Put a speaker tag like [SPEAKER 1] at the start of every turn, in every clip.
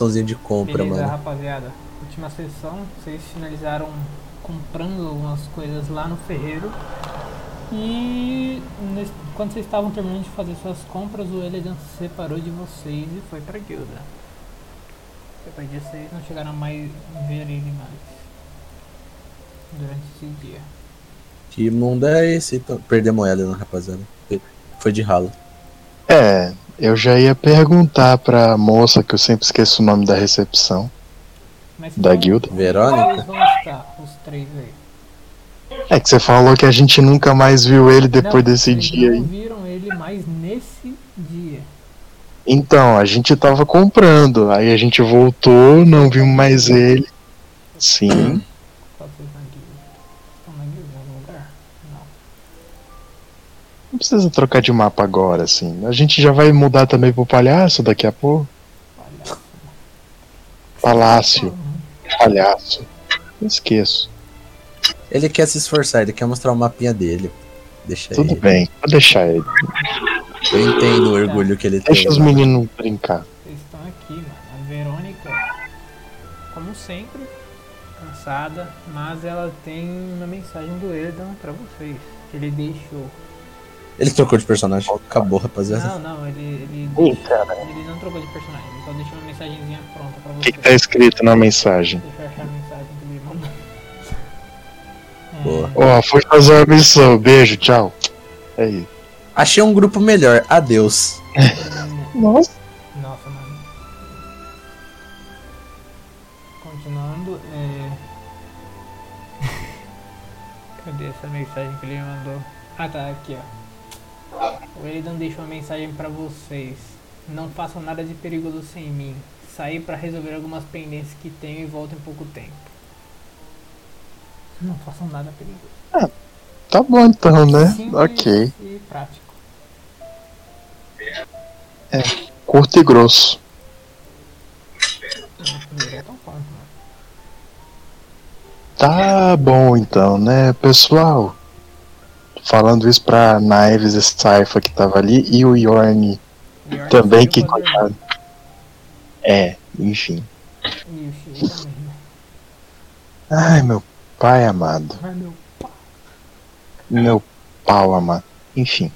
[SPEAKER 1] sessãozinha de compra,
[SPEAKER 2] Beleza,
[SPEAKER 1] mano.
[SPEAKER 2] rapaziada. Última sessão, vocês finalizaram comprando algumas coisas lá no ferreiro. E nesse- quando vocês estavam terminando de fazer suas compras, o Elegan se separou de vocês e foi pra guilda. Depois disso, vocês não chegaram a mais ver ele mais durante esse dia.
[SPEAKER 1] Que mundo é esse? Então, perder moeda, né, rapaziada? Foi- Foi de ralo.
[SPEAKER 3] É, eu já ia perguntar pra moça que eu sempre esqueço o nome da recepção
[SPEAKER 2] Mas
[SPEAKER 3] da
[SPEAKER 2] então,
[SPEAKER 3] guilda.
[SPEAKER 1] Verônica?
[SPEAKER 2] Vocês vão estar, os três aí.
[SPEAKER 3] É que você falou que a gente nunca mais viu ele depois
[SPEAKER 2] Não,
[SPEAKER 3] desse
[SPEAKER 2] vocês
[SPEAKER 3] dia
[SPEAKER 2] Não
[SPEAKER 3] aí.
[SPEAKER 2] viram ele mais nesse dia.
[SPEAKER 3] Então, a gente tava comprando, aí a gente voltou, não vimos mais ele. Sim.
[SPEAKER 2] Qual foi Tá na guilda? Estão na guilda em algum lugar? Não.
[SPEAKER 3] Não precisa trocar de mapa agora, assim. A gente já vai mudar também pro palhaço daqui a pouco.
[SPEAKER 2] Palhaço.
[SPEAKER 3] Palácio, palhaço. Eu esqueço.
[SPEAKER 1] Ele quer se esforçar, ele quer mostrar o mapinha dele. Deixa
[SPEAKER 3] Tudo
[SPEAKER 1] ele.
[SPEAKER 3] bem, pode deixar ele.
[SPEAKER 1] Eu entendo o orgulho que ele tem.
[SPEAKER 3] Deixa os meninos brincar.
[SPEAKER 2] Vocês estão aqui, mano. A Verônica, como sempre, cansada, mas ela tem uma mensagem do Erdan pra vocês. que Ele deixou.
[SPEAKER 1] Ele trocou de personagem. Acabou, rapaziada.
[SPEAKER 2] Não, não, ele, ele,
[SPEAKER 3] Ih,
[SPEAKER 2] deixou-
[SPEAKER 3] cara.
[SPEAKER 2] ele não trocou de personagem, ele só deixou uma mensagenzinha pronta pra
[SPEAKER 3] O
[SPEAKER 2] vocês.
[SPEAKER 3] que, que tá escrito na mensagem?
[SPEAKER 2] Deixa eu achar a mensagem que ele mandou. É,
[SPEAKER 1] Boa.
[SPEAKER 3] Ó, fui fazer a missão. Beijo, tchau. É isso.
[SPEAKER 1] Achei um grupo melhor. Adeus.
[SPEAKER 2] É,
[SPEAKER 3] Nossa.
[SPEAKER 2] Nossa, mano. Continuando, é... Cadê essa mensagem que ele me mandou? Ah, tá, aqui, ó. O Elidan deixou uma mensagem pra vocês. Não façam nada de perigoso sem mim. Saí pra resolver algumas pendências que tenho e volto em pouco tempo. Não façam nada perigoso.
[SPEAKER 3] Tá bom então, né?
[SPEAKER 2] Simples
[SPEAKER 3] Ok.
[SPEAKER 2] E prático.
[SPEAKER 3] Curto e grosso.
[SPEAKER 2] Não, primeiro é tão forte, mano.
[SPEAKER 3] Tá bom então, né, pessoal? Falando isso pra Naives e Saifa que tava ali e o Yorn
[SPEAKER 2] Pior
[SPEAKER 3] também,
[SPEAKER 2] foi
[SPEAKER 3] que
[SPEAKER 2] o Adorno
[SPEAKER 3] coitado. É, enfim.
[SPEAKER 2] E o Shiro também, né?
[SPEAKER 3] Ai, meu pai amado.
[SPEAKER 2] Mas meu
[SPEAKER 3] Meu pau amado. Enfim.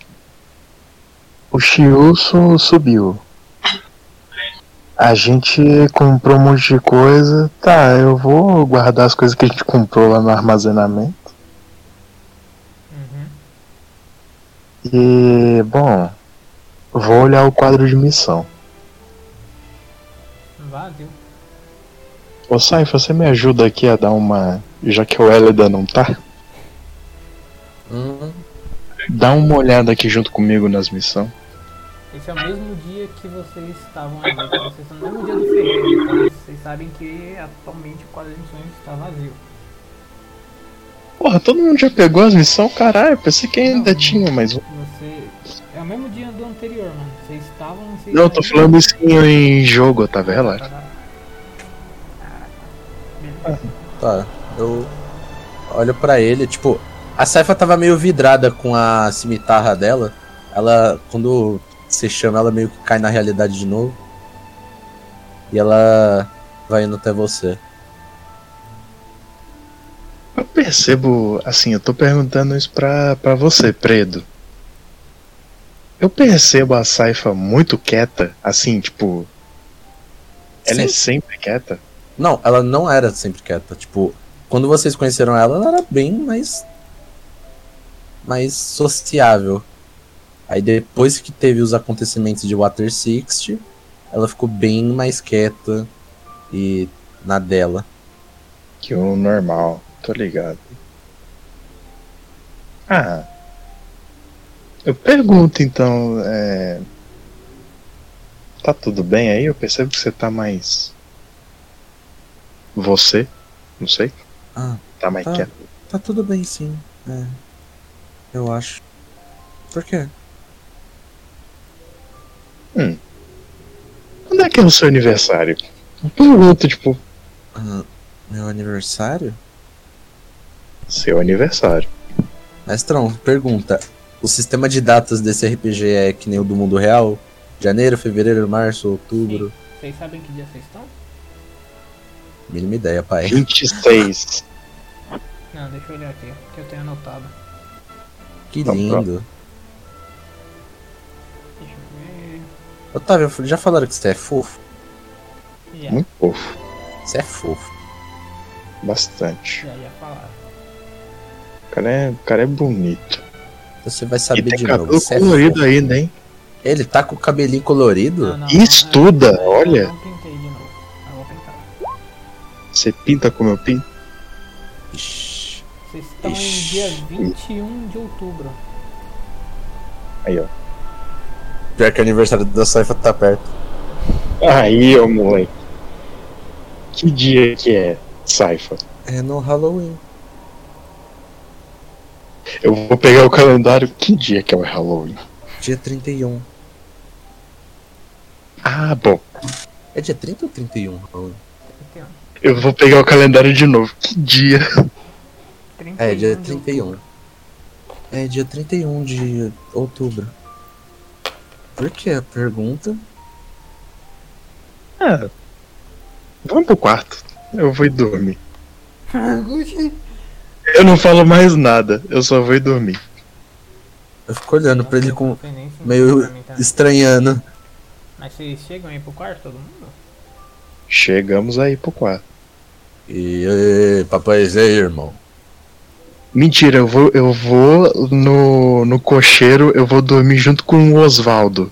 [SPEAKER 3] O Shiuso subiu. A gente comprou um monte de coisa. Tá, eu vou guardar as coisas que a gente comprou lá no armazenamento.
[SPEAKER 2] Uhum.
[SPEAKER 3] E, bom, vou olhar o quadro de missão.
[SPEAKER 2] Valeu.
[SPEAKER 3] Ô Saifa, você me ajuda aqui a dar uma. Já que o Elida não tá,
[SPEAKER 1] Hum,
[SPEAKER 3] dá uma olhada aqui junto comigo nas missões.
[SPEAKER 2] Esse é o mesmo dia que vocês estavam ali. que Vocês estão no mesmo dia do ferreiro. Então vocês sabem que atualmente o quadro de missões está vazio.
[SPEAKER 3] Porra, todo mundo já pegou as missões? Caralho, pensei que ainda
[SPEAKER 2] Não.
[SPEAKER 3] tinha, um. mas.
[SPEAKER 2] Você. É o mesmo dia do anterior, mano. Vocês estavam. Vocês
[SPEAKER 3] Não, eu tô falando isso em jogo, tá vendo? Relaxa.
[SPEAKER 2] Beleza.
[SPEAKER 1] tá. Eu olho pra ele, tipo. A Saifa tava meio vidrada com a cimitarra dela. Ela, quando você chama, ela meio que cai na realidade de novo. E ela vai indo até você.
[SPEAKER 3] Eu percebo, assim, eu tô perguntando isso pra, pra você, Predo. Eu percebo a Saifa muito quieta, assim, tipo. Ela é
[SPEAKER 1] Sim.
[SPEAKER 3] sempre quieta.
[SPEAKER 1] Não, ela não era sempre quieta. Tipo, quando vocês conheceram ela, ela era bem mais. mais sociável. Aí depois que teve os acontecimentos de Water 60, ela ficou bem mais quieta e na dela.
[SPEAKER 3] Que o normal, tô ligado. Ah. Eu pergunto então, é. Tá tudo bem aí? Eu percebo que você tá mais. Você? Não sei.
[SPEAKER 1] Ah,
[SPEAKER 3] Tá mais
[SPEAKER 1] Tá.
[SPEAKER 3] quieto.
[SPEAKER 1] tá tudo bem sim. É. Eu acho. Por quê?
[SPEAKER 3] Quando é que é o seu aniversário? Eu pergunto, tipo,
[SPEAKER 1] Ah, meu aniversário?
[SPEAKER 3] seu aniversário.
[SPEAKER 1] Mestrão, pergunta. O sistema de datas desse RPG é que nem o do mundo real? Janeiro, fevereiro, março, outubro.
[SPEAKER 2] Sim, Vocês sabem que dia vocês estão?
[SPEAKER 1] Mínima ideia, pai.
[SPEAKER 3] 26.
[SPEAKER 2] Não, deixa eu olhar aqui, que eu tenho anotado.
[SPEAKER 1] Que
[SPEAKER 3] Não,
[SPEAKER 1] lindo.
[SPEAKER 2] Deixa eu
[SPEAKER 1] Otávio, já falaram que você é fofo?
[SPEAKER 2] ver. Já,
[SPEAKER 3] Muito fofo.
[SPEAKER 1] Você é fofo.
[SPEAKER 3] Bastante.
[SPEAKER 2] já ia falar.
[SPEAKER 3] O cara é, o cara é bonito.
[SPEAKER 1] Então Você vai
[SPEAKER 3] E
[SPEAKER 1] saber
[SPEAKER 3] tem
[SPEAKER 1] de novo.
[SPEAKER 3] cabelo
[SPEAKER 1] Você é
[SPEAKER 3] colorido
[SPEAKER 1] fofo.
[SPEAKER 3] ainda, hein?
[SPEAKER 1] Ele tá com o cabelinho colorido?
[SPEAKER 2] Não, não,
[SPEAKER 3] E estuda,
[SPEAKER 2] eu- eu
[SPEAKER 3] olha.
[SPEAKER 2] Não pintei de novo. Eu vou pintar.
[SPEAKER 3] Você pinta como eu pinto?
[SPEAKER 1] Ixi.
[SPEAKER 2] Vocês estão em
[SPEAKER 3] Ixi.
[SPEAKER 2] dia 21 de outubro.
[SPEAKER 3] Aí, ó.
[SPEAKER 1] Pior que o aniversário da Saifa tá perto.
[SPEAKER 3] Aí, ô moleque. Que dia que é, Saifa?
[SPEAKER 1] É no Halloween.
[SPEAKER 3] Eu vou pegar o calendário. Que dia que é o Halloween?
[SPEAKER 1] Dia 31.
[SPEAKER 3] Ah, bom.
[SPEAKER 1] É dia 30 ou 31, Halloween?
[SPEAKER 2] Aqui, ó.
[SPEAKER 3] Eu vou pegar o calendário de novo. Que dia?
[SPEAKER 2] 31
[SPEAKER 1] É, dia
[SPEAKER 2] de
[SPEAKER 1] 31. É dia 31 de outubro. Por que a pergunta?
[SPEAKER 3] Ah, vamos pro quarto. Eu vou ir dormir.
[SPEAKER 2] outubro.
[SPEAKER 3] Eu não falo mais nada. Eu só vou ir dormir.
[SPEAKER 1] Eu fico olhando pra ele
[SPEAKER 2] Não
[SPEAKER 1] com
[SPEAKER 2] tem nem sentido
[SPEAKER 1] meio
[SPEAKER 2] pra mim, tá?
[SPEAKER 1] estranhando.
[SPEAKER 2] Mas vocês chegam aí pro quarto, todo mundo?
[SPEAKER 3] Chegamos aí pro quarto.
[SPEAKER 1] E aí, papaizinho, irmão.
[SPEAKER 3] Mentira, eu vou, eu vou no, no cocheiro, eu vou dormir junto com o Osvaldo,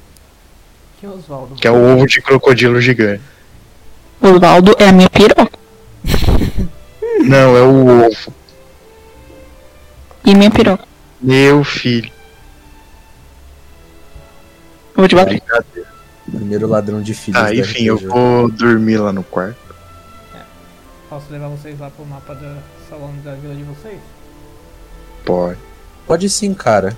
[SPEAKER 2] Que Oswaldo?
[SPEAKER 3] que é o ovo de crocodilo gigante.
[SPEAKER 4] Osvaldo é a minha piroca.
[SPEAKER 3] Não, é o ovo.
[SPEAKER 4] E minha piroca.
[SPEAKER 3] Meu filho.
[SPEAKER 4] Eu vou te bater.
[SPEAKER 3] Brincadeira.
[SPEAKER 1] Primeiro ladrão de filhos.
[SPEAKER 3] Ah,
[SPEAKER 1] da
[SPEAKER 3] enfim, eu
[SPEAKER 1] RPG.
[SPEAKER 3] vou dormir lá no quarto.
[SPEAKER 2] Posso levar vocês lá pro mapa do salão da vila de vocês?
[SPEAKER 3] Pode.
[SPEAKER 1] Pode sim, cara.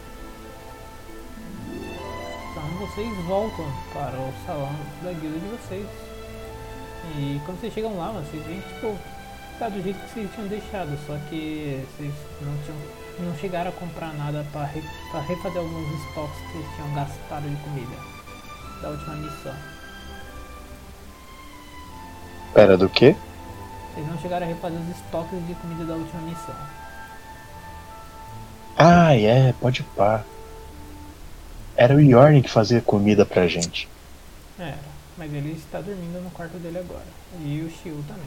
[SPEAKER 2] Então vocês voltam para o salão da guilda de vocês. E quando vocês chegam lá, mano, vocês veem que tipo, tá do jeito que vocês tinham deixado, só que vocês não tinham. não chegaram a comprar nada para re, pra refazer alguns estoques que vocês tinham gastado de comida da última missão.
[SPEAKER 3] Pera, do quê?
[SPEAKER 2] Vocês não chegaram a refazer os estoques de comida da última missão.
[SPEAKER 3] Ah, é, pode pá. Era o Yorn que fazia comida pra gente.
[SPEAKER 2] É, mas ele está dormindo no quarto dele agora. E o Shiu também.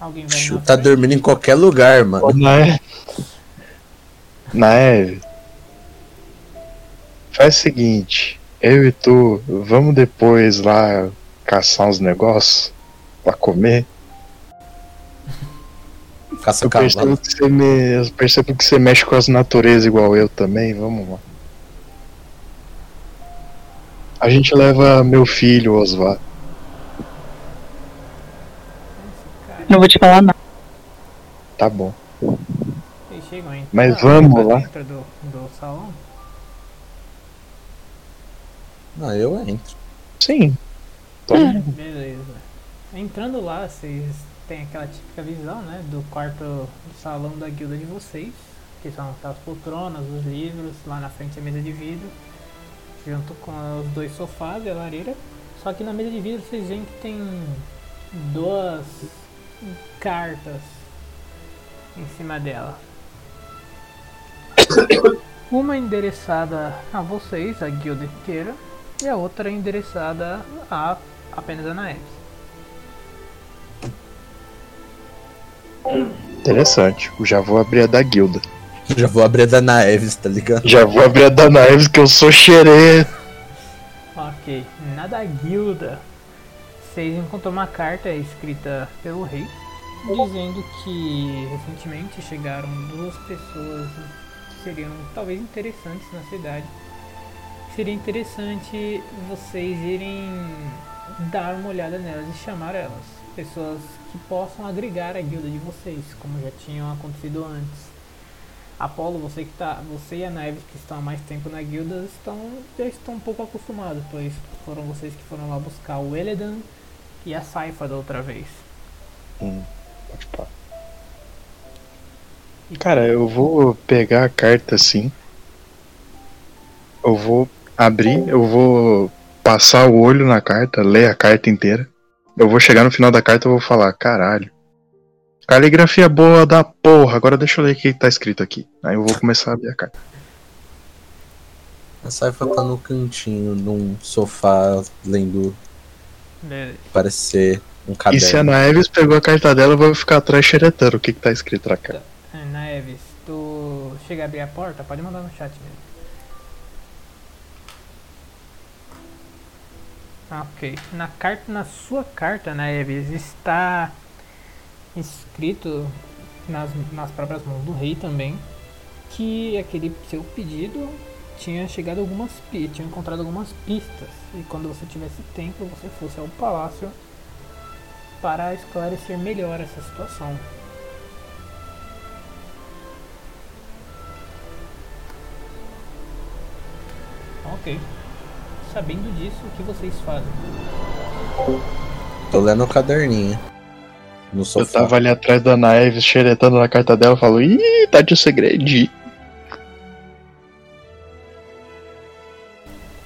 [SPEAKER 2] Alguém vai
[SPEAKER 1] Chu
[SPEAKER 2] na
[SPEAKER 1] tá
[SPEAKER 2] frente?
[SPEAKER 1] dormindo em qualquer lugar, mano.
[SPEAKER 3] Naeve. Naeve. é? Faz o seguinte, eu e tu, vamos depois lá caçar uns negócios pra comer.
[SPEAKER 1] Caça
[SPEAKER 3] Eu percebo,
[SPEAKER 1] cavalo.
[SPEAKER 3] que você me, eu percebo que você mexe com as naturezas igual eu também, vamos lá. A gente leva meu filho, Osvar.
[SPEAKER 2] Cara,
[SPEAKER 4] Não vou te falar nada.
[SPEAKER 3] Tá bom.
[SPEAKER 2] Vocês chegam aí.
[SPEAKER 3] Mas
[SPEAKER 2] Ah,
[SPEAKER 3] vamos
[SPEAKER 2] pra
[SPEAKER 3] lá.
[SPEAKER 2] Dentro do, do salão.
[SPEAKER 1] Não, eu entro.
[SPEAKER 3] Sim. Então, Toma.
[SPEAKER 2] Beleza. Entrando lá, vocês têm aquela típica visão, né? Do quarto do salão da guilda de vocês. Que são aquelas poltronas, os livros, lá na frente a mesa de vidro. Junto com os dois sofás e a lareira. Só que na mesa de vidro vocês veem que tem duas cartas em cima dela. Uma endereçada a vocês, a guilda inteira, e a outra é endereçada a apenas a Naeves.
[SPEAKER 3] Interessante. Já vou abrir a da guilda.
[SPEAKER 1] Já vou abrir a da Naeves, tá ligado?
[SPEAKER 3] Já vou abrir a da Naeves que eu sou xerê.
[SPEAKER 2] Ok, na da guilda, vocês encontram uma carta escrita pelo rei dizendo que recentemente chegaram duas pessoas que seriam talvez interessantes na cidade. Seria interessante vocês irem dar uma olhada nelas e chamar elas. Pessoas que possam agregar a guilda de vocês, como já tinham acontecido antes. Apolo, você que tá, você e a Neves que estão há mais tempo na guilda estão já estão um pouco acostumados, pois foram vocês que foram lá buscar o Eledan e a Saifa da outra vez.
[SPEAKER 3] Pode pá. Cara, eu vou pegar a carta assim. Eu vou abrir, eu vou passar o olho na carta, ler a carta inteira. Eu vou chegar no final da carta e vou falar, caralho. Caligrafia boa da porra, agora deixa eu ler o que tá escrito aqui. Aí eu vou começar a abrir a carta.
[SPEAKER 1] A Saifa tá no cantinho, num sofá, lendo,
[SPEAKER 2] Beleza.
[SPEAKER 1] parece ser um
[SPEAKER 3] E
[SPEAKER 1] caderno.
[SPEAKER 3] se a Naeves pegou a carta dela, eu vou ficar atrás xeretando o que, que tá escrito na carta.
[SPEAKER 2] Ah, Naeves, tu chega a abrir a porta, pode mandar no chat mesmo. Ah, Ok. Na carta, na sua carta, Naeves, está escrito nas, nas próprias mãos do rei também que aquele seu pedido tinha chegado algumas pi- tinha encontrado algumas pistas e quando você tivesse tempo você fosse ao palácio para esclarecer melhor essa situação. Ok. Sabendo disso, o que vocês fazem?
[SPEAKER 1] Tô lendo o caderninho. No
[SPEAKER 3] Eu
[SPEAKER 1] sofá.
[SPEAKER 3] tava ali atrás da Naeves xeretando na carta dela, eu falo, ih, tá de segredinho.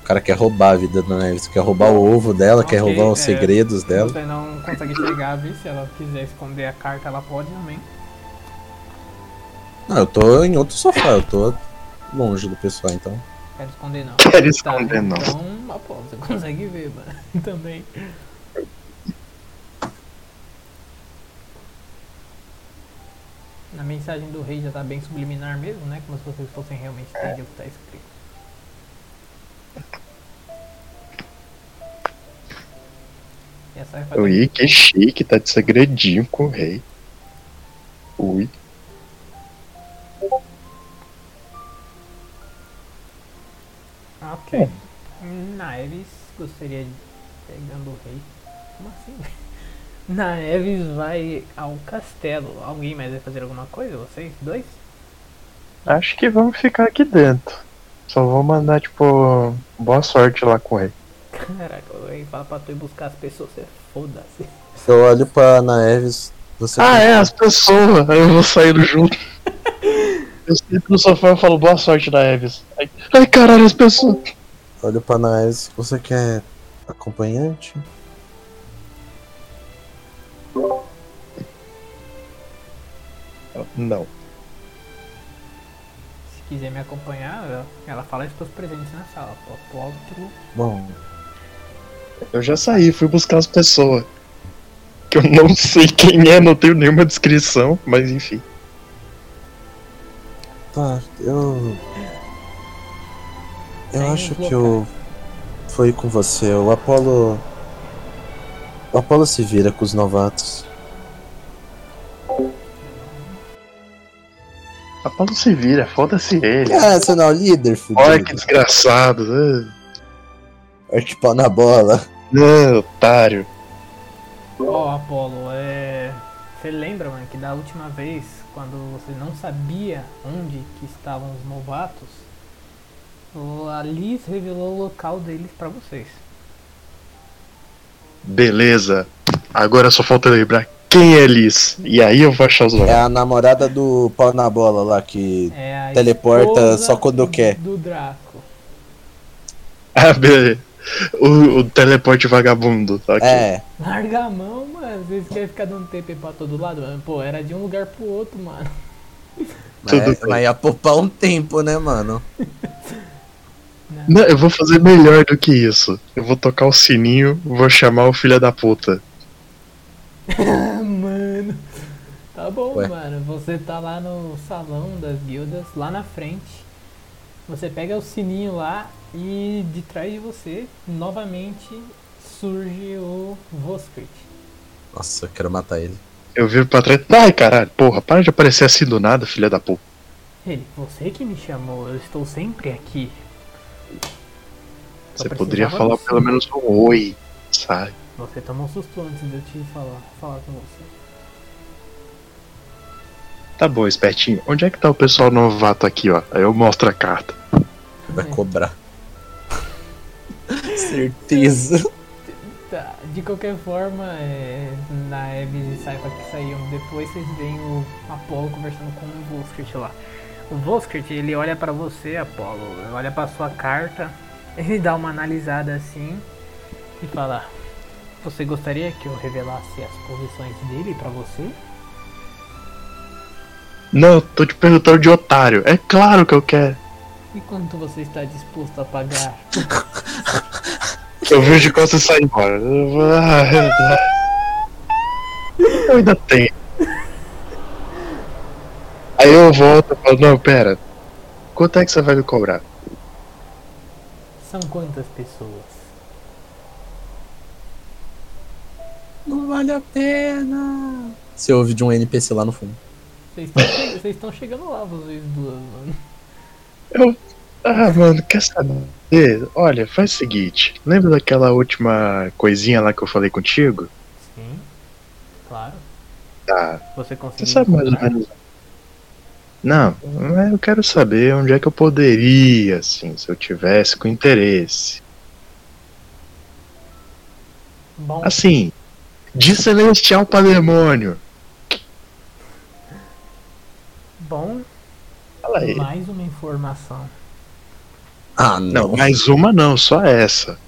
[SPEAKER 1] O cara quer roubar a vida da Neves, quer roubar o ovo dela, quer
[SPEAKER 2] Ok,
[SPEAKER 1] roubar os
[SPEAKER 2] é,
[SPEAKER 1] segredos dela.
[SPEAKER 2] Você não consegue chegar a ver se ela quiser esconder a carta, ela pode também.
[SPEAKER 1] Não, eu tô em outro sofá, eu tô longe do pessoal, então.
[SPEAKER 2] Quero esconder não.
[SPEAKER 3] Quero esconder, não.
[SPEAKER 2] Então, ah, pô, você consegue ver, mano. também. A mensagem do rei já tá bem subliminar mesmo, né? Como se vocês fossem realmente
[SPEAKER 3] É.
[SPEAKER 2] entender o que tá escrito. E essa vai fazer-
[SPEAKER 3] Ui, que chique, tá de segredinho com o rei. Ui.
[SPEAKER 2] Ah, ok. Naeves gostaria de. Pegando o rei. Como assim? Naeves vai ao castelo. Alguém mais vai fazer alguma coisa? Vocês dois?
[SPEAKER 3] Acho que vamos ficar aqui dentro. Só vou mandar, tipo, boa sorte lá com o rei.
[SPEAKER 2] Caraca, o rei fala pra tu ir buscar as pessoas, você foda-se.
[SPEAKER 1] Eu olho pra Naeves, você
[SPEAKER 3] Ah, é, as pessoas. Aí eu vou saindo junto. Eu sento no sofá e falo boa sorte da Eves. Ai, ai, caralho, as pessoas.
[SPEAKER 1] olho pra Naeves, você quer acompanhante?
[SPEAKER 3] Não.
[SPEAKER 2] Se quiser me acompanhar, ela- ela fala estou presentes na sala. Pô, outro.
[SPEAKER 1] Bom,
[SPEAKER 3] Eu já saí, fui buscar as pessoas. Que eu não sei quem é, não tenho nenhuma descrição, mas enfim.
[SPEAKER 1] tá, eu. Eu
[SPEAKER 2] Tem
[SPEAKER 1] acho que
[SPEAKER 2] local.
[SPEAKER 1] eu. Foi com você, o Apolo. O Apolo se vira com os novatos.
[SPEAKER 3] Apolo se vira, foda-se ele.
[SPEAKER 1] Ah, você não é o líder,
[SPEAKER 3] Olha que
[SPEAKER 1] fudido.
[SPEAKER 3] desgraçado. ah.
[SPEAKER 1] Arte pau na bola.
[SPEAKER 3] Não, otário.
[SPEAKER 2] Ó, Apolo, é. Você lembra, mano, que da última vez, quando você não sabia onde que estavam os novatos, o- a Liz revelou o local deles pra vocês.
[SPEAKER 3] Beleza. Agora só falta lembrar quem é Liz. E aí eu vou achar os
[SPEAKER 1] É
[SPEAKER 3] nomes.
[SPEAKER 1] a namorada do pau na bola lá que.
[SPEAKER 2] É a
[SPEAKER 1] Teleporta
[SPEAKER 2] esposa
[SPEAKER 1] só quando
[SPEAKER 2] do-
[SPEAKER 1] quer.
[SPEAKER 2] Do Draco.
[SPEAKER 3] Ah, beleza. O, o teleporte vagabundo. Tá aqui.
[SPEAKER 1] É,
[SPEAKER 2] Larga a mão, mano. Vocês querem ficar dando TP pra todo lado? mano? Pô, era de um lugar pro outro, mano.
[SPEAKER 3] Tudo
[SPEAKER 1] mas,
[SPEAKER 3] bem.
[SPEAKER 1] mas ia poupar um tempo, né, mano?
[SPEAKER 3] Não, eu vou fazer melhor do que isso. Eu vou tocar o sininho, vou chamar o filho da puta.
[SPEAKER 2] Ah, mano. Tá bom,
[SPEAKER 1] Ué.
[SPEAKER 2] mano. Você tá lá no salão das guildas, lá na frente. Você pega o sininho lá e de trás de você, novamente, surge o Voskrit.
[SPEAKER 1] Nossa, eu quero matar ele.
[SPEAKER 3] Eu viro pra trás. Ai, caralho, porra, para de aparecer assim do nada, filha da
[SPEAKER 1] Tá
[SPEAKER 3] puta.
[SPEAKER 2] Ele, você que me chamou, eu estou sempre aqui. Só
[SPEAKER 3] Você poderia
[SPEAKER 2] precisava
[SPEAKER 3] falar
[SPEAKER 2] do
[SPEAKER 3] pelo
[SPEAKER 2] sino.
[SPEAKER 3] menos um oi, sabe?
[SPEAKER 2] Você tomou um susto antes de eu te falar, falar com você.
[SPEAKER 3] Tá bom, espertinho. Onde é que tá o pessoal novato aqui, ó? Aí eu mostro a carta.
[SPEAKER 1] Vai cobrar. Certeza.
[SPEAKER 2] Tá, de qualquer forma, é, na Eves e Saifa que saíam depois, vocês veem o Apolo conversando com o Voskrit lá. O Voskrit, ele olha pra você, Apolo, olha pra sua carta, Ele dá uma analisada assim e fala: Você gostaria que eu revelasse as posições dele pra você?
[SPEAKER 3] Não, tô te perguntando de otário. É claro que eu quero.
[SPEAKER 2] E quanto você está disposto a pagar?
[SPEAKER 3] Eu vejo de costas e saio embora. Eu vou- Ah, eu- Eu ainda tenho. Aí eu volto e falo, não, pera. Quanto é que você vai me cobrar?
[SPEAKER 2] São quantas pessoas?
[SPEAKER 1] Não vale a pena. Você ouve de um NPC lá no fundo.
[SPEAKER 2] Vocês estão che- vocês estão chegando lá, vocês duas, mano.
[SPEAKER 3] Ah, mano, quer saber? Olha, faz o seguinte. Lembra daquela última coisinha lá que eu falei contigo?
[SPEAKER 2] Sim, claro.
[SPEAKER 3] Tá.
[SPEAKER 2] Você
[SPEAKER 3] Você
[SPEAKER 2] conseguiu.
[SPEAKER 3] sabe mais ou menos. Não, mas eu quero saber onde é que eu poderia, assim, se eu tivesse com interesse.
[SPEAKER 2] Bom,
[SPEAKER 3] Assim, de celestial pra demônio.
[SPEAKER 2] bom,
[SPEAKER 3] Fala aí.
[SPEAKER 2] mais uma informação.
[SPEAKER 1] Ah,
[SPEAKER 3] Não,
[SPEAKER 1] não.
[SPEAKER 3] mais uma não, só essa.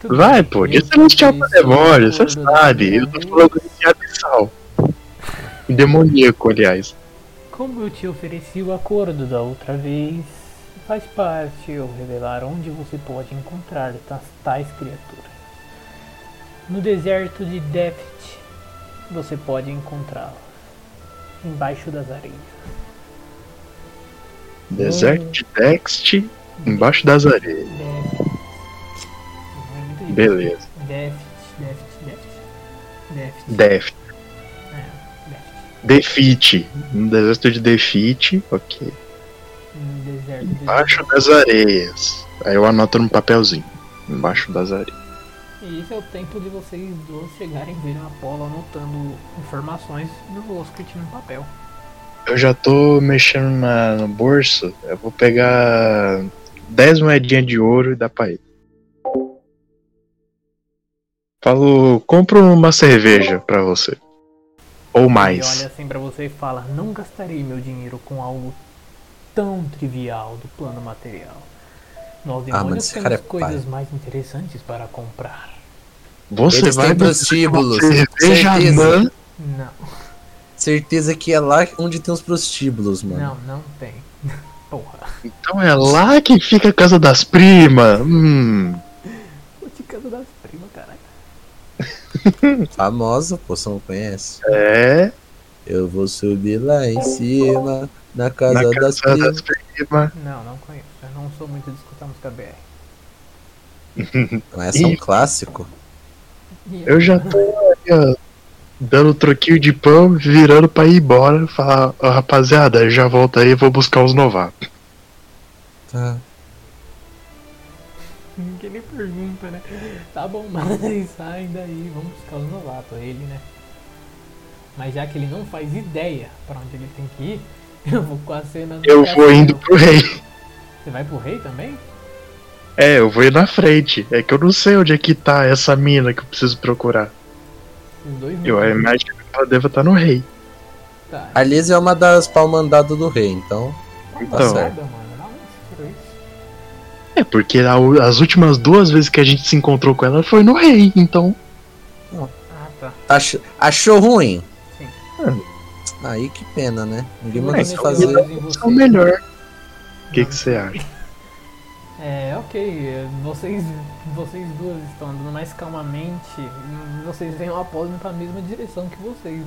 [SPEAKER 2] Tudo
[SPEAKER 3] Vai,
[SPEAKER 2] bem,
[SPEAKER 3] pô,
[SPEAKER 2] eu
[SPEAKER 3] de celestial pra
[SPEAKER 2] disse
[SPEAKER 3] demônio, você
[SPEAKER 2] tudo,
[SPEAKER 3] sabe.
[SPEAKER 2] né?
[SPEAKER 3] Eu tô falando de abissal. Demoníaco, aliás.
[SPEAKER 2] Como eu te ofereci o acordo da outra vez, faz parte eu revelar onde você pode encontrar tas- tais criaturas. No deserto de Deft, você pode encontrá-las embaixo das areias.
[SPEAKER 3] Deserto de Text, embaixo das areias.
[SPEAKER 2] Deft.
[SPEAKER 3] Beleza.
[SPEAKER 2] Deft, Deft, Deft. Deft,
[SPEAKER 3] Deft.
[SPEAKER 2] Deft.
[SPEAKER 3] Defeat. Um deserto de Defeat, ok.
[SPEAKER 2] No deserto de
[SPEAKER 3] Embaixo das areias. Aí eu anoto num papelzinho. Embaixo das areias.
[SPEAKER 2] E esse é o tempo de vocês dois chegarem e verem a Apolo anotando informações do Oscrit no papel.
[SPEAKER 3] Eu já tô mexendo na, no bolso. Eu vou pegar 10 moedinhas de ouro e dar pra ele. Falo, compro uma cerveja pra você. Ou
[SPEAKER 2] Ele olha
[SPEAKER 3] mais.
[SPEAKER 2] assim pra você e fala: Não gastarei meu dinheiro com algo tão trivial do plano material. Nós
[SPEAKER 1] mas
[SPEAKER 2] demônios
[SPEAKER 1] Ah, esse
[SPEAKER 2] temos
[SPEAKER 1] cara é
[SPEAKER 2] coisas mais interessantes para comprar.
[SPEAKER 3] Você
[SPEAKER 1] Eles
[SPEAKER 3] vai
[SPEAKER 1] têm
[SPEAKER 3] beber
[SPEAKER 1] prostíbulos,
[SPEAKER 3] uma cerveja
[SPEAKER 1] certeza.
[SPEAKER 3] anã?
[SPEAKER 2] Não,
[SPEAKER 1] Certeza que é lá onde tem os prostíbulos, mano.
[SPEAKER 2] não, não tem. Porra.
[SPEAKER 3] Então é lá que fica a casa das primas. Hum.
[SPEAKER 2] O de casa das primas, caralho.
[SPEAKER 1] Famosa, pô, você não conhece.
[SPEAKER 3] É.
[SPEAKER 1] Eu vou subir lá em cima, na casa
[SPEAKER 3] na casa
[SPEAKER 1] das primas.
[SPEAKER 3] das primas.
[SPEAKER 2] Não, não conheço. Eu não sou muito de escutar música BR.
[SPEAKER 1] Não é só um
[SPEAKER 3] Ih.
[SPEAKER 1] clássico?
[SPEAKER 2] E
[SPEAKER 3] Eu já tô aí, ó, dando troquinho de pão, virando pra ir embora. Falar, ó, rapaziada, eu já volto aí, vou buscar os novatos.
[SPEAKER 1] Tá.
[SPEAKER 2] Ninguém nem pergunta, né? Tá bom, mas sai daí, vamos buscar os novatos, ele, né? Mas já que ele não faz ideia pra onde ele tem que ir, eu vou com a cena do
[SPEAKER 3] Eu vou
[SPEAKER 2] castelo.
[SPEAKER 3] indo pro rei.
[SPEAKER 2] Você vai pro rei também?
[SPEAKER 3] É, eu vou ir na frente. É que eu não sei onde é que tá essa mina que eu preciso procurar.
[SPEAKER 2] Os dois
[SPEAKER 3] Eu é
[SPEAKER 2] não.
[SPEAKER 3] imagino que ela deva estar no rei.
[SPEAKER 2] Tá.
[SPEAKER 1] A Liz é uma das pau-mandado do rei, então.
[SPEAKER 2] Tá
[SPEAKER 3] então.
[SPEAKER 2] passada, mano. Dá um tiro isso.
[SPEAKER 3] É, porque a u- as últimas duas vezes que a gente se encontrou com ela foi no rei, então.
[SPEAKER 2] Ah, tá.
[SPEAKER 1] Ach- achou ruim?
[SPEAKER 2] Sim.
[SPEAKER 1] Aí que pena, né? Ninguém
[SPEAKER 2] Eu
[SPEAKER 1] mandou você
[SPEAKER 2] vou meter
[SPEAKER 1] fazer.
[SPEAKER 2] os olhos em
[SPEAKER 3] É o
[SPEAKER 2] vocês.
[SPEAKER 3] melhor. O que que você acha?
[SPEAKER 2] É, ok. é, Vocês, vocês duas estão andando mais calmamente. hum, Vocês veem o Apolo indo pra mesma direção que vocês.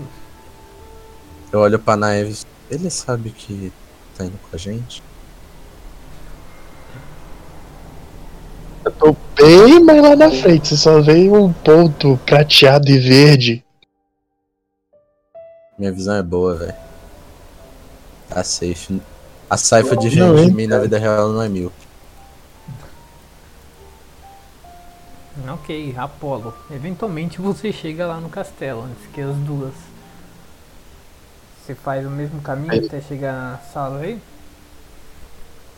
[SPEAKER 1] Eu olho pra Naeves. Ele sabe que tá indo com a gente?
[SPEAKER 3] Eu tô bem mais lá na frente, você só veio um ponto prateado e verde.
[SPEAKER 1] Minha visão é boa, velho. Tá safe. A saifa de,
[SPEAKER 3] Não,
[SPEAKER 1] de
[SPEAKER 3] hein,
[SPEAKER 1] mim na vida real não é mil.
[SPEAKER 2] Ok, Apolo. Eventualmente você chega lá no castelo, antes que as duas. Você faz o mesmo caminho
[SPEAKER 3] Aí.
[SPEAKER 2] até chegar na sala aí?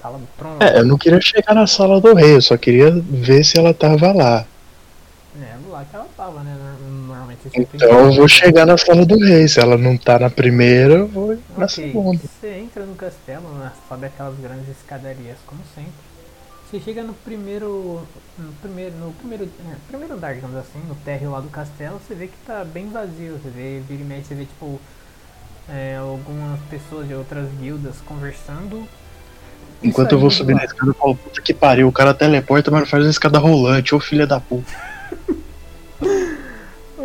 [SPEAKER 2] Sala do trono?
[SPEAKER 3] É, eu não queria chegar na sala do rei, eu só queria ver se ela tava lá.
[SPEAKER 2] É, lá que ela tava, né? Nor- Normalmente você
[SPEAKER 3] Então eu vou chegar na sala do rei. Se ela não tá na primeira, eu vou
[SPEAKER 5] Tá
[SPEAKER 3] na segunda.
[SPEAKER 2] Você entra no castelo, né? sobe aquelas grandes escadarias, como sempre. Você chega no primeiro. No primeiro. No primeiro, é, primeiro andar, digamos assim, no térreo lá do castelo, você vê que tá bem vazio. Você vê, vira e mexe, você vê tipo. é, algumas pessoas de outras guildas conversando. e
[SPEAKER 5] Enquanto eu vou
[SPEAKER 2] saindo
[SPEAKER 5] subir
[SPEAKER 2] lá.
[SPEAKER 5] na escada, eu falo, puta que pariu, o cara teleporta, mas faz uma escada rolante, ô filha da puta.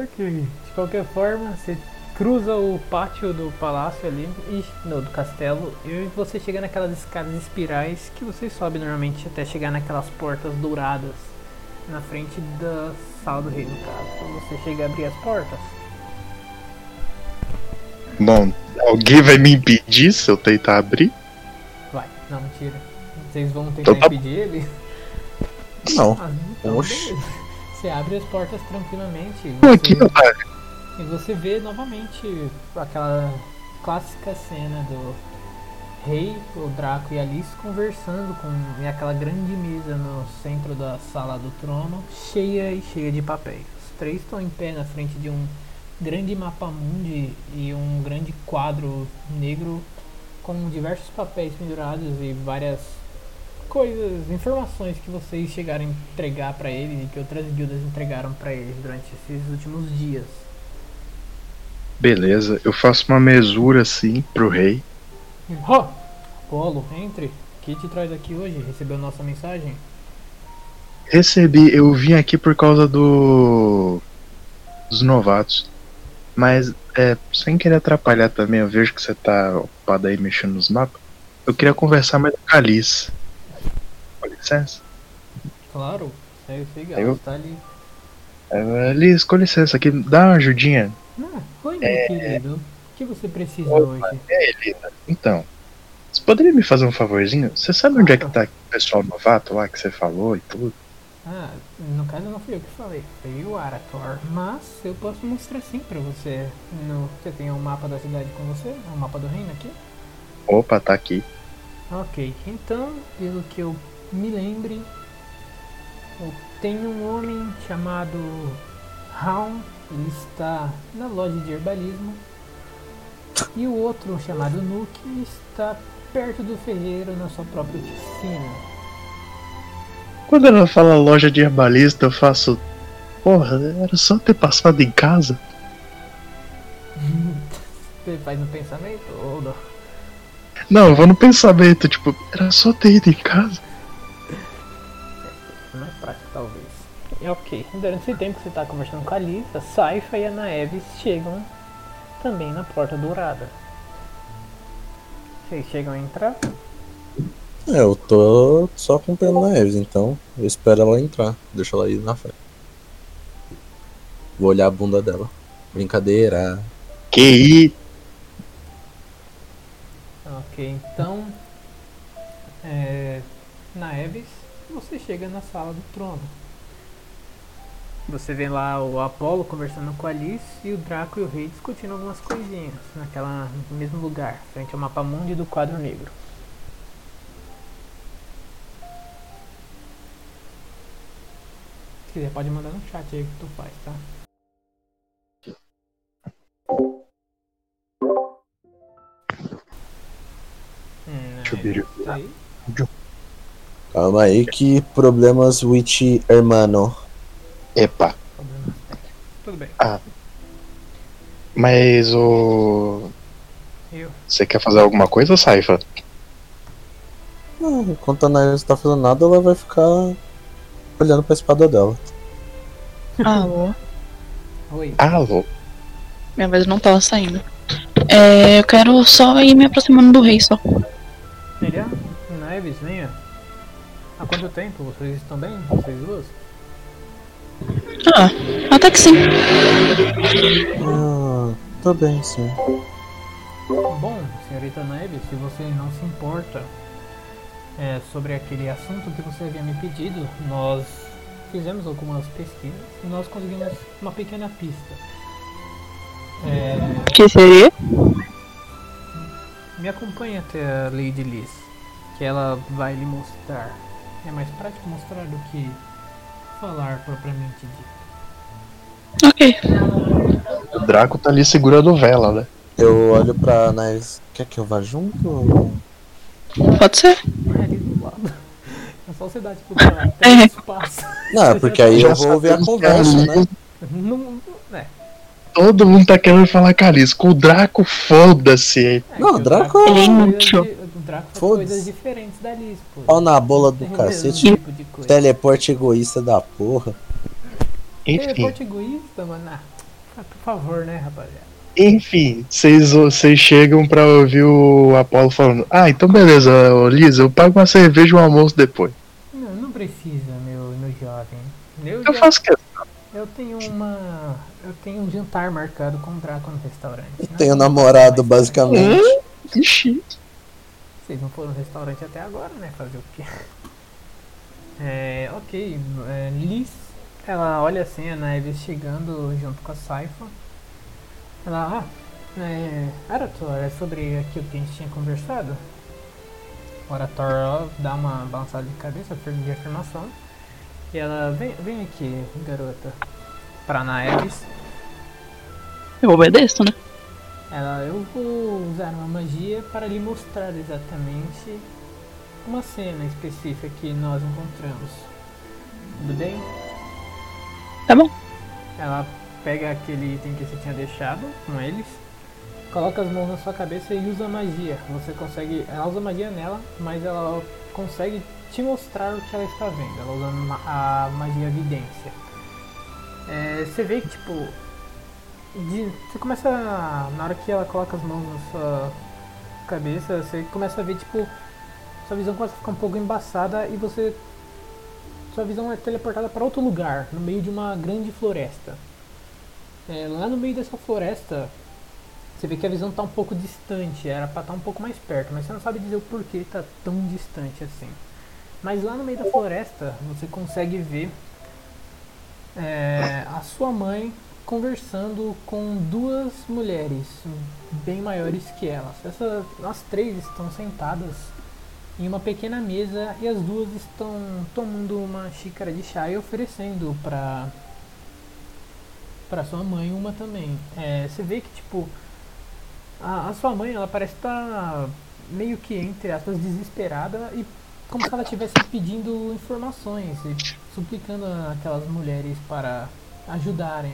[SPEAKER 2] Ok. De qualquer forma, você cruza o pátio do palácio ali, e, não, do castelo, e você chega naquelas escadas espirais que você sobe normalmente até chegar naquelas portas douradas na frente da sala do rei, no caso. Então você chega a abrir as portas.
[SPEAKER 5] Bom, alguém vai me impedir se eu tentar abrir?
[SPEAKER 2] Vai, não, mentira. Vocês vão tentar
[SPEAKER 5] Então tá-
[SPEAKER 2] impedir ele?
[SPEAKER 1] Não.
[SPEAKER 2] Ah, então
[SPEAKER 1] Oxe.
[SPEAKER 2] beleza. Você abre as portas tranquilamente. e
[SPEAKER 5] Pô,
[SPEAKER 2] você-
[SPEAKER 5] aqui, otário.
[SPEAKER 2] E você vê novamente aquela clássica cena do rei, o Draco e Alice conversando com e aquela grande mesa no centro da sala do trono, cheia e cheia de papéis. Os três estão em pé na frente de um grande mapa mundi e um grande quadro negro com diversos papéis pendurados e várias coisas, informações que vocês chegaram a entregar para eles e que outras guildas entregaram para eles durante esses últimos dias.
[SPEAKER 5] Beleza, eu faço uma mesura assim pro rei.
[SPEAKER 2] Ó, Polo, entre. Que te traz aqui hoje? Recebeu nossa mensagem?
[SPEAKER 5] Recebi, eu vim aqui por causa do. dos novatos. Mas, é, sem querer atrapalhar também, eu vejo que você tá ocupado aí mexendo nos mapas. Eu queria conversar mais com a Alice. Com licença.
[SPEAKER 2] Claro, segue, segue.
[SPEAKER 5] Eu?
[SPEAKER 2] Eu? Tá ali.
[SPEAKER 5] É, Alice, com licença, aqui, dá uma ajudinha.
[SPEAKER 2] Ah, oi, meu querido. O que você precisa hoje?
[SPEAKER 5] É, Elida, então. Você poderia me fazer um favorzinho? Você sabe onde é que tá o pessoal novato lá que você falou e tudo?
[SPEAKER 2] Ah, no caso não fui eu que falei, foi o Arator. Mas eu posso mostrar sim pra você. No, você tem um mapa da cidade com você? Um mapa do reino aqui?
[SPEAKER 5] Opa, tá aqui.
[SPEAKER 2] Ok, então, pelo que eu me lembre, eu- tem um homem chamado Raon, ele está na loja de herbalismo, e o outro chamado Nuke está perto do ferreiro na sua própria oficina.
[SPEAKER 5] Quando ela fala loja de herbalista, eu faço. Porra, era só ter passado em casa.
[SPEAKER 2] Você faz um pensamento ou não?
[SPEAKER 5] Não, eu vou no pensamento, tipo, era só ter ido em casa.
[SPEAKER 2] mais prático talvez. É ok. Durante esse tempo que você está conversando com a Liz, a Saifa e a Naeves chegam também na porta dourada. Vocês chegam a entrar?
[SPEAKER 1] É, eu tô só acompanhando a Eves, então eu espero ela entrar. Deixa ela ir na frente. Vou olhar a bunda dela. Brincadeira.
[SPEAKER 5] Que ir.
[SPEAKER 2] Ok, então. É, Naeves, você chega na sala do trono. Você vê lá o Apolo conversando com a Alice e o Draco e o Rei discutindo algumas coisinhas naquela no mesmo lugar, frente ao mapa mundi do quadro negro. Se quiser pode mandar no chat aí o que tu faz, tá? Hum,
[SPEAKER 5] Deixa eu ver.
[SPEAKER 2] Naeves, tá aí?
[SPEAKER 1] Calma aí, que problemas with hermano.
[SPEAKER 5] Epa,
[SPEAKER 2] Problemas técnicos. Tudo bem.
[SPEAKER 5] mas o.
[SPEAKER 2] Eu.
[SPEAKER 5] Você quer fazer alguma coisa, Saifa?
[SPEAKER 1] Não, enquanto a Nair não tá fazendo nada, ela vai ficar olhando pra espada dela.
[SPEAKER 4] Alô?
[SPEAKER 2] Oi.
[SPEAKER 5] Alô?
[SPEAKER 4] Minha voz não tava saindo. É, eu quero só ir me aproximando do rei só.
[SPEAKER 2] Melhor? Neves, venha. um Há quanto tempo? Vocês estão bem? Vocês duas?
[SPEAKER 4] Ah, até que sim.
[SPEAKER 1] Ah, tô bem, sim.
[SPEAKER 2] Bom, senhorita Neves, se você não se importa é, sobre aquele assunto que você havia me pedido, nós fizemos algumas pesquisas e nós conseguimos uma pequena pista. É,
[SPEAKER 4] Que seria?
[SPEAKER 2] me acompanhe até a Lady Liz, que ela vai lhe mostrar. É mais prático mostrar do que falar propriamente dito.
[SPEAKER 4] Ok.
[SPEAKER 5] O Draco tá ali segurando vela, né?
[SPEAKER 1] Eu olho pra Nair. Quer que eu vá junto?
[SPEAKER 4] Pode ser.
[SPEAKER 2] ali do lado. Eu só você dá tipo pra
[SPEAKER 4] É.
[SPEAKER 2] três espaços.
[SPEAKER 1] Não, é porque aí
[SPEAKER 3] Já
[SPEAKER 1] eu vou ver a
[SPEAKER 3] sabemos que
[SPEAKER 1] conversa,
[SPEAKER 3] ali
[SPEAKER 1] né?
[SPEAKER 2] Não, é,
[SPEAKER 3] Todo mundo tá querendo falar Calisco. O Draco, foda-se.
[SPEAKER 2] é
[SPEAKER 1] Não,
[SPEAKER 2] que
[SPEAKER 1] o Draco
[SPEAKER 2] faz
[SPEAKER 4] Ele
[SPEAKER 2] coisas
[SPEAKER 4] é inútil.
[SPEAKER 2] de- O Draco faz
[SPEAKER 1] Foda-se.
[SPEAKER 2] coisas diferentes da Liz, pô.
[SPEAKER 1] Pau na bola do
[SPEAKER 2] Tem o mesmo
[SPEAKER 1] cacete. é
[SPEAKER 2] tipo de coisa.
[SPEAKER 1] Teleporte egoísta da porra.
[SPEAKER 2] É,
[SPEAKER 3] Enfim,
[SPEAKER 2] Teleporte egoísta, mano. Ah, ah, por favor, né, rapaziada?
[SPEAKER 3] enfim, vocês vocês chegam pra ouvir o Apolo falando: Ah, então beleza, ô, Lisa, eu pago uma cerveja e um almoço depois.
[SPEAKER 2] Não, não precisa, meu, meu jovem. Eu,
[SPEAKER 3] Eu
[SPEAKER 2] já-
[SPEAKER 3] faço que é
[SPEAKER 2] eu tenho uma. Eu tenho um jantar marcado com o Draco no restaurante.
[SPEAKER 1] Eu
[SPEAKER 2] Não
[SPEAKER 1] tenho
[SPEAKER 2] vou
[SPEAKER 1] namorado,
[SPEAKER 2] mais tarde.
[SPEAKER 1] basicamente.
[SPEAKER 3] Ixi.
[SPEAKER 2] Vocês não foram no restaurante até agora, né? Fazer o quê? É, ok. É, Liz, ela olha assim a Neves chegando junto com a Saifa. Ela, ah, é, Arator, é sobre aquilo que a gente tinha conversado? O Arator ó, dá uma balançada de cabeça afir- de afirmação. E ela, vem, vem aqui, garota. Pra Naeves.
[SPEAKER 4] Eu obedeço, né?
[SPEAKER 2] Ela, eu vou usar uma magia para lhe mostrar exatamente uma cena específica que nós encontramos. Tudo bem?
[SPEAKER 4] Tá bom.
[SPEAKER 2] Ela pega aquele item que você tinha deixado com eles, coloca as mãos na sua cabeça e usa magia. Você consegue. Ela usa magia nela, mas ela consegue te mostrar o que ela está vendo. Ela usa ma- a magia vidência. É, você vê que tipo. de- você começa. a- Na hora que ela coloca as mãos na sua cabeça, você começa a ver tipo. Sua visão começa a ficar um pouco embaçada e você sua visão é teleportada para outro lugar, no meio de uma grande floresta. É, lá no meio dessa floresta, você vê que a visão está um pouco distante, era para estar um pouco mais perto, mas você não sabe dizer o porquê está tão distante assim. Mas lá no meio da floresta, você consegue ver é, a sua mãe conversando com duas mulheres bem maiores que elas. Essas, as três estão sentadas em uma pequena mesa e as duas estão tomando uma xícara de chá e oferecendo para para sua mãe uma também. É, você vê que tipo a, a sua mãe ela parece estar meio que entre aspas desesperada e como se ela estivesse pedindo informações e suplicando a- aquelas mulheres para ajudarem.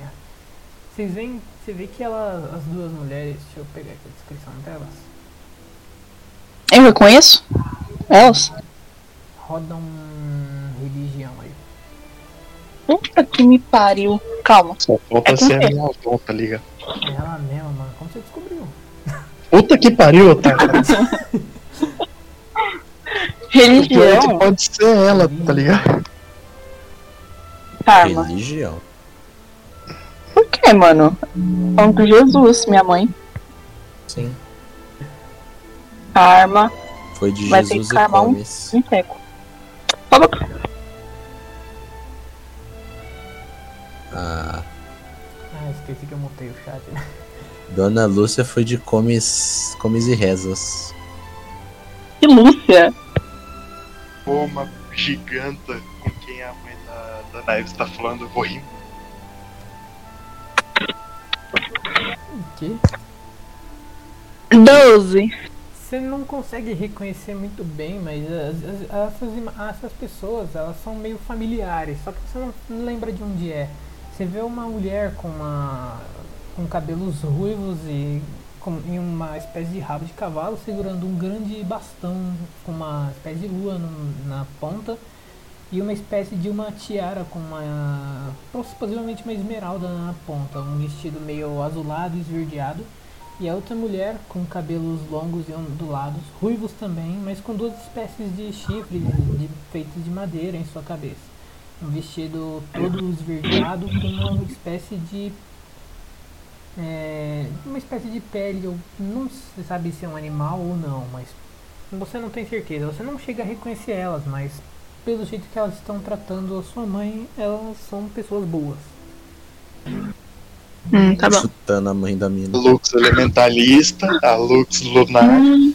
[SPEAKER 2] Vocês veem, você vê que ela, as duas mulheres, deixa eu pegar aqui a descrição delas.
[SPEAKER 4] Eu reconheço elas.
[SPEAKER 2] Roda um religião aí.
[SPEAKER 4] Puta que me pariu. Calma.
[SPEAKER 3] Só falta
[SPEAKER 4] É
[SPEAKER 3] ser a
[SPEAKER 4] com
[SPEAKER 3] minha avó, tá ligado?
[SPEAKER 2] É ela mesma, mano. Como você descobriu?
[SPEAKER 3] Puta que pariu, otário. O pior é que
[SPEAKER 4] Religião,
[SPEAKER 3] pode ser ela, tá ligado?
[SPEAKER 4] karma.
[SPEAKER 1] Religião.
[SPEAKER 4] Por que, mano? Falando com Jesus, minha mãe.
[SPEAKER 1] Sim.
[SPEAKER 4] Karma,
[SPEAKER 1] Foi de
[SPEAKER 4] Vai ter
[SPEAKER 1] Jesus
[SPEAKER 4] que
[SPEAKER 1] e
[SPEAKER 4] cavar um-
[SPEAKER 1] Comes.
[SPEAKER 4] um teco. Fala com-
[SPEAKER 1] A
[SPEAKER 2] Ah, esqueci que eu montei o chat.
[SPEAKER 1] Dona Lúcia foi de Comes, comes e Rezas.
[SPEAKER 4] Que Lúcia.
[SPEAKER 3] Uma giganta com quem a mãe da, da Naves tá falando, eu vou rir.
[SPEAKER 2] Que?
[SPEAKER 4] Doze.
[SPEAKER 2] Você não consegue reconhecer muito bem, mas as- as- essas, ima- essas pessoas, elas são meio familiares, só que você não não lembra de onde é. Você vê uma mulher com uma com cabelos ruivos e com, em uma espécie de rabo de cavalo segurando um grande bastão com uma espécie de lua no- na ponta e uma espécie de uma tiara com uma possivelmente uma esmeralda na ponta, um vestido meio azulado e esverdeado. E a outra mulher com cabelos longos e ondulados, ruivos também, mas com duas espécies de chifres de- feitos de madeira em sua cabeça. Um vestido todo esverdeado com uma espécie de. é, uma espécie de pele, ou não se sabe se é um animal ou não, mas você não tem certeza. Você não chega a reconhecer elas, mas pelo jeito que elas estão tratando a sua mãe, elas são pessoas boas.
[SPEAKER 4] Hum, tá bom.
[SPEAKER 1] Chutando a mãe da mina.
[SPEAKER 3] Lux Elementalista, a Lux Lunar,
[SPEAKER 4] Hum,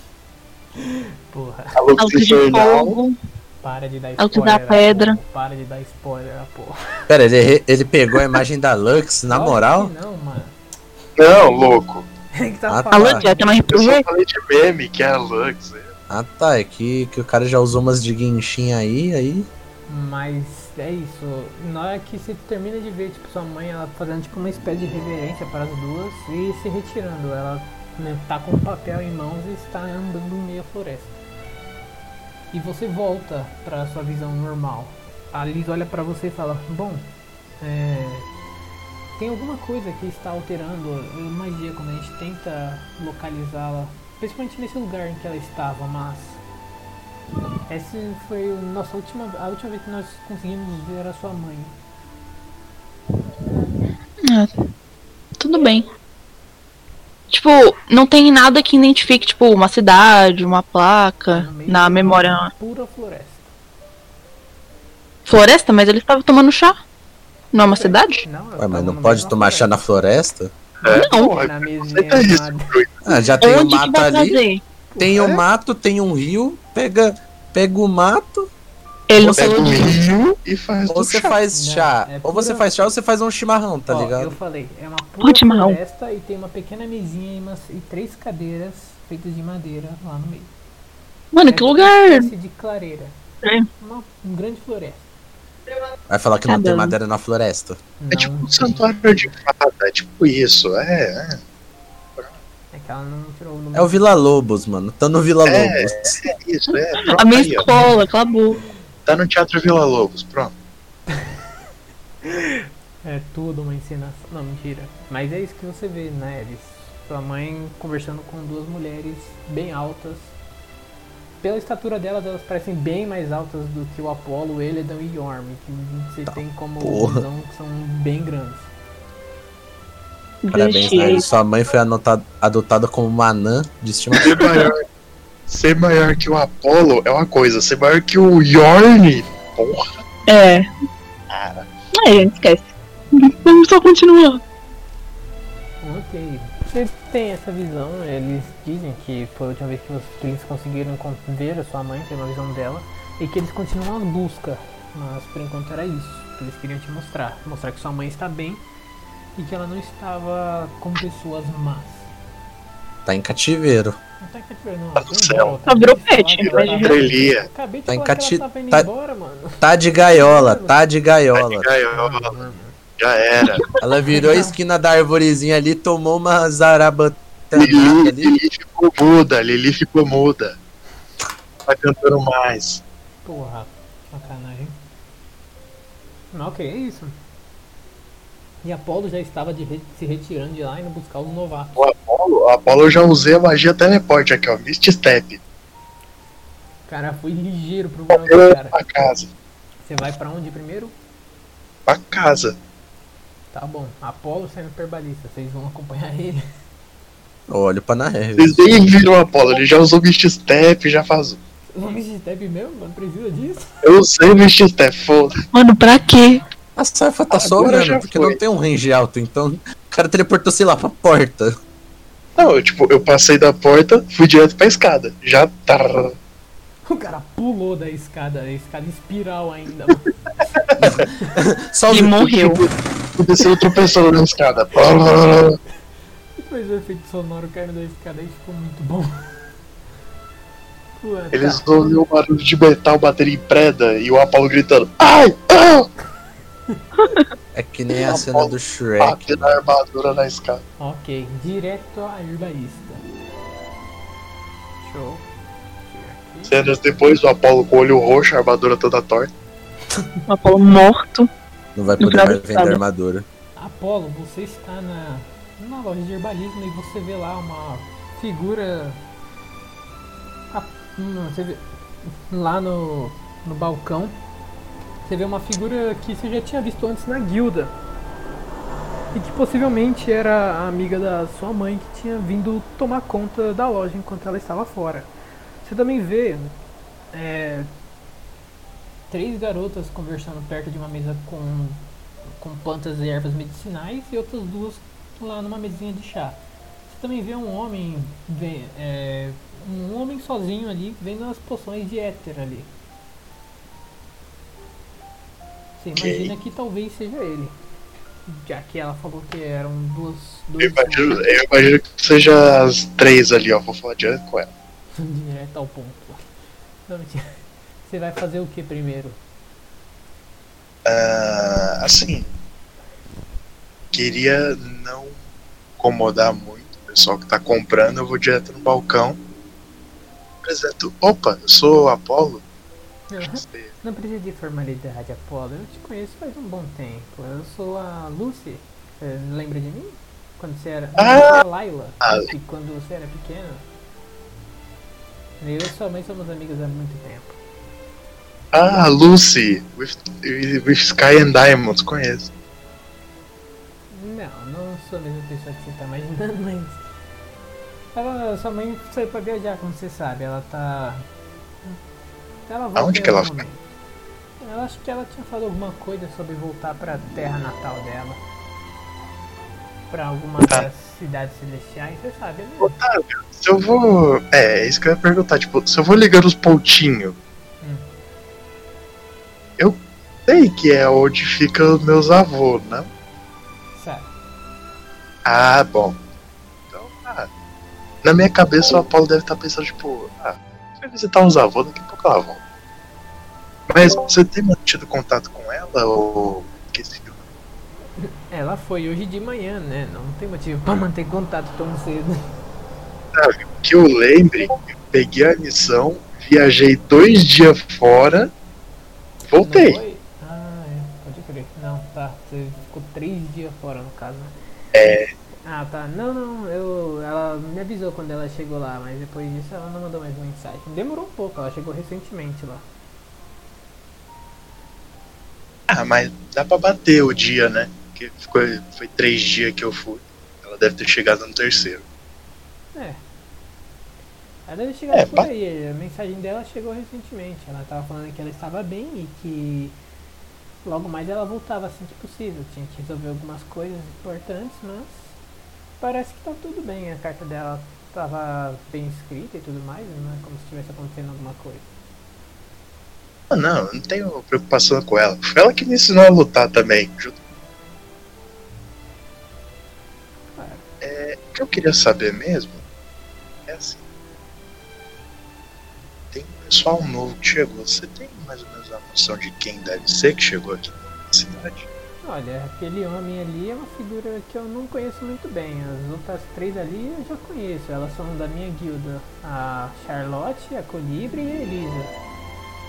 [SPEAKER 2] Porra.
[SPEAKER 3] a Lux
[SPEAKER 4] alto de
[SPEAKER 3] Infernal.
[SPEAKER 4] fogo.
[SPEAKER 2] Para de dar
[SPEAKER 4] Alto
[SPEAKER 2] spoiler.
[SPEAKER 4] da
[SPEAKER 2] a
[SPEAKER 4] pedra.
[SPEAKER 2] porra. Para de dar spoiler, a porra.
[SPEAKER 1] Pera, ele, re- ele pegou a imagem da Lux, na
[SPEAKER 2] Óbvio
[SPEAKER 1] moral?
[SPEAKER 2] que Não, mano.
[SPEAKER 3] Não, louco.
[SPEAKER 2] Tem que tá
[SPEAKER 1] Ah, tá.
[SPEAKER 4] A
[SPEAKER 2] falando.
[SPEAKER 4] Lúcia tem uma
[SPEAKER 3] Eu só
[SPEAKER 4] RPG.
[SPEAKER 3] falei de meme, que é a Lux. é.
[SPEAKER 1] Ah tá, é que, que o cara já usou umas de guinchinha aí, aí.
[SPEAKER 2] Mas é isso. Na hora que você termina de ver tipo, sua mãe ela fazendo tipo uma espécie de reverência para as duas e se retirando. Ela né, tá com o papel em mãos e está andando no meio da floresta. E você volta para sua visão normal. A Liz olha para você e fala: Bom, é, tem alguma coisa que está alterando a magia quando a gente tenta localizá-la, principalmente nesse lugar em que ela estava, mas essa foi a nossa última, a última vez que nós conseguimos ver a sua mãe.
[SPEAKER 4] Ah, tudo bem. Tipo, não tem nada que identifique, tipo, uma cidade, uma placa,
[SPEAKER 2] No meio
[SPEAKER 4] É, na
[SPEAKER 2] de
[SPEAKER 4] memória.
[SPEAKER 2] Pura floresta.
[SPEAKER 4] Floresta, mas ele estava tomando chá. Não é uma cidade?
[SPEAKER 2] Tá Não, ela
[SPEAKER 1] Ué, mas
[SPEAKER 2] tava
[SPEAKER 1] não
[SPEAKER 2] no
[SPEAKER 1] pode
[SPEAKER 2] meio
[SPEAKER 1] tomar chá na
[SPEAKER 2] da
[SPEAKER 1] floresta?
[SPEAKER 4] Não.
[SPEAKER 2] floresta.
[SPEAKER 5] Porra,
[SPEAKER 2] Na
[SPEAKER 5] Aceita
[SPEAKER 2] mesinha
[SPEAKER 5] isso,
[SPEAKER 2] armada.
[SPEAKER 5] Druida.
[SPEAKER 1] Ah, já É. tem o
[SPEAKER 4] Onde que
[SPEAKER 1] mato
[SPEAKER 4] vai
[SPEAKER 1] ali,
[SPEAKER 4] trazer?
[SPEAKER 1] tem o mato, tem um rio, pega, pega o mato,
[SPEAKER 4] Ele não
[SPEAKER 1] Você
[SPEAKER 5] Pega
[SPEAKER 4] falou
[SPEAKER 5] o
[SPEAKER 4] disso.
[SPEAKER 5] rio e faz
[SPEAKER 1] ou
[SPEAKER 5] o
[SPEAKER 1] você
[SPEAKER 5] chá.
[SPEAKER 1] faz
[SPEAKER 2] Não,
[SPEAKER 1] chá.
[SPEAKER 2] é
[SPEAKER 1] Ou você
[SPEAKER 2] pura-
[SPEAKER 1] faz chá ou você faz um chimarrão, tá
[SPEAKER 2] Ó, Eu
[SPEAKER 1] ligado?
[SPEAKER 2] falei, é uma
[SPEAKER 4] Ó,
[SPEAKER 2] pura
[SPEAKER 4] chimarrão.
[SPEAKER 2] floresta e tem uma pequena mesinha e, umas- e três cadeiras feitas de madeira lá no meio.
[SPEAKER 4] Mano,
[SPEAKER 2] É
[SPEAKER 4] que
[SPEAKER 2] uma
[SPEAKER 4] lugar.
[SPEAKER 2] espécie de clareira.
[SPEAKER 4] É.
[SPEAKER 2] Uma um grande floresta.
[SPEAKER 1] Vai falar que não tem
[SPEAKER 4] Caramba.
[SPEAKER 1] madeira na floresta.
[SPEAKER 2] Não,
[SPEAKER 5] É tipo um
[SPEAKER 2] tem.
[SPEAKER 5] santuário de fada,
[SPEAKER 3] tá?
[SPEAKER 5] é tipo isso, é. é.
[SPEAKER 2] É que ela não tirou o
[SPEAKER 1] É o
[SPEAKER 2] número.
[SPEAKER 1] Vila Lobos, mano. Tá no Vila
[SPEAKER 5] É.
[SPEAKER 1] Lobos.
[SPEAKER 5] É isso, é.
[SPEAKER 4] A
[SPEAKER 5] Pronto,
[SPEAKER 4] minha
[SPEAKER 5] aí, ó.
[SPEAKER 4] escola, cala a boca.
[SPEAKER 5] Tá no Teatro Vila Lobos, pronto.
[SPEAKER 2] É tudo uma encenação. Não, mentira. Mas é isso que você vê, né, Elis? Sua mãe conversando com duas mulheres bem altas. Pela estatura delas, elas parecem bem mais altas do que o Apolo, Eledon e Yorm, que você tem como
[SPEAKER 1] porra.
[SPEAKER 2] visão que são bem grandes.
[SPEAKER 1] Parabéns,
[SPEAKER 4] Deixei.
[SPEAKER 1] né? Sua mãe foi anota- adotada como uma anã de estimação.
[SPEAKER 5] Ser maior, ser maior que o Apollo é uma coisa, ser maior que o Yorn. Porra,
[SPEAKER 4] É. Aí, gente, esquece. Vamos só continuar.
[SPEAKER 2] Ok. Você tem essa visão, eles dizem que foi a última vez que, vocês- que eles conseguiram encont- ver a sua mãe, ter uma visão dela, e que eles continuam a busca, mas por enquanto era isso que eles queriam te mostrar. Mostrar que sua mãe está bem e que ela não estava com pessoas más.
[SPEAKER 1] Tá em cativeiro.
[SPEAKER 2] Não tá em cativeiro, não.
[SPEAKER 5] Tá no
[SPEAKER 2] Ela
[SPEAKER 5] céu.
[SPEAKER 2] Tá
[SPEAKER 4] Virou pet,
[SPEAKER 5] tirou
[SPEAKER 4] Mas-
[SPEAKER 5] estrelia.
[SPEAKER 2] Acabei de
[SPEAKER 1] Tá em
[SPEAKER 2] falar que
[SPEAKER 1] cati-
[SPEAKER 2] ela tava indo
[SPEAKER 1] tá-
[SPEAKER 2] embora, mano.
[SPEAKER 1] Tá de gaiola, tá de gaiola.
[SPEAKER 5] Gaiola, já era.
[SPEAKER 1] Ela virou a esquina da arvorezinha ali, tomou uma zarabatanada
[SPEAKER 5] Lili,
[SPEAKER 1] ali.
[SPEAKER 5] Lili ficou muda, Lili ficou muda. Tá cantando mais.
[SPEAKER 2] Porra, sacanagem. Mas ok, é isso. E Apolo já estava de re- se retirando de lá indo buscar os novatos.
[SPEAKER 5] O Apollo, o Apollo eu já usei a magia teleporte aqui, ó. Mist Step.
[SPEAKER 2] Cara, foi ligeiro pro
[SPEAKER 5] Eu
[SPEAKER 2] Brasil, cara.
[SPEAKER 5] pra casa.
[SPEAKER 2] Você vai pra onde primeiro?
[SPEAKER 5] Pra casa.
[SPEAKER 2] Tá bom. Apolo sendo perbalista, vocês vão acompanhar ele.
[SPEAKER 1] Olha pra Nair.
[SPEAKER 5] Vocês nem viram o Apollo, ele já usou Mist Step, já faz. um.
[SPEAKER 2] Não me step mesmo, mano, precisa disso.
[SPEAKER 5] Eu usei Mist Step, foda.
[SPEAKER 4] Mano, pra quê?
[SPEAKER 1] A Safa tá
[SPEAKER 5] Agora já
[SPEAKER 1] sobrando, porque
[SPEAKER 5] foi.
[SPEAKER 1] não tem um range alto, então o cara teleportou, sei lá, pra porta.
[SPEAKER 5] Não, eu, tipo, eu passei da porta, fui direto pra escada. Já tá.
[SPEAKER 2] O cara pulou da escada, a escada espiral ainda. mano.
[SPEAKER 1] Só
[SPEAKER 4] E
[SPEAKER 1] vi-
[SPEAKER 4] morreu.
[SPEAKER 5] Desceu tropeçando na escada.
[SPEAKER 2] Mas o efeito sonoro caindo da escada aí ficou muito bom. Ué, tá.
[SPEAKER 5] Eles ouviram o barulho de metal bater em preda e o Apollo gritando: Ai! Ah!
[SPEAKER 1] É que nem a cena do Shrek.
[SPEAKER 5] Batendo a armadura na escada.
[SPEAKER 2] Ok, direto à herbalista. Show. Tira aqui.
[SPEAKER 5] Cenas depois do Apollo com o olho roxo, a armadura toda torta.
[SPEAKER 4] O Apolo morto.
[SPEAKER 1] Não vai
[SPEAKER 4] No
[SPEAKER 1] poder
[SPEAKER 4] final
[SPEAKER 1] mais
[SPEAKER 4] da
[SPEAKER 1] vender
[SPEAKER 4] saga.
[SPEAKER 1] armadura.
[SPEAKER 2] Apolo, você está na, na loja de herbalismo e você vê lá uma figura. Ah, hum, você vê- lá no, no balcão. Você vê uma figura que você já tinha visto antes na guilda. E que possivelmente era a amiga da sua mãe que tinha vindo tomar conta da loja enquanto ela estava fora. Você também vê é, três garotas conversando perto de uma mesa com com plantas e ervas medicinais e outras duas lá numa mesinha de chá. Você também vê um homem, ve- é, um homem sozinho ali vendo as poções de éter ali. Você
[SPEAKER 5] Ok.
[SPEAKER 2] imagina que talvez seja ele, já que ela falou que eram duas,
[SPEAKER 5] Eu
[SPEAKER 2] dois
[SPEAKER 5] né? imagino, eu imagino que seja as três ali, ó. Vou falar direto com ela.
[SPEAKER 2] direto ao ponto. Não, mentira. Você vai fazer o que primeiro?
[SPEAKER 5] Ah, assim, queria não incomodar muito o pessoal que tá comprando, eu vou direto no balcão. Apresento, opa, eu sou o Apolo.
[SPEAKER 2] Não,
[SPEAKER 5] Você-
[SPEAKER 2] não precisa de formalidade, Apolo. Eu te conheço faz um bom tempo. Eu sou a Lucy. Eh, Lembra de mim? Quando você era. Não, eu sou a Laila.
[SPEAKER 5] Ah.
[SPEAKER 2] E quando você era pequeno. Eu e sua mãe somos amigos há muito tempo.
[SPEAKER 5] Ah, Lucy, with, with Sky and Diamonds, conheço.
[SPEAKER 2] Não, não sou a mesma pessoa que você tá imaginando, mas. Ela, sua mãe saiu pra viajar, como você sabe. Ela tá. Ela volta
[SPEAKER 5] Aonde
[SPEAKER 2] em
[SPEAKER 5] que ela
[SPEAKER 2] algum momento. Eu acho que ela tinha falado alguma coisa sobre voltar pra terra natal dela. Pra alguma
[SPEAKER 5] Tá.
[SPEAKER 2] das cidades celestiais, você sabe, né?
[SPEAKER 5] Otávio, se eu vou. É, é isso que eu ia perguntar, tipo, se eu vou ligar os pontinhos.
[SPEAKER 2] Hum.
[SPEAKER 5] Eu sei que é onde fica os meus avôs, né?
[SPEAKER 2] Sabe.
[SPEAKER 5] Ah, bom. Então, ah, na minha cabeça o Apolo deve estar pensando, tipo, ah, vai visitar uns avós, daqui a pouco ela volta. Mas você tem mantido contato com ela ou. Esqueci.
[SPEAKER 2] Ela foi hoje de manhã, né? Não tem motivo pra manter contato tão cedo.
[SPEAKER 5] Que eu lembre, eu peguei a missão, viajei dois dias fora,
[SPEAKER 2] Não
[SPEAKER 5] voltei.
[SPEAKER 2] foi? Ah, é. Pode crer. Não, tá. Você ficou três dias fora, no caso, né?
[SPEAKER 5] É,
[SPEAKER 2] Ah, tá. Não, não. Eu, ela me avisou quando ela chegou lá, mas depois disso ela não mandou mais mensagem. Demorou um pouco, ela chegou recentemente lá.
[SPEAKER 5] ah, mas dá pra bater o dia, né? Que ficou, foi três dias que eu fui. Ela deve ter chegado no terceiro.
[SPEAKER 2] É. Ela deve chegar
[SPEAKER 5] É,
[SPEAKER 2] por
[SPEAKER 5] ba-
[SPEAKER 2] aí. A mensagem dela chegou recentemente. Ela tava falando que ela estava bem e que logo mais ela voltava assim que possível. Tinha que resolver algumas coisas importantes, mas parece que tá tudo bem. A carta dela tava bem escrita e tudo mais, não é como se estivesse acontecendo alguma coisa.
[SPEAKER 5] Ah, não, eu não tenho preocupação com ela. Foi ela que me ensinou a lutar também, junto
[SPEAKER 2] Claro.
[SPEAKER 5] É, O que eu queria saber mesmo é assim. Tem um pessoal novo que chegou. Você tem mais ou menos a noção de quem deve ser que chegou aqui na cidade?
[SPEAKER 2] Olha, aquele homem ali é uma figura que eu não conheço muito bem. As outras três ali eu já conheço. Elas são da minha guilda. A Charlotte, a Colibre e a Elisa.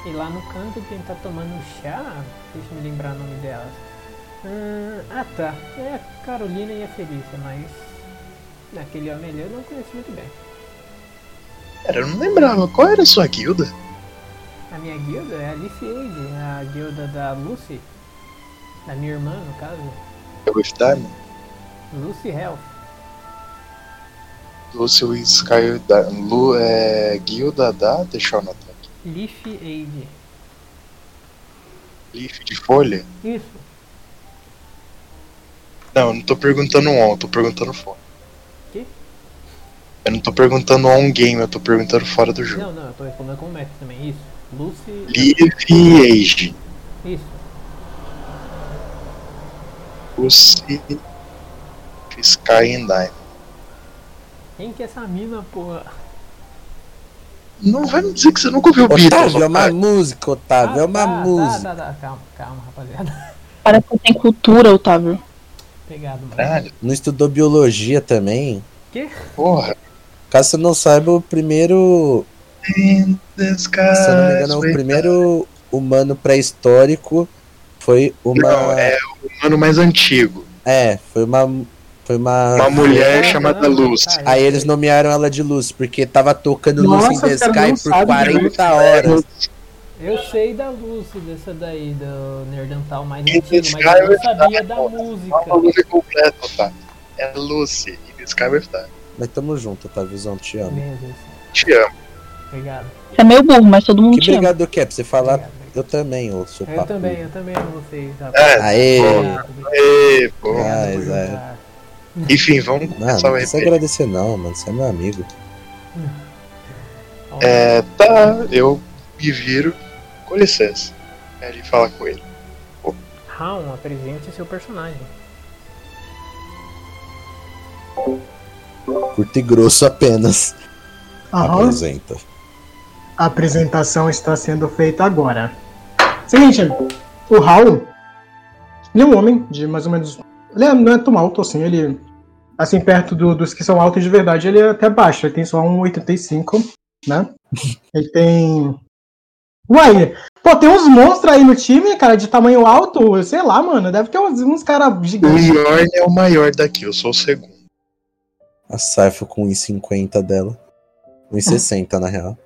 [SPEAKER 2] E lá no canto quem tá tomando chá, deixa eu me lembrar o nome delas. Hum, ah tá, é a Carolina e a Felícia, mas aquele homem ali eu não conheço muito bem.
[SPEAKER 5] Cara, eu não lembrava. Qual era a sua guilda?
[SPEAKER 2] A minha guilda é a Alice Age, a guilda da Lucy, da minha irmã no caso,
[SPEAKER 5] É o Diamond?
[SPEAKER 2] Lucy Health.
[SPEAKER 5] Lúcio Sky da, Lu, é, Guilda da. Deixa eu anotar aqui.
[SPEAKER 2] Leaf Age.
[SPEAKER 5] Leaf de folha?
[SPEAKER 2] Isso.
[SPEAKER 5] Não, eu não tô perguntando on, eu tô perguntando fora.
[SPEAKER 2] Quê?
[SPEAKER 5] Eu não tô perguntando on game, eu tô perguntando fora do jogo.
[SPEAKER 2] Não, não, eu tô respondendo como mestre também, isso. Lucy.
[SPEAKER 5] Leaf Age.
[SPEAKER 2] Isso.
[SPEAKER 5] Lucy Sky and Diamond.
[SPEAKER 2] Quem que é essa mina, porra?
[SPEAKER 5] Não vai me dizer que você nunca ouviu Beatles.
[SPEAKER 1] Otávio é uma
[SPEAKER 5] rapaz.
[SPEAKER 1] música,
[SPEAKER 5] Ah,
[SPEAKER 1] Otávio, é uma
[SPEAKER 2] tá,
[SPEAKER 1] música.
[SPEAKER 2] Tá, tá, tá, calma, calma, rapaziada.
[SPEAKER 4] Parece que tem cultura, Otávio.
[SPEAKER 2] Pegado, mano.
[SPEAKER 5] Caralho,
[SPEAKER 1] Não estudou biologia também?
[SPEAKER 5] porra.
[SPEAKER 1] Caso você não saiba, o primeiro.
[SPEAKER 5] In the sky,
[SPEAKER 1] Se eu não me engano, é o
[SPEAKER 5] Ah, sweet-
[SPEAKER 1] primeiro humano pré-histórico foi uma.
[SPEAKER 5] Não, é o humano mais antigo.
[SPEAKER 1] É, foi uma. Foi uma.
[SPEAKER 5] Uma mulher
[SPEAKER 2] Ah,
[SPEAKER 5] chamada
[SPEAKER 2] não,
[SPEAKER 5] Lucy.
[SPEAKER 2] tá,
[SPEAKER 1] Aí eles nomearam ela de Lucy, porque tava tocando Lucy in
[SPEAKER 4] Nossa,
[SPEAKER 1] the
[SPEAKER 4] os caras não
[SPEAKER 1] Sky por
[SPEAKER 4] sabem
[SPEAKER 1] 40
[SPEAKER 5] É
[SPEAKER 1] horas.
[SPEAKER 2] Eu sei da Lucy, dessa daí, do Nerdantal mais
[SPEAKER 5] Quem
[SPEAKER 2] antigo,
[SPEAKER 5] disse,
[SPEAKER 2] mas
[SPEAKER 5] cara,
[SPEAKER 2] eu não
[SPEAKER 5] eu
[SPEAKER 2] sabia
[SPEAKER 5] tava-
[SPEAKER 2] da
[SPEAKER 5] Não é o
[SPEAKER 2] música.
[SPEAKER 5] nome completo, tá? É Lucy. In the sky with Diamond.
[SPEAKER 1] Mas tamo junto, Otávio, te amo.
[SPEAKER 2] Beleza,
[SPEAKER 5] Te amo.
[SPEAKER 2] obrigado.
[SPEAKER 4] Você é meio burro, mas todo mundo
[SPEAKER 1] Que
[SPEAKER 4] te ama.
[SPEAKER 1] obrigado, Cap, você falar.
[SPEAKER 2] obrigado, obrigado.
[SPEAKER 1] Eu também, ô seu
[SPEAKER 2] Eu
[SPEAKER 1] papo.
[SPEAKER 2] também, eu também amo vocês, rapaz.
[SPEAKER 5] É,
[SPEAKER 1] Aê!
[SPEAKER 2] Obrigado, obrigado
[SPEAKER 5] ê, pô.
[SPEAKER 1] Mas,
[SPEAKER 2] por
[SPEAKER 1] é.
[SPEAKER 2] juntar.
[SPEAKER 5] Enfim, vamos
[SPEAKER 1] Não,
[SPEAKER 5] começar
[SPEAKER 1] não
[SPEAKER 5] o
[SPEAKER 1] precisa
[SPEAKER 5] RP.
[SPEAKER 1] agradecer não, mano. Você é meu amigo.
[SPEAKER 2] Ó,
[SPEAKER 5] É, tá, eu me viro. Com licença. Aí Ele fala com ele.
[SPEAKER 2] Raon, apresente seu personagem.
[SPEAKER 1] Curto e grosso apenas.
[SPEAKER 4] Aham. Ah.
[SPEAKER 1] Apresenta.
[SPEAKER 6] a apresentação está sendo feita agora. Seguinte, o Raul, ele é um homem de mais ou menos. Ele é- não é tão alto assim, ele. Assim, perto do- dos que são altos de verdade, ele é até baixo, ele tem só 1,85, né? Ele tem. Uai, pô, tem uns monstros aí no time, cara, de tamanho alto, sei lá, mano, deve ter uns, uns caras
[SPEAKER 5] O
[SPEAKER 6] gigantes.
[SPEAKER 5] Yorn é o maior daqui, eu sou o segundo.
[SPEAKER 1] A Saifa com 1,50 dela.
[SPEAKER 4] Ah.
[SPEAKER 1] 1,60 na real.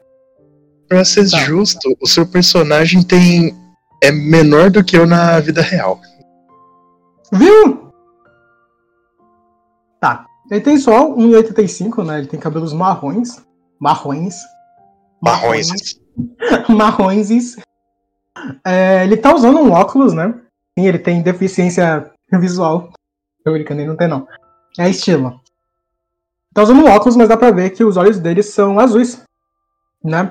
[SPEAKER 5] Pra ser
[SPEAKER 6] Tá.
[SPEAKER 5] justo, o seu personagem tem. é menor do que eu na vida real.
[SPEAKER 6] Viu? Tá. Ele tem só 1,85, né? Ele tem cabelos marrons. Marrons.
[SPEAKER 5] Marrons.
[SPEAKER 6] Marrons. É, ele tá usando um óculos, né? Sim, ele tem deficiência visual. Tô brincando, ele não tem não. É estilo. Tá usando um óculos, mas dá pra ver que os olhos dele são azuis. Né?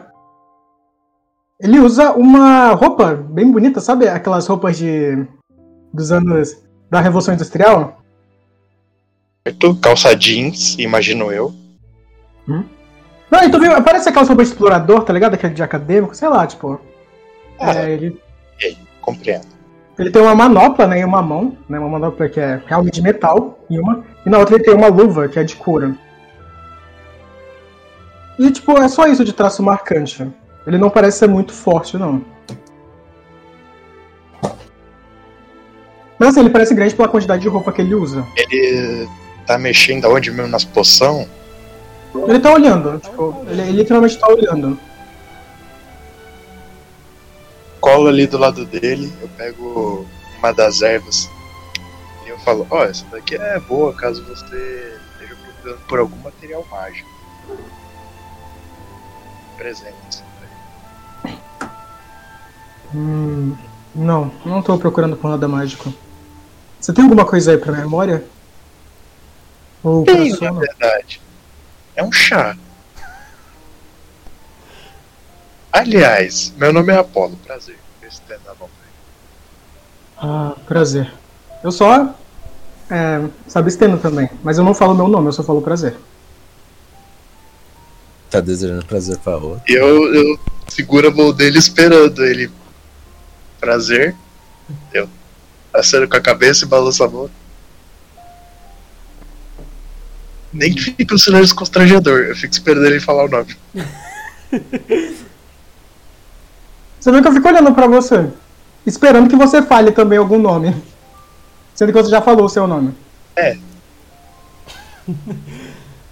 [SPEAKER 6] Ele usa uma roupa bem bonita, sabe? Aquelas roupas de. dos anos. da Revolução Industrial?
[SPEAKER 5] Certo? Calça jeans, imagino eu.
[SPEAKER 6] Não, então viu, parece aquela roupa de explorador, tá ligado? Aquele de acadêmico, sei lá, tipo.
[SPEAKER 5] Ah.
[SPEAKER 6] é, ele,
[SPEAKER 5] Compreendo.
[SPEAKER 6] ele tem uma manopla, né, em uma mão, né? Uma manopla que é realmente de metal em uma. E na outra ele tem uma luva que é de couro. E tipo, é só isso de traço marcante. Ele não parece ser muito forte, não. Mas assim, ele parece grande pela quantidade de roupa que ele usa.
[SPEAKER 5] Ele tá mexendo aonde mesmo nas poção?
[SPEAKER 6] Ele tá olhando, tipo, ele, ele literalmente tá olhando.
[SPEAKER 5] Colo ali do lado dele, eu pego uma das ervas. E eu falo, ó, essa daqui é boa caso você esteja procurando por algum material mágico. Presente.
[SPEAKER 6] Hum, não, não tô procurando por nada mágico. Você tem alguma coisa aí pra memória? Ou pra
[SPEAKER 5] Tenho, na
[SPEAKER 6] sono?
[SPEAKER 5] verdade. É um chá. Aliás, meu nome é Apolo, prazer. tá Eu estendo a mão pra ele.
[SPEAKER 6] Ah, prazer. Eu só. É, sabe estendo também, mas eu não falo meu nome, eu só falo prazer.
[SPEAKER 1] Tá desejando prazer pra outra.
[SPEAKER 5] E eu, eu seguro a mão dele esperando ele. Prazer. Eu aceno com a cabeça e balanço a mão. Nem que fique um silêncio constrangedor, eu fico esperando ele falar o nome.
[SPEAKER 6] Você vê que eu fico olhando pra você, esperando que você fale também algum nome. Sendo que você já falou o seu nome.
[SPEAKER 5] Eu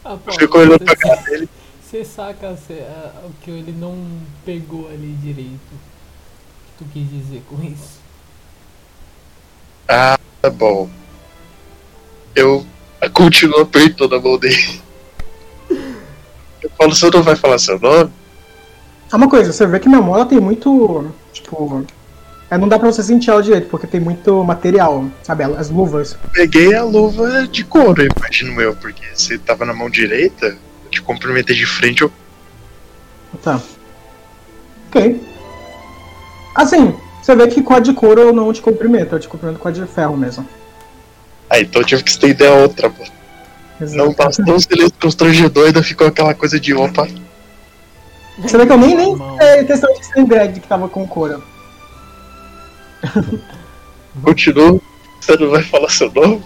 [SPEAKER 2] Apolo,
[SPEAKER 5] fico olhando
[SPEAKER 2] você
[SPEAKER 5] pra
[SPEAKER 2] sa-
[SPEAKER 5] cara dele.
[SPEAKER 2] Você saca cê, ah, o que ele não pegou ali direito. O que tu quis dizer com isso?
[SPEAKER 5] Ah, tá bom. Eu continuo apertando a mão dele. Eu falo, você não vai falar seu nome?
[SPEAKER 6] Ah, uma coisa, você vê que minha mola tem muito. Tipo. É, não dá pra você sentir ela direito, porque tem muito material, sabe? As luvas.
[SPEAKER 5] Peguei a luva de couro, imagino eu, porque se tava na mão direita, eu te cumprimentei de frente, eu
[SPEAKER 6] Tá. Ok. Assim, você vê que com a de couro eu não te cumprimento, eu te cumprimento com a de ferro mesmo.
[SPEAKER 5] Ah, então eu tive que estender a outra. mano. Não bastou um silêncio constrangedor, ainda ficou aquela coisa de opa.
[SPEAKER 6] Você vê que eu nem nem
[SPEAKER 2] Irmão.
[SPEAKER 6] é questão de estender de que tava com couro.
[SPEAKER 5] Continuo, você não vai falar seu nome?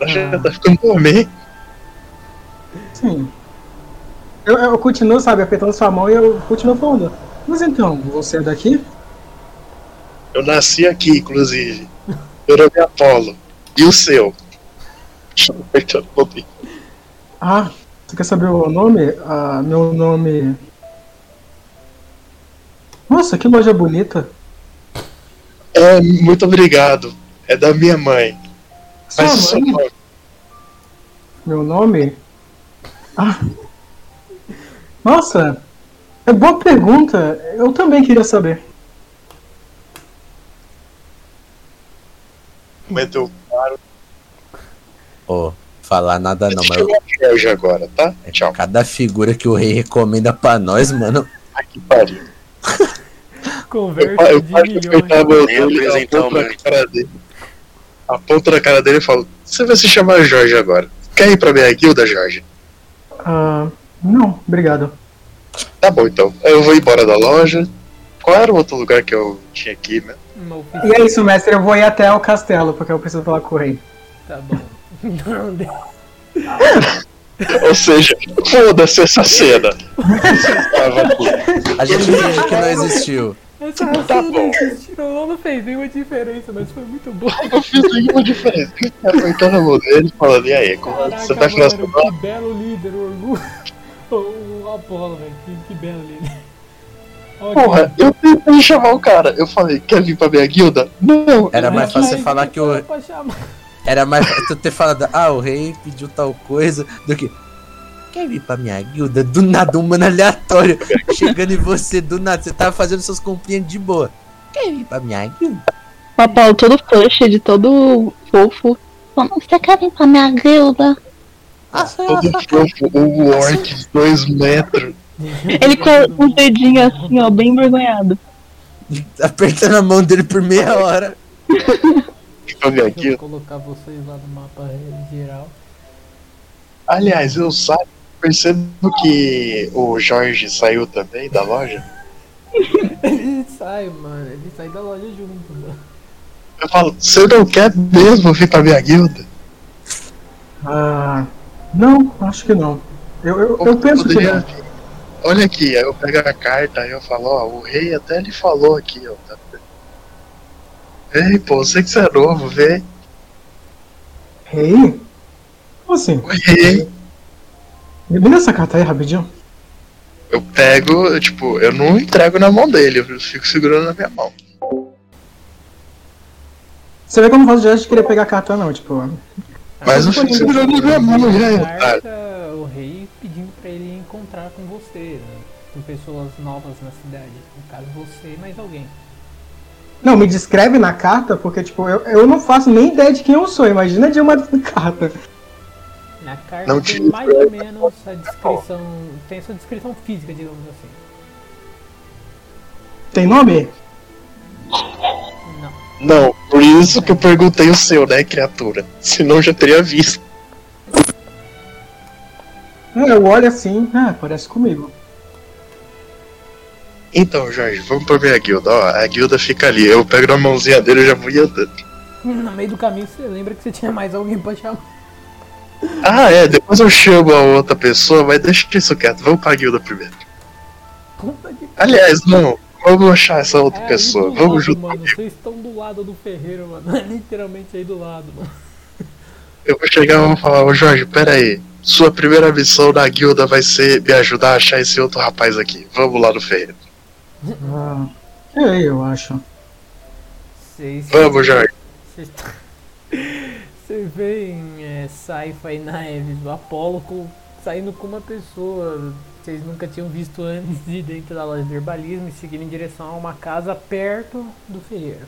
[SPEAKER 5] Ela
[SPEAKER 2] Ah.
[SPEAKER 5] Já tá ficando dormente.
[SPEAKER 6] Sim. Eu, eu continuo, sabe, apertando sua mão e eu continuo falando. Mas então, você é daqui?
[SPEAKER 5] Eu nasci aqui, inclusive. Meu nome é Apolo. E o seu? Deixa eu apertar um o botão.
[SPEAKER 6] Ah, você quer saber o nome? Ah, meu nome. Nossa, que loja bonita.
[SPEAKER 5] É, muito obrigado. É da minha mãe.
[SPEAKER 6] Sua
[SPEAKER 5] Mas o seu
[SPEAKER 6] mãe?
[SPEAKER 5] nome?
[SPEAKER 6] Meu nome? Ah. Nossa, é boa pergunta. Eu também queria saber.
[SPEAKER 5] Mas eu
[SPEAKER 1] Ó, falar nada Ah, não, mas É,
[SPEAKER 5] chamo a Georgia agora, tá? Tchau.
[SPEAKER 1] cada figura que o rei recomenda pra nós, mano.
[SPEAKER 5] Que pariu. Eu,
[SPEAKER 2] Conversa
[SPEAKER 5] eu
[SPEAKER 2] de
[SPEAKER 5] paro de apertar a
[SPEAKER 2] milhões.
[SPEAKER 5] mão
[SPEAKER 7] Nem
[SPEAKER 5] dele,
[SPEAKER 7] apresentar
[SPEAKER 5] aponto
[SPEAKER 7] o
[SPEAKER 5] na
[SPEAKER 7] meu.
[SPEAKER 5] cara dele. Aponto na cara dele e falo, você vai se chamar Jorge agora. Quer ir pra minha guilda, Jorge?
[SPEAKER 6] Ah, não, obrigado.
[SPEAKER 5] Tá bom então. Eu vou embora da loja. Qual era o outro lugar que eu tinha aqui, né?
[SPEAKER 2] Uma
[SPEAKER 6] E
[SPEAKER 2] oficina.
[SPEAKER 6] é isso, mestre. Eu vou ir até o castelo, porque eu preciso falar com o rei.
[SPEAKER 2] Tá bom. Não, deu.
[SPEAKER 5] Ou seja, foda-se essa cena.
[SPEAKER 1] A gente finge que não existiu.
[SPEAKER 2] Essa
[SPEAKER 5] Tá
[SPEAKER 2] vacina
[SPEAKER 5] bom.
[SPEAKER 2] existiu, ela não fez nenhuma diferença, mas foi muito boa.
[SPEAKER 5] Eu fiz nenhuma diferença. Apertando a mão dele e falando, e aí, como você tá
[SPEAKER 2] mano,
[SPEAKER 5] financiando?
[SPEAKER 2] que belo líder, o orgulho. O, o Apolo, velho, que, que belo líder. Olha,
[SPEAKER 5] Porra, eu tentei chamar o cara. Eu falei, quer vir pra minha guilda? Não.
[SPEAKER 1] Era mais
[SPEAKER 2] mas
[SPEAKER 1] fácil você
[SPEAKER 2] aí
[SPEAKER 1] falar
[SPEAKER 2] tem
[SPEAKER 1] que o.
[SPEAKER 2] cara pra chamar.
[SPEAKER 1] Era mais fácil tu ter falado, ah, o rei pediu tal coisa, do que. Quer vir pra minha guilda? Do nada, um mano aleatório chegando em você, do nada. Você tava fazendo suas comprinhas de boa. Quer vir pra minha guilda?
[SPEAKER 4] O Apolo todo flush, de todo fofo. Falando, você quer vir pra minha guilda?
[SPEAKER 1] Ah, só
[SPEAKER 5] Todo fofo, um orc de dois metros.
[SPEAKER 4] Ele com um dedinho assim, ó, bem envergonhado.
[SPEAKER 1] apertando a mão dele por meia hora.
[SPEAKER 5] vir Pra minha
[SPEAKER 2] Eu vou
[SPEAKER 5] guilda.
[SPEAKER 2] colocar vocês lá no mapa geral.
[SPEAKER 5] Aliás, eu saio, percebo que o Jorge saiu também da loja.
[SPEAKER 2] Ele sai, mano, ele sai da loja junto, mano.
[SPEAKER 5] Eu falo, você não quer mesmo vir pra minha guilda?
[SPEAKER 6] Ah. Não, acho que não. Eu, eu, eu penso que é.
[SPEAKER 5] Poderia
[SPEAKER 6] não.
[SPEAKER 5] vir. Olha aqui, aí eu pego a carta, aí eu falo, ó, o rei até ele falou aqui, ó. Tá... Ei, pô, sei que você é novo, vê.
[SPEAKER 6] Rei? Como assim?
[SPEAKER 5] O rei.
[SPEAKER 6] Me dá essa carta aí rapidinho.
[SPEAKER 5] Eu pego, eu, tipo, eu não entrego na mão dele, eu fico segurando na minha mão.
[SPEAKER 6] Você vê que eu não faço direito de querer pegar a carta, não. Tipo,
[SPEAKER 5] Mas eu fico segurando na minha mão, né? e aí, otário?
[SPEAKER 2] Carta, o rei pedindo pra ele encontrar com você, né? Com pessoas novas na cidade. No caso, você e mais alguém.
[SPEAKER 6] Não, me descreve na carta, porque, tipo, eu, eu não faço nem ideia de quem eu sou. Imagina de uma carta.
[SPEAKER 2] Na carta
[SPEAKER 5] Não
[SPEAKER 2] tem
[SPEAKER 5] te-
[SPEAKER 2] mais ou menos a descrição. Tem sua descrição física, digamos assim.
[SPEAKER 6] Tem nome?
[SPEAKER 2] Não.
[SPEAKER 5] Não, por isso que eu perguntei o seu, né, criatura? Senão eu já teria visto.
[SPEAKER 6] É, Eu olho assim, ah, parece comigo.
[SPEAKER 5] Então, Jorge, vamos pra minha guilda, ó. A guilda fica ali, eu pego na mãozinha dele e já vou andando.
[SPEAKER 2] No meio do caminho você lembra que você tinha mais alguém pra chamar.
[SPEAKER 5] Ah, é, depois eu chamo a outra pessoa, mas deixa isso quieto, vamos pra guilda primeiro.
[SPEAKER 2] Puta que
[SPEAKER 5] Aliás, não, vamos achar essa É outra
[SPEAKER 2] É, aí
[SPEAKER 5] pessoa,
[SPEAKER 2] do
[SPEAKER 5] vamos
[SPEAKER 2] lado,
[SPEAKER 5] junto.
[SPEAKER 2] Mano, vocês estão do lado do ferreiro, mano. É literalmente aí do lado, mano.
[SPEAKER 5] Eu vou chegar e vou falar, ô Jorge, pera aí, sua primeira missão na guilda vai ser me ajudar a achar esse outro rapaz aqui, vamos lá no feio.
[SPEAKER 6] Ah, é, eu acho.
[SPEAKER 2] Vocês.
[SPEAKER 5] Vamos, Jorge.
[SPEAKER 2] Vocês t- Vocês veem é, Saifa e Naeves, o Apolo com- saindo com uma pessoa que vocês nunca tinham visto antes de dentro da loja de herbalismo e seguindo em direção a uma casa perto do ferreiro.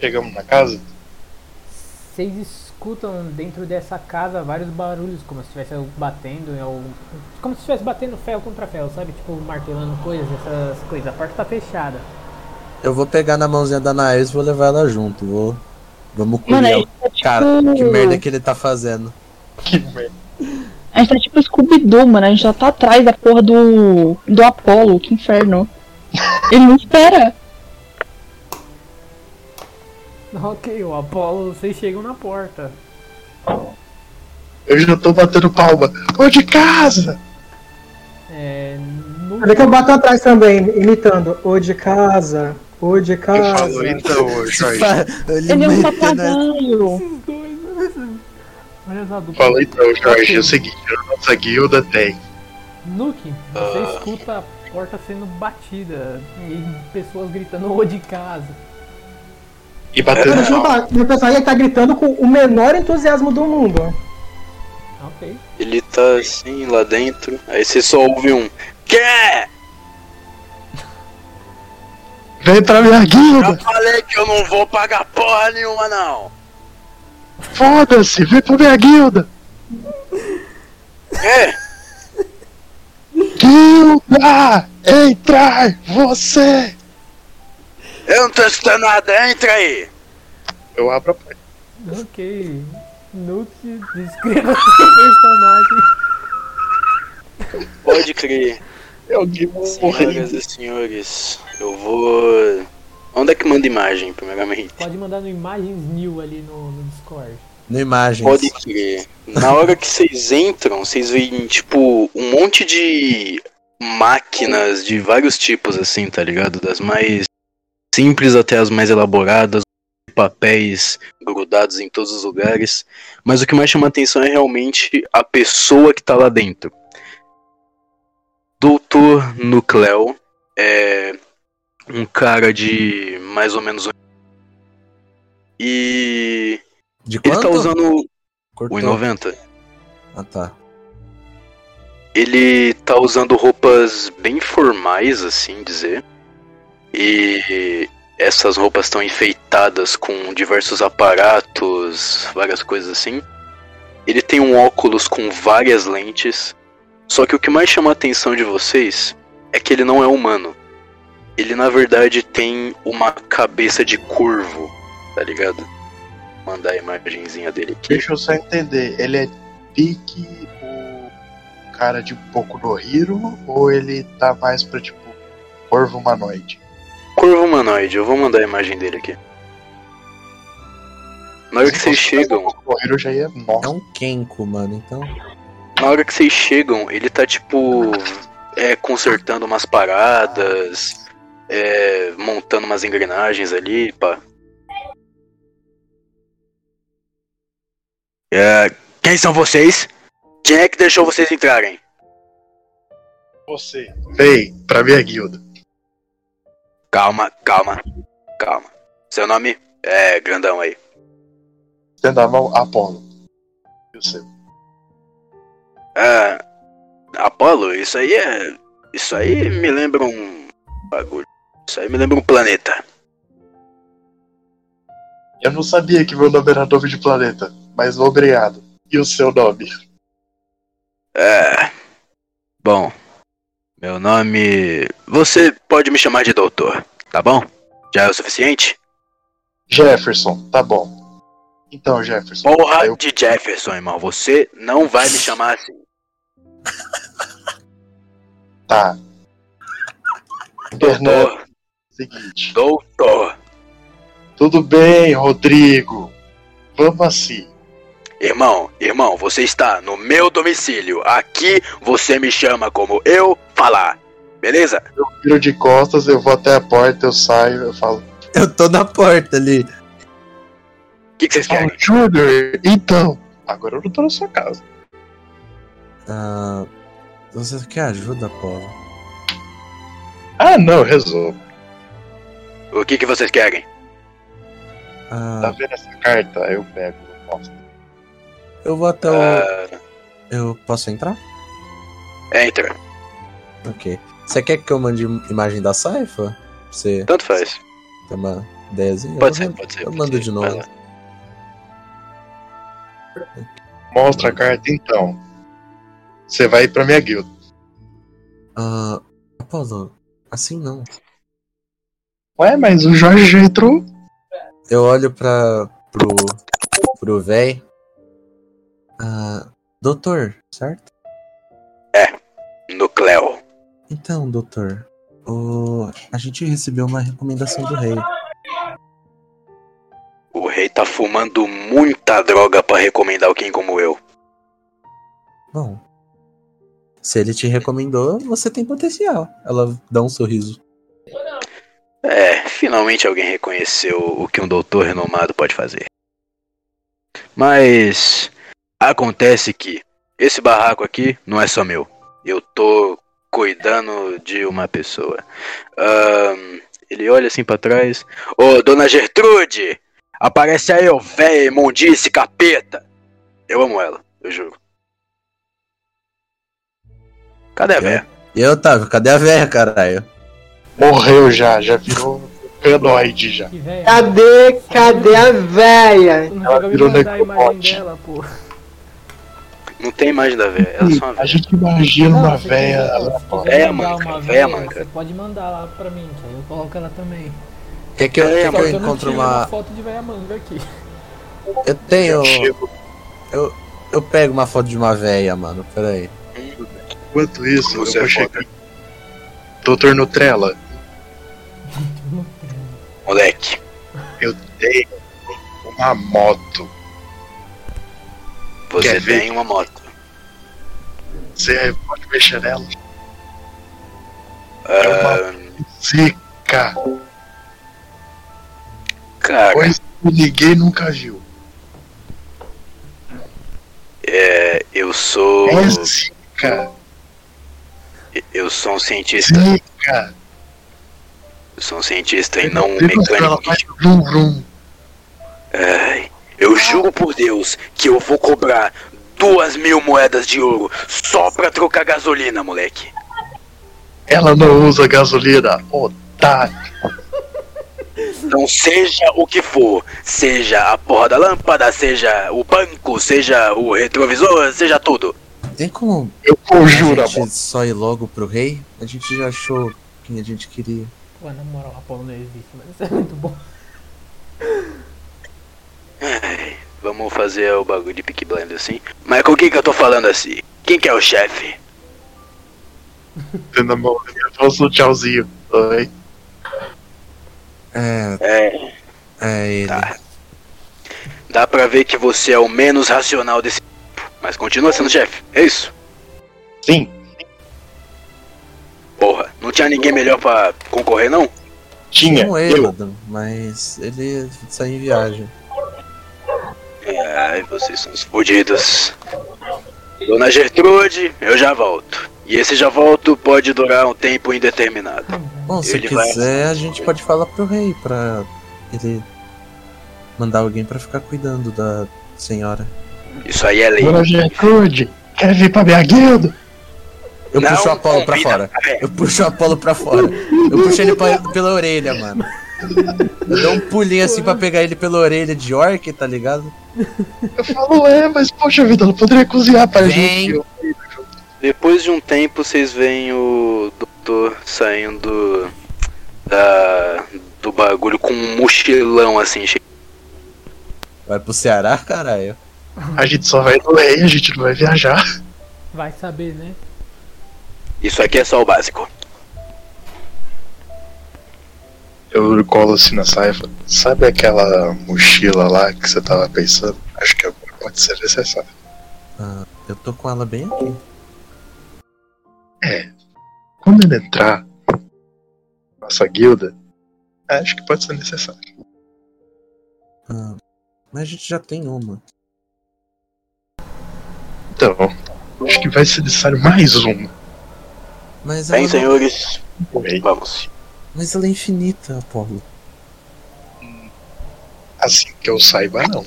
[SPEAKER 5] Chegamos na casa?
[SPEAKER 2] Vocês escutam dentro dessa casa vários barulhos, como se estivesse batendo em algum. Como se estivesse batendo ferro contra ferro, sabe? Tipo, martelando coisas, essas coisas. A porta tá fechada.
[SPEAKER 1] Eu vou pegar na mãozinha da Naís e vou levar ela junto. Vou. Vamos
[SPEAKER 4] Mano, é tá tipo
[SPEAKER 1] curiar
[SPEAKER 4] aí
[SPEAKER 1] é o cara. Que merda que ele tá fazendo.
[SPEAKER 5] Que merda.
[SPEAKER 4] A gente tá tipo Scooby-Doo, mano. A gente já tá atrás da porra do. do Apollo, que inferno. Ele não espera.
[SPEAKER 2] Ok, o Apolo, vocês chegam na porta.
[SPEAKER 5] Eu já tô batendo palma. Ô de casa!
[SPEAKER 2] É. No...
[SPEAKER 6] Olha que eu bato atrás também, imitando. Ô de casa, ô de
[SPEAKER 5] Eu
[SPEAKER 2] Ah,
[SPEAKER 6] casa.
[SPEAKER 5] falo, então, ô Jorge.
[SPEAKER 1] Ele
[SPEAKER 4] Ele é um
[SPEAKER 1] meteu na-
[SPEAKER 4] papagaio.
[SPEAKER 2] Esses dois, né? Olha essa dupla.
[SPEAKER 5] Fala então, Jorge,
[SPEAKER 2] assim.
[SPEAKER 5] é o seguinte, a nossa guilda tem.
[SPEAKER 2] Nuke, você
[SPEAKER 7] Ah.
[SPEAKER 2] escuta a porta sendo batida e pessoas gritando ô de casa.
[SPEAKER 5] E batendo
[SPEAKER 6] Deixa eu
[SPEAKER 5] palma.
[SPEAKER 6] falar, meu personagem tá gritando com o menor entusiasmo do mundo.
[SPEAKER 2] Ok.
[SPEAKER 7] Ele tá assim lá dentro, aí você só ouve um. Quê?
[SPEAKER 5] Vem pra minha
[SPEAKER 7] Eu
[SPEAKER 5] guilda!
[SPEAKER 7] falei que eu não vou pagar porra nenhuma, não!
[SPEAKER 5] Foda-se, vem pra minha guilda!
[SPEAKER 7] Quê?
[SPEAKER 5] Guilda! Entrar! Você!
[SPEAKER 7] Eu não tô escutando nada, entra aí!
[SPEAKER 5] Eu abro a porta.
[SPEAKER 2] Ok. Nuke, descreva seu personagem.
[SPEAKER 7] Pode crer.
[SPEAKER 5] Alguém vai morrer.
[SPEAKER 7] Senhoras e senhores, eu vou. Onde é que manda imagem, primeiramente?
[SPEAKER 2] Pode mandar no Imagens New ali no, no Discord.
[SPEAKER 1] No imagens.
[SPEAKER 7] Pode crer. Na hora que vocês entram, vocês veem, tipo, um monte de máquinas de vários tipos, assim, tá ligado? Das mais simples até as mais elaboradas, papéis grudados em todos os lugares. Mas o que mais chama atenção é realmente a pessoa que tá lá dentro. Doutor Nucleo é um cara de mais ou menos. um- E
[SPEAKER 1] De quanto?
[SPEAKER 7] ele tá usando
[SPEAKER 1] Cortou.
[SPEAKER 7] 1,90.
[SPEAKER 1] Ah, tá.
[SPEAKER 7] Ele tá usando roupas bem formais, assim dizer. E essas roupas estão enfeitadas com diversos aparatos, várias coisas assim. Ele tem um óculos com várias lentes. Só que o que mais chama a atenção de vocês é que ele não é humano. Ele na verdade tem uma cabeça de curvo, tá ligado? Vou mandar a imagenzinha dele aqui.
[SPEAKER 5] Deixa eu só entender. Ele é pique o cara de um pouco no Hiro ou ele tá mais pra tipo corvo humanoide?
[SPEAKER 7] Corvo humanoide, eu vou mandar a imagem dele aqui. Na hora que vocês chegam,
[SPEAKER 5] O Hiro já ia
[SPEAKER 1] É
[SPEAKER 5] morto.
[SPEAKER 1] um Kenko, mano, então.
[SPEAKER 7] na hora que vocês chegam, ele tá tipo é, consertando umas paradas, é, montando umas engrenagens ali, pá. É, quem são vocês? Quem é que deixou vocês entrarem?
[SPEAKER 5] Você. Ei, pra minha guilda.
[SPEAKER 7] Calma, calma, calma. Seu nome é grandão aí.
[SPEAKER 5] Tendo a mão, Apolo. Eu sei.
[SPEAKER 7] Ah, Apolo, isso aí é. Isso aí me lembra um bagulho. Isso aí me lembra um planeta.
[SPEAKER 5] Eu não sabia que meu nome era nome de planeta, mas obrigado. E o seu nome?
[SPEAKER 7] É. Bom. Meu nome. Você pode me chamar de doutor, tá bom? Já é o suficiente?
[SPEAKER 5] Jefferson, tá bom. Então, Jefferson.
[SPEAKER 7] Porra
[SPEAKER 5] eu-
[SPEAKER 7] de Jefferson, irmão. Você não vai me chamar assim.
[SPEAKER 5] Tá. Fernando,
[SPEAKER 7] Doutor.
[SPEAKER 5] seguinte.
[SPEAKER 7] Doutor.
[SPEAKER 5] Tudo bem, Rodrigo. Vamos assim.
[SPEAKER 7] Irmão, irmão, você está no meu domicílio. Aqui você me chama como eu falar. Beleza?
[SPEAKER 5] Viro de costas, eu vou até a porta, eu saio, eu falo.
[SPEAKER 1] Eu tô na porta ali.
[SPEAKER 7] O que, que vocês
[SPEAKER 5] Fala,
[SPEAKER 7] querem?
[SPEAKER 5] Júnior, então. Agora eu não tô na sua casa.
[SPEAKER 1] Ah, você quer ajuda, Paulo?
[SPEAKER 5] Ah, não, resolvo.
[SPEAKER 7] O que, que vocês querem?
[SPEAKER 5] Tá
[SPEAKER 1] Ah,
[SPEAKER 5] vendo essa carta? Eu pego. Nossa.
[SPEAKER 1] eu vou até o.
[SPEAKER 7] Tá. Ah,
[SPEAKER 1] Eu posso entrar?
[SPEAKER 7] entra.
[SPEAKER 1] Ok. Você quer que eu mande imagem da Saifa? Pra você
[SPEAKER 7] Tanto faz.
[SPEAKER 1] ter uma ideiazinha?
[SPEAKER 7] Pode
[SPEAKER 1] eu
[SPEAKER 7] ser,
[SPEAKER 1] mando-
[SPEAKER 7] pode ser.
[SPEAKER 1] Eu
[SPEAKER 7] pode
[SPEAKER 1] mando
[SPEAKER 7] ser.
[SPEAKER 1] de
[SPEAKER 7] Vai
[SPEAKER 1] novo.
[SPEAKER 7] lá.
[SPEAKER 5] Mostra a carta então. Você vai pra minha guilda.
[SPEAKER 1] Ah, Paulo, assim não.
[SPEAKER 5] Ué, mas o Jorge já entrou.
[SPEAKER 1] Eu olho pra. pro. pro véi. Ah, doutor, certo?
[SPEAKER 7] Nucleo.
[SPEAKER 1] Então, doutor, o... a gente recebeu uma recomendação do rei.
[SPEAKER 7] O rei tá fumando muita droga pra recomendar alguém como eu.
[SPEAKER 1] Bom, se ele te recomendou, você tem potencial. Ela dá um sorriso.
[SPEAKER 7] É, finalmente alguém reconheceu o que um doutor renomado pode fazer. Mas acontece que esse barraco aqui não é só meu. Eu tô cuidando de uma pessoa. Ahn, ele olha assim pra trás. Ô, dona Gertrude! Aparece aí, ô véia imundice, capeta! Eu amo ela, eu juro. Cadê a véia?
[SPEAKER 1] E aí, Otávio, cadê a véia, caralho?
[SPEAKER 5] Morreu já, já virou canoide já.
[SPEAKER 2] Que véia.
[SPEAKER 6] Cadê, cadê a véia?
[SPEAKER 2] Tu não
[SPEAKER 5] Ah,
[SPEAKER 2] chegou a
[SPEAKER 5] Ela
[SPEAKER 2] me
[SPEAKER 5] virou
[SPEAKER 2] mandar a imagem
[SPEAKER 5] necropote.
[SPEAKER 2] dela, pô.
[SPEAKER 7] Não tem imagem da véia, ela é só uma
[SPEAKER 5] A
[SPEAKER 7] véia.
[SPEAKER 5] gente imagina uma
[SPEAKER 2] Não, se quiser-
[SPEAKER 5] véia.
[SPEAKER 2] se quiser
[SPEAKER 7] Véia
[SPEAKER 2] mandar
[SPEAKER 7] manca,
[SPEAKER 2] uma
[SPEAKER 7] véia
[SPEAKER 2] véia,
[SPEAKER 7] manca.
[SPEAKER 2] Você pode mandar lá pra mim, que aí eu coloco ela também.
[SPEAKER 1] Quer que eu,
[SPEAKER 7] É,
[SPEAKER 1] quer que
[SPEAKER 2] Só
[SPEAKER 1] eu
[SPEAKER 2] que eu não
[SPEAKER 1] encontre
[SPEAKER 2] tiro
[SPEAKER 1] uma.
[SPEAKER 2] foto de véia manga aqui.
[SPEAKER 1] Eu tenho.
[SPEAKER 5] Tipo- Chego
[SPEAKER 1] Eu pego uma foto de uma véia, mano. Peraí.
[SPEAKER 5] Enquanto isso,
[SPEAKER 7] Você
[SPEAKER 5] eu vou
[SPEAKER 7] é foda.
[SPEAKER 5] chegar. Doutor Nutrella,
[SPEAKER 7] Moleque,
[SPEAKER 5] tenho uma moto.
[SPEAKER 7] você
[SPEAKER 5] Quer ver?
[SPEAKER 7] tem uma moto.
[SPEAKER 5] Você pode mexer nela? É
[SPEAKER 7] Ah,
[SPEAKER 5] Zica!
[SPEAKER 7] cara,
[SPEAKER 5] Pois ninguém nunca viu.
[SPEAKER 7] é, eu sou.
[SPEAKER 5] É zica!
[SPEAKER 7] Eu sou um cientista.
[SPEAKER 5] Zica!
[SPEAKER 7] Eu sou um cientista e não um
[SPEAKER 5] Você viu quando Ela
[SPEAKER 7] mecânico.
[SPEAKER 5] faz vrum vrum.
[SPEAKER 7] Ai, eu juro por Deus que eu vou cobrar duas mil moedas de ouro só pra trocar gasolina, moleque.
[SPEAKER 5] Ela não usa gasolina. Otário.
[SPEAKER 7] Não Então, seja o que for, seja a porra da lâmpada, seja o banco, seja o retrovisor, seja tudo.
[SPEAKER 1] Tem como
[SPEAKER 5] Eu
[SPEAKER 1] a
[SPEAKER 5] conjuro a moto.
[SPEAKER 1] gente só ir logo pro rei? A gente já achou quem a gente queria.
[SPEAKER 2] Pô, na moral, o Apolo não existe, mas isso é muito bom.
[SPEAKER 7] Ai, vamos fazer o bagulho de Pick Blind assim. Mas com quem que eu tô falando assim? Quem que é o chefe?
[SPEAKER 5] Na mão. Eu faço um tchauzinho. Oi.
[SPEAKER 1] É,
[SPEAKER 7] É,
[SPEAKER 1] é ele.
[SPEAKER 7] Tá. dá pra ver que você é o menos racional desse grupo, mas continua sendo chefe, é isso?
[SPEAKER 5] Sim.
[SPEAKER 7] Porra, não tinha ninguém melhor pra concorrer não?
[SPEAKER 5] Tinha.
[SPEAKER 1] Não
[SPEAKER 5] é? Eu.
[SPEAKER 1] ele, mas ele saiu em viagem.
[SPEAKER 7] É, Ai, vocês são os fodidos. Dona Gertrude, eu já volto. E esse já volto pode durar um tempo indeterminado.
[SPEAKER 1] Bom, se
[SPEAKER 7] Ele vai-
[SPEAKER 1] quiser, a gente pode falar pro rei pra ele mandar alguém pra ficar cuidando da senhora.
[SPEAKER 7] Isso aí é lei.
[SPEAKER 5] Dona Gertrude, quer vir pra minha guilda?
[SPEAKER 1] Eu
[SPEAKER 7] Não
[SPEAKER 1] puxo o Apolo pra
[SPEAKER 7] convida.
[SPEAKER 1] fora. Eu puxo o Apolo pra fora. Eu puxo ele pra- pela orelha, mano. Eu dou um pulinho assim pra pegar ele pela orelha de orc, tá ligado?
[SPEAKER 5] Eu falo, é, mas poxa vida, ela poderia cozinhar pra
[SPEAKER 1] Vem.
[SPEAKER 5] gente.
[SPEAKER 7] Depois de um tempo, vocês veem o doutor saindo da, do bagulho com um mochilão assim. cheio.
[SPEAKER 1] Vai pro Ceará, caralho.
[SPEAKER 5] A gente só vai no rei, a gente não vai viajar.
[SPEAKER 2] Vai saber, né?
[SPEAKER 7] Isso aqui é só o básico.
[SPEAKER 5] Eu colo assim na saifa. Sabe aquela mochila lá que você tava pensando? Acho que agora pode ser necessário.
[SPEAKER 1] Eu tô com ela bem aqui.
[SPEAKER 5] Quando ele entrar na nossa guilda, é, acho que pode ser necessário.
[SPEAKER 1] Ah, mas a gente já tem uma.
[SPEAKER 5] Então, acho que vai ser necessário mais um.
[SPEAKER 1] Mas ela,
[SPEAKER 7] Bem,
[SPEAKER 1] não-
[SPEAKER 7] senhores,
[SPEAKER 5] rei.
[SPEAKER 7] vamos.
[SPEAKER 1] mas ela é infinita, Apolo.
[SPEAKER 5] Assim que eu saiba, não.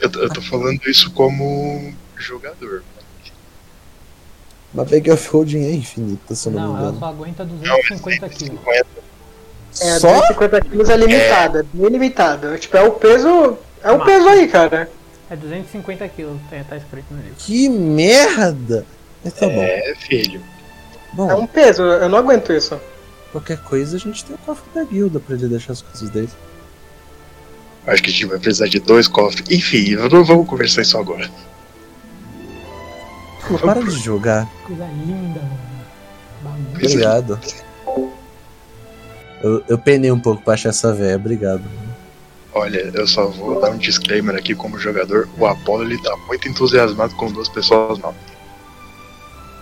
[SPEAKER 5] Eu, eu tô falando isso como jogador.
[SPEAKER 1] Mas Bag of Holding é infinita, se eu não,
[SPEAKER 2] Não,
[SPEAKER 1] me
[SPEAKER 2] ela
[SPEAKER 1] engano.
[SPEAKER 2] só aguenta 250 quilos.
[SPEAKER 5] é,
[SPEAKER 6] É,
[SPEAKER 1] Só?
[SPEAKER 6] 250 quilos é limitada, bem limitada. Tipo, é o peso. É o
[SPEAKER 2] Mas-
[SPEAKER 6] peso aí, cara.
[SPEAKER 2] É 250 quilos, tá, tá escrito no livro.
[SPEAKER 1] Que merda! Mas tá
[SPEAKER 5] É, filho.
[SPEAKER 1] bom.
[SPEAKER 6] É
[SPEAKER 1] Bom,
[SPEAKER 6] um peso, eu não aguento isso.
[SPEAKER 7] um-
[SPEAKER 1] qualquer coisa a gente tem o cofre da guilda pra ele deixar as coisas dele.
[SPEAKER 5] Acho que a gente vai precisar de dois cofres. Enfim, eu não vamos conversar isso agora.
[SPEAKER 1] Pô, para de jogar.
[SPEAKER 2] Coisa linda, mano. Bagulho.
[SPEAKER 1] Obrigado. Eu, eu penei um pouco pra achar essa véia, obrigado.
[SPEAKER 5] Olha, eu só vou dar um disclaimer aqui como jogador. O Apollo ele tá muito entusiasmado com duas pessoas novas.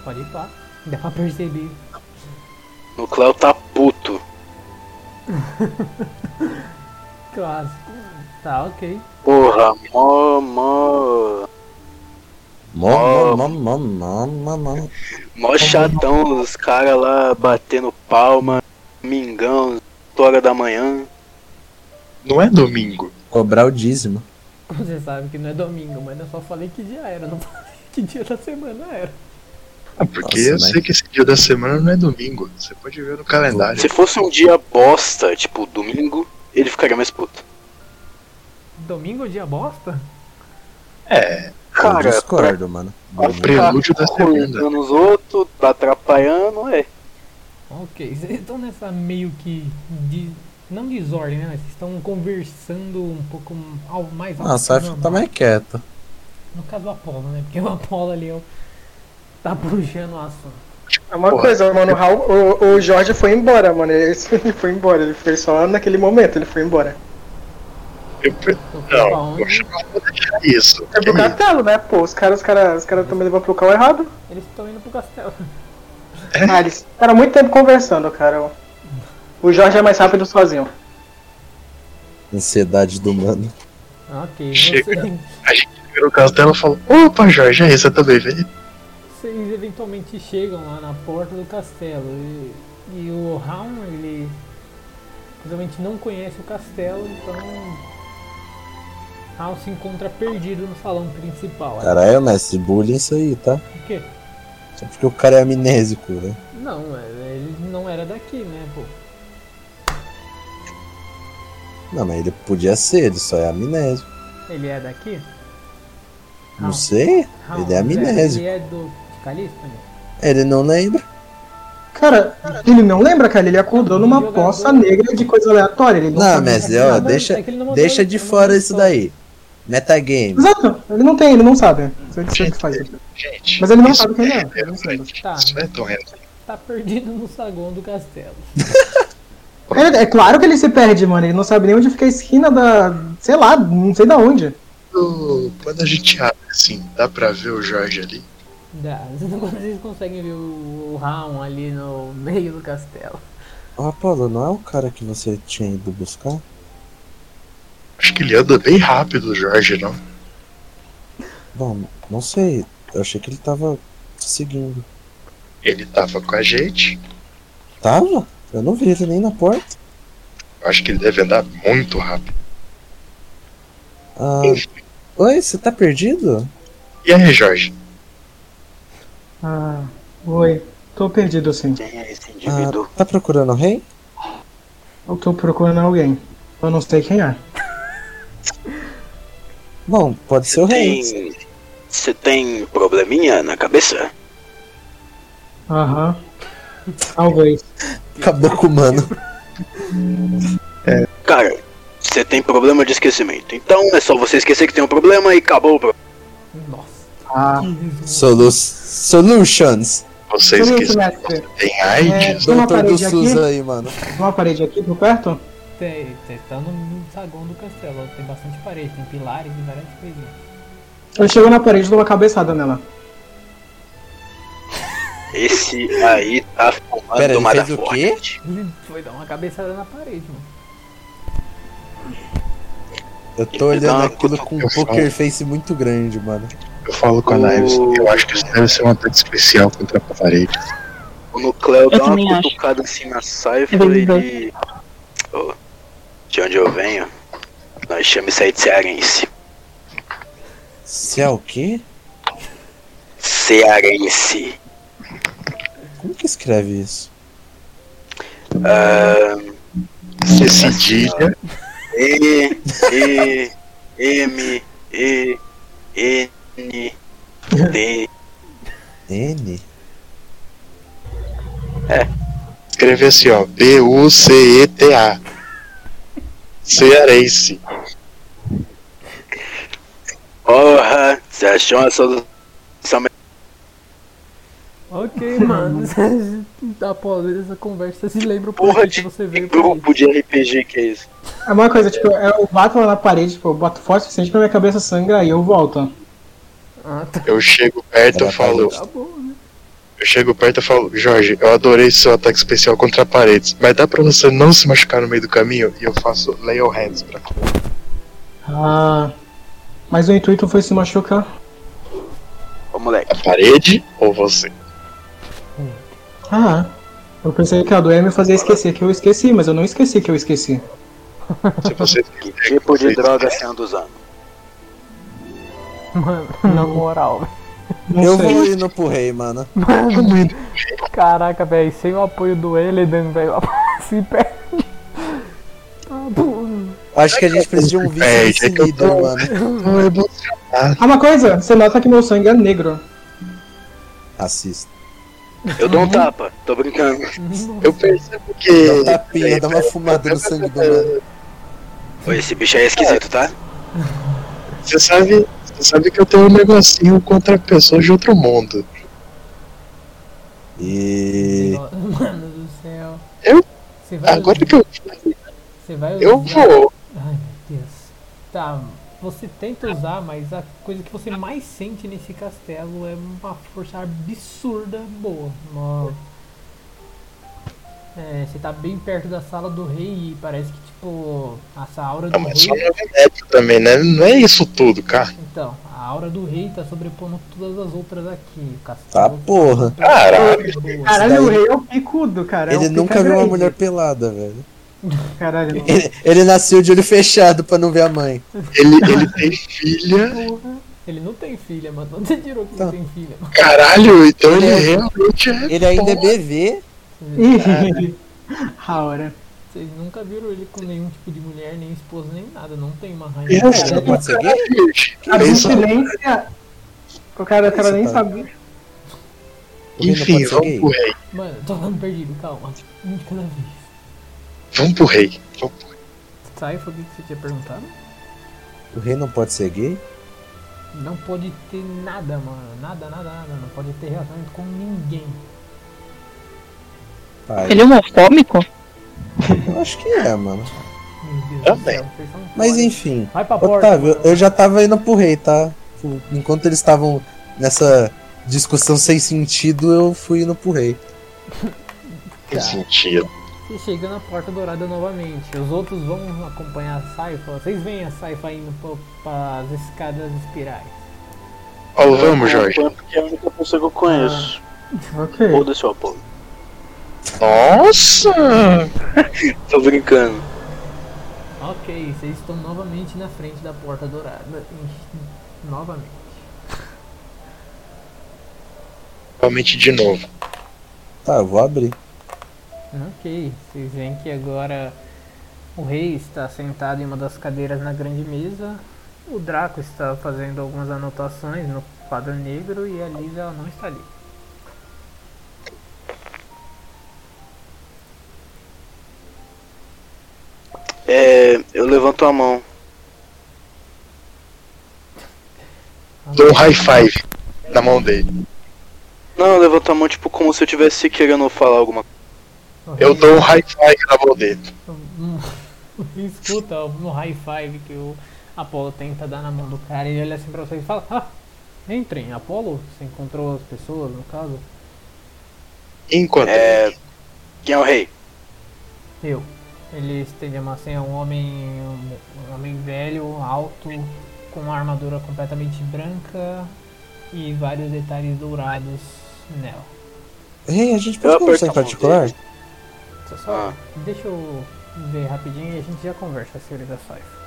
[SPEAKER 2] Pode ir lá. Dá pra perceber.
[SPEAKER 7] O Cléo tá puto.
[SPEAKER 2] Clássico. Tá, ok.
[SPEAKER 7] Porra, mó, mó.
[SPEAKER 1] Mó,
[SPEAKER 7] Ah.
[SPEAKER 1] mó, mó, mó, mó, mó.
[SPEAKER 7] Mó chatão os caras lá batendo palma, mingão, 8 horas da manhã.
[SPEAKER 5] Não é domingo.
[SPEAKER 1] Cobrar o dízimo.
[SPEAKER 2] Você sabe que não é domingo, mas eu só falei que dia era. Não falei que dia da semana era.
[SPEAKER 5] Ah, porque
[SPEAKER 1] Nossa,
[SPEAKER 5] eu
[SPEAKER 1] mas-
[SPEAKER 5] sei que esse dia da semana não é domingo. Você pode ver no calendário.
[SPEAKER 7] Se fosse um dia bosta, tipo domingo, ele ficaria mais puto.
[SPEAKER 2] Domingo é dia bosta?
[SPEAKER 5] É,
[SPEAKER 1] Eu
[SPEAKER 7] Cara, pra
[SPEAKER 1] discordo, mano.
[SPEAKER 7] pra
[SPEAKER 1] Hum,
[SPEAKER 7] ficar
[SPEAKER 5] prelúdio da segunda.
[SPEAKER 7] cortando os outros, tá atrapalhando, é.
[SPEAKER 2] Ok, vocês estão nessa meio que. De... Não desordem, né? Vocês estão conversando um pouco ao mais
[SPEAKER 1] Ah, a
[SPEAKER 2] que o
[SPEAKER 1] Saifa tá
[SPEAKER 2] normal.
[SPEAKER 1] mais quieta.
[SPEAKER 2] No caso do Apolo, né? Porque o Apolo ali é o, tá puxando o assunto.
[SPEAKER 8] É uma
[SPEAKER 5] Porra.
[SPEAKER 8] coisa, mano, o, Raul, o, o Jorge foi embora, mano. Ele, ele foi embora, ele foi só naquele momento, ele foi embora.
[SPEAKER 5] Eu, pre-
[SPEAKER 2] Tô com pra
[SPEAKER 5] não,
[SPEAKER 2] onde?
[SPEAKER 5] poxa, eu vou deixar isso.
[SPEAKER 8] É pro castelo, né? Pô, os caras os cara, os cara também levam pro carro errado.
[SPEAKER 2] Eles estão indo pro castelo.
[SPEAKER 8] Ah, eles ficaram muito tempo conversando, cara. O Jorge é mais rápido sozinho.
[SPEAKER 1] Ansiedade do mano.
[SPEAKER 2] Ok,
[SPEAKER 5] Chega.
[SPEAKER 2] vocês,
[SPEAKER 5] No caso dela, falou: Opa, Jorge, aí você também veio.
[SPEAKER 2] vocês eventualmente chegam lá na porta do castelo. E, e o Raon, ele realmente não conhece o castelo, então. Raon se encontra perdido no salão principal. É
[SPEAKER 1] Caralho, mestre, é, bullying isso aí, tá?
[SPEAKER 2] Por quê?
[SPEAKER 1] Só porque o cara é amnésico, né?
[SPEAKER 2] Não, é- ele não era daqui, né, pô?
[SPEAKER 1] Não, mas ele podia ser, ele só é amnésico.
[SPEAKER 2] Ele é daqui? Ah.
[SPEAKER 1] Não sei,
[SPEAKER 2] Raon,
[SPEAKER 1] ele é amnésico.
[SPEAKER 2] Ele é do de Calisto, né?
[SPEAKER 1] ele não lembra.
[SPEAKER 6] Cara, ele não lembra, cara. Ele acordou numa
[SPEAKER 2] Jogador.
[SPEAKER 6] poça negra de coisa aleatória. Ele não,
[SPEAKER 1] Não,
[SPEAKER 6] sabe-
[SPEAKER 1] mestre, ó,
[SPEAKER 2] Não, mas
[SPEAKER 1] deixa,
[SPEAKER 2] é que ele não mandou
[SPEAKER 1] deixa
[SPEAKER 2] ele,
[SPEAKER 1] de
[SPEAKER 2] ele
[SPEAKER 1] fora
[SPEAKER 2] mandou
[SPEAKER 1] isso
[SPEAKER 2] só.
[SPEAKER 1] daí. Metagame.
[SPEAKER 6] Exato, ele não tem, ele não sabe. Isso é isso é o que faz. ele.
[SPEAKER 5] Gente,
[SPEAKER 6] Mas ele não
[SPEAKER 5] isso
[SPEAKER 6] sabe quem ele é,
[SPEAKER 5] é
[SPEAKER 6] não sabe.
[SPEAKER 5] doente,
[SPEAKER 2] Tá.
[SPEAKER 5] Isso é doente.
[SPEAKER 2] Tá perdido no saguão do castelo.
[SPEAKER 6] Ele- É claro que ele se perde, mano. Ele não sabe nem onde fica a esquina da. Sei lá, não sei da onde.
[SPEAKER 5] Quando- Quando a gente abre assim, dá pra ver o Jorge ali.
[SPEAKER 2] Dá, Quando vocês conseguem ver o, o Raon ali no meio do castelo.
[SPEAKER 1] Ó, Apolo, não é o cara que você tinha ido buscar?
[SPEAKER 5] Acho que ele anda bem rápido, o Jorge, não.
[SPEAKER 1] Bom, não sei. Eu achei que ele tava te seguindo.
[SPEAKER 5] Ele tava com a gente.
[SPEAKER 1] Tava? Eu não vi ele nem na porta.
[SPEAKER 5] Eu Acho que ele deve andar muito rápido.
[SPEAKER 1] Ah, oi, você tá perdido?
[SPEAKER 5] E aí, Jorge?
[SPEAKER 6] Ah, oi. Tô perdido assim. sim.
[SPEAKER 7] Quem é esse indivíduo?
[SPEAKER 1] Ah, tá procurando o rei?
[SPEAKER 6] Eu tô procurando alguém. Eu não sei quem é.
[SPEAKER 1] Bom, pode ser o rei.
[SPEAKER 7] Tem. Você tem probleminha na cabeça?
[SPEAKER 6] Aham. Talvez.
[SPEAKER 1] Acabou com o mano.
[SPEAKER 7] Cara, você tem problema de esquecimento. Então é só você esquecer que tem um problema e acabou o problema.
[SPEAKER 2] Nossa,
[SPEAKER 6] Ah.
[SPEAKER 2] que resumo.
[SPEAKER 1] Solu Solutions.
[SPEAKER 5] Você
[SPEAKER 6] Tudo isso,
[SPEAKER 5] esqueceu que
[SPEAKER 6] mestre. É,
[SPEAKER 5] você tem AIDS?
[SPEAKER 6] Tem
[SPEAKER 1] Doutor
[SPEAKER 6] uma
[SPEAKER 1] do
[SPEAKER 6] parede aqui?
[SPEAKER 1] SUS aí, mano.
[SPEAKER 6] Tem uma parede aqui por perto?
[SPEAKER 2] Tem- tem- Tá no, no saguão do castelo. Tem bastante parede, tem pilares e várias coisinhas.
[SPEAKER 6] Eu chego na parede e dou uma cabeçada nela.
[SPEAKER 7] Esse aí tá fumando
[SPEAKER 1] Pera, ele
[SPEAKER 7] uma da
[SPEAKER 1] fez o quê?
[SPEAKER 7] forte.
[SPEAKER 2] Ele foi dar uma cabeçada na parede, mano.
[SPEAKER 1] Eu tô
[SPEAKER 7] Ele dá
[SPEAKER 1] olhando
[SPEAKER 7] uma
[SPEAKER 1] aquilo com um
[SPEAKER 5] cutucação.
[SPEAKER 1] poker face muito grande, mano.
[SPEAKER 6] é.
[SPEAKER 5] Eu falo com a Knives. Eu acho que isso deve ser um ataque especial contra a parede.
[SPEAKER 7] O Nucleo dá
[SPEAKER 4] também
[SPEAKER 7] uma
[SPEAKER 4] acho.
[SPEAKER 7] cutucada assim na
[SPEAKER 4] É
[SPEAKER 7] Cypher e
[SPEAKER 4] verdade.
[SPEAKER 7] ele. Ô, de onde eu venho, nós chamamos isso aí de cearense.
[SPEAKER 1] Você é o quê?
[SPEAKER 7] Cearense.
[SPEAKER 1] Como que escreve isso?
[SPEAKER 7] Ah,
[SPEAKER 5] Você cedilha.
[SPEAKER 7] E, E, M, E, N, D.
[SPEAKER 1] N?
[SPEAKER 5] Escreve assim, ó. B-U-C-E-T-A. Cearense.
[SPEAKER 7] Porra, você achou uma solução?
[SPEAKER 2] Ok, mano. Após essa conversa, você se lembra o
[SPEAKER 7] Porra
[SPEAKER 2] porquê que
[SPEAKER 7] de-
[SPEAKER 2] você
[SPEAKER 7] Que
[SPEAKER 2] veio pra isso.
[SPEAKER 7] grupo de RPG que é isso?
[SPEAKER 6] É uma coisa, tipo, eu bato lá na parede, tipo, eu bato forte o suficiente pra minha cabeça sangrar e eu volto.
[SPEAKER 2] Ah, tá,
[SPEAKER 5] Eu chego perto e falo.
[SPEAKER 2] tá bom, né?
[SPEAKER 5] Eu chego perto e falo, Jorge, eu adorei seu ataque especial contra paredes, mas dá pra você não se machucar no meio do caminho? E eu faço lay on hands pra
[SPEAKER 6] Ah. Mas o intuito foi se machucar.
[SPEAKER 7] Ô moleque,
[SPEAKER 5] a parede ou você?
[SPEAKER 6] Ah. Eu pensei que a doer me fazia esquecer que eu esqueci, mas eu não esqueci que eu esqueci.
[SPEAKER 5] Se você
[SPEAKER 7] que tipo de droga você anda usando?
[SPEAKER 2] Mano, na moral, velho.
[SPEAKER 6] Não
[SPEAKER 1] eu
[SPEAKER 6] sei.
[SPEAKER 1] vou indo pro rei, mano.
[SPEAKER 2] Caraca, velho, sem o apoio do Eledan, velho, se perde. Tá bom.
[SPEAKER 1] Acho que a gente precisa de um vice
[SPEAKER 5] É,
[SPEAKER 1] nesse
[SPEAKER 5] é que eu
[SPEAKER 1] líder,
[SPEAKER 5] tô-
[SPEAKER 1] mano.
[SPEAKER 5] Não, eu vou-
[SPEAKER 6] Ah, uma coisa, você nota que meu sangue é negro.
[SPEAKER 1] Assista.
[SPEAKER 7] Eu dou um tapa, tô brincando.
[SPEAKER 5] Eu percebo
[SPEAKER 1] Dá um
[SPEAKER 5] que.
[SPEAKER 1] tapinha, dá uma fumada no sangue do mano.
[SPEAKER 7] Ô, esse bicho aí é esquisito, tá?
[SPEAKER 5] Você sabe, você sabe que eu tenho um negocinho contra pessoas de outro mundo.
[SPEAKER 1] E.
[SPEAKER 2] Mano do céu.
[SPEAKER 5] Eu?
[SPEAKER 2] Você vai
[SPEAKER 5] Agora
[SPEAKER 2] usar-
[SPEAKER 5] que eu.
[SPEAKER 2] Você vai usar.
[SPEAKER 5] Eu vou.
[SPEAKER 2] Ai, meu Deus. Tá, você tenta usar, mas a coisa que você mais sente nesse castelo é uma força absurda boa. Uma- É, você tá bem perto da sala do rei e parece que, tipo, essa aura do
[SPEAKER 5] Não, mas só
[SPEAKER 2] rei.
[SPEAKER 5] 9 metros também, né? Não é isso tudo, cara.
[SPEAKER 2] Então, a aura do rei tá sobrepondo todas as outras aqui. O
[SPEAKER 1] Tá,
[SPEAKER 2] castelo.
[SPEAKER 1] porra.
[SPEAKER 5] Caralho.
[SPEAKER 2] Boa. assim.
[SPEAKER 6] Caralho,
[SPEAKER 1] daí-
[SPEAKER 6] o rei é o picudo, cara. é
[SPEAKER 1] Ele
[SPEAKER 6] o
[SPEAKER 1] nunca viu uma
[SPEAKER 6] pica-grande.
[SPEAKER 1] mulher pelada, velho.
[SPEAKER 6] Caralho, não.
[SPEAKER 1] Ele, ele nasceu de olho fechado pra não ver a mãe.
[SPEAKER 5] Ele, ele tem filha.
[SPEAKER 2] Ele não tem filha, mano. Onde você tirou que
[SPEAKER 1] Tá.
[SPEAKER 2] ele tem filha?
[SPEAKER 5] Caralho, então ele realmente é.
[SPEAKER 1] Ele ainda é BV.
[SPEAKER 6] Ih, a hora.
[SPEAKER 2] Vocês nunca viram ele com nenhum tipo de mulher, nem esposa, nem nada. Não tem uma rainha.
[SPEAKER 5] Eu
[SPEAKER 1] Ele é não pode ser gay?
[SPEAKER 5] Gente,
[SPEAKER 6] A
[SPEAKER 5] pensa-
[SPEAKER 6] abstinência. O cara, o cara nem
[SPEAKER 1] Isso, tá.
[SPEAKER 6] sabe.
[SPEAKER 1] Ele não
[SPEAKER 5] Enfim,
[SPEAKER 1] pode ser
[SPEAKER 5] vamos
[SPEAKER 1] gay?
[SPEAKER 5] pro rei.
[SPEAKER 2] Mano, eu tô falando perdido, calma. Um de cada vez.
[SPEAKER 5] Vamos pro rei. Vamos pro rei.
[SPEAKER 2] Sai, Tá, foi o que você tinha perguntado?
[SPEAKER 1] O rei não pode ser gay?
[SPEAKER 2] Não pode ter nada, mano. Nada, nada, nada. Não pode ter relacionamento com ninguém.
[SPEAKER 1] Tá,
[SPEAKER 4] Ele é homofóbico?
[SPEAKER 1] eu acho que é, mano.
[SPEAKER 2] Meu Deus
[SPEAKER 5] Também.
[SPEAKER 2] do céu. vocês são
[SPEAKER 1] Mas
[SPEAKER 2] foda.
[SPEAKER 1] enfim.
[SPEAKER 2] Vai pra porta.
[SPEAKER 1] Otávio,
[SPEAKER 2] mano.
[SPEAKER 1] eu já tava indo pro rei, tá? Tipo, Enquanto eles estavam nessa discussão sem sentido, eu fui indo pro rei.
[SPEAKER 5] Tem sentido.
[SPEAKER 2] Você chega na porta dourada novamente. Os outros vão acompanhar a Saifa. Vocês veem a Saifa indo para as escadas espirais.
[SPEAKER 5] Ó, vamos, Jorge.
[SPEAKER 7] Porque é a única pessoa que eu conheço.
[SPEAKER 6] Ok.
[SPEAKER 7] Foda-se o Apolo.
[SPEAKER 5] Nossa!
[SPEAKER 7] Tô brincando.
[SPEAKER 2] Ok, vocês estão novamente na frente da porta dourada. Ih, Novamente.
[SPEAKER 5] Realmente de novo.
[SPEAKER 1] Tá, eu vou abrir.
[SPEAKER 2] Ok, vocês veem que agora o rei está sentado em uma das cadeiras na grande mesa. O Draco está fazendo algumas anotações no quadro negro e a Lisa ela não está ali.
[SPEAKER 7] É, eu levanto a mão.
[SPEAKER 5] Dou um high five na mão dele.
[SPEAKER 7] Não, eu levanto a mão tipo como se eu tivesse querendo falar alguma coisa.
[SPEAKER 2] O rei-
[SPEAKER 5] Eu dou um high five na mão dele.
[SPEAKER 2] Hum, Escuta no high five que o Apolo tenta dar na mão do cara e ele olha assim pra vocês e fala: Ah, entrem, Apolo, você encontrou as pessoas no caso?
[SPEAKER 5] Enquanto.
[SPEAKER 7] É. Quem é o rei?
[SPEAKER 2] Eu. Ele estende a maçã, é um homem. um homem velho, alto, com uma armadura completamente branca e vários detalhes dourados nela.
[SPEAKER 1] Rei, a gente
[SPEAKER 7] Eu
[SPEAKER 1] pode
[SPEAKER 7] aperto
[SPEAKER 1] conversar em
[SPEAKER 7] a mão
[SPEAKER 1] particular?
[SPEAKER 2] Só, só deixa eu ver rapidinho e a gente já conversa, senhorita Saifa.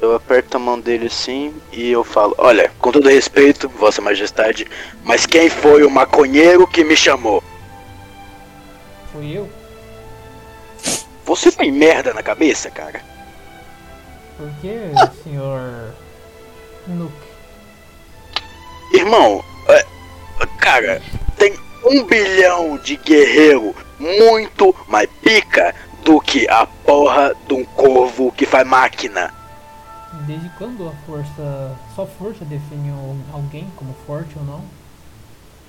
[SPEAKER 7] Eu aperto a mão dele assim e eu falo: Olha, com todo respeito, Vossa Majestade, mas quem foi o maconheiro que me chamou?
[SPEAKER 2] Fui eu?
[SPEAKER 7] Você tem merda na cabeça, cara?
[SPEAKER 2] Por que, senhor. Nuke?
[SPEAKER 7] Irmão, é, cara, tem um bilhão de guerreiro muito mais pica do que a porra de um corvo que faz máquina.
[SPEAKER 2] Desde quando a força. Só força define o- alguém como forte ou não?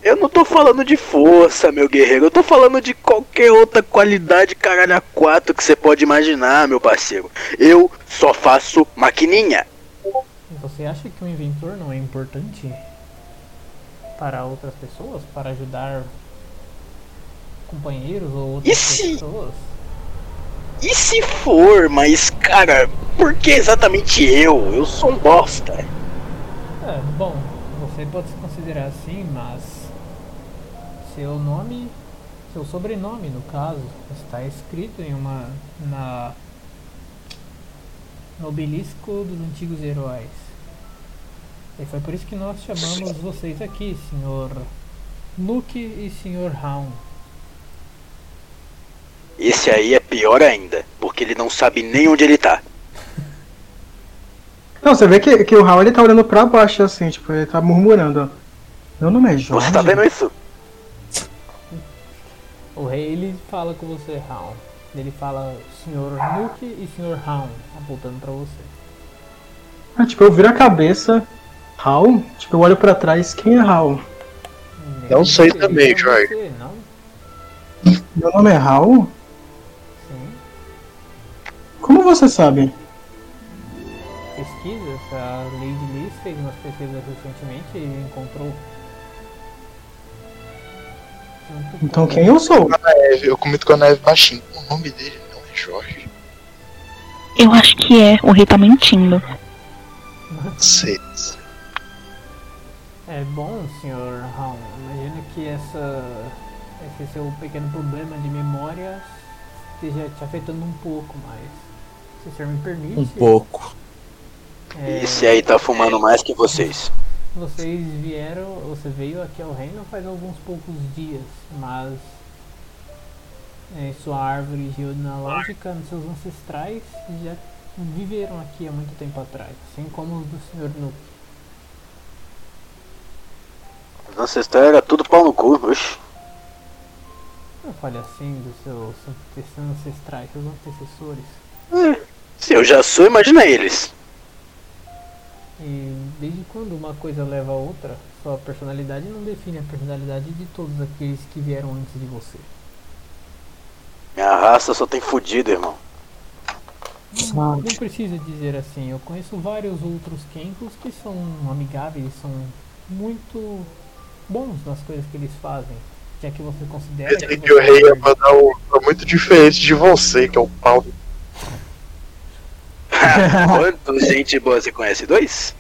[SPEAKER 7] Eu não tô falando de força, meu guerreiro. Eu tô falando de qualquer outra qualidade caralho a quatro que você pode imaginar, meu parceiro. Eu só faço maquininha.
[SPEAKER 2] Você acha que um inventor não é importante para outras pessoas? Para ajudar companheiros ou outras
[SPEAKER 7] E se-
[SPEAKER 2] pessoas?
[SPEAKER 7] E se for, mas cara, por que exatamente eu? Eu sou um bosta.
[SPEAKER 2] É, bom, você pode se considerar assim, mas seu nome, seu sobrenome no caso, está escrito em uma na no obelisco dos antigos heróis. E foi por isso que nós chamamos vocês aqui, senhor Luke e senhor Raon.
[SPEAKER 7] Esse aí é pior ainda, porque ele não sabe nem onde ele tá.
[SPEAKER 6] Não, você vê que, que o Raul ele tá olhando pra baixo assim, tipo, ele tá murmurando, ó. Meu nome é Jorge.
[SPEAKER 7] Você tá vendo isso?
[SPEAKER 2] O rei ele fala com você, Raon. Ele fala senhor Luke e senhor Raon, apontando pra você.
[SPEAKER 6] Ah, tipo, eu viro a cabeça. Raul? Tipo, eu olho pra trás. Quem é Raul?
[SPEAKER 2] Ele
[SPEAKER 5] Não sei também,
[SPEAKER 2] não
[SPEAKER 5] Jorge.
[SPEAKER 2] sei, Não?
[SPEAKER 6] Meu nome é Raul?
[SPEAKER 2] Sim.
[SPEAKER 6] Como você sabe?
[SPEAKER 2] Pesquisas. A Lady Liz fez umas pesquisas recentemente e encontrou. tanto
[SPEAKER 6] Então
[SPEAKER 2] como-
[SPEAKER 6] quem eu sou?
[SPEAKER 5] Neve, eu comento com a Neve baixinho. O nome dele não é Jorge.
[SPEAKER 4] Eu acho que é. O rei tá mentindo.
[SPEAKER 5] Sei.
[SPEAKER 2] É bom, senhor Raul. Imagino que essa, esse seu pequeno problema de memória esteja te afetando um pouco, mas se o senhor me permite,
[SPEAKER 1] Um pouco.
[SPEAKER 2] é,
[SPEAKER 9] Esse aí tá fumando mais que vocês.
[SPEAKER 2] vocês vieram, você veio aqui ao reino faz alguns poucos dias, mas é, sua árvore genealógica, seus ancestrais já viveram aqui há muito tempo atrás, assim como os do senhor Nuke.
[SPEAKER 9] Os ancestrais era tudo pau no cu, oxe.
[SPEAKER 2] Não fale assim dos seus ante- ancestrais, seus antecessores.
[SPEAKER 9] Se eu já sou, imagina eles.
[SPEAKER 2] E desde quando uma coisa leva a outra, sua personalidade não define a personalidade de todos aqueles que vieram antes de você.
[SPEAKER 9] Minha raça só tem fudido, irmão.
[SPEAKER 2] Não, não precisa dizer assim, eu conheço vários outros Kenkos que são amigáveis, são muito bons nas coisas que eles fazem. Já que você
[SPEAKER 7] é
[SPEAKER 2] considera que
[SPEAKER 5] Pensei que o rei ia mandar um é muito diferente de você, que é o pau.
[SPEAKER 7] É.
[SPEAKER 9] Quantos gente boa você conhece? Dois?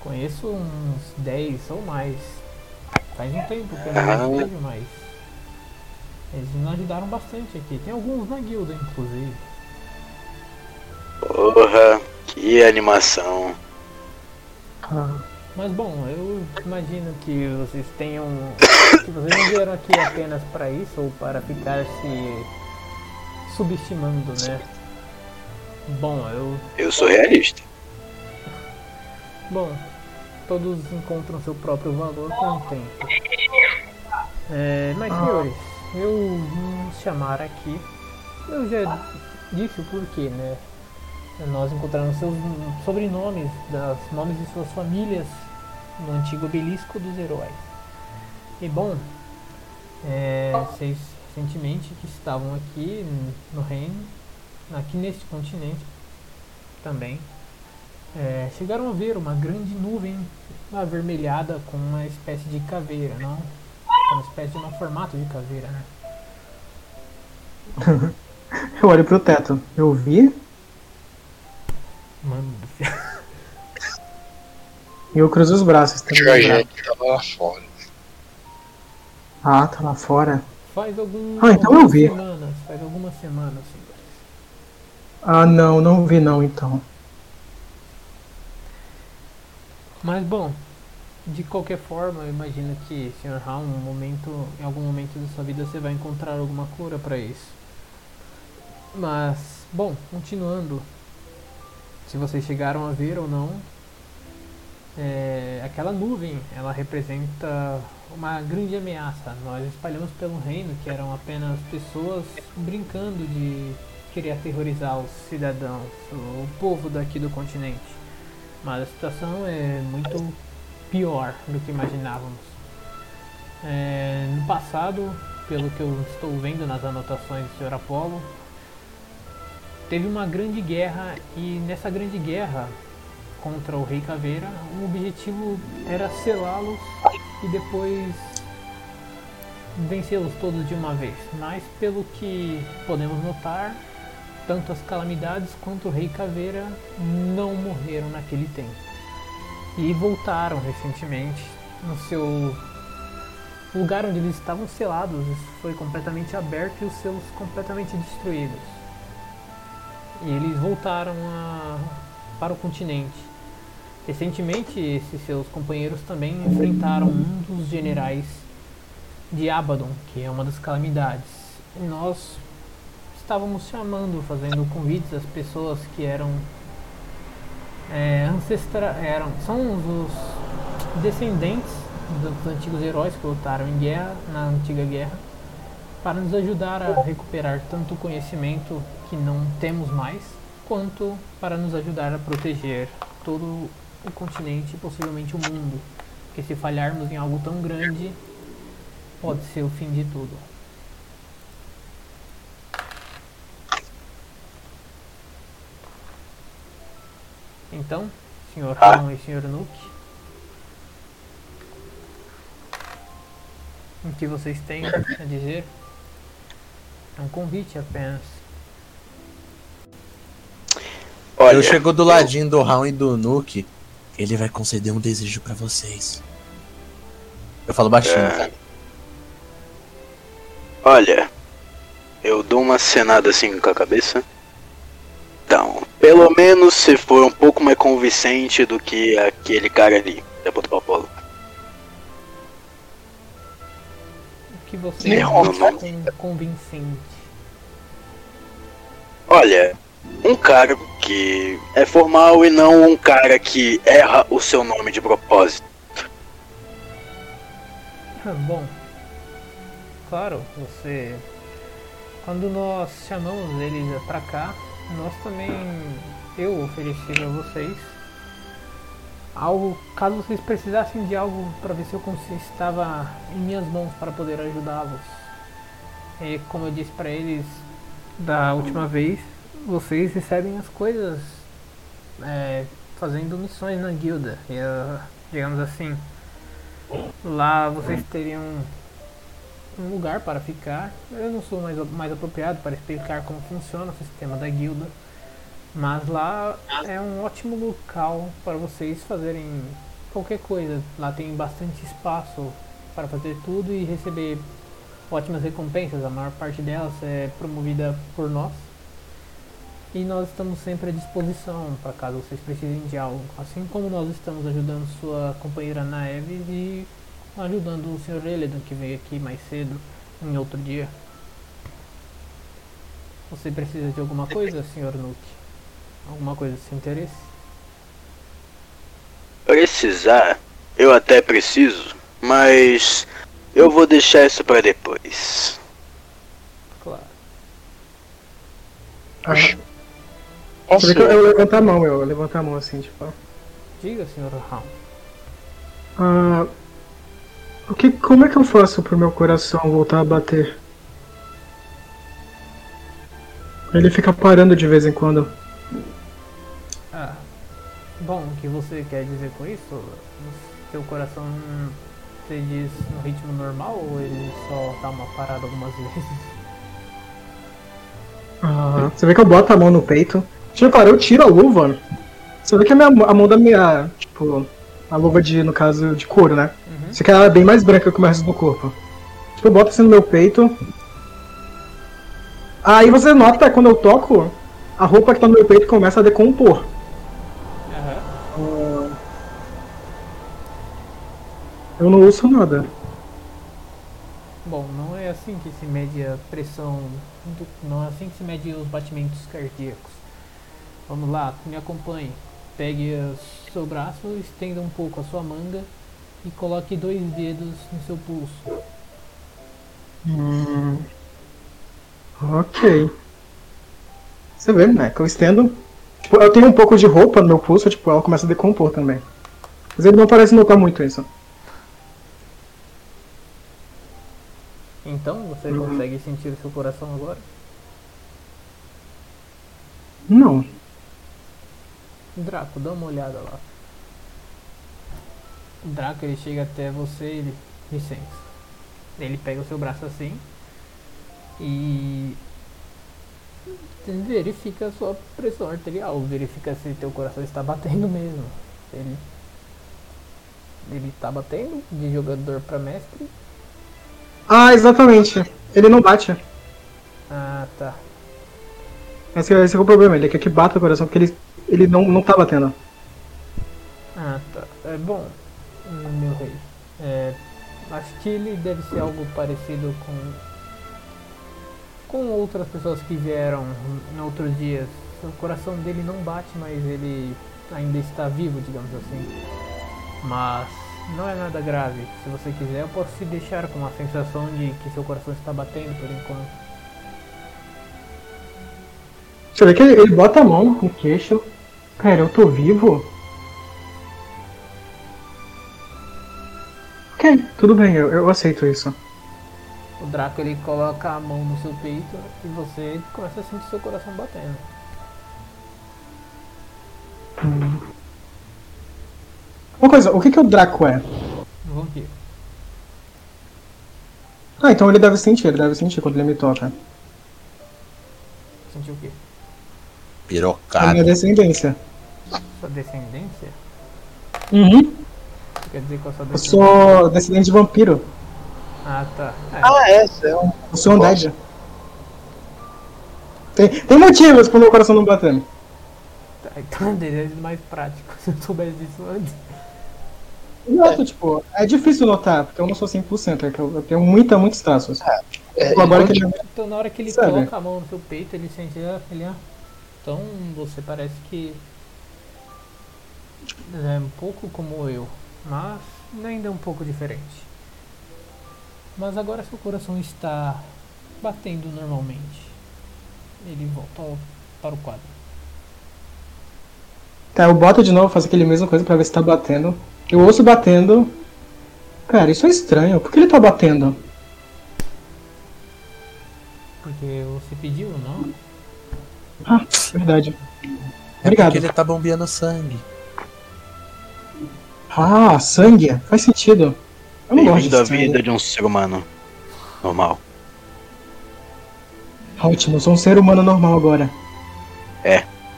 [SPEAKER 2] conheço uns 10 ou mais. Faz um tempo que eu
[SPEAKER 9] Ah.
[SPEAKER 2] não vejo, mas eles nos ajudaram bastante aqui. Tem alguns na guilda, inclusive.
[SPEAKER 9] Porra, que animação.
[SPEAKER 2] Mas bom, eu imagino que vocês tenham. que vocês não vieram aqui apenas para isso ou para ficar se subestimando, né? Bom, eu.
[SPEAKER 9] Eu sou realista.
[SPEAKER 2] Bom, todos encontram seu próprio valor com o tempo. É, mas senhores, eu vim chamar aqui. Eu já disse o porquê, né? Nós encontramos seus sobrenomes, das nomes de suas famílias no antigo obelisco dos heróis. E bom, é, vocês recentemente que estavam aqui no reino, aqui neste continente também, é, chegaram a ver uma grande nuvem avermelhada com uma espécie de caveira, não? Uma espécie de um formato de caveira, né?
[SPEAKER 6] Eu olho pro teto. Eu vi
[SPEAKER 2] Mano do céu.
[SPEAKER 6] e eu cruzo os braços tá também.
[SPEAKER 5] Jorge que tava lá fora.
[SPEAKER 6] Ah, tá lá fora.
[SPEAKER 2] Faz algum,
[SPEAKER 6] Ah, então eu
[SPEAKER 2] algumas
[SPEAKER 6] vi.
[SPEAKER 2] semanas, faz algumas semanas, assim. senhores.
[SPEAKER 6] Ah, não, não vi não então.
[SPEAKER 2] Mas bom, de qualquer forma, eu imagino que, Sr. Raul, um momento, em algum momento da sua vida você vai encontrar alguma cura para isso. Mas, bom, continuando, se vocês chegaram a ver ou não, é, aquela nuvem, ela representa uma grande ameaça. Nós espalhamos pelo reino que eram apenas pessoas brincando de querer aterrorizar os cidadãos, o povo daqui do continente. Mas a situação é muito pior do que imaginávamos. É, no passado, pelo que eu estou vendo nas anotações do Sr. Apolo, teve uma grande guerra e nessa grande guerra contra o Rei Caveira, o objetivo era selá-los e depois vencê-los todos de uma vez. Mas pelo que podemos notar, tanto as calamidades quanto o Rei Caveira não morreram naquele tempo. E voltaram recentemente no seu lugar onde eles estavam selados. Isso foi completamente aberto e os selos completamente destruídos. E eles voltaram a- para o continente. Recentemente, esses seus companheiros também enfrentaram um dos generais de Abaddon, que é uma das calamidades. E nós estávamos chamando, fazendo convites às pessoas que eram é, ancestra eram são os descendentes dos antigos heróis que lutaram em guerra na antiga guerra para nos ajudar a recuperar tanto o conhecimento que não temos mais quanto para nos ajudar a proteger todo o continente e possivelmente o mundo porque se falharmos em algo tão grande Pode ser o fim de tudo. Então, senhor Ron e senhor Nuke. O que vocês têm a dizer? É um convite apenas.
[SPEAKER 9] Olha,
[SPEAKER 1] eu chego do ladinho do Raul e do Nuke. Ele vai conceder um desejo pra vocês. Eu falo baixinho.
[SPEAKER 7] É. Olha, eu dou uma cenada assim com a cabeça. Então, pelo menos se for um pouco mais convincente do que aquele cara ali, da ponta pra Apolo.
[SPEAKER 2] O que vocês
[SPEAKER 5] Senhor
[SPEAKER 2] acham
[SPEAKER 5] Ron.
[SPEAKER 2] com- convincente?
[SPEAKER 7] Olha, um cara que é formal e não um cara que erra o seu nome de propósito.
[SPEAKER 2] Ah, Bom, claro, você. Quando nós chamamos eles pra cá, nós também. Eu ofereci a vocês algo. Caso vocês precisassem de algo pra ver se eu consigo, estava em minhas mãos para poder ajudá-los. E como eu disse pra eles da última vez, vocês recebem as coisas é, fazendo missões na guilda. E, ah, digamos assim, Lá vocês teriam um lugar para ficar. Eu não sou mais, mais apropriado para explicar como funciona o sistema da guilda, mas lá é um ótimo local para vocês fazerem qualquer coisa. Lá tem bastante espaço para fazer tudo e receber ótimas recompensas. A maior parte delas é promovida por nós. E nós estamos sempre à disposição para caso vocês precisem de algo. Assim como nós estamos ajudando sua companheira Naeves e ajudando o Sr. Eledon que veio aqui mais cedo, em outro dia. Você precisa de alguma coisa, Sr. Nuke? Alguma coisa de seu interesse?
[SPEAKER 7] Precisar, eu até preciso, mas eu vou deixar isso pra depois.
[SPEAKER 2] Claro.
[SPEAKER 5] Oxi.
[SPEAKER 6] Você
[SPEAKER 5] Posso?
[SPEAKER 6] vê que eu, eu levanto a mão, eu levanto a mão assim, tipo. ó.
[SPEAKER 2] Diga, Sr. Raul.
[SPEAKER 6] Ah, o que, como é que eu faço pro meu coração voltar a bater? Ele fica parando de vez em quando.
[SPEAKER 2] Ah, bom, o que você quer dizer com isso? O Seu coração você diz no ritmo normal ou ele só dá uma parada algumas vezes?
[SPEAKER 6] Ah, você vê que eu boto a mão no peito. Tipo, cara, eu tiro a luva. Você vê que a, minha, a mão da minha. Tipo, a luva de, no caso, de couro, né?
[SPEAKER 2] Uhum.
[SPEAKER 6] Só que ela é bem mais branca que o resto do corpo. Tipo, eu boto assim no meu peito. Aí você nota quando eu toco, a roupa que tá no meu peito começa a decompor. Eu não ouço nada.
[SPEAKER 2] Bom, não é assim que se mede a pressão, do- não é assim que se mede os batimentos cardíacos. Vamos lá, me acompanhe. Pegue o seu braço, estenda um pouco a sua manga e coloque dois dedos no seu pulso.
[SPEAKER 6] Ok. Você vê, né? Que eu estendo. Tipo, eu tenho um pouco de roupa no meu pulso, tipo, ela começa a decompor também. Mas ele não parece notar muito isso.
[SPEAKER 2] Então, você consegue sentir o seu coração agora?
[SPEAKER 6] Não.
[SPEAKER 2] Draco, dá uma olhada lá. O Draco ele chega até você e ele. Licença. Ele pega o seu braço assim e. verifica a sua pressão arterial, verifica se teu coração está batendo mesmo. Ele. Ele tá batendo de jogador para mestre.
[SPEAKER 6] Ah, exatamente. Ele não bate.
[SPEAKER 2] Ah tá.
[SPEAKER 6] Esse, esse é o problema. Ele quer que bata o coração, porque ele, ele não, não tá batendo.
[SPEAKER 2] Ah, tá. É bom, hum, meu rei. É, acho que ele deve ser algo parecido com com outras pessoas que vieram em outros dias. O coração dele não bate, mas ele ainda está vivo, digamos assim. Mas não é nada grave. Se você quiser, eu posso te deixar com a sensação de que seu coração está batendo por enquanto.
[SPEAKER 6] Você vê que ele, ele bota a mão no queixo. Cara, eu tô vivo? Ok, tudo bem, eu, eu aceito isso.
[SPEAKER 2] O Draco ele coloca a mão no seu peito e você começa a sentir seu coração batendo.
[SPEAKER 6] Uma coisa, o que, que o Draco é?
[SPEAKER 2] Um vampiro.
[SPEAKER 6] Ah, então ele deve sentir, ele deve sentir quando ele me toca.
[SPEAKER 2] Sentiu o quê?
[SPEAKER 6] A É minha
[SPEAKER 1] Pirocada. É
[SPEAKER 6] descendência.
[SPEAKER 2] Sua descendência?
[SPEAKER 6] Uhum.
[SPEAKER 2] Você quer dizer qual é a sua
[SPEAKER 6] Eu
[SPEAKER 2] descendência?
[SPEAKER 6] sou descendente de vampiro.
[SPEAKER 2] Ah, tá. É,
[SPEAKER 5] Ah, é, você é um.
[SPEAKER 6] Eu sou undead. Tem, tem motivos pro meu coração não bater.
[SPEAKER 2] tá. Então, desejos mais práticos. Se eu soubesse disso antes.
[SPEAKER 6] Exato, tipo, é difícil notar, porque eu não sou 100%, é que eu, eu tenho muita, muitos traços.
[SPEAKER 5] É,
[SPEAKER 6] Tipo, agora que
[SPEAKER 5] enquanto-
[SPEAKER 6] ele
[SPEAKER 2] Então, na hora que ele
[SPEAKER 6] Sabe?
[SPEAKER 2] coloca a mão no seu peito, ele sente. ah, Ele, ah, então, você parece que. É um pouco como eu, mas ainda um pouco diferente. Mas agora seu coração está batendo normalmente. Ele volta ao- para o quadro.
[SPEAKER 6] Tá, eu boto de novo, faço aquele mesma coisa pra ver se tá batendo. Eu ouço batendo. Cara, isso é estranho. Por que ele tá batendo?
[SPEAKER 2] Porque você pediu, não?
[SPEAKER 6] Ah, verdade.
[SPEAKER 1] É
[SPEAKER 6] Obrigado.
[SPEAKER 1] porque ele tá bombeando sangue.
[SPEAKER 6] Ah, sangue? Faz sentido. Eu não gosto
[SPEAKER 7] Bem-vindo à
[SPEAKER 6] de sangue.
[SPEAKER 7] vida de um ser humano normal.
[SPEAKER 6] Ótimo, sou um ser humano normal agora.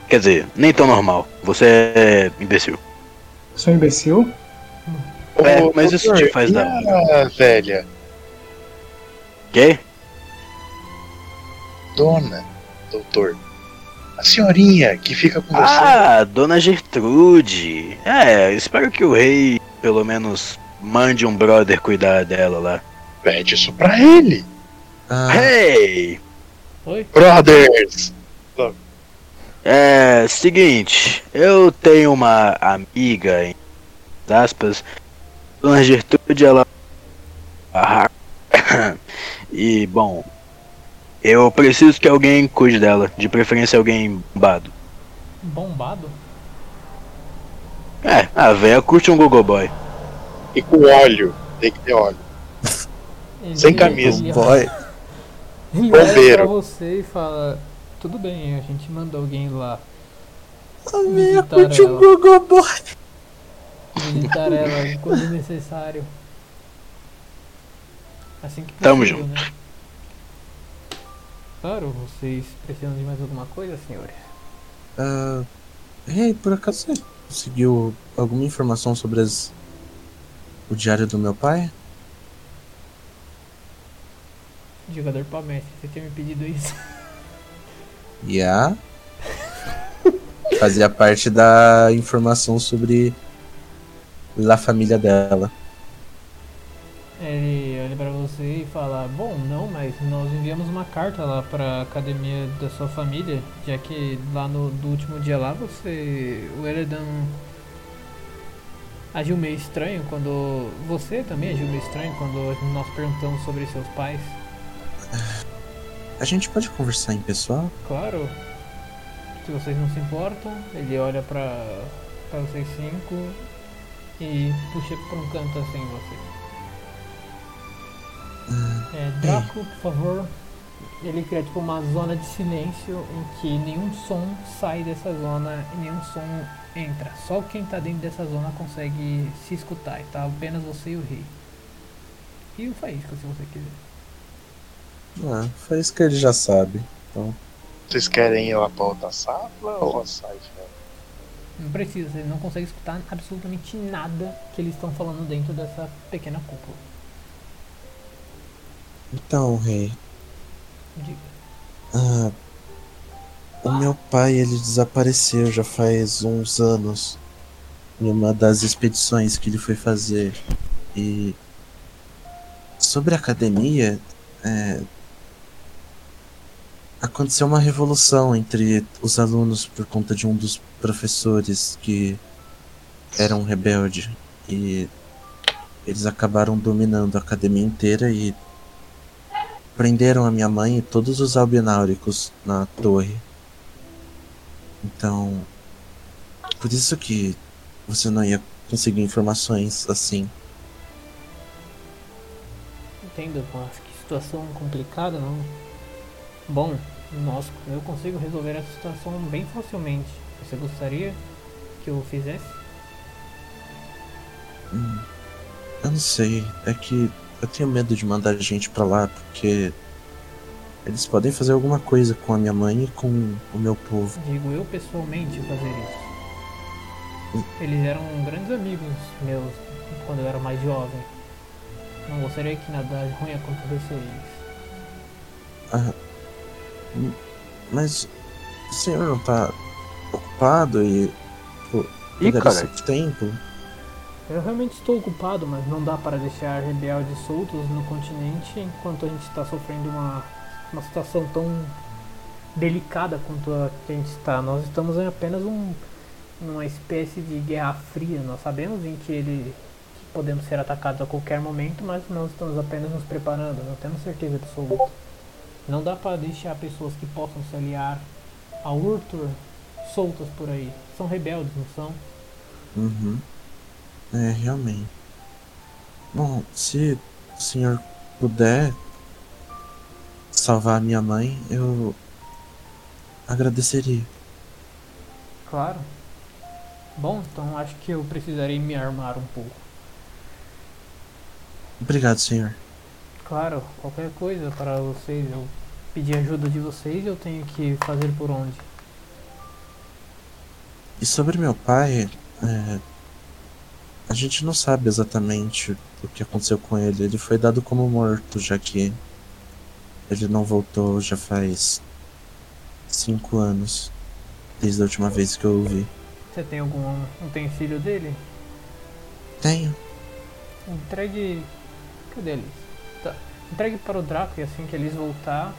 [SPEAKER 7] Quer dizer, nem tão normal. Você é imbecil.
[SPEAKER 6] Sou um imbecil?
[SPEAKER 7] É,
[SPEAKER 5] Ô,
[SPEAKER 7] mas
[SPEAKER 5] ô,
[SPEAKER 7] isso te
[SPEAKER 5] Thor,
[SPEAKER 7] faz
[SPEAKER 5] e
[SPEAKER 7] dar- um
[SPEAKER 5] a velha,
[SPEAKER 7] Quê?
[SPEAKER 5] dona, doutor. A senhorinha que fica com você.
[SPEAKER 7] Ah, Dona Gertrude. É, espero que o rei pelo menos mande um brother cuidar dela lá.
[SPEAKER 5] Pede isso pra ele.
[SPEAKER 1] Ah,
[SPEAKER 7] Hey!
[SPEAKER 2] Oi?
[SPEAKER 5] Brothers!
[SPEAKER 7] É, seguinte, eu tenho uma amiga, em aspas, Dona Gertrude, ela... Ah, E, bom, eu preciso que alguém cuide dela, de preferência alguém bombado.
[SPEAKER 2] Bombado?
[SPEAKER 7] É, a véia curte um gogoboy.
[SPEAKER 5] E com óleo. Tem que ter óleo.
[SPEAKER 2] Ele-
[SPEAKER 5] Sem camisa.
[SPEAKER 2] ele-
[SPEAKER 1] boy.
[SPEAKER 2] Ele olha pra
[SPEAKER 5] Bombeiro.
[SPEAKER 2] você e fala: Tudo bem, a gente manda alguém lá
[SPEAKER 1] A minha
[SPEAKER 2] Vitória,
[SPEAKER 1] curte um
[SPEAKER 2] ela-
[SPEAKER 1] gogoboy.
[SPEAKER 2] visitar ela quando necessário. Assim que
[SPEAKER 7] Tamo
[SPEAKER 2] possível, né? Claro, vocês precisam de mais alguma coisa, senhores?
[SPEAKER 1] Ah, Ei, por acaso você conseguiu alguma informação sobre as... o diário do meu pai?
[SPEAKER 2] Jogador palmestre, você tinha me pedido isso.
[SPEAKER 1] Yeah. Fazia parte da informação sobre a família dela.
[SPEAKER 2] Ele olha pra você e fala: Bom, não, mas nós enviamos uma carta lá pra academia da sua família, já que lá no do último dia lá você. O Eredan agiu meio estranho quando. Você também agiu meio estranho quando nós perguntamos sobre seus pais.
[SPEAKER 1] A gente pode conversar em pessoal?
[SPEAKER 2] Claro, se vocês não se importam, ele olha pra, pra vocês cinco e puxa pra um canto assim vocês. É, Draco, por favor, ele cria tipo uma zona de silêncio em que nenhum som sai dessa zona e nenhum som entra. Só quem tá dentro dessa zona consegue se escutar, e tá? Apenas você e o rei. E o Faísca, se você quiser.
[SPEAKER 1] Ah, foi isso que ele já sabe.
[SPEAKER 5] Vocês querem ir lá pra outra sala ou né? sai fora?
[SPEAKER 2] Não precisa, ele não consegue escutar absolutamente nada que eles estão falando dentro dessa pequena cúpula.
[SPEAKER 1] Então, rei,
[SPEAKER 2] Diga.
[SPEAKER 1] ah, o meu pai ele desapareceu já faz uns anos em uma das expedições que ele foi fazer. E sobre a academia, é, aconteceu uma revolução entre os alunos por conta de um dos professores que era um rebelde e eles acabaram dominando a academia inteira e prenderam a minha mãe e todos os albináuricos na torre. Então, por isso que você não ia conseguir informações assim.
[SPEAKER 2] Entendo, mas que isso situação complicada, não. Bom, nossa, eu consigo resolver essa situação bem facilmente. Você gostaria que eu fizesse?
[SPEAKER 1] Eu não sei, é que eu tenho medo de mandar gente pra lá porque eles podem fazer alguma coisa com a minha mãe e com o meu povo.
[SPEAKER 2] Digo eu pessoalmente fazer isso. Eles eram grandes amigos meus quando eu era mais jovem. Não gostaria que nada ruim acontecesse a eles.
[SPEAKER 1] Mas o senhor não tá ocupado e pô,
[SPEAKER 3] Ih,
[SPEAKER 1] poderá
[SPEAKER 3] cara.
[SPEAKER 1] ser tempo?
[SPEAKER 2] Eu realmente estou ocupado, mas não dá para deixar rebeldes soltos no continente enquanto a gente está sofrendo uma, uma situação tão delicada quanto a que a gente está. Nós estamos em apenas um, uma espécie de guerra fria. Nós sabemos em que ele que podemos ser atacados a qualquer momento, mas nós estamos apenas nos preparando. Não temos certeza absoluta. Não dá para deixar pessoas que possam se aliar a Urtur soltas por aí. São rebeldes, não são?
[SPEAKER 1] Uhum. É, realmente. Bom, se o senhor puder salvar a minha mãe, eu agradeceria.
[SPEAKER 2] Claro. Bom, então acho que eu precisarei me armar um pouco.
[SPEAKER 1] Obrigado, senhor.
[SPEAKER 2] Claro, qualquer coisa para vocês, eu pedi ajuda de vocês, eu tenho que fazer por onde.
[SPEAKER 1] E sobre meu pai, é, a gente não sabe exatamente o que aconteceu com ele. Ele foi dado como morto, já que ele não voltou já faz cinco anos, desde a última vez que eu o vi.
[SPEAKER 2] Você tem algum utensílio dele?
[SPEAKER 1] Tenho.
[SPEAKER 2] Entregue. Cadê eles? Tá. Entregue para o Draco e assim que eles voltar.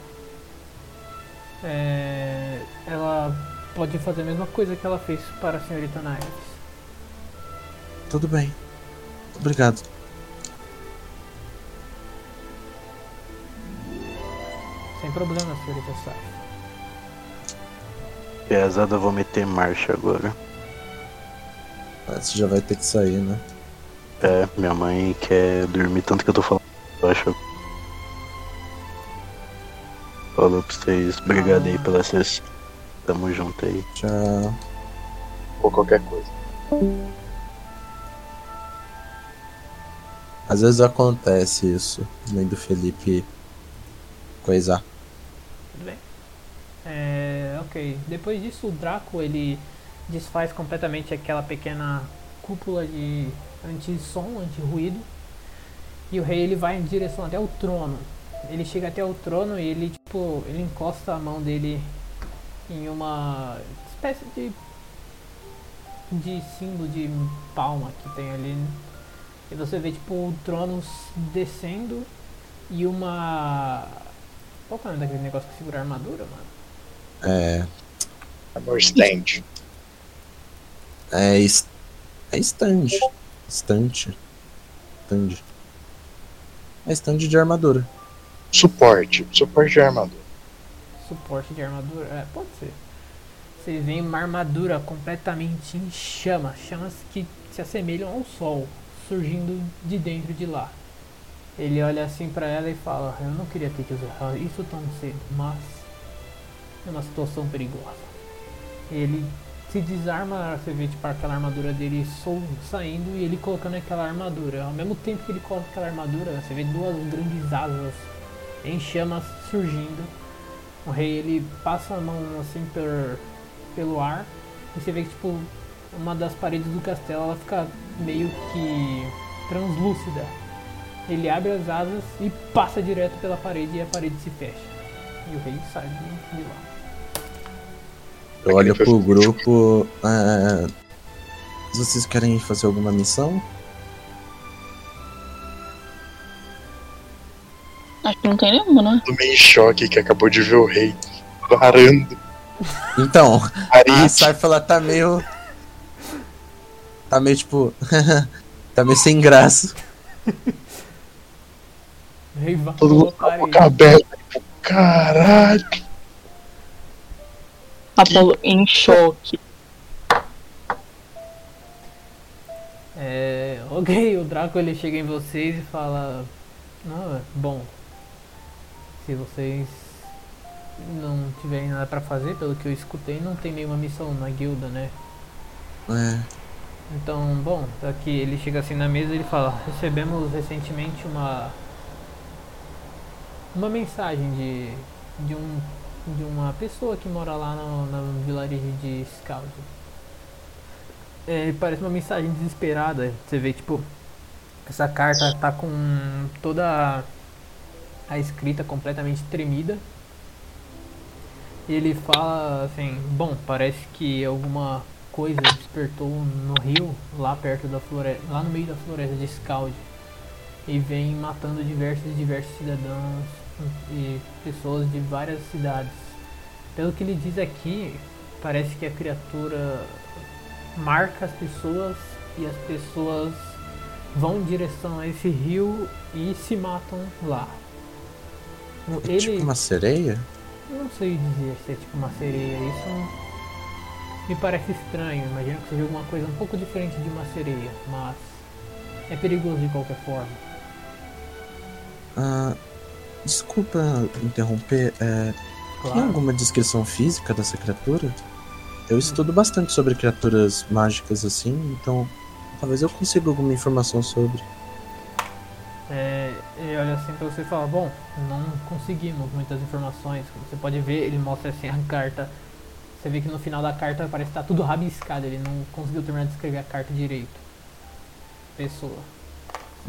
[SPEAKER 2] é, Ela pode fazer a mesma coisa que ela fez para a senhorita Niles.
[SPEAKER 1] Tudo bem. Obrigado.
[SPEAKER 2] Sem problema, senhorita Sai.
[SPEAKER 9] Pesada, vou meter marcha agora.
[SPEAKER 1] Ah, Você já vai ter que sair, né?
[SPEAKER 9] É, minha mãe quer dormir tanto que eu tô falando baixo. Falou pra vocês, obrigado aí pela sessão. Tamo junto aí.
[SPEAKER 1] Tchau.
[SPEAKER 5] ou qualquer coisa.
[SPEAKER 1] Às vezes acontece isso, nem do Felipe coisar.
[SPEAKER 2] Tudo bem. É, ok. Depois disso, o Draco ele desfaz completamente aquela pequena cúpula de anti-som, anti-ruído. E o rei ele vai em direção até o trono. Ele chega até o trono e ele tipo, ele encosta a mão dele em uma espécie de de símbolo de palma que tem ali. né? E você vê tipo o trono s- descendo e uma qual que é o nome daquele negócio que segura a armadura, mano?
[SPEAKER 1] É.
[SPEAKER 5] Amor stand.
[SPEAKER 1] É. es- É estante. Estante. Estande. É estande de armadura.
[SPEAKER 5] Suporte. Suporte de armadura.
[SPEAKER 2] Suporte de armadura? É, pode ser. Vocês veem uma armadura completamente em chamas, chamas que se assemelham ao sol, surgindo de dentro de lá. Ele olha assim pra ela e fala: Eu não queria ter que usar isso tão cedo, mas é uma situação perigosa. Ele se desarma, você vê tipo aquela armadura dele sol saindo e ele colocando aquela armadura. Ao mesmo tempo que ele coloca aquela armadura, você vê duas grandes asas em chamas surgindo. O rei ele passa a mão assim per- pelo ar e você vê que tipo uma das paredes do castelo ela fica meio que translúcida. Ele abre as asas e passa direto pela parede e a parede se fecha. E o rei sai de de lá.
[SPEAKER 1] Eu olho pro grupo. ah, vocês querem fazer alguma missão?
[SPEAKER 4] Acho que não tem nenhuma, né?
[SPEAKER 5] Tô meio em choque que acabou de ver o rei varando
[SPEAKER 1] Então,
[SPEAKER 5] a
[SPEAKER 1] a
[SPEAKER 5] parede.
[SPEAKER 1] Sarfa ela tá meio. Tá meio tipo. tá meio sem graça.
[SPEAKER 2] O rei vai
[SPEAKER 5] todo
[SPEAKER 2] pela
[SPEAKER 5] mundo tá com
[SPEAKER 2] parede.
[SPEAKER 5] a boca aberta. Tipo, caralho.
[SPEAKER 4] Apolo em choque.
[SPEAKER 2] É, ok, o Draco ele chega em vocês e fala: Não, é bom, se vocês não tiverem nada pra fazer, pelo que eu escutei, não tem nenhuma missão na guilda, né?
[SPEAKER 1] É.
[SPEAKER 2] Então, bom, aqui ele chega assim na mesa e ele fala: "Recebemos recentemente uma uma mensagem de de um de uma pessoa que mora lá no, no vilarejo de Scald. É, parece uma mensagem desesperada. Você vê, tipo, essa carta tá com toda a escrita completamente tremida. E ele fala assim: Bom, parece que alguma coisa despertou no rio, lá perto da floresta, lá no meio da floresta de Scald. E vem matando diversos e diversos cidadãos e pessoas de várias cidades. Pelo que ele diz aqui, parece que a criatura marca as pessoas e as pessoas vão em direção a esse rio e se matam lá.
[SPEAKER 1] É tipo uma sereia?
[SPEAKER 2] Eu não sei dizer se é tipo uma sereia, isso me parece estranho. Imagino que seja alguma coisa um pouco diferente de uma sereia, mas é perigoso de qualquer forma.
[SPEAKER 1] Ah, desculpa interromper. é, Tem
[SPEAKER 2] Claro,
[SPEAKER 1] alguma descrição física dessa criatura? Eu estudo bastante sobre criaturas mágicas assim, então talvez eu consiga alguma informação sobre.
[SPEAKER 2] é, ele olha assim pra você e fala: Bom, não conseguimos muitas informações. Como você pode ver, ele mostra assim a carta. Você vê que no final da carta parece que tá tudo rabiscado. Ele não conseguiu terminar de escrever a carta direito. Pessoa.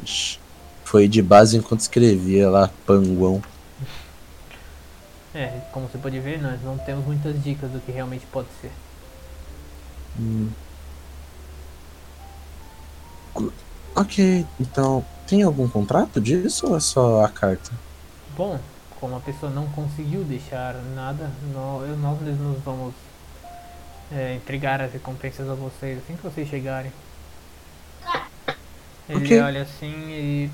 [SPEAKER 1] Ixi, Foi de base enquanto escrevia lá, panguão.
[SPEAKER 2] É, como você pode ver, nós não temos muitas dicas do que realmente pode ser.
[SPEAKER 1] Hum. Ok, então tem algum contrato disso ou é só a carta?
[SPEAKER 2] Bom, como a pessoa não conseguiu deixar nada, nó- eu- nós mesmos vamos é, entregar as recompensas a vocês assim que vocês chegarem. Ele
[SPEAKER 1] Ok.
[SPEAKER 2] olha assim e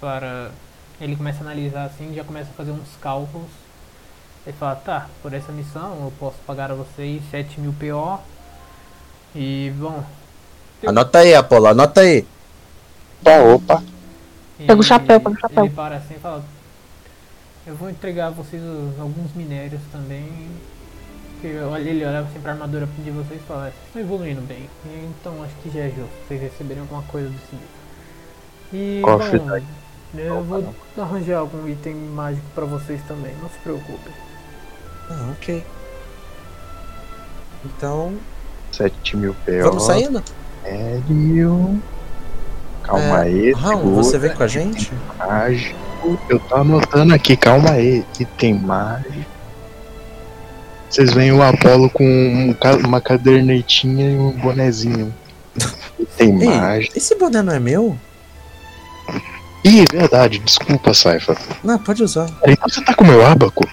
[SPEAKER 2] para. Ele começa a analisar assim, já começa a fazer uns cálculos. Ele fala, tá, por essa missão eu posso pagar a vocês 7 mil PO. E bom.
[SPEAKER 1] Anota aí, Apolo, anota aí.
[SPEAKER 3] Opa, opa.
[SPEAKER 4] Pega o chapéu,
[SPEAKER 2] ele-
[SPEAKER 4] pega o chapéu.
[SPEAKER 2] Ele para assim e fala: Eu vou entregar a vocês os- alguns minérios também. Que olha, ele olha assim pra armadura de vocês e fala: "É, Vocês estão evoluindo bem. Então acho que já é justo. Vocês receberem alguma coisa desse livro. E
[SPEAKER 3] Qual a
[SPEAKER 2] bom,
[SPEAKER 3] cidade?
[SPEAKER 2] eu vou arranjar algum item mágico pra vocês também. Não se preocupem.
[SPEAKER 1] Ah, ok. Então,
[SPEAKER 3] 7 mil PO.
[SPEAKER 1] vamos saindo?
[SPEAKER 3] Sério? Calma
[SPEAKER 1] É,
[SPEAKER 3] aí,
[SPEAKER 1] Raul,
[SPEAKER 3] segura.
[SPEAKER 1] você vem com a gente?
[SPEAKER 3] mágico. Eu tô anotando aqui, calma aí. Item mágico. Vocês veem o Apolo com um ca- uma cadernetinha e um bonezinho. Item
[SPEAKER 1] Ei,
[SPEAKER 3] mágico.
[SPEAKER 1] esse boné não é meu?
[SPEAKER 3] Ih, verdade, desculpa, Saifa.
[SPEAKER 1] Não, pode usar.
[SPEAKER 3] Então você tá com o meu abaco?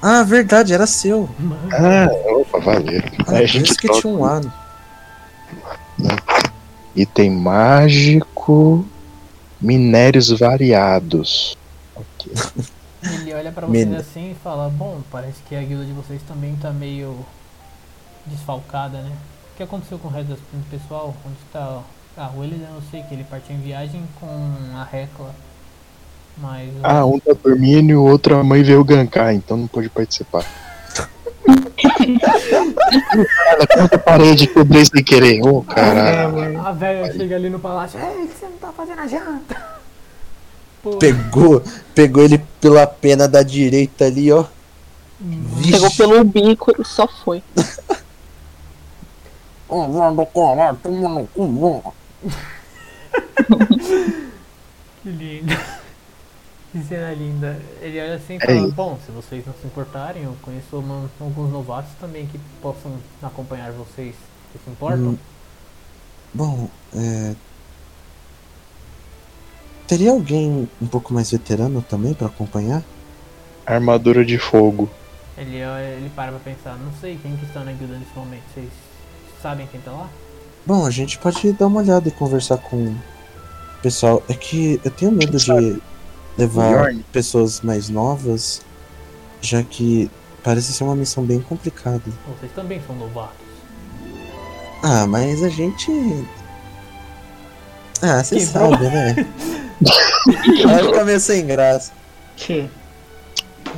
[SPEAKER 1] Ah, verdade, era seu.
[SPEAKER 3] Ah, opa, valeu.
[SPEAKER 1] Ah,
[SPEAKER 3] a
[SPEAKER 1] por
[SPEAKER 3] gente
[SPEAKER 1] isso que
[SPEAKER 3] troca.
[SPEAKER 1] tinha um ano.
[SPEAKER 3] Item mágico. Minérios variados. Ok.
[SPEAKER 2] Ele olha pra vocês
[SPEAKER 1] Menino.
[SPEAKER 2] assim e fala: Bom, parece que a guilda de vocês também tá meio desfalcada, né? O que aconteceu com o resto das- do pessoal? Onde tá a Willis? Eu não sei que ele partiu em viagem com a Recla. Mas o-
[SPEAKER 3] Ah, um tá dormindo e o outro a mãe veio
[SPEAKER 5] Ah,
[SPEAKER 3] gankar, então não pôde participar. Cara, quanta parede que eu dei sem querer. Ô,
[SPEAKER 5] Ah.
[SPEAKER 6] É,
[SPEAKER 3] caralho.
[SPEAKER 6] mano.
[SPEAKER 2] a velha chega ali no palácio: Ei, o que você não tá fazendo a janta? Pô,
[SPEAKER 1] Pegou, pegou ele pela pena da direita ali, ó. Vixe.
[SPEAKER 4] Pegou pelo bico e só foi.
[SPEAKER 2] que lindo. Que cena linda. Ele olha assim e
[SPEAKER 3] É
[SPEAKER 2] fala:
[SPEAKER 3] isso.
[SPEAKER 2] Bom, se vocês não se importarem, eu conheço uma- alguns novatos também que possam acompanhar vocês. Vocês se importam?
[SPEAKER 1] Hum. Bom, é... Teria alguém um pouco mais veterano também pra acompanhar?
[SPEAKER 3] Armadura de fogo.
[SPEAKER 2] Ele, ele para pra pensar, não sei quem que está na guilda nesse momento, vocês sabem quem tá lá?
[SPEAKER 1] Bom, a gente pode dar uma olhada e conversar com o pessoal. É que eu tenho medo de levar
[SPEAKER 3] Bjorn.
[SPEAKER 1] pessoas mais novas, já que parece ser uma missão bem complicada.
[SPEAKER 2] Vocês também são novatos.
[SPEAKER 1] Ah, mas a gente. Ah, você
[SPEAKER 2] Quebrou.
[SPEAKER 1] sabe, né? Aí fica meio tá sem graça.
[SPEAKER 6] Que?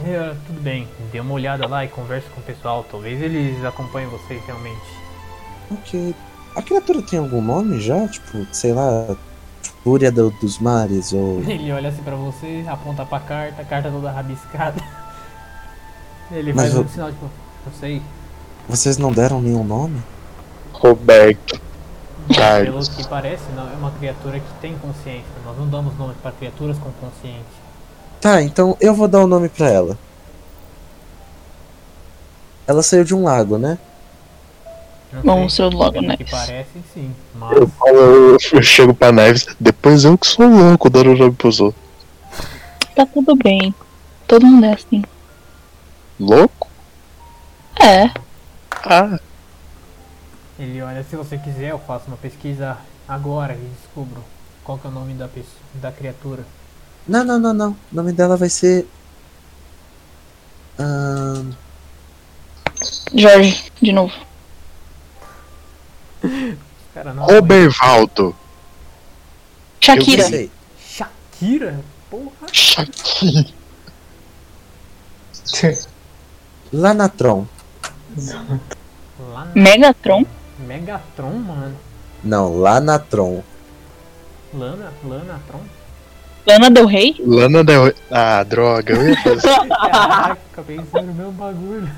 [SPEAKER 2] É, tudo bem, dê uma olhada lá e converse com o pessoal. Talvez eles acompanhem vocês realmente.
[SPEAKER 1] Ok. A criatura tem algum nome já? Tipo, sei lá, Fúria do- dos Mares ou.
[SPEAKER 2] Ele olha assim pra você, aponta pra carta, a carta toda rabiscada. Ele
[SPEAKER 1] Mas
[SPEAKER 2] faz
[SPEAKER 1] eu-
[SPEAKER 2] um sinal tipo, não sei.
[SPEAKER 1] Vocês não deram nenhum nome?
[SPEAKER 5] Roberto.
[SPEAKER 2] Pelo
[SPEAKER 5] Carlos.
[SPEAKER 2] que parece, não é uma criatura que tem consciência. Nós não damos nome pra criaturas com consciência.
[SPEAKER 1] Tá, então eu vou dar o nome pra ela. Ela saiu de um lago, né?
[SPEAKER 2] Não
[SPEAKER 4] Vamos
[SPEAKER 2] sei.
[SPEAKER 4] ser logo,
[SPEAKER 2] Pelo
[SPEAKER 4] né?
[SPEAKER 2] que parecem, sim. Mas
[SPEAKER 5] Eu, falo, eu, eu chego pra Neves. Depois eu que sou louco, dando o nome pros outros.
[SPEAKER 4] Tá tudo bem. Todo mundo é assim.
[SPEAKER 5] Louco?
[SPEAKER 4] É.
[SPEAKER 5] Ah,
[SPEAKER 2] ele olha, se você quiser, eu faço uma pesquisa agora e descubro qual que é o nome da, pessoa, da criatura.
[SPEAKER 1] Não, não, não, não. O nome dela vai ser. Ahn,
[SPEAKER 4] Jorge, de novo.
[SPEAKER 2] Cara, não.
[SPEAKER 5] Robervaldo.
[SPEAKER 1] eu
[SPEAKER 4] Shakira.
[SPEAKER 1] pensei.
[SPEAKER 2] Shakira? Porra!
[SPEAKER 5] Shakira.
[SPEAKER 1] Lanatron.
[SPEAKER 2] Lá na
[SPEAKER 4] Megatron.
[SPEAKER 2] Megatron, mano.
[SPEAKER 1] Não, Lanatron.
[SPEAKER 2] Lana, Lanatron.
[SPEAKER 4] Lana Del Rey.
[SPEAKER 5] Lana Del Ah, droga, eu ia fazer.
[SPEAKER 2] Caraca, pensei no mesmo bagulho.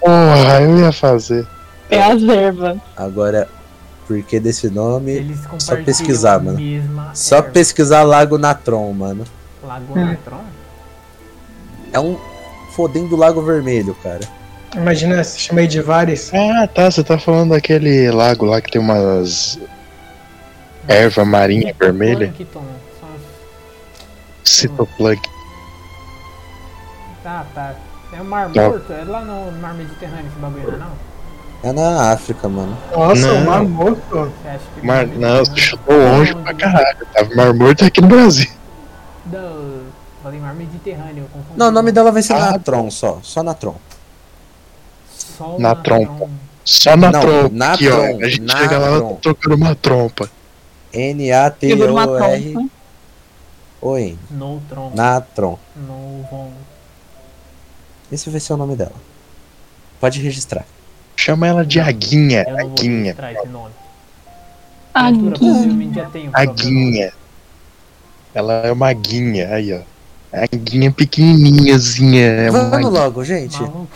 [SPEAKER 5] Porra, eu ia fazer.
[SPEAKER 4] É as verbas.
[SPEAKER 1] Agora, por que desse nome?
[SPEAKER 2] Eles compartilham
[SPEAKER 1] Só pesquisar, mano.
[SPEAKER 2] a mesma
[SPEAKER 1] Só
[SPEAKER 2] erva.
[SPEAKER 1] pesquisar Lago Natron, mano.
[SPEAKER 2] Lagoa Natron?
[SPEAKER 1] É um fodendo Lago Vermelho, cara.
[SPEAKER 6] Imagina se chamei de É, vários.
[SPEAKER 5] Ah, tá. Você tá falando daquele lago lá que tem umas. Erva marinha vermelha?
[SPEAKER 2] Plankton, são os- Hum.
[SPEAKER 5] Citoplug.
[SPEAKER 2] Tá, tá. É o Mar
[SPEAKER 5] Tá.
[SPEAKER 2] Morto? É lá no Mar Mediterrâneo esse bagulho, não?
[SPEAKER 1] É
[SPEAKER 2] é não?
[SPEAKER 1] na África, mano.
[SPEAKER 6] Nossa, um
[SPEAKER 5] Não.
[SPEAKER 6] o Mar Morto.
[SPEAKER 2] Você acha que. é
[SPEAKER 5] Mar... Não, você chutou
[SPEAKER 2] Não,
[SPEAKER 5] longe pra caralho. Tava Mar Morto é aqui no Brasil.
[SPEAKER 2] Não, falei Mar Mediterrâneo, eu confundi.
[SPEAKER 1] Não, o nome dela vai ser
[SPEAKER 5] Ah.
[SPEAKER 1] Natron só. Só Natron.
[SPEAKER 2] Sol
[SPEAKER 5] Na
[SPEAKER 2] Natron.
[SPEAKER 5] trompa. Só na
[SPEAKER 1] Não,
[SPEAKER 5] trompa.
[SPEAKER 1] na
[SPEAKER 5] aqui, ó.
[SPEAKER 1] trompa,
[SPEAKER 5] A gente
[SPEAKER 1] na
[SPEAKER 5] chega lá ela tá
[SPEAKER 1] trompa.
[SPEAKER 5] tocando uma trompa.
[SPEAKER 4] Segura uma
[SPEAKER 1] N-A-T-O-R.
[SPEAKER 4] trompa.
[SPEAKER 1] Oi,
[SPEAKER 2] No Tron.
[SPEAKER 1] Natron.
[SPEAKER 2] No Von.
[SPEAKER 1] Esse vai ser o nome dela. Pode registrar.
[SPEAKER 5] Chama ela de Aguinha.
[SPEAKER 2] Eu não vou
[SPEAKER 5] Aguinha.
[SPEAKER 2] registrar esse nome. Criatura
[SPEAKER 4] Aguinha.
[SPEAKER 2] possivelmente já tem o próprio nome.
[SPEAKER 5] Aguinha. Ela é uma aguinha. Aí, ó. É Aguinha pequenininhazinha. É uma
[SPEAKER 1] Vamos
[SPEAKER 5] aguinha.
[SPEAKER 1] logo, gente.
[SPEAKER 2] Maluco.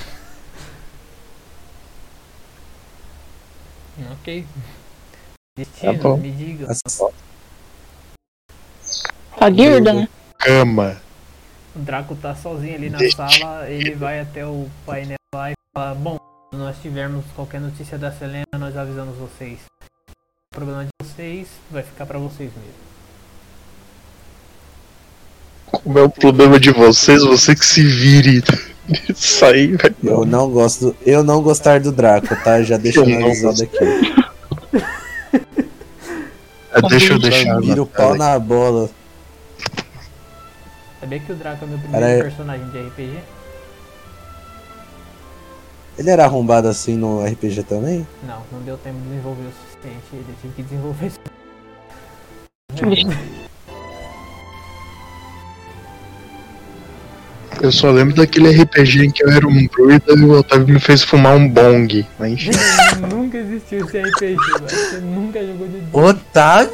[SPEAKER 2] ok. Destino,
[SPEAKER 5] Tá bom.
[SPEAKER 2] me diga.
[SPEAKER 1] As-
[SPEAKER 4] A Guirda, né?
[SPEAKER 5] Cama.
[SPEAKER 2] O Draco tá sozinho ali na
[SPEAKER 5] Destino.
[SPEAKER 2] sala, ele vai até o painel lá e fala, bom, se nós tivermos qualquer notícia da Selena, nós avisamos vocês. O problema de vocês vai ficar pra vocês mesmos.
[SPEAKER 5] Como é o problema de vocês? Você que se vire. Isso aí, velho.
[SPEAKER 1] Eu não gosto. Eu não gostar do Draco, tá? Já
[SPEAKER 5] Eu
[SPEAKER 1] deixando
[SPEAKER 5] não
[SPEAKER 1] avisado aqui.
[SPEAKER 5] Ah, Deixa eu deixar.
[SPEAKER 1] Vira o pau na bola.
[SPEAKER 2] Sabia que o Draco é meu primeiro
[SPEAKER 1] Cara, é-
[SPEAKER 2] personagem de RPG?
[SPEAKER 1] Ele era arrombado assim no RPG também?
[SPEAKER 2] Não, não deu tempo de desenvolver o suficiente, ele tive que desenvolver isso.
[SPEAKER 5] Eu só lembro daquele RPG em que eu era um druida e o Otávio me fez fumar um bong. Mas enfim.
[SPEAKER 2] nunca existiu esse RPG, velho. Você nunca jogou de...
[SPEAKER 1] Otávio?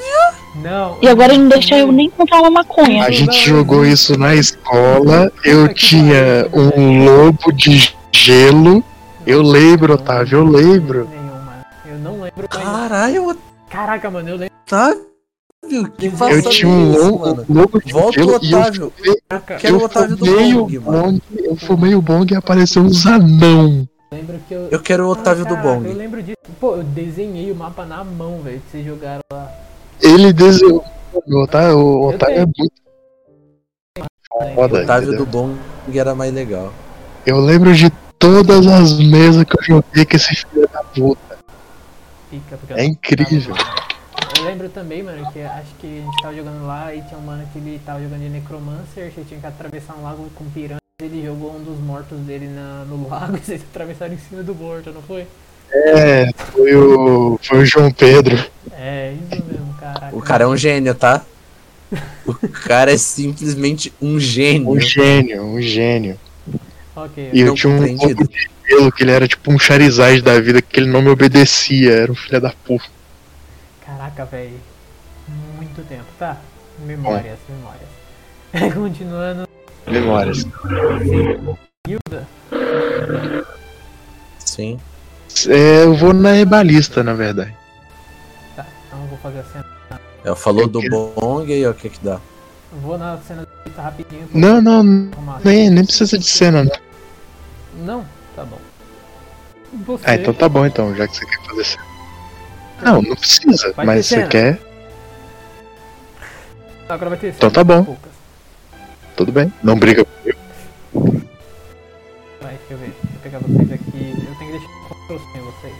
[SPEAKER 2] Não.
[SPEAKER 4] E agora não deixa eu nem comprar uma maconha.
[SPEAKER 5] A gente
[SPEAKER 2] não,
[SPEAKER 5] jogou
[SPEAKER 2] não.
[SPEAKER 5] isso na escola. Eu
[SPEAKER 2] que
[SPEAKER 5] tinha
[SPEAKER 2] pariu.
[SPEAKER 5] um lobo de gelo. Eu lembro, Otávio, eu lembro.
[SPEAKER 2] Nenhuma. Eu não lembro mais.
[SPEAKER 1] Caralho,
[SPEAKER 2] Caraca, mano, eu lembro.
[SPEAKER 1] Otávio! Que
[SPEAKER 2] Nossa,
[SPEAKER 5] Eu
[SPEAKER 1] passado
[SPEAKER 5] tinha um
[SPEAKER 1] isso,
[SPEAKER 5] lobo,
[SPEAKER 1] mano.
[SPEAKER 5] um lobo de
[SPEAKER 1] Volta o
[SPEAKER 5] gelo e eu
[SPEAKER 1] Otávio.
[SPEAKER 2] Caraca,
[SPEAKER 1] Quero
[SPEAKER 5] eu
[SPEAKER 1] o Otávio do
[SPEAKER 5] fumei
[SPEAKER 1] Bong,
[SPEAKER 5] o
[SPEAKER 1] mano.
[SPEAKER 5] bong, eu fumei o bong e apareceu uns anão.
[SPEAKER 2] eu lembro que eu.
[SPEAKER 1] Eu quero o Otávio
[SPEAKER 2] Ah,
[SPEAKER 1] do
[SPEAKER 2] caraca, Eu
[SPEAKER 5] Tá,
[SPEAKER 1] Bong.
[SPEAKER 2] lembro disso. Pô, eu desenhei o mapa na mão, velho, que vocês jogaram lá.
[SPEAKER 5] Ele desenhou. O Otávio, o
[SPEAKER 2] Eu
[SPEAKER 5] Otávio é
[SPEAKER 2] tenho.
[SPEAKER 5] muito
[SPEAKER 2] né?
[SPEAKER 5] foda.
[SPEAKER 1] Otávio do
[SPEAKER 5] entendeu?
[SPEAKER 1] Bong era mais legal.
[SPEAKER 5] Eu lembro de todas as mesas que eu joguei com esse filho da puta.
[SPEAKER 2] Fica, porque eu
[SPEAKER 5] É
[SPEAKER 2] não
[SPEAKER 5] incrível.
[SPEAKER 2] tava lá. Eu lembro também, mano, que acho que a gente tava jogando lá e tinha um mano que ele tava jogando de Necromancer, você tinha que atravessar um lago com piranhas, ele jogou um dos mortos dele na, no lago e vocês atravessaram em cima do morto, não foi?
[SPEAKER 5] É, foi o, foi o João Pedro.
[SPEAKER 2] É, isso mesmo, caraca.
[SPEAKER 1] um O cara é um gênio, tá? O cara é simplesmente um gênio.
[SPEAKER 5] Um gênio, um gênio.
[SPEAKER 2] Ok.
[SPEAKER 5] E eu
[SPEAKER 1] Não
[SPEAKER 5] tinha um
[SPEAKER 1] compreendido.
[SPEAKER 5] pouco de gelo que ele era tipo um Charizard da vida, que ele não me obedecia, era um filho da puta.
[SPEAKER 2] Caraca, velho. Muito tempo, tá? Memórias,
[SPEAKER 5] É.
[SPEAKER 2] memórias. Continuando.
[SPEAKER 5] Memórias.
[SPEAKER 2] Hilda,
[SPEAKER 1] Sim.
[SPEAKER 5] É, eu vou na rebalista, na verdade.
[SPEAKER 2] tá, então eu vou fazer a cena.
[SPEAKER 1] Ela falou do Bong e aí, ó, o que que dá?
[SPEAKER 2] Vou na cena da Rita rapidinho. pra
[SPEAKER 5] Não, não,
[SPEAKER 2] arrumar.
[SPEAKER 5] nem, nem precisa de cena, né?
[SPEAKER 2] Não? Tá bom. Você,
[SPEAKER 5] Ah, então tá bom então, já que você quer fazer cena. Não, não precisa,
[SPEAKER 2] Vai
[SPEAKER 5] mas
[SPEAKER 2] ter
[SPEAKER 5] você
[SPEAKER 2] cena.
[SPEAKER 5] quer,
[SPEAKER 2] agora vai ter
[SPEAKER 5] Então tá bom.
[SPEAKER 2] Poucas.
[SPEAKER 5] tudo bem. Não briga
[SPEAKER 2] Vai, deixa eu ver. Deixa eu pegar vocês aqui. Eu tenho que deixar um control sem vocês.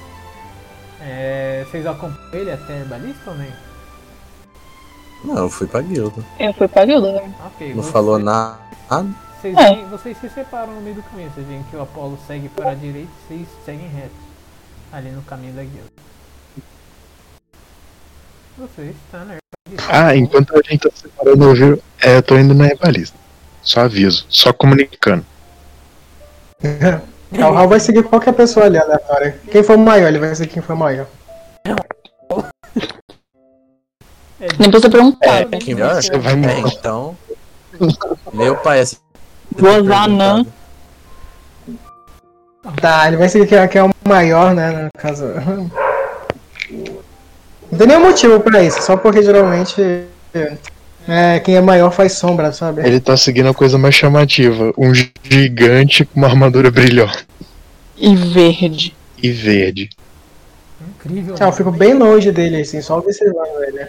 [SPEAKER 2] É, vocês acompanham ele até herbalista ou nem?
[SPEAKER 1] Não, eu fui pra guilda.
[SPEAKER 4] Eu fui pra guilda, né?
[SPEAKER 2] Ok.
[SPEAKER 1] Não
[SPEAKER 2] você-
[SPEAKER 1] falou nada.
[SPEAKER 2] Vocês,
[SPEAKER 4] É.
[SPEAKER 2] veem- vocês se separam no meio do caminho. Vocês veem que o Apolo segue para a direita e vocês seguem reto. Ali no caminho da guilda. Você está na herbalista.
[SPEAKER 5] Ah, enquanto a gente tá separando, eu, vi, é, eu tô indo na rebalista. Só aviso, só comunicando.
[SPEAKER 6] É, o Raul vai seguir qualquer pessoa ali aleatória. Quem for maior, ele vai seguir quem for maior.
[SPEAKER 2] É,
[SPEAKER 4] Nem precisa
[SPEAKER 5] então,
[SPEAKER 4] perguntar. né?
[SPEAKER 1] É, quem vai?
[SPEAKER 5] Você vai
[SPEAKER 1] É,
[SPEAKER 5] morrer.
[SPEAKER 1] então. Meu pai, assim.
[SPEAKER 4] Gozanã.
[SPEAKER 6] Tá, ele vai seguir quem é- quem é o maior, né? No caso. Não tem nenhum motivo pra isso, só porque geralmente. É, quem é maior faz sombra, sabe?
[SPEAKER 5] Ele tá seguindo a coisa mais chamativa: um gigante com uma armadura brilhosa
[SPEAKER 4] E verde.
[SPEAKER 5] e verde.
[SPEAKER 2] incrível.
[SPEAKER 6] Ah, eu
[SPEAKER 2] né?
[SPEAKER 6] fico bem longe dele, assim, só observando ele.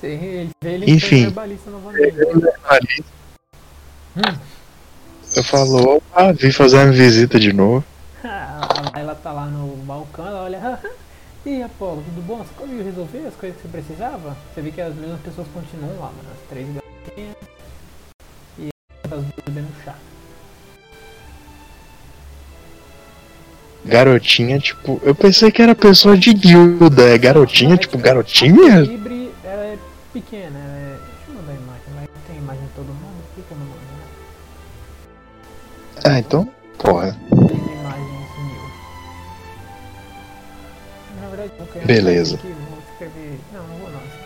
[SPEAKER 2] Você- é, Ele vê ele
[SPEAKER 5] Enfim.
[SPEAKER 2] entrando na herbalista novamente.
[SPEAKER 5] Eu falo, opa, vim fazer uma visita de novo.
[SPEAKER 2] Ah, Ela tá lá no balcão, ela olha. "Ah, E Apolo, tudo bom? Você conseguiu resolver as coisas que você precisava? Você vê que as mesmas pessoas continuam lá, mano. As três gatinhas. E as duas bebendo chá.
[SPEAKER 5] Garotinha, tipo, eu pensei que era pessoa de guilda. É garotinha, tipo,
[SPEAKER 2] A
[SPEAKER 5] garotinha?
[SPEAKER 2] Libre, ela é pequena. Ela é... Deixa eu mandar a imagem. Mas não tem imagem de todo mundo? Por que que eu não mando? né?
[SPEAKER 5] Ah, então, porra.
[SPEAKER 2] Tem imagem sumiu. Na verdade, eu quero.
[SPEAKER 5] Beleza.
[SPEAKER 2] Aqui, vou escrever. Não, não vou não, esquece.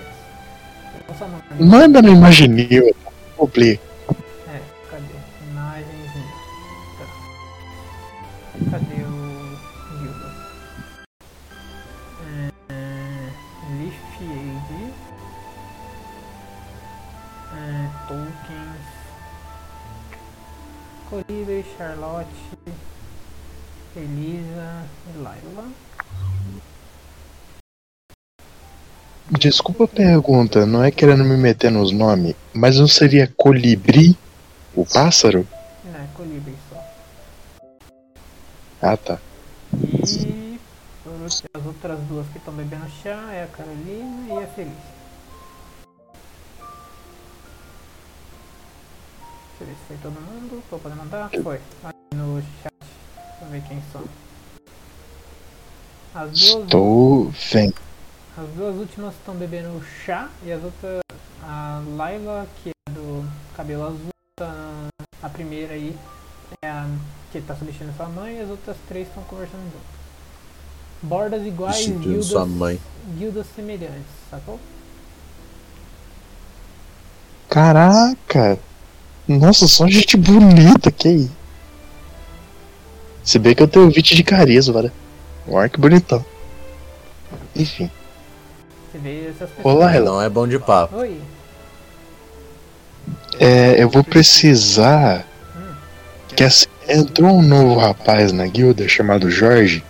[SPEAKER 2] Eu vou só mandar.
[SPEAKER 5] Manda no Imaginil, publica.
[SPEAKER 2] É, cadê? Imagens Tá. Cadê o Guilda? É, Leaf Aid. É, tokens. Colíder, Charlotte, Elisa e Laila.
[SPEAKER 5] Desculpa a pergunta, não é querendo me meter nos nomes, mas não seria colibri o pássaro?
[SPEAKER 2] Não, é Colíder só.
[SPEAKER 5] Ah tá.
[SPEAKER 2] E por último, as outras duas que estão bebendo chá é a Carolina e a Feliz. Deixa eu ver se foi todo mundo. Tô podendo mandar? Foi. Aí no chat. Deixa eu ver quem são. As duas,
[SPEAKER 5] Estou vendo.
[SPEAKER 2] as duas últimas estão bebendo chá e as outras. A Laila, que é do cabelo azul, tá- a primeira aí é a que tá substituindo sua mãe e as outras três estão conversando juntas. Bordas iguais,
[SPEAKER 1] Substituindo sua
[SPEAKER 2] guildas-
[SPEAKER 1] mãe.
[SPEAKER 2] guildas semelhantes, sacou?
[SPEAKER 5] Caraca! Nossa, só gente bonita, que aí. Se bem que eu tenho 20 de carisma, né? Um arco bonitão. Enfim.
[SPEAKER 2] Você vê essas pessoas.
[SPEAKER 5] Olá, Hello.
[SPEAKER 1] Não é bom de papo.
[SPEAKER 2] Oi.
[SPEAKER 5] É, eu vou precisar. Que assim, entrou um novo rapaz na guilda chamado Jorge.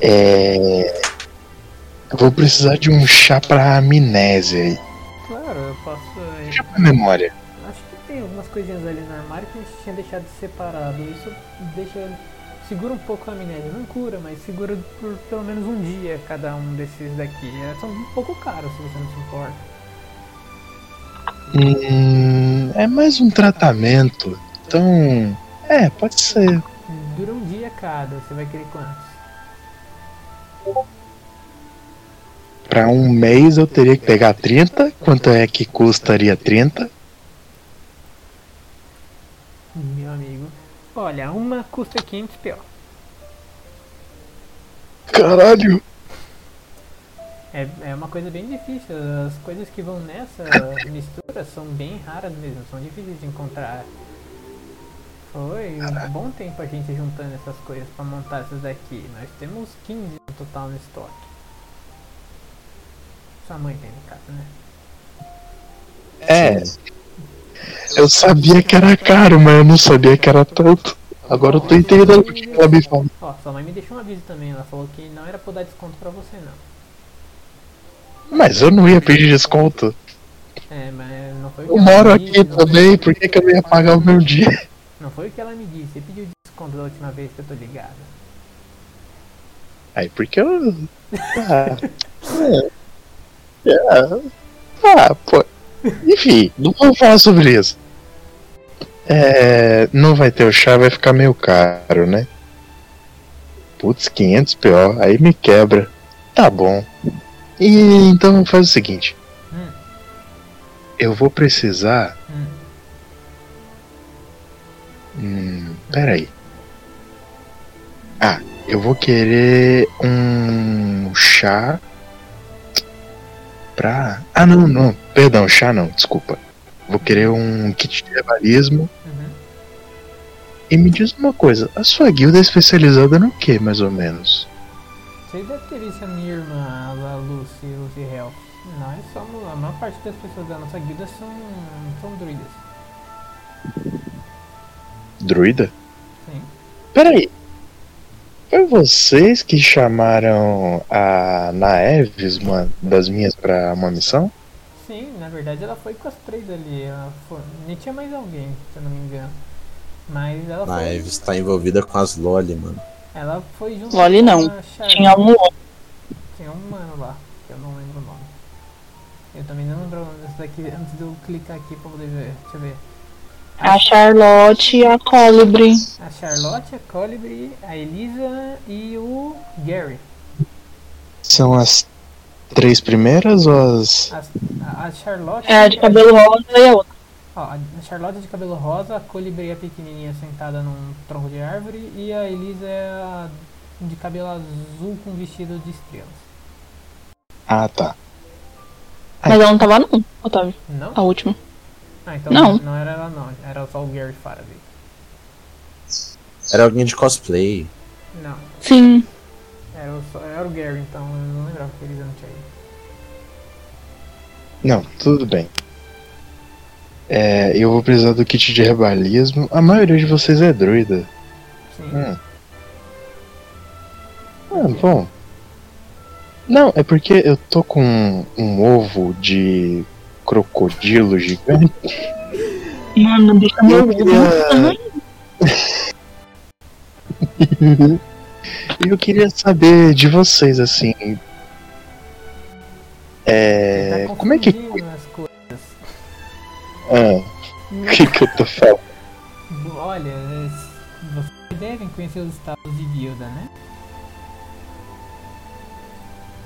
[SPEAKER 5] É. Eu vou precisar de um chá pra amnésia aí.
[SPEAKER 2] Claro, eu posso. é,
[SPEAKER 5] Chá pra memória.
[SPEAKER 2] Acho que tem algumas coisinhas ali no armário que a gente tinha deixado separado. Isso deixa. Segura um pouco a amnésia, não cura, mas segura por pelo menos um dia cada um desses daqui. É, São um pouco caros, se você não se importa.
[SPEAKER 5] Hum, é mais um tratamento. Então. É, pode ser.
[SPEAKER 2] Dura um dia cada, você vai querer quantos?
[SPEAKER 5] Pra um mês eu teria que pegar 30. Quanto é que custaria 30?
[SPEAKER 2] Meu amigo. Olha, uma custa 500 PO.
[SPEAKER 5] Caralho!
[SPEAKER 2] É, é uma coisa bem difícil. As coisas que vão nessa mistura são bem raras mesmo, são difíceis de encontrar. Foi um bom tempo a gente juntando essas coisas pra montar essas daqui. Nós temos 15 no total no estoque. Sua mãe tem em casa, né?
[SPEAKER 5] É. Eu sabia que era caro, mas eu não sabia que era tanto. Agora eu tô entendendo porque ela me fala.
[SPEAKER 2] Ó, sua mãe me deixou um aviso também, ela falou que não era pra eu dar desconto pra você não.
[SPEAKER 5] Mas eu não ia pedir desconto.
[SPEAKER 2] É, mas não foi o
[SPEAKER 5] Eu
[SPEAKER 2] que ela
[SPEAKER 5] moro
[SPEAKER 2] me
[SPEAKER 5] aqui
[SPEAKER 2] disse, não foi-
[SPEAKER 5] também, por que, que eu não ia pagar o meu dia?
[SPEAKER 2] Não foi o que ela me disse, você pediu desconto da última vez que eu tô ligado.
[SPEAKER 5] Aí porque eu. Ah. é. É. Ah, pô. Enfim, não vou falar sobre isso. É. Não vai ter o chá, vai ficar meio caro, né? Putz, 500 pior, aí me quebra. Tá bom. E então faz o seguinte:
[SPEAKER 2] Hum.
[SPEAKER 5] eu vou precisar.
[SPEAKER 2] Hum.
[SPEAKER 5] Hum, peraí. Ah, eu vou querer um chá pra. Ah, não, não. Perdão, chá não, desculpa. Vou querer um kit de herbalismo.
[SPEAKER 2] Uhum.
[SPEAKER 5] E me diz uma coisa: a sua guilda é especializada no que, mais ou menos?
[SPEAKER 2] Você deve ter visto a minha irmã, a Lucy, Lucy Hell. Nós somos. A maior parte das pessoas da nossa guilda são. são druidas.
[SPEAKER 5] Druida?
[SPEAKER 2] Sim.
[SPEAKER 5] Peraí. Foi vocês que chamaram a Naeves, uma das minhas, pra uma missão?
[SPEAKER 2] Sim, na verdade ela foi com as três ali. Ela foi, nem tinha mais alguém, se eu não me engano. Mas ela
[SPEAKER 1] A
[SPEAKER 2] foi.
[SPEAKER 1] Eves tá envolvida com as Loli, mano.
[SPEAKER 2] Ela foi junto
[SPEAKER 4] Loli
[SPEAKER 2] com
[SPEAKER 4] não,
[SPEAKER 2] a Charlie.
[SPEAKER 4] Tinha um outro.
[SPEAKER 2] Tinha um mano lá, que eu não lembro o nome. Eu também não lembro o nome dessa daqui antes de eu clicar aqui pra poder ver. Deixa eu ver.
[SPEAKER 4] A Charlotte e a Colibre.
[SPEAKER 2] A Charlotte, a Colibri, a Elisa e o Gary.
[SPEAKER 5] São as três primeiras ou as.
[SPEAKER 2] As- a, a Charlotte.
[SPEAKER 4] É a de cabelo rosa e a outra.
[SPEAKER 2] Ó, a Charlotte de cabelo rosa, a colibri é pequenininha sentada num tronco de árvore e a Elisa é a de cabelo azul com vestido de estrelas.
[SPEAKER 5] Ah, tá.
[SPEAKER 4] Mas ela não tava não, Otávio.
[SPEAKER 2] Não?
[SPEAKER 4] A última.
[SPEAKER 2] Ah, então
[SPEAKER 4] Não.
[SPEAKER 2] não era ela não, era só o Gary Faraday.
[SPEAKER 1] Era alguém de cosplay.
[SPEAKER 2] Não,
[SPEAKER 4] Sim.
[SPEAKER 2] era o, só- era o Gary, então eu não lembrava que a Elisa não tinha ido.
[SPEAKER 5] Não, tudo bem. É, eu vou precisar do kit de herbalismo. A maioria de vocês é druida.
[SPEAKER 2] Sim.
[SPEAKER 5] Hum. Ah, bom. Não, é porque eu tô com um, um ovo de crocodilo gigante.
[SPEAKER 4] Mano, deixa
[SPEAKER 5] Eu
[SPEAKER 4] meu
[SPEAKER 5] queria... eu queria saber de vocês, assim. É.
[SPEAKER 2] Tá
[SPEAKER 5] Como é que.
[SPEAKER 2] confundindo as coisas.
[SPEAKER 5] Ah, o que, que eu tô falando?
[SPEAKER 2] Olha, vocês devem conhecer os estados de guilda, né?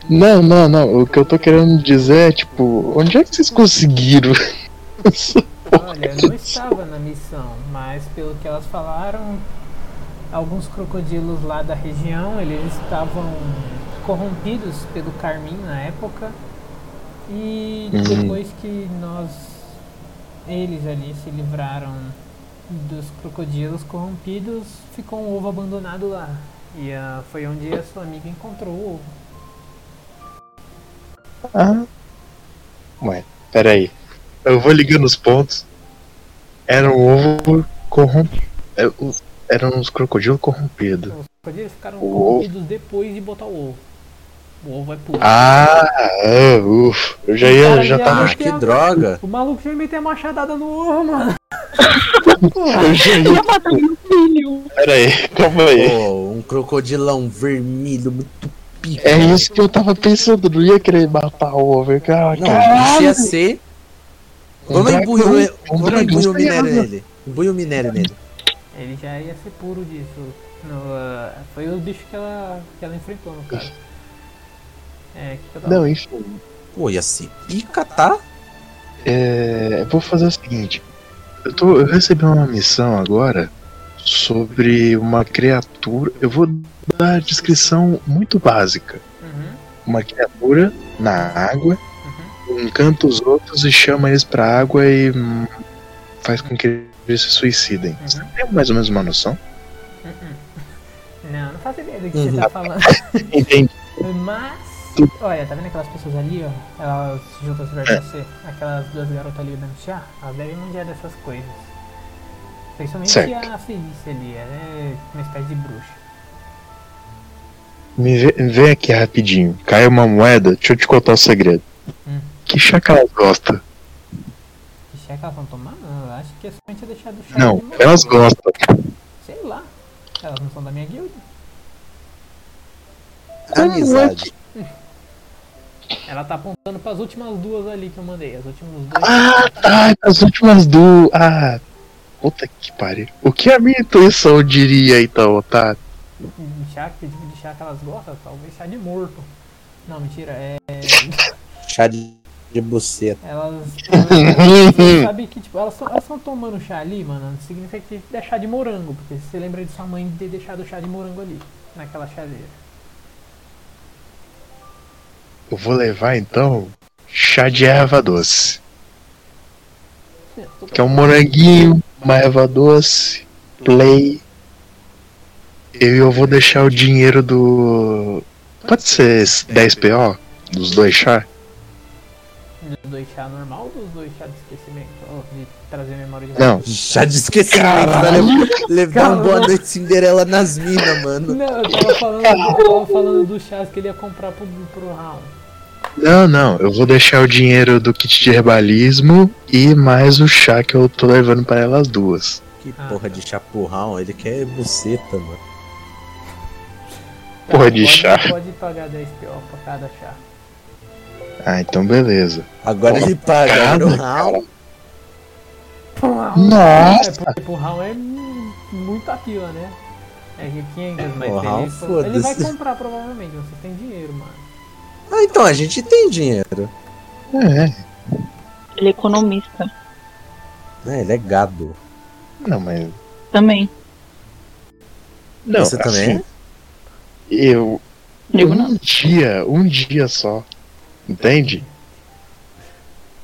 [SPEAKER 5] Não, não, não. O que eu tô querendo dizer é, tipo, onde é que vocês conseguiram? isso?
[SPEAKER 2] Olha, eu não estava na missão, mas pelo que elas falaram, alguns crocodilos lá da região, eles estavam corrompidos pelo Carmim na época. E
[SPEAKER 5] Uhum.
[SPEAKER 2] depois que nós eles ali se livraram dos crocodilos corrompidos, ficou um ovo abandonado lá. E ah, foi onde a sua amiga encontrou o ovo.
[SPEAKER 5] Ah. Ué, peraí. Eu vou ligando os pontos. Era um ovo corrompido.
[SPEAKER 3] é,
[SPEAKER 5] Eram
[SPEAKER 3] um
[SPEAKER 5] uns crocodilos corrompidos.
[SPEAKER 2] Os crocodilos ficaram
[SPEAKER 5] O ovo.
[SPEAKER 2] corrompidos depois de botar o ovo. O ovo é puro.
[SPEAKER 5] Ah, ah, ufa. Eu já ia, já
[SPEAKER 1] Ah,
[SPEAKER 5] tava.
[SPEAKER 2] Mas
[SPEAKER 1] que
[SPEAKER 2] tem a-
[SPEAKER 1] droga!
[SPEAKER 2] O maluco já meteu a machadada no ovo, mano.
[SPEAKER 5] Eu já ia.
[SPEAKER 4] Eu matar meu filho.
[SPEAKER 5] Peraí, calma aí.
[SPEAKER 1] Pô, um crocodilão vermelho muito pica.
[SPEAKER 5] É isso que eu tava pensando, não ia querer matar o ovo. eu- Ah,
[SPEAKER 1] Não,
[SPEAKER 5] caralho.
[SPEAKER 1] isso ia ser. Vamos
[SPEAKER 5] dragão,
[SPEAKER 1] embuir o-
[SPEAKER 5] um
[SPEAKER 1] vamos
[SPEAKER 5] dragão
[SPEAKER 1] embuir o minério
[SPEAKER 5] sonhado.
[SPEAKER 1] nele. Embui o minério nele.
[SPEAKER 2] Ele já ia ser puro disso. No, ah, foi o bicho que ela, que ela enfrentou, no caso. É, o que que eu tava-
[SPEAKER 3] Não, enfim.
[SPEAKER 1] Pô, ia ser pica, tá?
[SPEAKER 3] É, vou fazer o seguinte. Eu, tô, eu recebi uma missão agora sobre uma criatura. Eu vou dar a descrição muito básica.
[SPEAKER 2] Uhum,
[SPEAKER 3] Uma criatura na água, encanta os outros e chama eles pra água e hum, faz com que eles se suicidem. Você tem mais ou menos uma noção?
[SPEAKER 2] uhum. Não, não faço ideia do que
[SPEAKER 1] Uhum.
[SPEAKER 2] você tá falando.
[SPEAKER 3] Entendi.
[SPEAKER 2] Mas. Olha, tá vendo aquelas pessoas ali, ó? Elas se juntam se
[SPEAKER 3] É.
[SPEAKER 2] perto de você. Aquelas duas garotas ali dando chá, elas devem manjar dessas coisas. Principalmente
[SPEAKER 3] Certo.
[SPEAKER 2] a Felícia ali, ela é uma espécie de bruxa.
[SPEAKER 3] Me vê- vem aqui rapidinho. Caiu uma moeda, deixa eu te contar o segredo.
[SPEAKER 2] Hum.
[SPEAKER 3] Que chá que elas gostam?
[SPEAKER 2] Que chá que elas estão tomando? Eu acho que é somente deixar do chá.
[SPEAKER 3] Não, é um
[SPEAKER 2] de molho.
[SPEAKER 3] elas gostam.
[SPEAKER 2] Sei lá. Elas não são da minha guilda.
[SPEAKER 1] Amizade.
[SPEAKER 2] Ela tá apontando pras últimas duas ali que eu mandei. As últimas duas.
[SPEAKER 3] Ah, tá, as últimas duas. Ah, puta que pariu. O que a minha intuição diria então, Otário?
[SPEAKER 2] de chá, que tipo de chá que elas gostam? Talvez chá de morto. Não, mentira. É.
[SPEAKER 1] Chá de, de buceta.
[SPEAKER 2] Elas. Você sabe que, tipo, elas estão tomando chá ali, mano. Significa que é chá de morango. Porque você lembra de sua mãe ter deixado o chá de morango ali. Naquela chadeira.
[SPEAKER 3] Eu vou levar então chá de erva doce. Que é um moranguinho, uma erva doce, lei. Eu, eu vou deixar o dinheiro do. Pode ser esse 10PO? Dos dois chá?
[SPEAKER 2] Dos dois chá normal ou dos dois chá de esquecimento? Ou de trazer memória de
[SPEAKER 3] Não.
[SPEAKER 1] Chá de esquecimento. pra lev- Levar uma boa noite Cinderela nas minas, mano.
[SPEAKER 2] Não, eu tava falando, eu tava falando dos chás que ele ia comprar pro, pro Raul.
[SPEAKER 3] Não, não. Eu vou deixar o dinheiro do kit de herbalismo e mais o chá que eu tô levando pra elas duas.
[SPEAKER 1] Que
[SPEAKER 2] Ah,
[SPEAKER 1] porra
[SPEAKER 2] tá.
[SPEAKER 1] de chapurrão, ele quer buceta, mano.
[SPEAKER 3] Porra de
[SPEAKER 2] pode,
[SPEAKER 3] chá.
[SPEAKER 2] Pode pagar 10 PO pra cada chá.
[SPEAKER 3] Ah, então beleza.
[SPEAKER 1] Agora ele paga
[SPEAKER 3] Caralho,
[SPEAKER 1] no round.
[SPEAKER 3] Nossa!
[SPEAKER 2] É, porque pro Raul é muita fila, né? É que 500 mais
[SPEAKER 1] O Raul,
[SPEAKER 2] 300. pô, Ele vai
[SPEAKER 1] foda-se.
[SPEAKER 2] comprar provavelmente, vocês têm dinheiro, mano.
[SPEAKER 1] Ah, então a gente tem dinheiro.
[SPEAKER 3] É,
[SPEAKER 4] Ele é economista
[SPEAKER 1] É, ele é gado.
[SPEAKER 3] não, mas.
[SPEAKER 4] também.
[SPEAKER 3] Não,
[SPEAKER 2] é
[SPEAKER 1] Você
[SPEAKER 2] um
[SPEAKER 1] também? né?
[SPEAKER 3] assim, Eu,
[SPEAKER 4] Digo, não.
[SPEAKER 3] um dia, um dia só. Entende?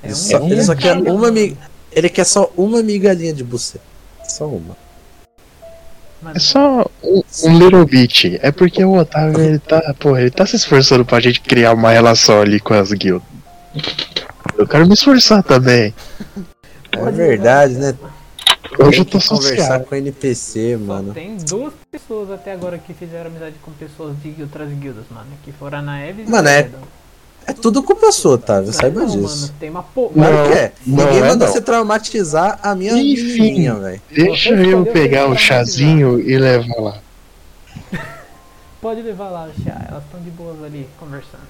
[SPEAKER 2] É um
[SPEAKER 1] Ele só,
[SPEAKER 2] dia
[SPEAKER 1] ele só
[SPEAKER 2] de
[SPEAKER 1] quer
[SPEAKER 2] dinheiro,
[SPEAKER 1] uma amiga. Ele quer só uma migalhinha de buceta. Só uma.
[SPEAKER 2] mano.
[SPEAKER 3] É só um, um little bit. É porque o Otávio, ele tá, porra, ele tá se esforçando pra gente criar uma relação ali com as guildas. Eu quero me esforçar também.
[SPEAKER 1] É verdade, né?
[SPEAKER 3] Hoje
[SPEAKER 1] Tem
[SPEAKER 3] eu tô
[SPEAKER 1] que conversar
[SPEAKER 3] social.
[SPEAKER 1] com NPC,
[SPEAKER 2] Só
[SPEAKER 1] mano.
[SPEAKER 2] tem duas pessoas até agora que fizeram amizade com pessoas de outras guildas, mano. Que foram a Naeves
[SPEAKER 1] Mano,
[SPEAKER 2] e
[SPEAKER 1] é-
[SPEAKER 2] o Edom.
[SPEAKER 1] É tudo culpa sua, Otávio. Saiba
[SPEAKER 2] não,
[SPEAKER 1] disso.
[SPEAKER 2] Mano, tem uma porra.
[SPEAKER 1] Claro que é.
[SPEAKER 3] não
[SPEAKER 1] Ninguém
[SPEAKER 3] é
[SPEAKER 1] mandou
[SPEAKER 3] não.
[SPEAKER 1] você traumatizar a minha
[SPEAKER 3] Enfim.
[SPEAKER 1] menininha, velho.
[SPEAKER 3] Deixa
[SPEAKER 2] Você
[SPEAKER 3] eu
[SPEAKER 2] escolheu
[SPEAKER 3] pegar
[SPEAKER 2] quem
[SPEAKER 3] o
[SPEAKER 2] vai
[SPEAKER 3] chazinho e levar lá.
[SPEAKER 2] Pode levar lá o chá, elas estão de boas ali conversando.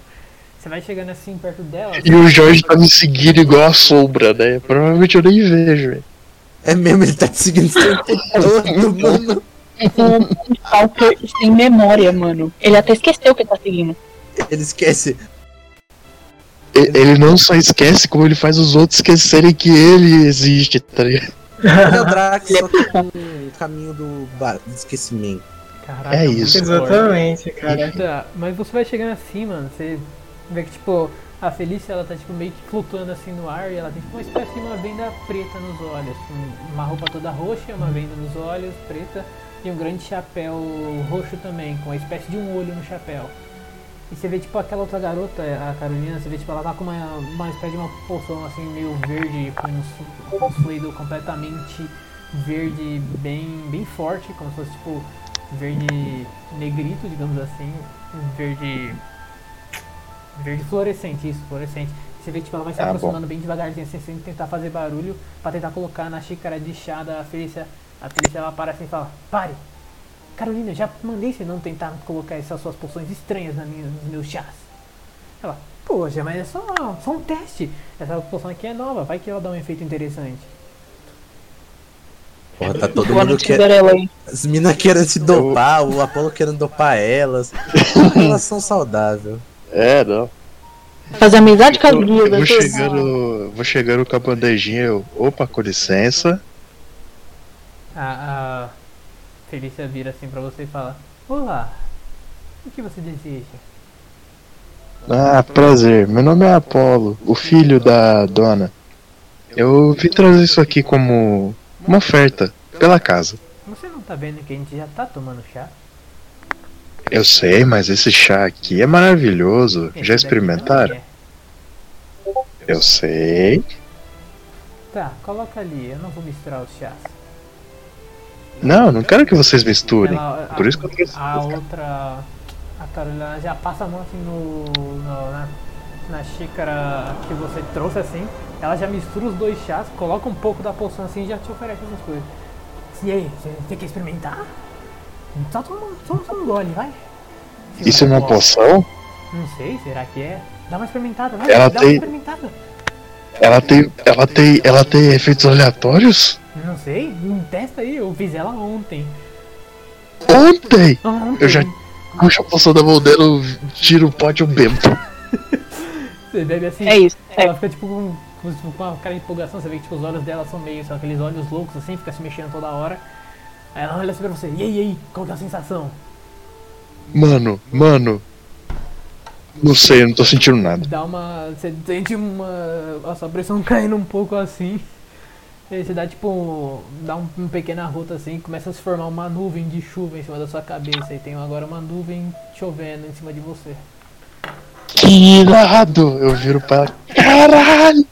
[SPEAKER 2] Você vai chegando assim perto delas.
[SPEAKER 3] E o Jorge tá me seguindo igual a sombra, né? Provavelmente eu nem vejo, velho.
[SPEAKER 1] É mesmo, ele tá te seguindo o tempo todo, mano.
[SPEAKER 4] Um stalker sem memória, mano. Ele até esqueceu que ele tá seguindo.
[SPEAKER 1] Ele esquece.
[SPEAKER 3] E- Ele não só esquece, como ele faz os outros esquecerem que ele existe, tá ligado?
[SPEAKER 1] Ele é o Drax, só que com o caminho do ba- do esquecimento.
[SPEAKER 2] Caraca,
[SPEAKER 3] É
[SPEAKER 2] muito
[SPEAKER 3] isso.
[SPEAKER 2] forte.
[SPEAKER 6] Exatamente, cara.
[SPEAKER 2] Tá, mas você vai chegando assim, mano, você vê que tipo, a Felícia ela tá tipo meio que flutuando assim no ar e ela tem tipo uma espécie de uma venda preta nos olhos, um- uma roupa toda roxa, uma venda nos olhos, preta, e um grande chapéu roxo também, com uma espécie de um olho no chapéu. E você vê tipo aquela outra garota, a Carolina, você vê tipo ela tá com uma, uma espécie de uma poção assim meio verde, com um, su- um fluido completamente verde, bem, bem forte, como se fosse tipo verde negrito, digamos assim, um verde verde fluorescente, isso, fluorescente. Você vê que tipo, ela vai se
[SPEAKER 3] Ah, bom.
[SPEAKER 2] aproximando bem devagarzinho, assim, sem tentar fazer barulho, pra tentar colocar na xícara de chá da Felícia. A Felícia ela para assim e fala: "Pare. Carolina, já mandei você não tentar colocar essas suas poções estranhas na minha, nos meus chás." Ela: "Poxa, mas é só, só um teste. Essa poção aqui é nova, vai que ela dá um efeito interessante."
[SPEAKER 1] Porra, tá todo
[SPEAKER 4] Boa
[SPEAKER 1] mundo
[SPEAKER 4] noite,
[SPEAKER 1] que...
[SPEAKER 4] Cinderela aí.
[SPEAKER 1] As minas querendo se dopar, o Apolo querendo dopar elas. É uma relação saudável.
[SPEAKER 5] É, não.
[SPEAKER 4] Fazer amizade com as
[SPEAKER 5] Eu, eu
[SPEAKER 4] duas.
[SPEAKER 5] vou
[SPEAKER 4] né?
[SPEAKER 5] chegando. Vou chegando com a bandejinha, eu. Opa, com licença.
[SPEAKER 2] A, a Felícia vira assim pra você e fala: Olá, o que você deseja?
[SPEAKER 3] Ah, prazer. Meu nome é Apolo, o filho da dona. Eu vim trazer isso aqui como uma oferta pela casa.
[SPEAKER 2] Você não tá vendo que a gente já tá tomando chá?
[SPEAKER 5] Eu sei, mas esse chá aqui é maravilhoso.
[SPEAKER 2] Esse
[SPEAKER 5] Já
[SPEAKER 2] daqui não
[SPEAKER 5] experimentaram?
[SPEAKER 2] é.
[SPEAKER 5] Eu sei.
[SPEAKER 2] Tá, coloca ali, eu não vou misturar os chás.
[SPEAKER 5] Não, não quero que vocês misturem.
[SPEAKER 2] Ela-
[SPEAKER 5] Por isso que eu trouxe.
[SPEAKER 2] A outra. A Carolina já passa a mão assim no. no- na, na xícara que você trouxe assim. Ela já mistura os dois chás, coloca um pouco da poção assim e já te oferece essas coisas. E aí, você, você quer experimentar? Só toma, só, só um gole, vai.
[SPEAKER 5] Isso é uma poção?
[SPEAKER 2] Não sei, será que é? Dá uma experimentada, vai,
[SPEAKER 5] Ela
[SPEAKER 2] dá uma
[SPEAKER 5] tem-
[SPEAKER 2] experimentada.
[SPEAKER 5] Ela tem. Ela tem. Ela tem efeitos aleatórios?
[SPEAKER 2] Não sei, hum, testa aí, eu fiz ela ontem.
[SPEAKER 5] Ontem!
[SPEAKER 2] Ontem.
[SPEAKER 5] Eu já- Puxa a poção da mão dela, eu tiro o pote e eu bebo.
[SPEAKER 2] Você bebe assim.
[SPEAKER 4] É isso. É.
[SPEAKER 2] Ela fica tipo com, com- tipo, com uma cara de empolgação, você vê que tipo, os olhos dela são meio, são aqueles olhos loucos assim, fica se mexendo toda hora. Aí ela olha assim pra você, e aí, e aí, qual que é a sensação?
[SPEAKER 5] Mano, mano. Não sei, eu não tô sentindo nada.
[SPEAKER 2] Dá uma. Você sente uma. A sua pressão caindo um pouco assim. E aí você dá tipo. um- Dá um, um pequena rota assim, começa a se formar uma nuvem de chuva em cima da sua cabeça. E tem agora uma nuvem chovendo em cima de você.
[SPEAKER 5] Que irado! Eu viro pra ela. Caralho!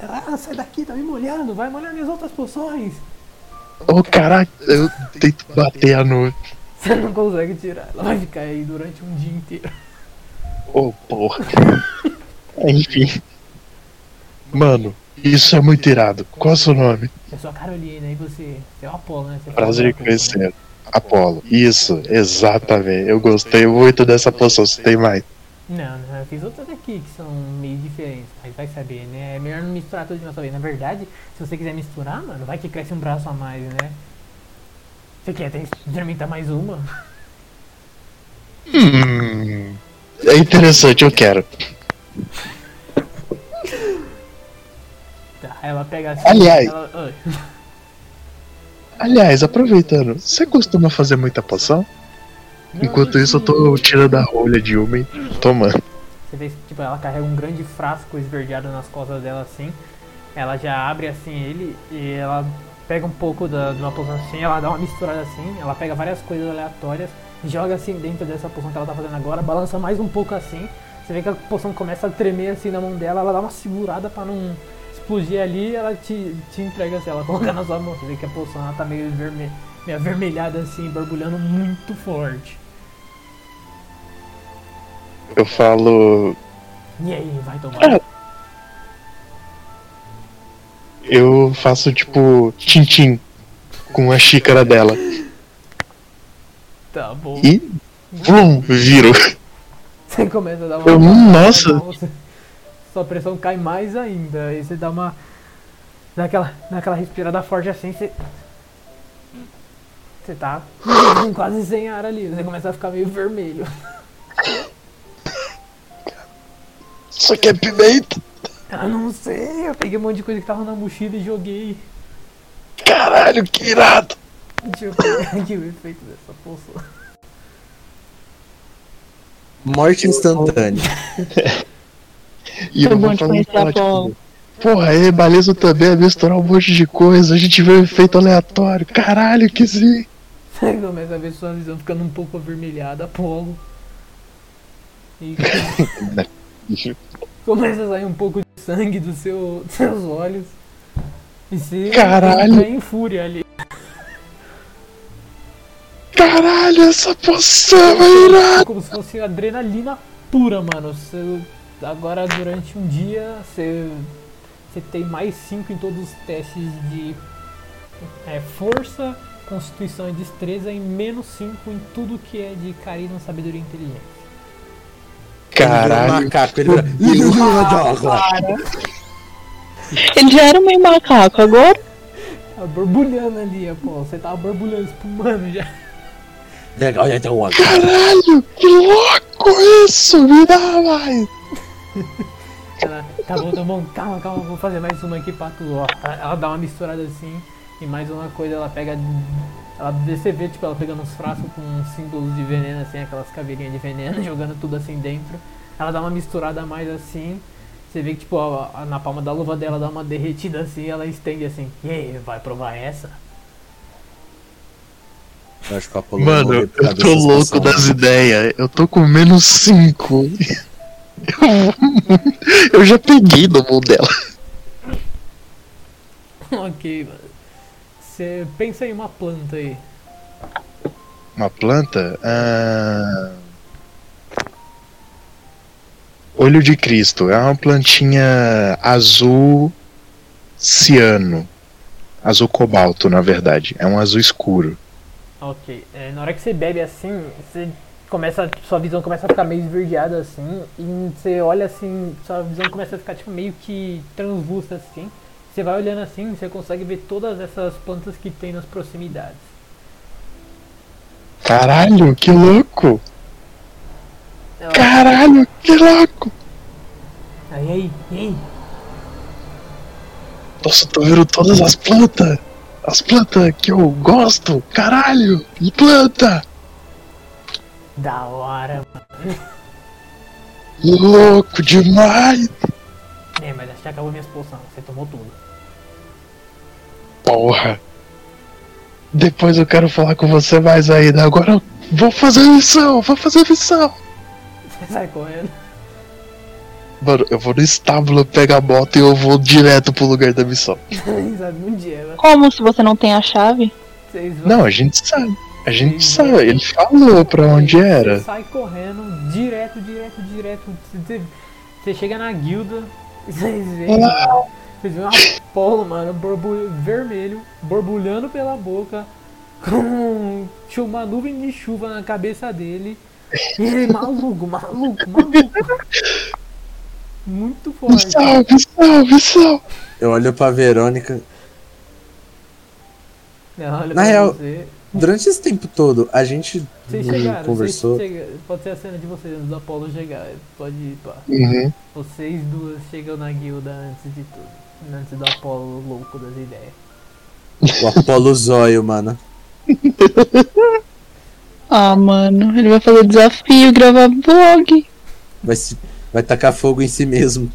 [SPEAKER 2] Ah, sai daqui, tá me molhando, vai molhar minhas outras poções.
[SPEAKER 5] Ô caralho! Eu tento bater a nuvem.
[SPEAKER 2] Você não consegue tirar, ela vai ficar aí durante um dia inteiro.
[SPEAKER 5] Ô porra. Enfim. Mano, isso é muito irado. Qual é o seu nome?
[SPEAKER 2] Eu sou a Carolina e você, você é o Apolo, né? Você
[SPEAKER 5] Prazer em
[SPEAKER 2] fala uma coisa, né?
[SPEAKER 5] conhecer. Apolo. Isso, exatamente. Eu gostei muito dessa poção. Você tem mais?
[SPEAKER 2] Não, não, eu fiz outras aqui que são meio diferentes, mas vai saber, né? É melhor não misturar tudo de uma só vez. Na verdade, se você quiser misturar, mano, vai que cresce um braço a mais, né? Você quer até experimentar mais uma?
[SPEAKER 5] Hum. É interessante, eu quero.
[SPEAKER 2] Tá, ela pega assim.
[SPEAKER 5] Aliás.
[SPEAKER 2] ela- Oi.
[SPEAKER 5] Aliás, aproveitando, você costuma fazer muita poção?
[SPEAKER 2] Não,
[SPEAKER 5] Enquanto isso, eu tô tirando a rolha de uma e tomando.
[SPEAKER 2] Você vê, tipo, ela carrega um grande frasco esverdeado nas costas dela assim. Ela já abre assim ele e ela pega um pouco da, de uma poção assim, ela dá uma misturada assim, ela pega várias coisas aleatórias, joga assim dentro dessa poção que ela tá fazendo agora, balança mais um pouco assim. Você vê que a poção começa a tremer assim na mão dela, ela dá uma segurada pra não explodir ali, ela te, te entrega assim, ela coloca na sua mão, você vê que a poção ela tá meio, verme, meio avermelhada assim, borbulhando muito forte.
[SPEAKER 5] Eu falo.
[SPEAKER 2] E aí, vai tomar.
[SPEAKER 5] Ah, Eu faço tipo. Tintim. Com a xícara dela.
[SPEAKER 2] Tá bom.
[SPEAKER 5] E. Vum! Viro.
[SPEAKER 2] Você começa a dar uma.
[SPEAKER 5] Eu, hum, nossa.
[SPEAKER 2] Você- Sua pressão cai mais ainda. Aí você dá uma. Dá aquela, dá aquela respirada forte assim, você. Você tá quase sem ar ali. Você começa a ficar meio vermelho.
[SPEAKER 5] Isso aqui é pimenta!
[SPEAKER 2] Eu Ah, não sei, eu peguei um monte de coisa que tava na mochila e joguei.
[SPEAKER 5] Caralho, que irado!
[SPEAKER 2] Deixa eu ver aqui o efeito dessa poção.
[SPEAKER 1] Morte instantânea.
[SPEAKER 5] E
[SPEAKER 4] Foi
[SPEAKER 5] eu
[SPEAKER 4] bom
[SPEAKER 5] vou
[SPEAKER 4] te
[SPEAKER 5] falando
[SPEAKER 4] conhecer,
[SPEAKER 5] pra ela,
[SPEAKER 4] Apolo.
[SPEAKER 5] tipo, Porra, é, balezo também é misturar um monte de coisa. A gente vê um efeito aleatório. Caralho, que sim!
[SPEAKER 2] Você começa a ver sua visão ficando um pouco avermelhada, Apolo. E Começa a sair um pouco de sangue do seu- dos seus olhos. E se
[SPEAKER 5] Caralho!
[SPEAKER 2] entra em fúria ali.
[SPEAKER 5] Caralho, essa poção é irada!
[SPEAKER 2] Como se fosse adrenalina pura, mano. Você- agora durante um dia você, você tem mais 5 em todos os testes de é, força, constituição e destreza e menos 5 em tudo que é de carisma, sabedoria e inteligência.
[SPEAKER 1] Caralho. Macaco, ele vira.
[SPEAKER 4] Ele já era um meio macaco, agora
[SPEAKER 2] Tá borbulhando ali, pô. Você tava borbulhando, espumando já.
[SPEAKER 1] Legal, já tem um ano.
[SPEAKER 3] Caralho, que louco
[SPEAKER 5] é
[SPEAKER 3] isso! Me dá mais!
[SPEAKER 2] Ela, tá bom, tá bom, calma, calma, vou fazer mais uma aqui pra tu, ó. Ela, ela dá uma misturada assim, e mais uma coisa, ela pega. Ela você vê, tipo, ela pegando uns frascos com uns símbolos de veneno, assim, aquelas caveirinhas de veneno, jogando tudo assim dentro. Ela dá uma misturada a mais assim. Você vê que, tipo, a- a- na palma da luva dela dá uma derretida assim, ela estende assim. E aí, vai provar essa?
[SPEAKER 1] Eu acho que o Apolônio
[SPEAKER 3] Mano,
[SPEAKER 1] morreu
[SPEAKER 3] eu
[SPEAKER 1] por causa
[SPEAKER 3] tô
[SPEAKER 1] dessa
[SPEAKER 3] louco
[SPEAKER 1] expansão.
[SPEAKER 3] das ideias. Eu tô com menos 5. Eu, eu já peguei no mão dela.
[SPEAKER 2] ok, mano. Você pensa em uma planta aí.
[SPEAKER 5] Uma planta? Ah... Olho de Cristo. É uma plantinha azul ciano. Azul cobalto, na verdade. É um azul escuro.
[SPEAKER 2] Ok. É, na hora que você bebe assim, você começa. Sua visão começa a ficar meio esverdeada assim. E você olha assim, sua visão começa a ficar tipo meio que translúcida assim. Você vai olhando assim, você consegue ver todas essas plantas que tem nas proximidades.
[SPEAKER 3] Caralho, que louco!
[SPEAKER 2] Ela-
[SPEAKER 3] Caralho, que louco!
[SPEAKER 2] Aí, aí, e aí?
[SPEAKER 3] Nossa, tô vendo todas as plantas! As plantas que eu gosto! Caralho! E planta!
[SPEAKER 2] Da hora, mano.
[SPEAKER 3] Louco demais!
[SPEAKER 2] É, mas acho que acabou minha expulsão, você tomou tudo.
[SPEAKER 3] Porra! Depois eu quero falar com você mais ainda. Agora eu vou fazer missão! Vou fazer missão!
[SPEAKER 2] Você sai correndo.
[SPEAKER 3] Mano, eu vou no estábulo pegar a moto e eu vou direto pro lugar da missão.
[SPEAKER 2] Sabe, um dia, mano.
[SPEAKER 4] Como se você não tem a chave?
[SPEAKER 2] Vocês vão.
[SPEAKER 3] Não, a gente sabe. A gente
[SPEAKER 2] Sim.
[SPEAKER 3] sabe. Ele falou pra onde
[SPEAKER 2] Você
[SPEAKER 3] era.
[SPEAKER 2] sai correndo, direto, direto, direto. Você, você chega na guilda, vocês veem.
[SPEAKER 3] Ah.
[SPEAKER 2] Vocês veem um Apolo, mano, borbulho, vermelho, borbulhando pela boca, com chu- uma nuvem de chuva na cabeça dele. E ele maluco, maluco, maluco. Muito forte.
[SPEAKER 3] Missão, missão, missão!
[SPEAKER 1] Eu olho pra Verônica.
[SPEAKER 2] Ela olha
[SPEAKER 1] Na
[SPEAKER 2] pra
[SPEAKER 1] real-
[SPEAKER 2] você.
[SPEAKER 1] Durante esse tempo todo, a gente
[SPEAKER 2] Vocês
[SPEAKER 1] hum,
[SPEAKER 2] chegaram,
[SPEAKER 1] conversou.
[SPEAKER 2] vocês chegaram. Pode ser a cena de vocês antes do Apolo chegar. Pode ir, pá.
[SPEAKER 3] Uhum.
[SPEAKER 2] Vocês duas chegam na guilda antes de tudo. Antes do Apolo louco das ideias.
[SPEAKER 1] O Apolo Zóio, mano.
[SPEAKER 4] Ah, mano, ele vai fazer desafio, gravar vlog.
[SPEAKER 1] Vai, se, vai tacar fogo em si mesmo.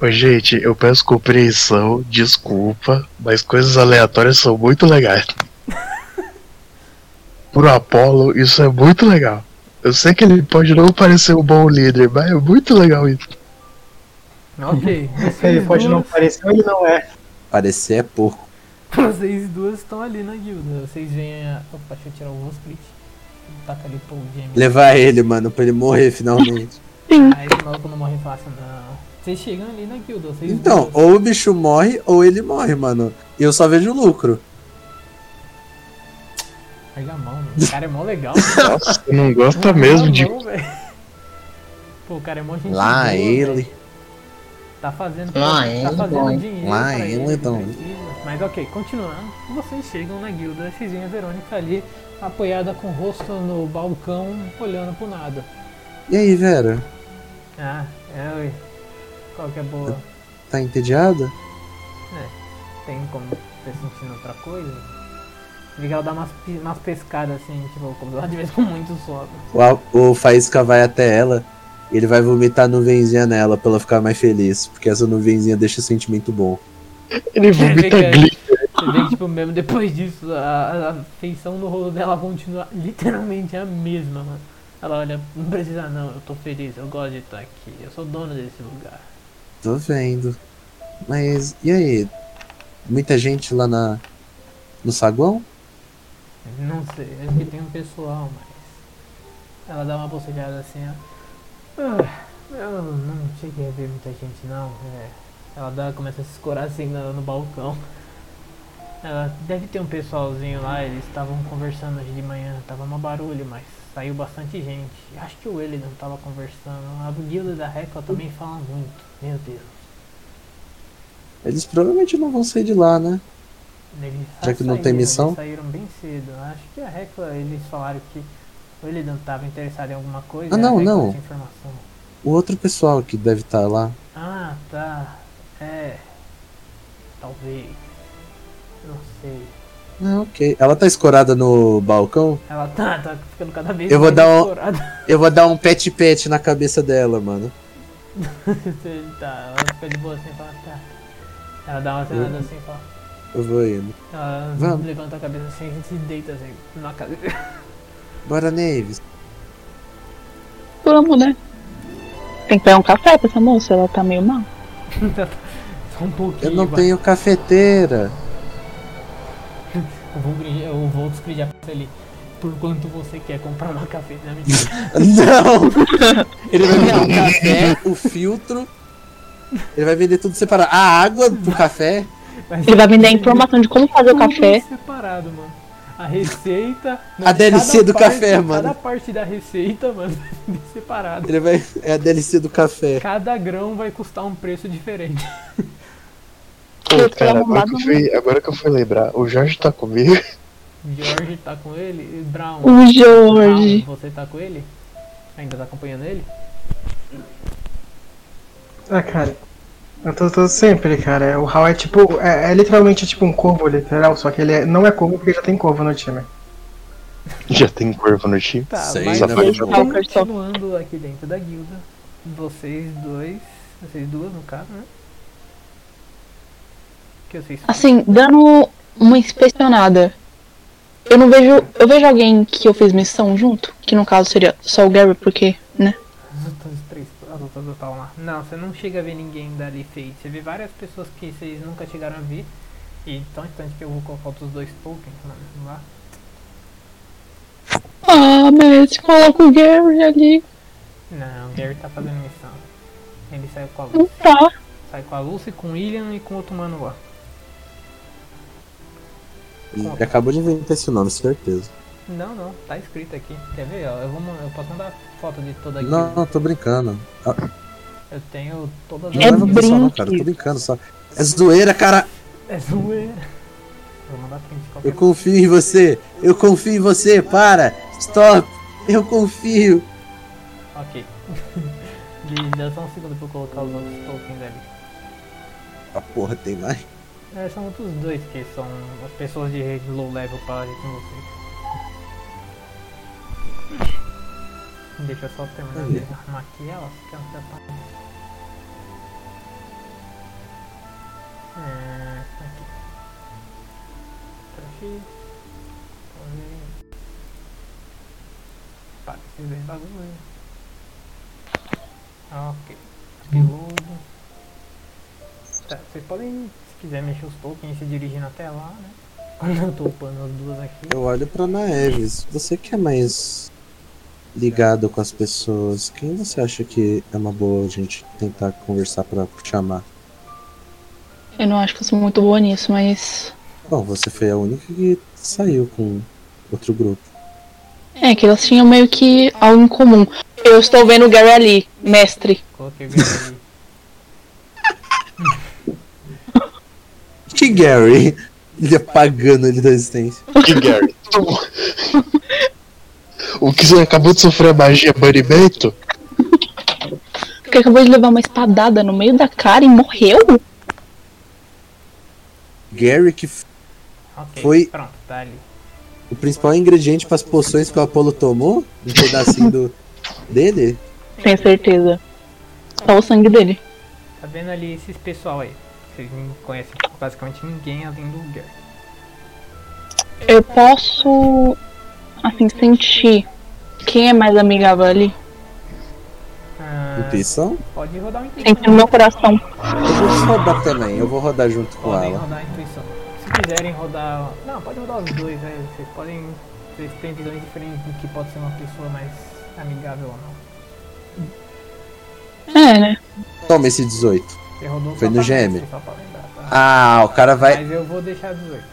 [SPEAKER 5] Ô, gente, eu peço compreensão, desculpa, mas coisas aleatórias são muito legais.
[SPEAKER 3] Pro Apollo, isso é muito legal. Eu sei que ele pode não parecer um bom líder, mas é muito legal isso.
[SPEAKER 2] Ok.
[SPEAKER 6] Ele
[SPEAKER 2] Vocês
[SPEAKER 6] pode não
[SPEAKER 2] duas,
[SPEAKER 6] parecer, ele não é.
[SPEAKER 1] Parecer é pouco.
[SPEAKER 2] vocês duas estão ali na guilda. Vocês veem a. Opa, deixa eu tirar o split. Taca ali pro Jamie.
[SPEAKER 1] Levar ele, mano, pra ele morrer finalmente.
[SPEAKER 2] Aí esse maluco não morre fácil, não. Vocês chegam ali na guilda, vocês
[SPEAKER 1] Então,
[SPEAKER 2] duas.
[SPEAKER 1] ou o bicho morre ou ele morre, mano. E eu só vejo lucro.
[SPEAKER 2] Larga a mão, mano. O cara é mó legal.
[SPEAKER 5] Nossa, eu não
[SPEAKER 1] Tá
[SPEAKER 5] gosta mesmo de.
[SPEAKER 2] Larga a mão, velho. Pô, o cara é mó gente boa,
[SPEAKER 1] Lá
[SPEAKER 2] velho.
[SPEAKER 1] ele.
[SPEAKER 2] Tá fazendo,
[SPEAKER 6] Lá
[SPEAKER 2] tá
[SPEAKER 6] ele,
[SPEAKER 2] fazendo
[SPEAKER 6] dói.
[SPEAKER 2] dinheiro.
[SPEAKER 1] Lá
[SPEAKER 2] pra
[SPEAKER 1] ele, dói.
[SPEAKER 2] precisa. Mas ok, continuando. Vocês chegam na guilda, vocês veem a Verônica ali, apoiada com o rosto no balcão, olhando pro nada.
[SPEAKER 1] E aí, Vera?
[SPEAKER 2] Ah, é, oi. Qual que é boa?
[SPEAKER 1] Tá entediada?
[SPEAKER 2] Tem como você sentindo outra coisa? Você vê que ela dá umas, pi- umas pescadas assim, tipo, como ela de vez com muito sono.
[SPEAKER 1] O, Al- o Faísca vai até ela e ele vai vomitar a nuvenzinha nela pra ela ficar mais feliz. Porque essa nuvenzinha deixa o sentimento bom.
[SPEAKER 3] É, Ele
[SPEAKER 2] Você vê
[SPEAKER 3] vomita
[SPEAKER 2] que-
[SPEAKER 3] glitter.
[SPEAKER 2] É, Você vê que, tipo, mesmo depois disso, a, a feição do rolo dela continua literalmente a mesma, mano. Ela olha, não precisa não, eu tô feliz, eu gosto de estar aqui, eu sou dono desse lugar.
[SPEAKER 1] Tô vendo. Mas, e aí? Muita gente lá na. No saguão?
[SPEAKER 2] Não sei, acho que tem um pessoal, mas. Ela dá uma bocejada assim, ó. Ah, eu não cheguei a ver muita gente não, é. Ela dá, começa a se escorar assim no, no balcão. Ela deve ter um pessoalzinho lá, eles estavam conversando hoje de manhã, tava um barulho, mas saiu bastante gente. Acho que o ele não tava conversando. A guilda da Record também fala muito, meu Deus.
[SPEAKER 1] Eles provavelmente não vão sair de lá, né?
[SPEAKER 2] Eles
[SPEAKER 1] Já que não tem
[SPEAKER 2] saíram,
[SPEAKER 1] missão?
[SPEAKER 2] Eles saíram bem cedo. Acho que a Recla, eles falaram que o Elidan estava interessado em alguma coisa.
[SPEAKER 1] Ah,
[SPEAKER 2] e a
[SPEAKER 1] não,
[SPEAKER 2] Hecla
[SPEAKER 1] não.
[SPEAKER 2] tinha Informação.
[SPEAKER 1] O outro pessoal que deve estar lá.
[SPEAKER 2] Ah, tá. É. Talvez. Não sei.
[SPEAKER 1] Ah, ok. Ela tá escorada no balcão.
[SPEAKER 2] Ela tá, tá ficando cada vez
[SPEAKER 1] Eu vou
[SPEAKER 2] mais
[SPEAKER 1] dar um-
[SPEAKER 2] explorada.
[SPEAKER 1] Eu vou dar um pet-pet na cabeça dela, mano.
[SPEAKER 2] tá, ela fica de boa assim e fala, tá. Ela dá uma acenada assim e fala.
[SPEAKER 1] Eu vou indo.
[SPEAKER 2] Ela
[SPEAKER 1] Vamos.
[SPEAKER 2] levanta a cabeça assim e se deita assim na cadeira.
[SPEAKER 1] Bora, Neves.
[SPEAKER 4] Vamos, né? Tem que pegar um café pra essa moça, ela tá meio mal.
[SPEAKER 2] Só um pouquinho.
[SPEAKER 1] Eu não
[SPEAKER 2] vai.
[SPEAKER 1] tenho cafeteira.
[SPEAKER 2] Eu vou, gri- eu vou descrever pra ele. Por quanto você quer comprar uma cafeteira? Mentira.
[SPEAKER 1] Não! Ele vai vender o café, o filtro. Ele vai vender tudo separado. A água do café.
[SPEAKER 2] Mas-
[SPEAKER 4] Ele vai vender a informação de como fazer o
[SPEAKER 2] Tudo
[SPEAKER 4] café.
[SPEAKER 2] separado, mano. A receita.
[SPEAKER 1] A DLC
[SPEAKER 2] cada
[SPEAKER 1] do
[SPEAKER 2] parte-
[SPEAKER 1] café, mano.
[SPEAKER 2] Cada parte da receita, mano, separado.
[SPEAKER 1] Ele vai. É a DLC do café.
[SPEAKER 2] Cada grão vai custar um preço diferente.
[SPEAKER 4] Eu
[SPEAKER 3] Pô,
[SPEAKER 4] tô
[SPEAKER 3] cara, agora
[SPEAKER 4] arrombado,
[SPEAKER 3] que, eu fui, agora que eu fui lembrar, o Jorge tá comigo.
[SPEAKER 2] George tá com ele? E Brown.
[SPEAKER 4] O
[SPEAKER 2] Brown,
[SPEAKER 4] Jorge.
[SPEAKER 2] você tá com ele? Ainda tá acompanhando ele?
[SPEAKER 6] Ah, cara. Eu tô, tô sempre, cara. O Hal é tipo. É, é literalmente tipo um corvo, literal. Só que ele é- não é corvo porque já tem corvo no time.
[SPEAKER 3] Já tem corvo no time.
[SPEAKER 2] Tá,
[SPEAKER 1] Sei,
[SPEAKER 2] mas
[SPEAKER 1] né,
[SPEAKER 2] vocês
[SPEAKER 3] Safari
[SPEAKER 4] Joker.
[SPEAKER 2] continuando aqui dentro da guilda. Vocês dois. Vocês duas no caso, né? O Que vocês
[SPEAKER 4] Assim, dando uma inspecionada. Eu não vejo. Eu vejo alguém que eu fiz missão junto, que no caso seria só o Gary, porque, né?
[SPEAKER 2] Os outros três, as outras duas estavam lá. Não, você não chega a ver ninguém dali feito. Você vê várias pessoas que vocês nunca chegaram a ver. E tão instante que eu vou colocar outros dois tokens mano, lá.
[SPEAKER 4] Ah, mas coloca o Gary ali.
[SPEAKER 2] Não, o Gary tá fazendo missão. Ele saiu com a
[SPEAKER 4] Não
[SPEAKER 2] Lucy.
[SPEAKER 4] tá.
[SPEAKER 2] Sai com a Lucy, com o William e com outro mano lá.
[SPEAKER 1] Ele acabou de inventar esse nome, certeza.
[SPEAKER 2] Não, não, tá escrito aqui. Quer ver? ó, eu, vou, man- eu posso mandar foto de toda a
[SPEAKER 1] Não,
[SPEAKER 2] guilda.
[SPEAKER 1] não, tô brincando. Ah,
[SPEAKER 2] Eu tenho todas
[SPEAKER 1] Não
[SPEAKER 4] É
[SPEAKER 1] leva pro pessoal, não,
[SPEAKER 4] brinque.
[SPEAKER 1] cara. Tô brincando só. É zoeira, cara.
[SPEAKER 2] É zoeira. Vou mandar print de qualquer
[SPEAKER 1] Eu confio em você. Eu confio em você. Para. Stop. Eu confio.
[SPEAKER 2] Ok. Me dá só um segundo pra eu colocar os outros tokens ali.
[SPEAKER 1] A porra tem mais.
[SPEAKER 2] É, são outros dois que são as pessoas de low level para ali com você. Deixa eu só terminar de arrumar aqui elas, que elas já estão. É, aqui. Tá Trash. Tá Para de ver bagulho. Ah, Ok. Reload. Tá, vocês podem, se quiser mexer os tokens e se dirigindo até lá, né? Quando eu tô upando as duas aqui.
[SPEAKER 1] Eu olho pra Naeves. Você que é mais ligado com as pessoas, quem você acha que é uma boa a gente tentar conversar pra chamar?
[SPEAKER 4] Eu não acho que eu sou muito boa nisso, mas.
[SPEAKER 1] Bom, você foi a única que saiu com outro grupo.
[SPEAKER 4] É, que elas tinham meio que algo em comum. Eu estou vendo o Gary ali, mestre.
[SPEAKER 2] Coloquei o Gary ali.
[SPEAKER 1] Que Gary? Ele apagando ele da existência.
[SPEAKER 3] Que Gary? o que você acabou de sofrer a magia banimento?
[SPEAKER 4] Porque acabou de levar uma espadada no meio da cara e morreu?
[SPEAKER 1] Gary que f-
[SPEAKER 2] Ok,
[SPEAKER 1] Foi-
[SPEAKER 2] pronto, tá ali.
[SPEAKER 1] o principal ingrediente pras poções que o Apolo tomou? Um pedacinho do, dele?
[SPEAKER 4] Tenho certeza. Só o sangue dele.
[SPEAKER 2] Tá vendo ali esses pessoal aí? Vocês não conhecem basicamente ninguém além do Gary.
[SPEAKER 4] Eu posso, assim, sentir quem é mais amigável ali.
[SPEAKER 2] Ah,
[SPEAKER 1] Intuição?
[SPEAKER 2] pode rodar o intuição.
[SPEAKER 4] Sentir no meu coração.
[SPEAKER 1] Eu vou rodar também, eu vou rodar junto com
[SPEAKER 2] Podem
[SPEAKER 1] ela.
[SPEAKER 2] rodar a intuição. Se quiserem rodar. Não, pode rodar os dois, né? Vocês podem. Vocês têm visões diferentes do que pode ser uma pessoa mais amigável ou não.
[SPEAKER 4] É, né?
[SPEAKER 1] Toma esse 18.
[SPEAKER 2] Você rodou
[SPEAKER 1] Foi
[SPEAKER 2] só
[SPEAKER 1] no
[SPEAKER 2] pra
[SPEAKER 1] GM.
[SPEAKER 2] mestre, só pra lembrar, tá?
[SPEAKER 1] Ah, o cara vai.
[SPEAKER 2] Mas eu vou deixar 18.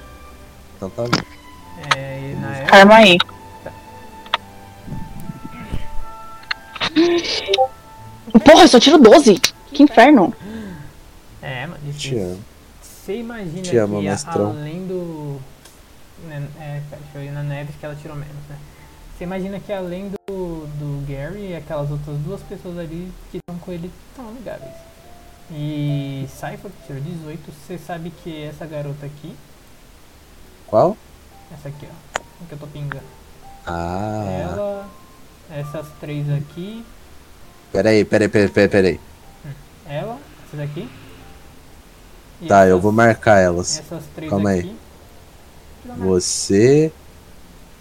[SPEAKER 1] Então tá bom.
[SPEAKER 2] É, e
[SPEAKER 1] Hum.
[SPEAKER 2] na época.
[SPEAKER 4] Karma aí. Porra, eu só tiro 12. Que inferno.
[SPEAKER 2] É, mano,
[SPEAKER 1] Te
[SPEAKER 2] é, difícil.
[SPEAKER 1] amo.
[SPEAKER 2] Você imagina
[SPEAKER 1] Te
[SPEAKER 2] que
[SPEAKER 1] amo,
[SPEAKER 2] a-
[SPEAKER 1] mestrão.
[SPEAKER 2] além do. né, É, pera, deixa eu ir na Neves que ela tirou menos, né? Você imagina que além do, do Gary, aquelas outras duas pessoas ali que estão com ele estão amigáveis. E Cypher que tirou 18, você sabe que essa garota aqui,
[SPEAKER 1] Qual?
[SPEAKER 2] essa aqui ó, que eu tô pingando,
[SPEAKER 1] Ah.
[SPEAKER 2] ela, essas três aqui,
[SPEAKER 1] Peraí, peraí, peraí, peraí, peraí.
[SPEAKER 2] ela, essas aqui. e
[SPEAKER 1] Tá,
[SPEAKER 2] essas-
[SPEAKER 1] eu vou marcar elas.
[SPEAKER 2] Essas três
[SPEAKER 1] Calma aí.
[SPEAKER 2] aqui. Deixa eu dar uma-
[SPEAKER 1] Você.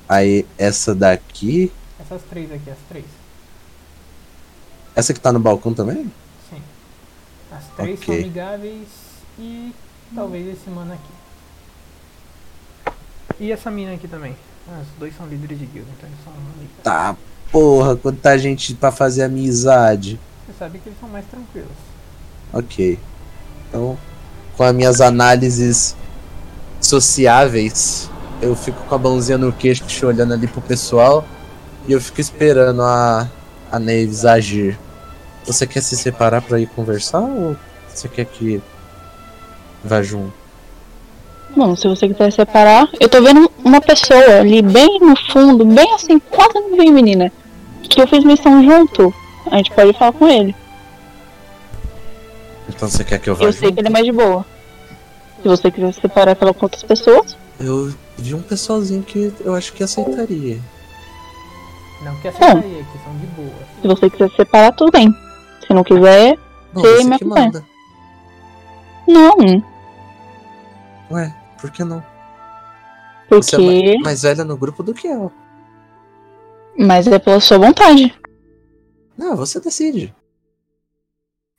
[SPEAKER 1] Aí essa daqui.
[SPEAKER 2] Essas três aqui, as três.
[SPEAKER 1] Essa que tá no balcão também?
[SPEAKER 2] Sim. As três são
[SPEAKER 1] Ok.
[SPEAKER 2] amigáveis e talvez esse mano aqui. E essa mina aqui também. Ah, Os dois são líderes de guilda, então eles são amigáveis.
[SPEAKER 1] Tá, porra, quanta gente pra fazer amizade.
[SPEAKER 2] Você sabe que eles são mais tranquilos.
[SPEAKER 1] Ok. Então, com as minhas análises sociáveis, eu fico com a mãozinha no queixo olhando ali pro pessoal e eu fico esperando a, a Neves agir. Você quer se separar pra ir conversar ou você quer que vá junto?
[SPEAKER 4] Bom, se você quiser separar, eu tô vendo uma pessoa ali bem no fundo, bem assim, quase não vem menina. Que eu fiz missão junto. A gente pode falar com ele.
[SPEAKER 1] Então você quer que eu vá
[SPEAKER 4] Eu sei
[SPEAKER 1] junto?
[SPEAKER 4] que ele é mais de boa. Se você quiser se separar e falar com outras pessoas,
[SPEAKER 1] Eu vi um pessoalzinho que eu acho que aceitaria.
[SPEAKER 2] Não que
[SPEAKER 1] Oh!
[SPEAKER 2] essa daí, que são de boa.
[SPEAKER 4] se você quiser se separar, tudo bem. Se não quiser,
[SPEAKER 1] Não,
[SPEAKER 4] Sei,
[SPEAKER 1] você
[SPEAKER 4] mas
[SPEAKER 1] que
[SPEAKER 4] não é.
[SPEAKER 1] manda.
[SPEAKER 4] não.
[SPEAKER 1] Ué, por que não? Você é
[SPEAKER 4] Porque.
[SPEAKER 1] ma- mais velha no grupo do que ela.
[SPEAKER 4] Mas é pela sua vontade.
[SPEAKER 1] Não, você decide.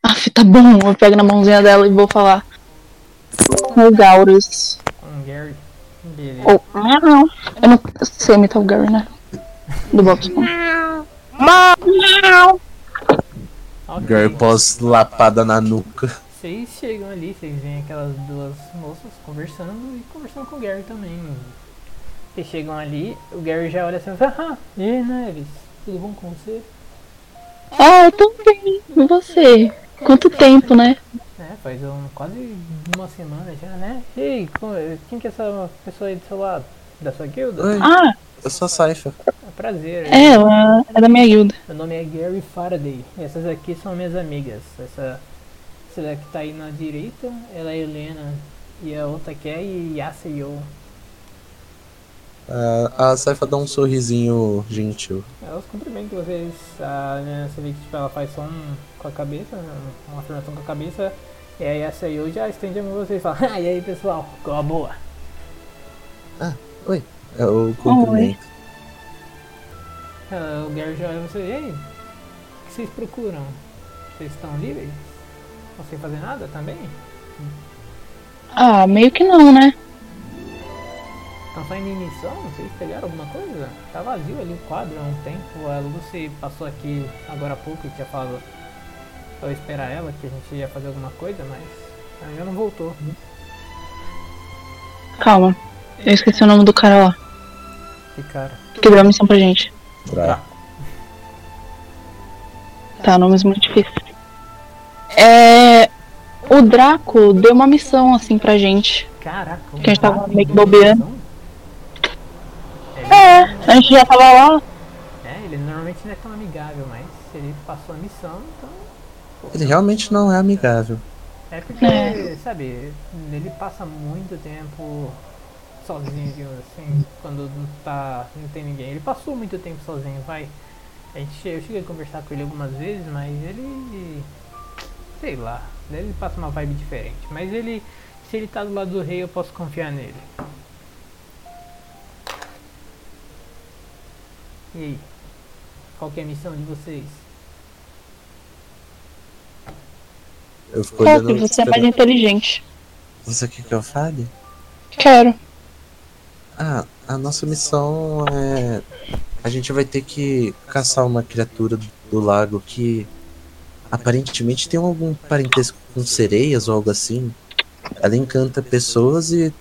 [SPEAKER 4] Aff, tá bom. Eu pego na mãozinha dela e vou falar. Com o Gaurus.
[SPEAKER 2] Com o Gary. Beleza.
[SPEAKER 4] Ou. Ah, não. Eu não sei imitar o Gaurus, né? Do Bob Esponja.
[SPEAKER 2] Ok.
[SPEAKER 1] Girl pós lapada na nuca.
[SPEAKER 2] Vocês chegam ali, vocês veem aquelas duas moças conversando e conversando com o Gary também. né? Vocês chegam ali, o Gary já olha assim e fala, ah, e aí, Neves, tudo bom com você?
[SPEAKER 4] Ah, eu também. E você? Quanto tempo, né?
[SPEAKER 2] Né, faz um, quase uma semana já, né? Ei, co- quem que é essa pessoa aí do seu lado? Da sua guilda?
[SPEAKER 1] Oi,
[SPEAKER 4] Ah,
[SPEAKER 1] eu sou a Saifa.
[SPEAKER 2] É um prazer.
[SPEAKER 4] é, ela é da minha guilda.
[SPEAKER 2] Meu nome é Gary Faraday. E essas aqui são minhas amigas. Essa, essa daqui que tá aí na direita, ela é Helena. E a outra aqui é Yasa Yo.
[SPEAKER 1] Ah, a Saifa dá um sorrisinho gentil.
[SPEAKER 2] Ela se cumprimenta É, vocês, a, né, você vê que tipo, ela faz só um com a cabeça, né, uma afirmação com a cabeça, e aí essa aí eu já estende a mão pra vocês e fala, ah, e aí pessoal, qual a boa?
[SPEAKER 1] É o cumprimento.
[SPEAKER 2] Ah, o Gary já olha pra você, ei, o que vocês procuram? Vocês estão livres? Não sem fazer nada também?
[SPEAKER 4] Ah, meio que não, né?
[SPEAKER 2] Estão só indo em missão? Vocês pegaram alguma coisa? Tá vazio ali o quadro há um tempo, a Lucy passou aqui agora há pouco e tinha falado pra eu esperar ela que a gente ia fazer alguma coisa, mas ainda não voltou.
[SPEAKER 4] Calma. Eu esqueci o nome do cara lá.
[SPEAKER 2] Que cara.
[SPEAKER 4] Que deu a missão pra gente.
[SPEAKER 1] Pra-
[SPEAKER 4] Tá, nomes muito difíceis. É. O Draco deu uma missão assim pra gente.
[SPEAKER 2] Caraca,
[SPEAKER 4] Que a gente tava
[SPEAKER 2] um
[SPEAKER 4] meio que
[SPEAKER 2] cara
[SPEAKER 4] bobeando.
[SPEAKER 2] de visão?
[SPEAKER 4] É,
[SPEAKER 2] Ele,
[SPEAKER 4] a gente já tava lá.
[SPEAKER 2] né, ele normalmente não é tão amigável, mas ele passou a missão, então.
[SPEAKER 1] Ele realmente não é amigável.
[SPEAKER 2] É porque,
[SPEAKER 4] É.
[SPEAKER 2] sabe, ele passa muito tempo sozinho, digamos assim, quando não, tá, não tem ninguém. Ele passou muito tempo sozinho, vai. A gente, che- eu cheguei a conversar com ele algumas vezes, mas ele. Sei lá, ele passa uma vibe diferente. Mas ele. Se ele tá do lado do rei, eu posso confiar nele. E aí? Qual que é a missão de vocês?
[SPEAKER 1] Eu fico
[SPEAKER 4] Pô,
[SPEAKER 1] olhando.
[SPEAKER 4] você é mais
[SPEAKER 1] esperando.
[SPEAKER 4] inteligente.
[SPEAKER 1] Você quer que eu fale?
[SPEAKER 4] Quero.
[SPEAKER 1] Ah, a nossa missão é. A gente vai ter que caçar uma criatura do lago que aparentemente tem algum parentesco com sereias ou algo assim. Ela encanta pessoas e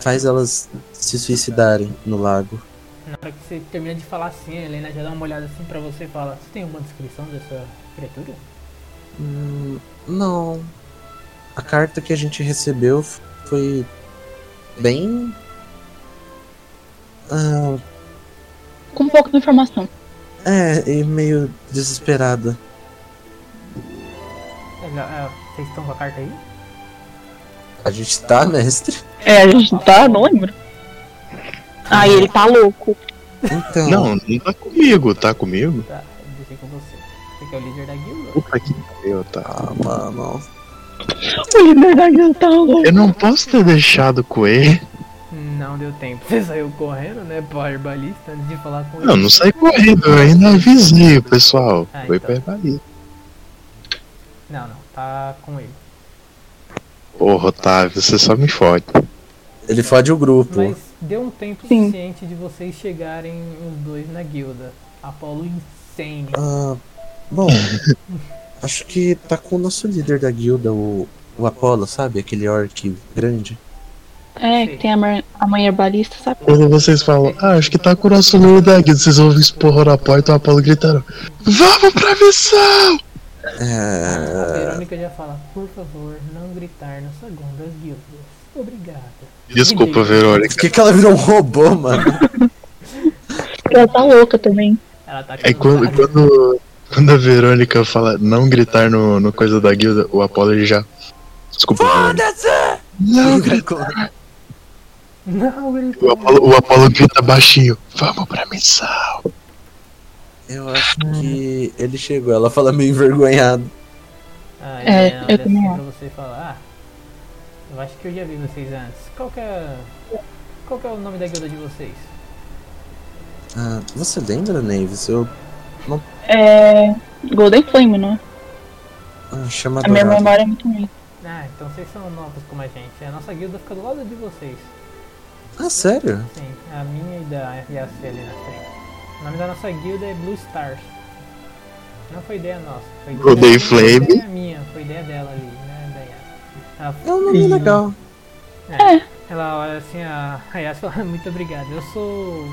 [SPEAKER 1] faz elas se suicidarem no lago.
[SPEAKER 2] Na hora que você termina de falar assim, a Helena já dá uma olhada assim pra você e fala: Você tem alguma descrição dessa criatura?
[SPEAKER 1] Hum, não. a carta que a gente recebeu foi bem. ah,
[SPEAKER 4] Com um pouco de informação.
[SPEAKER 1] é, e meio desesperada.
[SPEAKER 2] Ele- é, Vocês estão com a carta aí?
[SPEAKER 1] A gente tá, mestre?
[SPEAKER 4] É, a gente tá, não lembro. Aí ele tá louco.
[SPEAKER 1] Então.
[SPEAKER 5] Não, não tá comigo, tá comigo?
[SPEAKER 2] Tá, eu deixei com você. Você que é o líder da guilda?
[SPEAKER 5] Puta que pariu, tá.
[SPEAKER 1] Ah, mano.
[SPEAKER 4] Ele na verdade ele tá louco.
[SPEAKER 5] Eu não posso ter deixado com ele.
[SPEAKER 2] Não deu tempo. Você saiu correndo, né, pro herbalista antes de falar com ele.
[SPEAKER 5] Não, não saí correndo, eu ainda avisei o pessoal.
[SPEAKER 2] Ah,
[SPEAKER 5] Foi
[SPEAKER 2] então.
[SPEAKER 5] pra Bahia.
[SPEAKER 2] Não, não, tá com ele.
[SPEAKER 5] Porra, Otávio, você só me fode.
[SPEAKER 1] Ele fode o grupo.
[SPEAKER 2] Mas deu um tempo
[SPEAKER 4] Sim.
[SPEAKER 2] suficiente de vocês chegarem os dois na guilda. Apolo insane.
[SPEAKER 1] Ah, bom, acho que tá com o nosso líder da guilda, o, o Apollo, sabe? Aquele orc grande.
[SPEAKER 4] É, que tem a, mar- a mãe herbalista, sabe?
[SPEAKER 5] Quando vocês falam, ah, acho que tá com o nosso nome da guilda, vocês ouvem esporro na porta e o Apolo gritando: Vamos pra missão!
[SPEAKER 2] A
[SPEAKER 1] É,
[SPEAKER 2] Verônica já fala, por favor, não gritar na segunda guilda. Obrigada.
[SPEAKER 5] Desculpa, Verônica.
[SPEAKER 1] por que, que ela virou um robô, mano?
[SPEAKER 4] Ela tá louca também.
[SPEAKER 2] Ela tá
[SPEAKER 5] É quando,
[SPEAKER 2] cansada.
[SPEAKER 5] quando, quando a Verônica fala não gritar no, no coisa da guilda, o Apolo ele já. Desculpa. Verônica. Não, grita-
[SPEAKER 2] Não, ele
[SPEAKER 5] o, Apolo, o Apolo grita baixinho: Vamos pra missão!
[SPEAKER 1] Eu acho que ele chegou, ela fala meio envergonhada.
[SPEAKER 2] Ah,
[SPEAKER 4] É,
[SPEAKER 2] é,
[SPEAKER 4] eu
[SPEAKER 2] olha
[SPEAKER 4] também
[SPEAKER 2] assim
[SPEAKER 4] acho.
[SPEAKER 2] pra você e fala, ah, eu acho que eu já vi vocês antes. Qual que é, qual que é o nome da guilda de vocês?
[SPEAKER 1] Ah, você lembra, Neves? Eu
[SPEAKER 4] É. Golden Flame, não é?
[SPEAKER 1] ah, chama
[SPEAKER 4] A minha
[SPEAKER 1] Dourado.
[SPEAKER 4] memória é muito ruim.
[SPEAKER 2] Ah, então vocês são novos como a gente. A nossa guilda fica do lado de vocês.
[SPEAKER 1] Ah, sério?
[SPEAKER 2] Sim, a minha e da RAC ali na frente. O nome da nossa guilda é Blue Stars. Não foi ideia nossa. Foi ideia
[SPEAKER 5] Golden
[SPEAKER 2] dela,
[SPEAKER 5] Flame.
[SPEAKER 2] Foi ideia minha, foi ideia dela ali, né, da Yas. Ela
[SPEAKER 1] É um nome
[SPEAKER 6] Sim.
[SPEAKER 1] legal.
[SPEAKER 2] É. Ela olha assim, a a Yas fala, muito obrigado. Eu sou.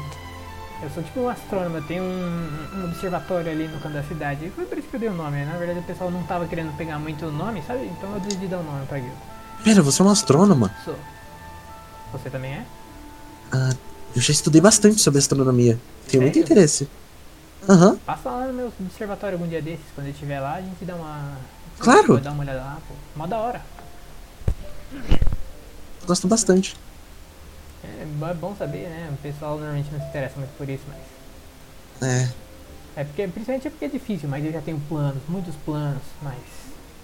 [SPEAKER 2] Eu sou tipo um astrônomo, eu tenho um, um observatório ali no canto da cidade. Foi por isso que eu dei o nome. né? Na verdade o pessoal não tava querendo pegar muito o nome, sabe? Então eu decidi dar o nome pra guilda.
[SPEAKER 1] Pera, você é uma astrônoma?
[SPEAKER 2] Sou. Você também é?
[SPEAKER 1] Ah, Eu já estudei bastante sobre astronomia. Tenho muito
[SPEAKER 2] Sério?
[SPEAKER 1] interesse. Aham,
[SPEAKER 2] Passa lá no meu observatório algum dia desses, quando eu estiver lá, a gente dá uma.
[SPEAKER 1] Claro.
[SPEAKER 2] Vai dar uma olhada lá, pô. Mó da hora.
[SPEAKER 1] gosto bastante.
[SPEAKER 2] É, bo- é bom saber, né? O pessoal normalmente não se interessa muito por isso, mas.
[SPEAKER 1] É,
[SPEAKER 2] É porque, principalmente é porque é difícil, mas eu já tenho planos, muitos planos, mas.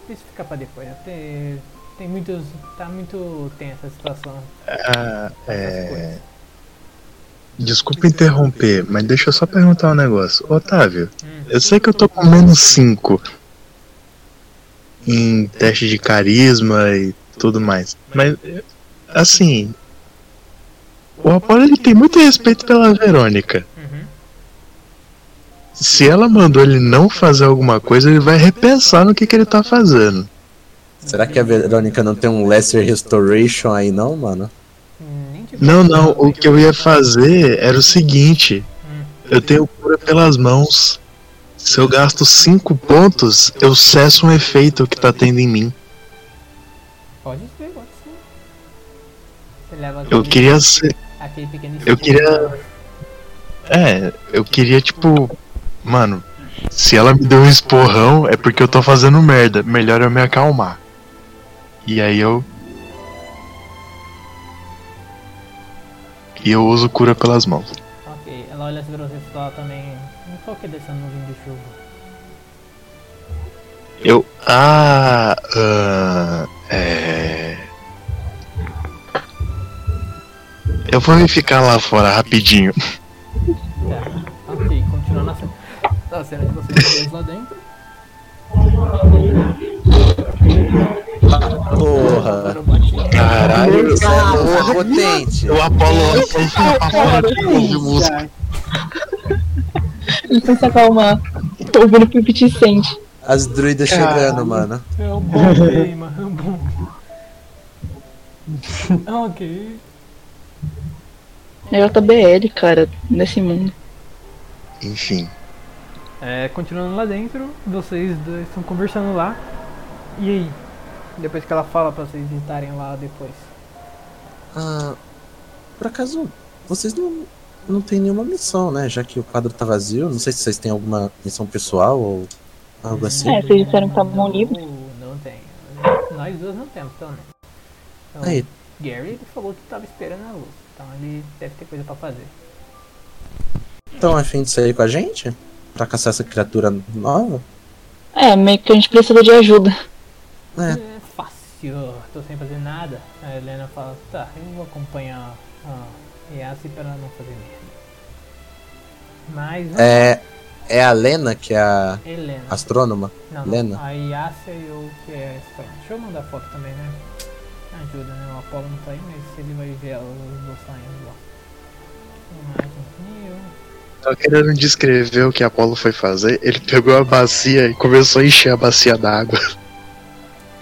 [SPEAKER 2] Isso fica pra depois. Eu te- Tem muitos. Tá muito tensa a situação.
[SPEAKER 5] Ah,
[SPEAKER 2] essas
[SPEAKER 5] é.
[SPEAKER 2] coisas.
[SPEAKER 5] Desculpa interromper, mas deixa eu só perguntar um negócio. Otávio,
[SPEAKER 2] Hum.
[SPEAKER 5] eu sei que eu tô com menos 5 em teste de carisma e tudo mais, mas assim, o Apolo ele tem muito respeito pela Verônica.
[SPEAKER 2] Uhum.
[SPEAKER 5] Se ela mandou ele não fazer alguma coisa, ele vai repensar no que, que ele tá fazendo.
[SPEAKER 1] Será que a Verônica não tem um Lesser Restoration aí não, mano?
[SPEAKER 2] Uhum. Nem te
[SPEAKER 5] Não, não, o que eu ia fazer era o seguinte:
[SPEAKER 2] Hum.
[SPEAKER 5] eu tenho cura pelas mãos. Se eu gasto 5 pontos, eu cesso um efeito que tá tendo em mim.
[SPEAKER 2] Pode ser, pode ser. Você leva
[SPEAKER 5] Eu
[SPEAKER 2] aquele,
[SPEAKER 5] queria ser.
[SPEAKER 2] aquele pequeno
[SPEAKER 5] eu queria- É, eu queria, tipo. Mano, se ela me deu um esporrão, é porque eu tô fazendo merda. Melhor eu me acalmar. E aí eu. E eu uso cura pelas mãos.
[SPEAKER 2] Ok, ela olha pra você e fala também. Qual que é dessa nuvem de chuva?
[SPEAKER 5] Eu. Ah. ah, é. Eu vou me ficar lá fora rapidinho.
[SPEAKER 2] Tá, ok, continuando a cena- a cena de vocês dois lá dentro.
[SPEAKER 1] Porra!
[SPEAKER 5] Caralho,
[SPEAKER 1] Porra, potente!
[SPEAKER 5] o Apolo. Eu fui pra fora de música.
[SPEAKER 4] Ele tem que se acalmar. Tô ouvindo o Pipit sente.
[SPEAKER 1] As druidas chegando, mano.
[SPEAKER 2] É um bom tema, é um bom. ok.
[SPEAKER 4] JBL, cara, nesse mundo.
[SPEAKER 5] Enfim.
[SPEAKER 2] É, continuando lá dentro, vocês dois estão conversando lá. E aí? Depois que ela fala pra vocês visitarem lá depois.
[SPEAKER 1] Ah, por acaso, vocês não, não têm nenhuma missão, né? Já que o quadro tá vazio, não sei se vocês têm alguma missão pessoal ou algo assim.
[SPEAKER 4] É, vocês disseram que estavam
[SPEAKER 2] Não,
[SPEAKER 4] livres.
[SPEAKER 2] Não tem. Nós duas não temos, pelo menos. Então,
[SPEAKER 1] Aí,
[SPEAKER 2] Gary ele falou que tava esperando a luz. Então ele deve ter coisa pra fazer.
[SPEAKER 1] estão afim de sair com a gente? Pra caçar essa criatura nova?
[SPEAKER 4] É, meio que a gente precisa de ajuda.
[SPEAKER 2] É fácil, tô sem fazer nada. A Helena fala, tá, eu vou acompanhar a Yassi pra ela não fazer merda. Mas vamos
[SPEAKER 1] É, é a Lena, que é a
[SPEAKER 2] lá, Helena.
[SPEAKER 1] astrônoma.
[SPEAKER 2] Não,
[SPEAKER 1] Lena.
[SPEAKER 2] não. A Yassi e o que é estranho. Deixa eu mandar foto também, né? Ajuda, né? O Apolo não tá aí, mas ele vai ver ela, os dois saindo lá. Imagem eu.
[SPEAKER 5] Tava querendo descrever o que Apolo foi fazer. Ele pegou a bacia e começou a encher a bacia d'água.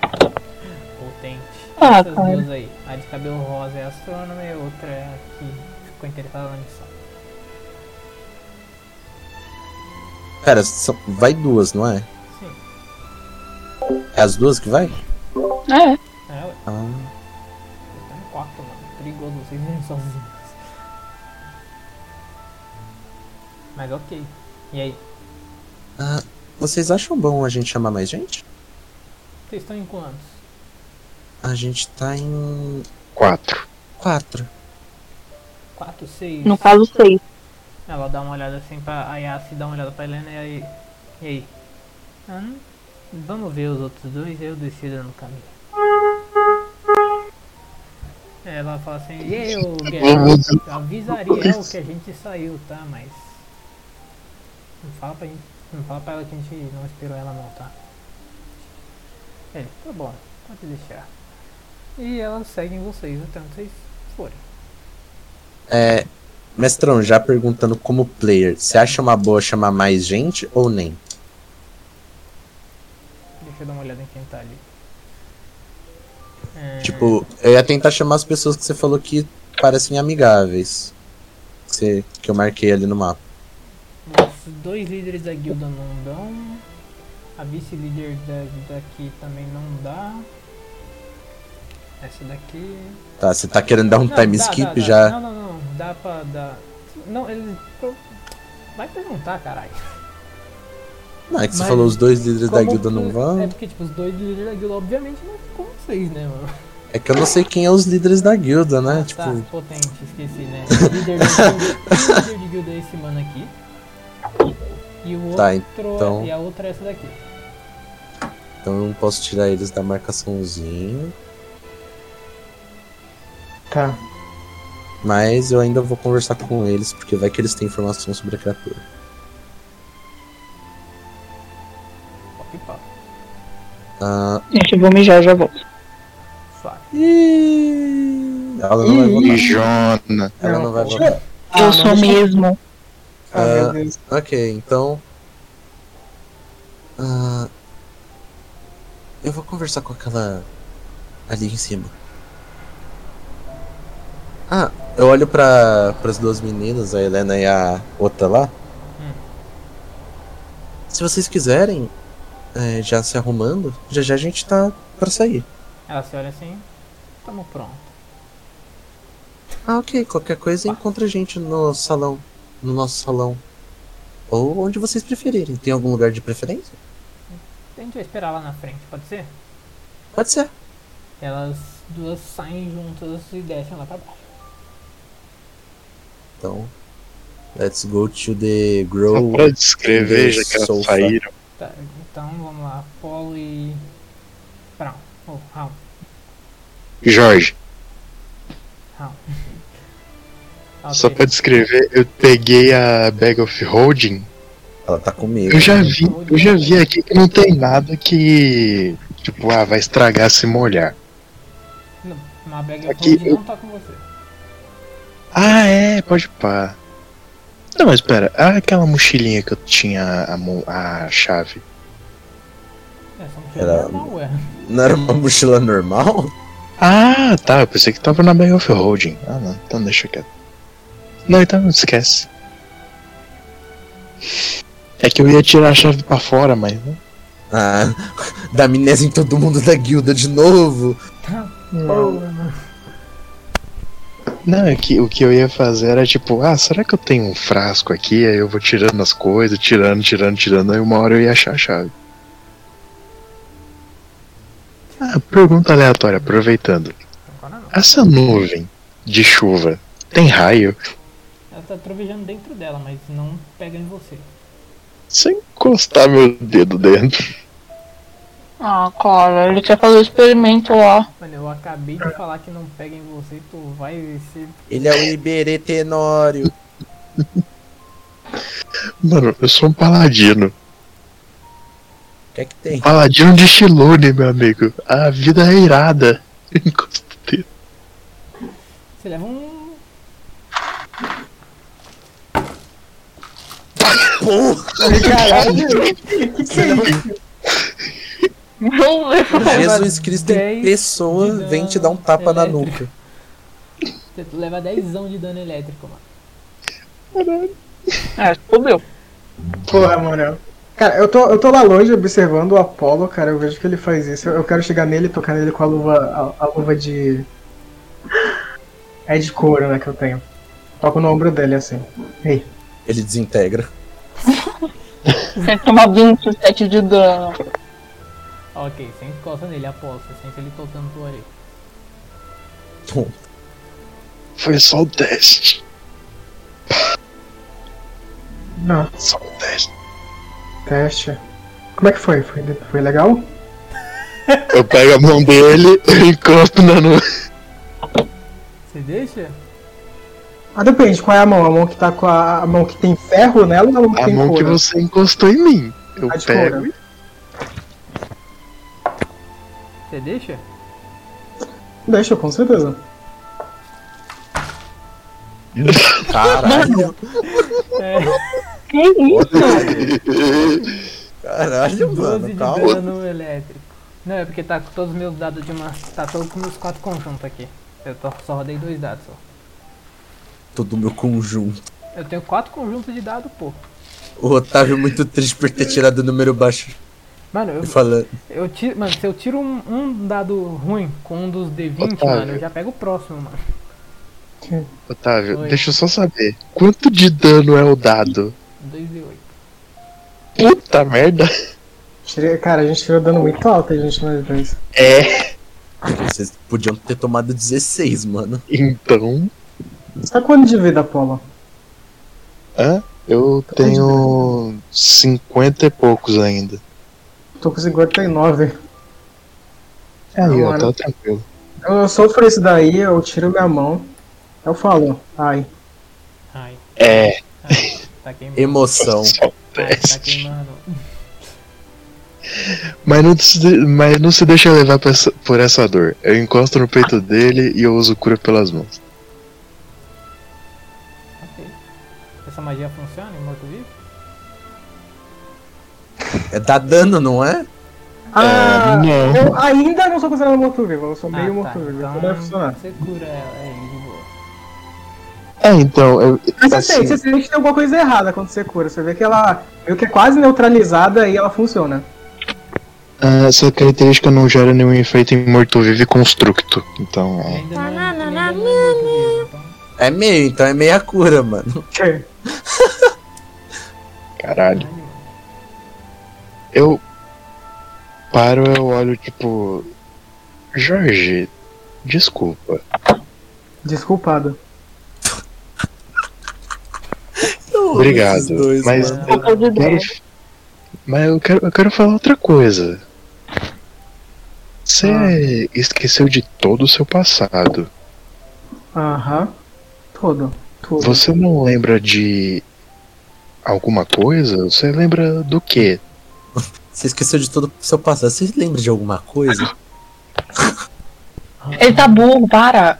[SPEAKER 2] potente.
[SPEAKER 4] Ah,
[SPEAKER 2] Essas
[SPEAKER 4] cara.
[SPEAKER 2] duas aí. A de cabelo rosa é astrônoma e a outra é a que ficou interessada na missão.
[SPEAKER 1] Pera, são- vai duas, não é?
[SPEAKER 2] Sim.
[SPEAKER 1] É as duas que vai?
[SPEAKER 4] É,
[SPEAKER 2] É, ué,
[SPEAKER 1] Ah,
[SPEAKER 2] vocês estão em quatro, mano. Perigoso vocês irem sozinhos. Mas ok. E aí?
[SPEAKER 1] ah, vocês acham bom a gente chamar mais gente?
[SPEAKER 2] Vocês estão em quantos?
[SPEAKER 1] A gente tá em
[SPEAKER 5] Quatro.
[SPEAKER 1] quatro.
[SPEAKER 2] Quatro, seis?
[SPEAKER 4] no caso seis.
[SPEAKER 2] Ela dá uma olhada assim pra a Yassi, dá uma olhada pra Helena e aí. E aí? Ah, não- vamos ver os outros dois eu decido no caminho. Ela fala assim, e aí, ô Guerreiro, eu avisaria o que a gente saiu, tá? Mas. Não fala pra gente. Não fala pra ela que a gente não esperou ela não, tá? Ele, tá bom, pode deixar. E elas seguem vocês até onde vocês forem.
[SPEAKER 1] É, mestrão, já perguntando como player, você acha uma boa chamar mais gente ou nem?
[SPEAKER 2] Deixa eu dar uma olhada em quem tá ali. É,
[SPEAKER 1] Tipo, eu ia tentar chamar as pessoas que você falou que parecem amigáveis. Que, você- que eu marquei ali no mapa.
[SPEAKER 2] Os dois líderes da guilda não dão. A vice-líder da- daqui também não dá. Essa daqui.
[SPEAKER 1] Tá, você tá querendo dar um
[SPEAKER 2] Não,
[SPEAKER 1] time
[SPEAKER 2] dá,
[SPEAKER 1] skip
[SPEAKER 2] dá, dá.
[SPEAKER 1] já?
[SPEAKER 2] Não, não, não. Dá pra dar. Não, eles. pro- Vai perguntar, caralho.
[SPEAKER 1] Não, é que você
[SPEAKER 2] Mas-
[SPEAKER 1] falou os dois líderes da
[SPEAKER 2] Como
[SPEAKER 1] guilda não
[SPEAKER 2] que- É
[SPEAKER 1] vão.
[SPEAKER 2] porque, tipo, os dois líderes da guilda, obviamente, não ficam com vocês, né, mano?
[SPEAKER 1] É que eu não sei quem é os líderes da guilda, né? Tipo,
[SPEAKER 2] Tá, potente, esqueci, né? O líder, da guilda, o líder de guilda é esse mano aqui. E o outro
[SPEAKER 1] Tá,
[SPEAKER 2] é,
[SPEAKER 1] então-
[SPEAKER 2] e a outra é essa daqui.
[SPEAKER 1] então eu não posso tirar eles da marcaçãozinha.
[SPEAKER 6] Tá.
[SPEAKER 1] Mas eu ainda vou conversar com eles, porque vai que eles têm informação sobre a criatura.
[SPEAKER 2] Pop pop.
[SPEAKER 1] Ah,
[SPEAKER 4] Gente, eu vou mijar, já volto.
[SPEAKER 2] Suave.
[SPEAKER 1] e... Ela não vai
[SPEAKER 6] Ih.
[SPEAKER 1] voltar.
[SPEAKER 5] Mijona.
[SPEAKER 1] Ela não vai
[SPEAKER 6] Não.
[SPEAKER 1] voltar.
[SPEAKER 6] Ah,
[SPEAKER 4] eu
[SPEAKER 6] não,
[SPEAKER 4] sou
[SPEAKER 6] deixa-
[SPEAKER 4] mesmo.
[SPEAKER 6] Ah,
[SPEAKER 1] Ah.
[SPEAKER 6] meu Deus.
[SPEAKER 1] Ok, então. Ah, eu vou conversar com aquela. ali em cima. Ah, eu olho para as duas meninas, a Helena e a outra lá.
[SPEAKER 2] Hum.
[SPEAKER 1] Se vocês quiserem, eh, já se arrumando, já já a gente tá pra sair.
[SPEAKER 2] Ela se olha assim, tamo pronto.
[SPEAKER 1] Ah, ok, qualquer coisa encontra a gente no salão. No nosso salão. Ou onde vocês preferirem. Tem algum lugar de preferência?
[SPEAKER 2] A gente vai esperar lá na frente, pode ser?
[SPEAKER 1] Pode ser.
[SPEAKER 2] Elas duas saem juntas e descem lá pra baixo.
[SPEAKER 1] Então, let's go to the grow.
[SPEAKER 5] Só pra descrever, já que
[SPEAKER 1] Sofá.
[SPEAKER 5] elas saíram.
[SPEAKER 2] Tá, então vamos lá, Apolo e. Brown. Ou Raul.
[SPEAKER 5] Jorge,
[SPEAKER 2] Raul.
[SPEAKER 5] só pra descrever, eu peguei a Bag of Holding.
[SPEAKER 1] Ela tá comigo.
[SPEAKER 5] Eu já vi, eu já vi aqui que não tem nada que. Tipo, ah, vai estragar se molhar.
[SPEAKER 2] Não, uma bag
[SPEAKER 5] Aqui,
[SPEAKER 2] Aqui, não tá com você.
[SPEAKER 5] Ah, é, pode pá. Não, mas pera, ah, aquela mochilinha que eu tinha a, mo- a chave.
[SPEAKER 2] É só um
[SPEAKER 1] Era-
[SPEAKER 2] tiro normal, ué.
[SPEAKER 1] Não era uma mochila normal?
[SPEAKER 5] Ah, tá, eu pensei que tava na Bag of Holding. Ah, não, então deixa quieto. Não, então esquece. É que eu ia tirar a chave pra fora, mas. né?
[SPEAKER 1] Ah, da amnésia em todo mundo da guilda de novo.
[SPEAKER 5] Não, é que o que eu ia fazer era tipo, ah, será que eu tenho um frasco aqui? Aí eu vou tirando as coisas, tirando, tirando, tirando, aí uma hora eu ia achar a chave. Ah, pergunta aleatória, aproveitando. Essa nuvem de chuva tem raio?
[SPEAKER 2] Ela tá trovejando dentro dela, mas não pega em você.
[SPEAKER 5] Se eu encostar meu dedo dentro.
[SPEAKER 4] Ah, cara, ele quer fazer o experimento lá.
[SPEAKER 2] Mano, eu acabei de falar que não pega em você e tu vai ser.
[SPEAKER 1] Ele é o Iberê Tenório.
[SPEAKER 5] Mano, eu sou um paladino.
[SPEAKER 1] O que é que tem?
[SPEAKER 5] Paladino de Shilone, meu amigo. A vida é irada. Encosta o dedo.
[SPEAKER 2] Você leva um.
[SPEAKER 4] Não,
[SPEAKER 1] Jesus Cristo em
[SPEAKER 2] dez de
[SPEAKER 1] pessoa
[SPEAKER 2] dano É.
[SPEAKER 1] vem te dar um tapa na
[SPEAKER 2] elétrico.
[SPEAKER 1] nuca.
[SPEAKER 2] Você leva 10 de dano elétrico, mano.
[SPEAKER 4] é, subiu.
[SPEAKER 6] Porra, mano. Cara, eu tô, eu tô lá longe observando o Apollo, cara. Eu vejo que ele faz isso. Eu, eu quero chegar nele e tocar nele com a luva. A, a luva de. É de couro, né? Que eu tenho. Toco no ombro dele assim. Ei.
[SPEAKER 1] Ele desintegra.
[SPEAKER 4] Tem que tomar 27 de dano.
[SPEAKER 2] Ok, você encosta nele, aposta. Você sente ele tocando por ali.
[SPEAKER 5] Foi só o teste.
[SPEAKER 6] Não,
[SPEAKER 5] Só o teste.
[SPEAKER 6] teste. Como é que foi? Foi, foi legal?
[SPEAKER 5] Eu pego a mão dele e encosto na nuvem.
[SPEAKER 2] Você deixa?
[SPEAKER 6] Ah, depende, qual é a mão? A mão que tá com a. A mão que tem ferro nela ou a mão que
[SPEAKER 5] A
[SPEAKER 6] tem
[SPEAKER 5] mão que
[SPEAKER 6] couro?
[SPEAKER 5] você encostou em mim. Eu
[SPEAKER 6] A de
[SPEAKER 5] pego
[SPEAKER 6] couro.
[SPEAKER 5] e.
[SPEAKER 2] Você deixa?
[SPEAKER 6] Deixa, com certeza.
[SPEAKER 1] Caralho,
[SPEAKER 2] É,
[SPEAKER 4] Que isso?
[SPEAKER 1] caralho,
[SPEAKER 2] 12 de
[SPEAKER 1] mano, calma.
[SPEAKER 2] dano elétrico. Não, é porque tá com todos os meus dados de uma. Tá todo com meus quatro conjuntos aqui. Eu tô- só rodei dois dados só.
[SPEAKER 1] Todo meu conjunto.
[SPEAKER 2] Eu tenho quatro conjuntos de dados, pô.
[SPEAKER 1] O Otávio é muito triste por ter tirado o número baixo.
[SPEAKER 2] Mano, eu,
[SPEAKER 1] E falando,
[SPEAKER 2] eu tiro. Mano, se eu tiro um, um dado ruim com um dos D20,
[SPEAKER 5] Otávio.
[SPEAKER 2] mano, eu já pego o próximo, mano.
[SPEAKER 5] Otávio,
[SPEAKER 2] Oi.
[SPEAKER 5] deixa eu só saber. Quanto de dano é o dado?
[SPEAKER 2] 2D8.
[SPEAKER 5] Puta merda.
[SPEAKER 6] Tirei- Cara, a gente tirou dano muito alto, a gente nós dois.
[SPEAKER 5] É,
[SPEAKER 1] vocês podiam ter tomado 16, mano.
[SPEAKER 5] então.
[SPEAKER 6] Você tá com quanto de vida, Apollo?
[SPEAKER 5] Hã? Eu tenho 50 e poucos ainda.
[SPEAKER 6] Tô com 59.
[SPEAKER 5] Aí, ó,
[SPEAKER 6] Agora.
[SPEAKER 5] tá tranquilo.
[SPEAKER 6] Eu, eu sofro isso daí, eu tiro minha mão, eu falo, ai.
[SPEAKER 2] Ai,
[SPEAKER 5] É,
[SPEAKER 2] tá queimando.
[SPEAKER 1] Emoção.
[SPEAKER 5] só o
[SPEAKER 2] Ai, tá
[SPEAKER 5] teste.
[SPEAKER 2] queimando.
[SPEAKER 5] Mas não, se de- mas não se deixa levar por essa, por essa dor. Eu encosto no peito dele e eu uso cura pelas mãos.
[SPEAKER 2] Ok. Essa magia funciona em morto-vivo?
[SPEAKER 1] É dar dano, não é?
[SPEAKER 6] Ah,
[SPEAKER 5] não.
[SPEAKER 6] eu ainda não sou considerado morto-vivo, eu sou
[SPEAKER 2] Ah,
[SPEAKER 6] É meio
[SPEAKER 2] tá.
[SPEAKER 6] morto-vivo, então deve
[SPEAKER 2] Então
[SPEAKER 6] funcionar.
[SPEAKER 2] você cura ela, é, de boa.
[SPEAKER 5] É, então. Eu,
[SPEAKER 6] Mas você
[SPEAKER 5] assim,
[SPEAKER 6] sente, você sente que tem alguma coisa errada quando você cura, você vê que ela meio que é quase neutralizada e ela funciona.
[SPEAKER 5] ah, essa característica não gera nenhum efeito em morto-vivo e constructo. Então,
[SPEAKER 2] Ele ainda
[SPEAKER 5] é.
[SPEAKER 2] não, ele ainda não é morto-vivo, então...
[SPEAKER 1] É meio, então é meia cura, mano.
[SPEAKER 5] Caralho.
[SPEAKER 2] Ai, mano.
[SPEAKER 5] Eu paro, eu olho, tipo. Jorge, desculpa.
[SPEAKER 6] Desculpado.
[SPEAKER 5] Então, Obrigado,
[SPEAKER 1] Esses dois,
[SPEAKER 5] mas-
[SPEAKER 1] mano.
[SPEAKER 4] Falta de dano.
[SPEAKER 5] Mas- Mas eu quero, eu quero falar outra coisa. Você esqueceu de todo o seu passado.
[SPEAKER 6] Aham. Todo. Tudo.
[SPEAKER 5] Você não lembra de alguma coisa? Você lembra do quê?
[SPEAKER 1] Você esqueceu de todo o seu passado. Você lembra de alguma coisa?
[SPEAKER 4] Ele tá burro, para.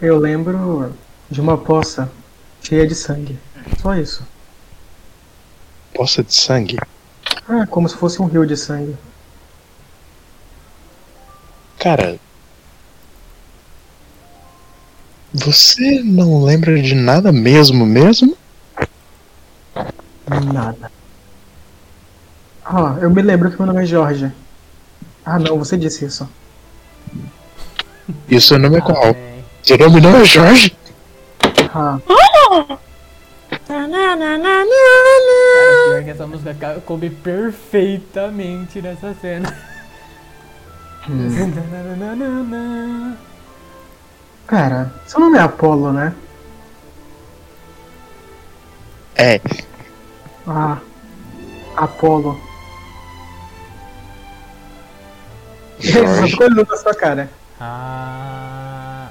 [SPEAKER 6] Eu lembro de uma poça cheia de sangue. Só isso.
[SPEAKER 5] Poça de sangue?
[SPEAKER 6] Ah, como se fosse um rio de sangue.
[SPEAKER 5] Cara. Você não lembra de nada mesmo, mesmo?
[SPEAKER 6] Nada. Ah, eu me lembro que meu nome é Jorge. Ah, não, você disse isso.
[SPEAKER 5] E o seu nome é qual?
[SPEAKER 2] véi.
[SPEAKER 5] Seu nome não é Jorge?
[SPEAKER 6] Ah,
[SPEAKER 2] Pior que essa música ca- coube perfeitamente nessa cena.
[SPEAKER 5] Hum.
[SPEAKER 2] Nananana.
[SPEAKER 6] cara, seu nome é Apolo, né?
[SPEAKER 5] É.
[SPEAKER 6] Ah, Apolo. Essa
[SPEAKER 5] Jorge
[SPEAKER 6] ficou olhando na sua cara.
[SPEAKER 2] ah,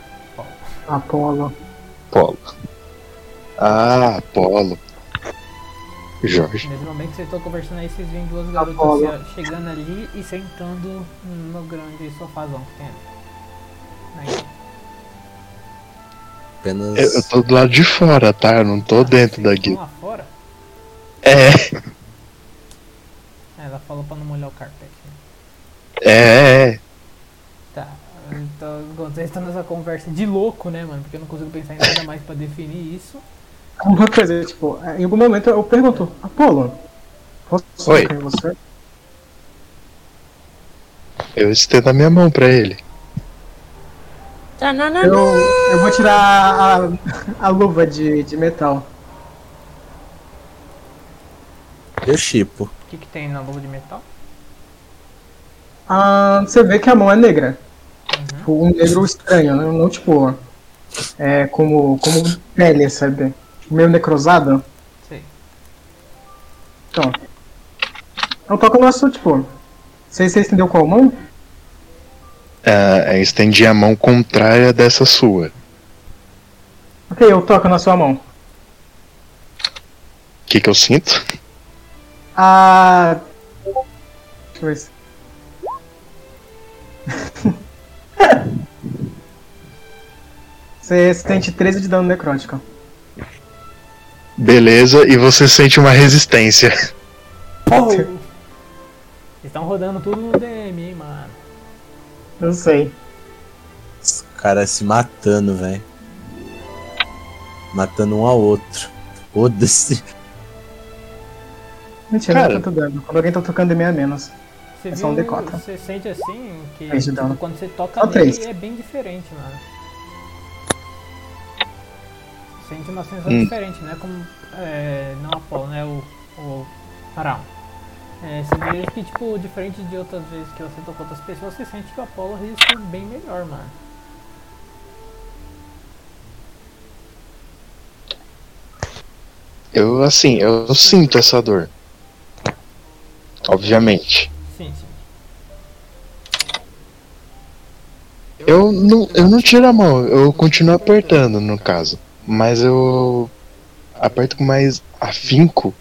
[SPEAKER 6] Apolo.
[SPEAKER 5] Polo. Ah, Polo. Jorge.
[SPEAKER 2] nesse momento que vocês estão conversando aí, vocês veem duas
[SPEAKER 6] Apolo.
[SPEAKER 2] garotas assim, ó, chegando ali e sentando no grande sofazão que tem ali. Né? Aí,
[SPEAKER 1] Apenas.
[SPEAKER 5] Eu, eu tô do lado de fora, tá? Eu não tô dentro
[SPEAKER 2] vocês
[SPEAKER 5] daqui.
[SPEAKER 2] estão lá fora?
[SPEAKER 5] É,
[SPEAKER 2] Ah, Ela falou pra não molhar o carpete. né?
[SPEAKER 5] é, é.
[SPEAKER 2] Tá. Então, enquanto vocês estão nessa conversa de louco, né, mano? Porque eu não consigo pensar em nada mais pra definir isso.
[SPEAKER 6] Uma coisa, tipo, em algum momento eu pergunto, Apolo, posso
[SPEAKER 5] Oi.
[SPEAKER 6] saber quem é você?
[SPEAKER 5] Eu estendo a minha mão pra ele.
[SPEAKER 6] Eu, eu vou tirar a, a luva de, de metal.
[SPEAKER 1] Eu tipo, chipo.
[SPEAKER 2] O que, que tem na luva de metal?
[SPEAKER 6] Ah, você vê que a mão é negra. Tipo, um negro estranho, né? não tipo. É como, como pele, sabe? Tipo, Meio necrosada.
[SPEAKER 2] Sei.
[SPEAKER 6] Então. Eu toco no assunto, tipo. Você, você estendeu qual mão?
[SPEAKER 5] Ah, eu estendi a mão contrária dessa sua.
[SPEAKER 6] Ok, eu toco na sua mão.
[SPEAKER 5] O que, que eu sinto?
[SPEAKER 6] Ah. Deixa eu ver se. Você sente 13 de dano necrótico.
[SPEAKER 5] Beleza, e você sente uma resistência.
[SPEAKER 2] Vocês estão rodando tudo no DM, hein, mano.
[SPEAKER 6] Eu sei.
[SPEAKER 1] Os caras se matando, velho. Matando um ao outro. Foda-se.
[SPEAKER 6] Mentira,
[SPEAKER 5] Cara.
[SPEAKER 6] não é tanto dano. Quando alguém tá tocando em mim é menos.
[SPEAKER 2] Você
[SPEAKER 6] É só um D4.
[SPEAKER 2] Você sente assim que
[SPEAKER 6] Três de
[SPEAKER 2] tipo,
[SPEAKER 6] dano.
[SPEAKER 2] quando você toca
[SPEAKER 6] Só
[SPEAKER 2] nele
[SPEAKER 6] três.
[SPEAKER 2] é bem diferente, mano. Sente uma sensação
[SPEAKER 5] Hum.
[SPEAKER 2] diferente, né? Como. É, não a Paul, né? O. O. Arão. É, você vê que, tipo, diferente de outras vezes que você tocou outras pessoas, você sente que o Apollo resistiu bem melhor, mano.
[SPEAKER 5] Eu, assim, eu sinto essa dor. Obviamente.
[SPEAKER 2] Sim, sim.
[SPEAKER 5] Eu não, eu não tiro a mão, eu continuo apertando, no caso. Mas eu aperto com mais afinco.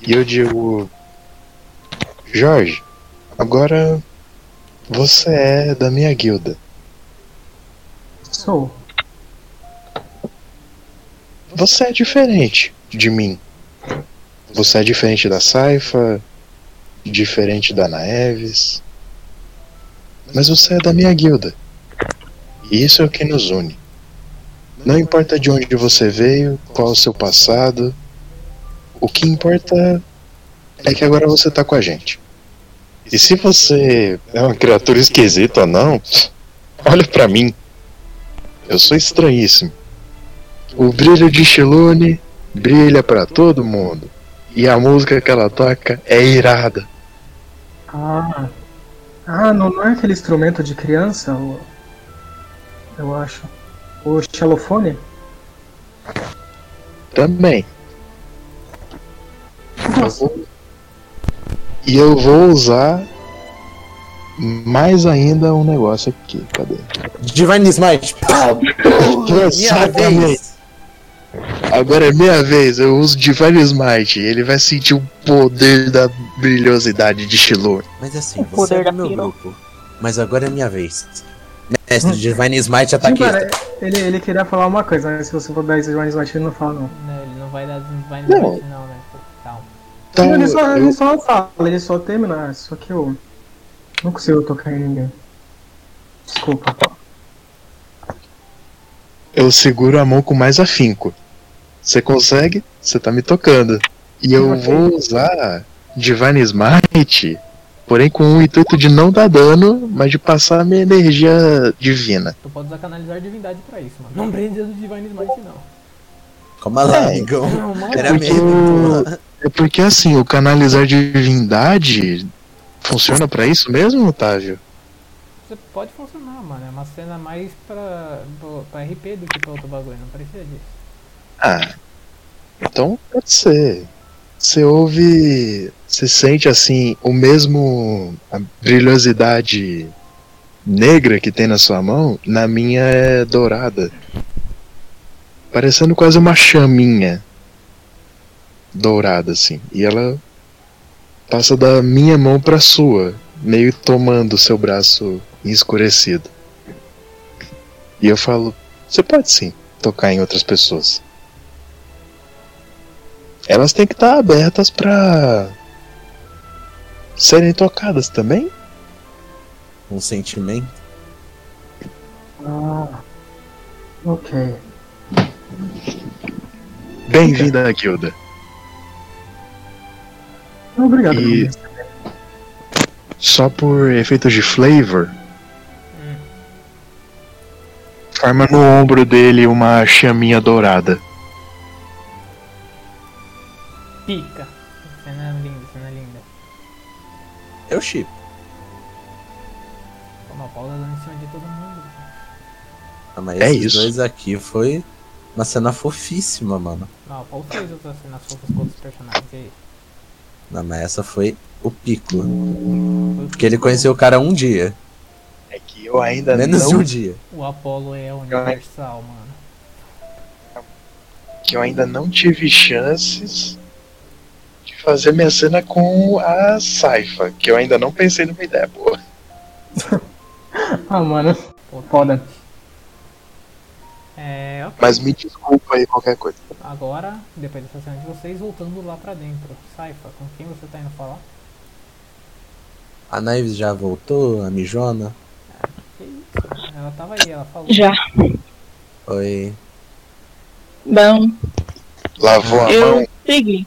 [SPEAKER 5] E eu digo: Jorge, agora você é da minha guilda.
[SPEAKER 6] Sou.
[SPEAKER 5] Você é diferente de mim. Você é diferente da Saifa, diferente da Naeves. Mas você é da minha guilda. E isso é o que nos une. Não importa de onde você veio, qual o seu passado, o que importa é que agora você tá com a gente. E se você é uma criatura esquisita ou não, olha pra mim. Eu sou estranhíssimo. O brilho de Shilune brilha pra todo mundo. E a música que ela toca é irada.
[SPEAKER 6] Ah. Ah, não, não é aquele instrumento de criança? O... Eu acho. O xilofone?
[SPEAKER 5] Também. Eu vou- E eu vou usar mais ainda um negócio aqui. Cadê?
[SPEAKER 1] Divine Smite. Pau!
[SPEAKER 5] Exatamente. Agora é minha vez. Eu uso Divine Smite. Ele vai sentir o poder da brilhosidade de Shilune.
[SPEAKER 1] Mas assim,
[SPEAKER 4] O
[SPEAKER 1] você
[SPEAKER 4] poder
[SPEAKER 1] é
[SPEAKER 4] da
[SPEAKER 1] do meu
[SPEAKER 4] piro.
[SPEAKER 1] grupo. Mas agora é minha vez.
[SPEAKER 5] Hum.
[SPEAKER 1] Mestre, Divine Smite ataque.
[SPEAKER 6] Cara, ele, ele queria falar uma coisa, mas se você for dar esse Johnny Smith, ele não fala, não.
[SPEAKER 2] Não, Né, ele não vai dar vai
[SPEAKER 5] Não.
[SPEAKER 2] não. não, né? Pô, Calma.
[SPEAKER 5] Então,
[SPEAKER 6] ele, só,
[SPEAKER 5] eu-
[SPEAKER 6] ele só fala, ele só termina, é só que eu não consigo tocar em ninguém. Desculpa.
[SPEAKER 5] eu seguro a mão com mais afinco. Você consegue? Você tá me tocando. E eu vou usar Divine Smite, porém com o intuito de não dar dano, mas de passar a minha energia divina.
[SPEAKER 2] Tu pode usar canalizar divindade pra isso, mano. Não prende do Divine Smite, não.
[SPEAKER 1] Calma lá,
[SPEAKER 5] É.
[SPEAKER 1] amigão.
[SPEAKER 2] Não, mano.
[SPEAKER 1] Era
[SPEAKER 5] Porque,
[SPEAKER 1] mesmo, porra.
[SPEAKER 5] é porque assim, o canalizar divindade funciona pra isso mesmo, Otávio?
[SPEAKER 2] Você pode funcionar, mano. É uma cena mais pra, pro- pra RP do que pra outro bagulho. Não precisa disso.
[SPEAKER 5] Ah, então pode ser. Você ouve, você sente assim o mesmo a brilhosidade negra que tem na sua mão, na minha é dourada, parecendo quase uma chaminha dourada assim. E ela passa da minha mão para sua, meio tomando seu braço escurecido. E eu falo, você pode sim tocar em outras pessoas elas têm que estar abertas pra serem tocadas também.
[SPEAKER 1] Um sentimento.
[SPEAKER 6] Ah, ok.
[SPEAKER 5] Bem-vinda à guilda.
[SPEAKER 6] Obrigado.
[SPEAKER 5] E-
[SPEAKER 6] Luiz.
[SPEAKER 5] Só por efeitos de flavor, Hum. forma no ombro dele uma chaminha dourada.
[SPEAKER 2] Pica. Cena linda, cena linda.
[SPEAKER 1] Eu chipo.
[SPEAKER 2] Toma Uma pausa dando em cima de todo mundo.
[SPEAKER 1] Ah, mas
[SPEAKER 5] É
[SPEAKER 1] esses
[SPEAKER 5] isso.
[SPEAKER 1] dois aqui foi uma cena fofíssima, mano.
[SPEAKER 2] Não, qual vocês outras cenas fofas com outros personagens aí?
[SPEAKER 1] Não, mas essa foi o pico. Porque ele conheceu o cara um dia.
[SPEAKER 5] É que eu ainda
[SPEAKER 1] menos de
[SPEAKER 5] não,
[SPEAKER 1] um dia.
[SPEAKER 2] O Apollo é universal, mano.
[SPEAKER 5] que eu ainda não tive chances de fazer minha cena com a Saifa, que eu ainda não pensei numa ideia boa.
[SPEAKER 6] Ah, mano. Foda.
[SPEAKER 2] É, ok.
[SPEAKER 5] Mas me desculpa aí qualquer coisa.
[SPEAKER 2] Agora, depois dessa cena de vocês, voltando lá pra dentro. Saifa, com quem você tá indo falar?
[SPEAKER 1] A Naives já voltou, a mijona.
[SPEAKER 2] Que isso? Ela tava aí, ela falou.
[SPEAKER 4] Já.
[SPEAKER 1] Oi.
[SPEAKER 4] Bom,
[SPEAKER 5] Lavou a mão.
[SPEAKER 4] eu segui.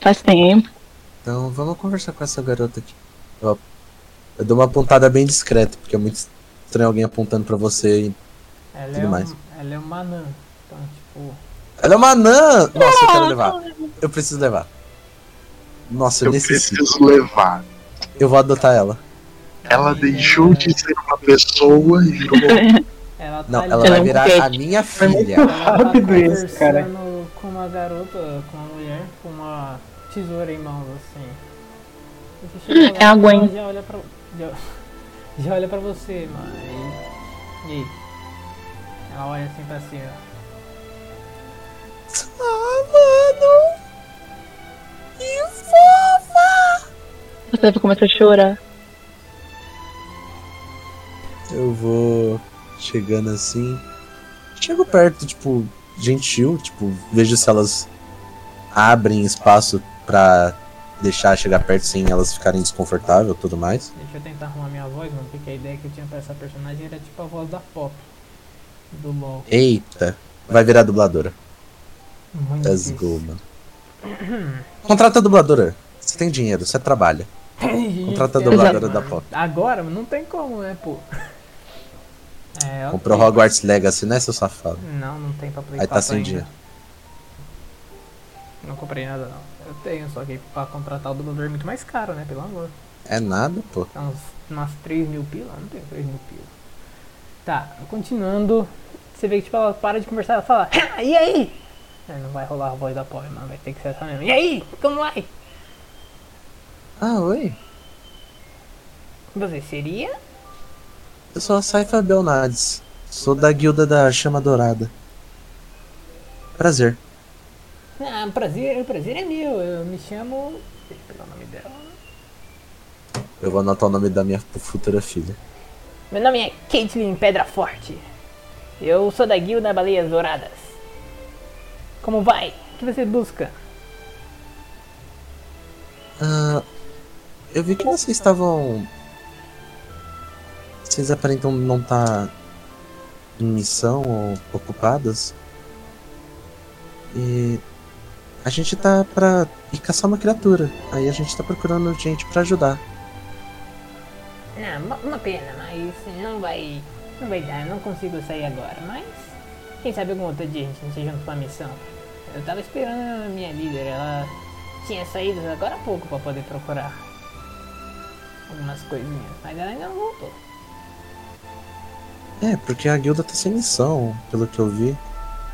[SPEAKER 4] Faz tempo.
[SPEAKER 1] Então vamos conversar com essa garota aqui. Eu, eu dou uma apontada bem discreta, porque é muito estranho alguém apontando pra você. e-
[SPEAKER 2] Ela
[SPEAKER 1] Tudo
[SPEAKER 2] é, um-
[SPEAKER 1] mais.
[SPEAKER 2] ela é uma anã. Então, tipo,
[SPEAKER 1] Ela é uma anã! Nossa, eu quero levar. Eu preciso levar. Nossa, eu,
[SPEAKER 5] Eu
[SPEAKER 1] necessito.
[SPEAKER 5] preciso levar.
[SPEAKER 1] Eu vou adotar ela.
[SPEAKER 5] Ela deixou de ser uma pessoa um e virou uma
[SPEAKER 2] ela tá
[SPEAKER 1] Não,
[SPEAKER 2] ali.
[SPEAKER 1] ela
[SPEAKER 4] Ela é
[SPEAKER 1] vai
[SPEAKER 4] um
[SPEAKER 1] virar
[SPEAKER 4] pet.
[SPEAKER 1] a minha filha.
[SPEAKER 2] Ela tá
[SPEAKER 6] Rápido isso, cara.
[SPEAKER 2] conversando com uma garota, com uma mulher, com uma tesoura em mãos, assim. Você chega lá,
[SPEAKER 4] É a Gwen.
[SPEAKER 2] ela Já olha pra, já, já olha pra você, mano. E, e aí? Ela olha assim pra cima.
[SPEAKER 1] Ah, mano! Que fofa!
[SPEAKER 4] Você deve começar a chorar.
[SPEAKER 1] Eu vou chegando assim. Chego perto, tipo, gentil, tipo, vejo se elas abrem espaço pra deixar chegar perto sem elas ficarem desconfortáveis e tudo mais.
[SPEAKER 2] Deixa eu tentar arrumar minha voz, mano, porque a ideia que eu tinha pra essa personagem era tipo a voz da pop. Do LOL.
[SPEAKER 1] Eita, vai virar dubladora.
[SPEAKER 2] Muito
[SPEAKER 1] Let's
[SPEAKER 2] difícil.
[SPEAKER 1] go, mano. Contrata a dubladora. Você tem dinheiro, você trabalha. Contrata a dubladora da pop.
[SPEAKER 2] Agora não tem como, né, pô? É, ok.
[SPEAKER 1] Comprou Hogwarts Legacy, né, seu safado?
[SPEAKER 2] Não, não tem pra Play
[SPEAKER 1] Aí
[SPEAKER 2] 4
[SPEAKER 1] tá sem
[SPEAKER 2] ainda.
[SPEAKER 1] dinheiro.
[SPEAKER 2] Não comprei nada não. Eu tenho, só que pra contratar o dublador é muito mais caro, né? Pelo amor.
[SPEAKER 1] É nada, pô.
[SPEAKER 2] Tá uns, umas 3 mil pila? Não tenho 3 mil pila. Tá, continuando. Você vê que tipo, ela para de conversar, ela fala, "Ah, e aí? É, não vai rolar a voz da pobre, mano. Vai ter que ser essa mesmo. E aí? Como vai?
[SPEAKER 1] Ah, oi.
[SPEAKER 2] Você seria?
[SPEAKER 1] Eu sou a Saifa Belnades. Sou da guilda da Chama Dourada. Prazer.
[SPEAKER 2] Ah, prazer, o prazer é meu. Eu me chamo. Deixa eu pegar o nome dela.
[SPEAKER 1] Eu vou anotar o nome da minha futura filha.
[SPEAKER 2] Meu nome é Caitlin Pedra Forte. Eu sou da guilda Baleias Douradas. Como vai? O que você busca?
[SPEAKER 1] Ah, eu vi que vocês estavam. Vocês aparentam não tá estar em missão ou ocupadas. E A gente tá pra ir caçar uma criatura. Aí a gente tá procurando gente pra ajudar.
[SPEAKER 2] Não, uma- uma pena, mas assim, não vai. Não vai dar, eu não consigo sair agora, mas. Quem sabe algum outro dia a gente não se junta pra missão. Eu tava esperando a minha líder, ela tinha saído agora há pouco pra poder procurar algumas coisinhas, mas ela ainda não voltou.
[SPEAKER 1] É, porque a guilda tá sem missão, pelo que eu vi.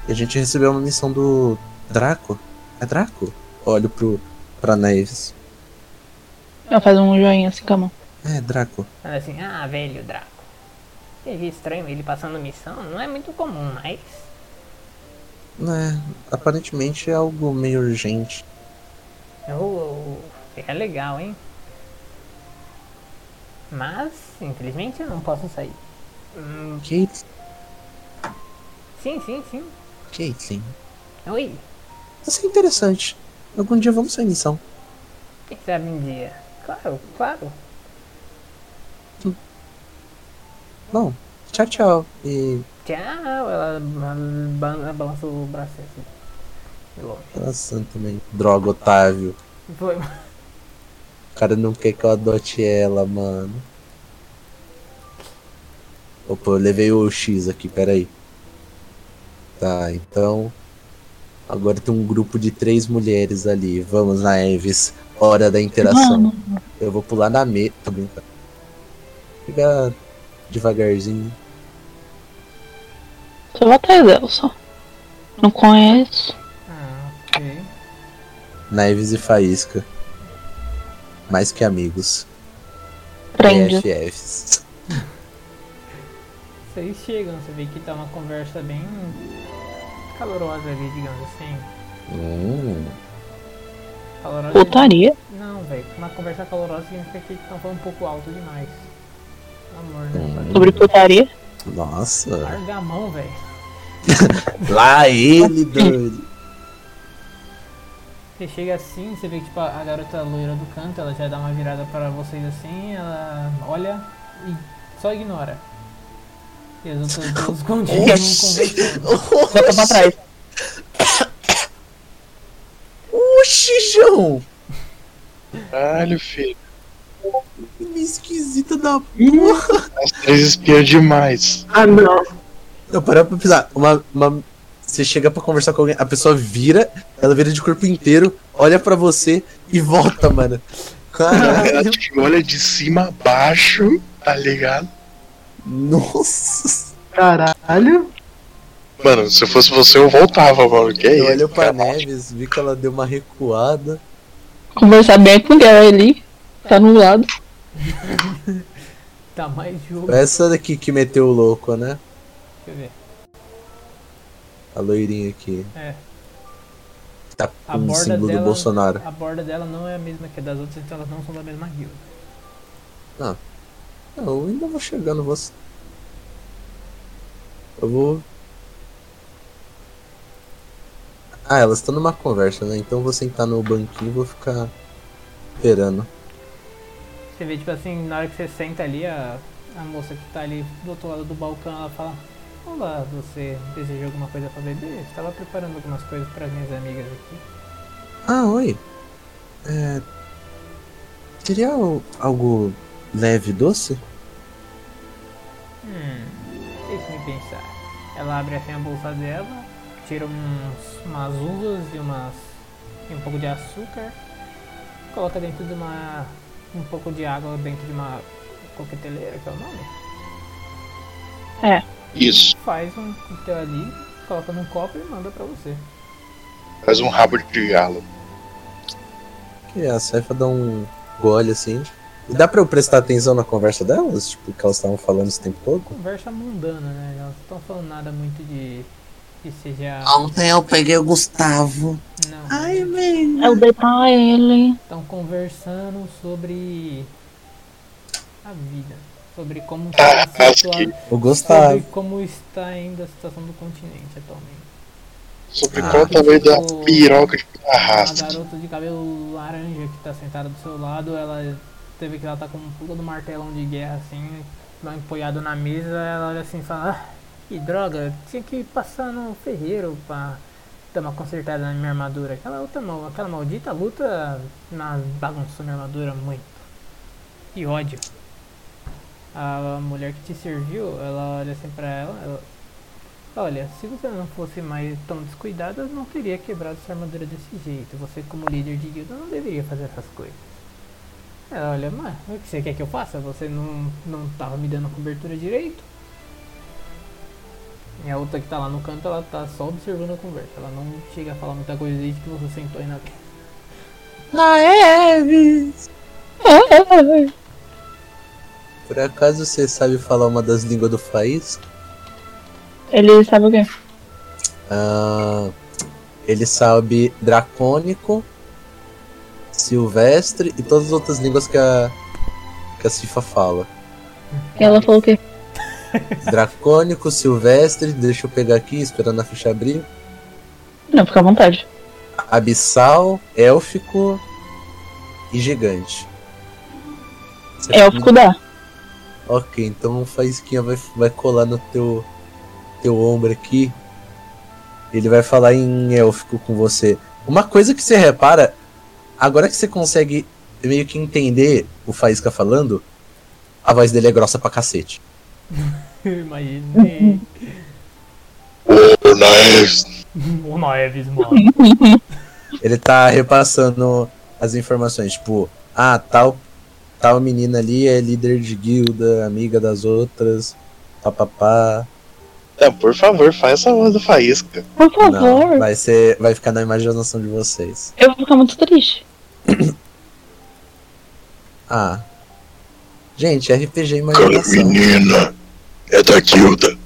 [SPEAKER 1] E a gente recebeu uma missão do Draco. É Draco? Olho pro pra Neves.
[SPEAKER 4] Ela faz um joinha assim com a mão.
[SPEAKER 1] É, Draco.
[SPEAKER 2] Ela assim, ah, velho Draco. Seria estranho ele passando missão, não é muito comum, mas.
[SPEAKER 1] Né, aparentemente é algo meio urgente.
[SPEAKER 2] Oh, oh, oh, é legal, hein? Mas, infelizmente, eu não posso sair. Hum,
[SPEAKER 1] Kate,
[SPEAKER 2] sim, sim, sim.
[SPEAKER 1] Caitlyn,
[SPEAKER 2] Oi,
[SPEAKER 1] isso é interessante. Algum dia vamos sair em missão.
[SPEAKER 2] quem sabe um dia? Claro, claro.
[SPEAKER 1] Bom, tchau, tchau. E
[SPEAKER 2] Tchau, ela ba- ba- balança o braço assim. de longe.
[SPEAKER 1] abraçando também. Droga, Otávio.
[SPEAKER 2] Foi.
[SPEAKER 1] O cara não quer que eu adote ela, mano. Opa, eu levei o X aqui, peraí. Tá, então. Agora tem um grupo de três mulheres ali. Vamos na Eves. Hora da interação.
[SPEAKER 4] Mano,
[SPEAKER 1] Eu vou pular na mesa. Tô brincando. Fica devagarzinho.
[SPEAKER 4] só vou atrás dela só. Não conheço.
[SPEAKER 2] Ah, ok.
[SPEAKER 1] Neves e Faísca. Mais que amigos.
[SPEAKER 4] Prende.
[SPEAKER 1] BFFs.
[SPEAKER 2] Vocês chegam, você vê que tá uma conversa bem calorosa ali, digamos assim.
[SPEAKER 1] Hum,
[SPEAKER 2] Calorosa.
[SPEAKER 4] Putaria.
[SPEAKER 2] Não, velho, uma conversa calorosa significa que eles estão falando um pouco alto demais. Pelo Amor, né?
[SPEAKER 1] Hum.
[SPEAKER 4] Sobre putaria.
[SPEAKER 1] nossa.
[SPEAKER 2] Larga a mão, velho.
[SPEAKER 1] Lá ele, doido.
[SPEAKER 2] Você chega assim, você vê que tipo, a garota loira do canto, ela já dá uma virada pra vocês assim, ela olha e só ignora. E as outras duas continuam
[SPEAKER 1] Oxi.
[SPEAKER 2] conversando.
[SPEAKER 4] Volta pra trás.
[SPEAKER 1] Oxi, João.
[SPEAKER 5] Caralho, filho.
[SPEAKER 1] Me esquisito da
[SPEAKER 5] As três espiam demais.
[SPEAKER 8] Ah, não.
[SPEAKER 1] Eu parar pra pensar, uma, uma- Você chega pra conversar com alguém, a pessoa vira, ela vira de corpo inteiro, olha pra você e volta, mano.
[SPEAKER 5] Ela
[SPEAKER 1] Caralho.
[SPEAKER 5] te olha de cima a baixo, tá ligado?
[SPEAKER 1] Nossa.
[SPEAKER 6] Caralho.
[SPEAKER 5] Mano, se eu fosse você, eu voltava, mano. Que é
[SPEAKER 1] Eu
[SPEAKER 5] isso?
[SPEAKER 1] olho pra
[SPEAKER 5] cara?
[SPEAKER 1] Neves, vi que ela deu uma recuada.
[SPEAKER 4] Conversar bem com ela ali. Tá no lado.
[SPEAKER 2] Tá mais jogo.
[SPEAKER 1] Essa daqui que meteu o louco, né?
[SPEAKER 2] Deixa eu ver.
[SPEAKER 1] A loirinha aqui.
[SPEAKER 2] É.
[SPEAKER 1] Tá com
[SPEAKER 2] A
[SPEAKER 1] o
[SPEAKER 2] borda
[SPEAKER 1] símbolo
[SPEAKER 2] dela-
[SPEAKER 1] do Bolsonaro.
[SPEAKER 2] A borda dela não é a mesma que a das outras, então elas não são da mesma guilda.
[SPEAKER 1] Não, eu ainda vou chegando você. Eu vou. Ah, elas estão numa conversa, né? Então eu vou sentar no banquinho e vou ficar esperando.
[SPEAKER 2] Você vê, tipo assim, na hora que você senta ali, a, a moça que tá ali do outro lado do balcão, ela fala: Olá, você deseja alguma coisa pra beber? Eu estava preparando algumas coisas para minhas amigas aqui.
[SPEAKER 1] Ah, oi. É... Seria al- algo leve e doce?
[SPEAKER 2] Hum, deixa-me pensar. Ela abre assim a bolsa dela, tira uns, umas uvas e umas. e um pouco de açúcar, coloca dentro de uma. um pouco de água dentro de uma coqueteleira, que é o nome.
[SPEAKER 5] Isso.
[SPEAKER 2] Faz um coquetel ali, coloca num copo e manda pra você.
[SPEAKER 5] Faz um rabo de galo.
[SPEAKER 1] Que a Cefa dá um gole assim. E dá pra eu prestar atenção na conversa delas? Tipo, o que elas estavam falando esse tempo todo?
[SPEAKER 2] Conversa mundana, né? Elas não estão falando nada muito de. que seja.
[SPEAKER 1] Ontem eu peguei o Gustavo.
[SPEAKER 2] Não.
[SPEAKER 1] amei.
[SPEAKER 4] Eu dei pra ele.
[SPEAKER 2] Estão conversando sobre. a vida. Sobre como tá
[SPEAKER 5] Ah,
[SPEAKER 2] está a
[SPEAKER 5] acho
[SPEAKER 2] situação.
[SPEAKER 5] que-
[SPEAKER 1] O Gustavo.
[SPEAKER 2] sobre como está ainda a situação do continente atualmente.
[SPEAKER 5] Sobre
[SPEAKER 1] Ah.
[SPEAKER 5] qual o tamanho da
[SPEAKER 2] O-
[SPEAKER 5] piroca de
[SPEAKER 2] A
[SPEAKER 5] arrasta.
[SPEAKER 2] garota de cabelo laranja que tá sentada do seu lado, ela teve que ela tá com um pulo do martelão de guerra assim, lá empoiado na mesa, ela olha assim e fala, ah, que droga, tinha que passar no ferreiro pra dar uma consertada na minha armadura. Aquela outra mal- aquela maldita luta na bagunçou minha armadura muito. Que ódio. A mulher que te serviu, ela olha assim pra ela, ela. Olha, se você não fosse mais tão descuidada, não teria quebrado sua armadura desse jeito. Você como líder de guilda não deveria fazer essas coisas. Ela olha, mas o que você quer que eu faça? Você não, não tava me dando cobertura direito? E a outra que tá lá no canto, ela tá só observando a conversa. Ela não chega a falar muita coisa desde que você sentou aí na
[SPEAKER 1] Na Eves! Por acaso você sabe falar uma das línguas do país?
[SPEAKER 4] Ele sabe o quê?
[SPEAKER 1] Ah, ele sabe dracônico, silvestre e todas as outras línguas que a, que a Cifa fala.
[SPEAKER 4] Ela falou o quê?
[SPEAKER 1] Dracônico, silvestre, deixa eu pegar aqui, esperando a ficha abrir.
[SPEAKER 4] Não, fica à vontade.
[SPEAKER 1] Abissal, élfico e gigante. Você-
[SPEAKER 4] É o fico da.
[SPEAKER 1] Ok, então o faísquinha vai, vai colar no teu, teu ombro aqui. Ele vai falar em élfico com você. Uma coisa que você repara, agora que você consegue meio que entender o Faísca falando, a voz dele é grossa pra cacete.
[SPEAKER 2] Imaginei. o Naeves, mano.
[SPEAKER 1] Ele tá repassando as informações, tipo, ah, tal, tal menina ali é líder de guilda, amiga das outras, papapá.
[SPEAKER 5] É, por favor, faz essa voz do Faísca.
[SPEAKER 4] Por favor.
[SPEAKER 1] Não, vai ser. Vai ficar na imaginação de vocês.
[SPEAKER 4] Eu vou ficar muito triste.
[SPEAKER 1] Ah. Gente, RPG é imaginação.
[SPEAKER 5] menina, é da guilda.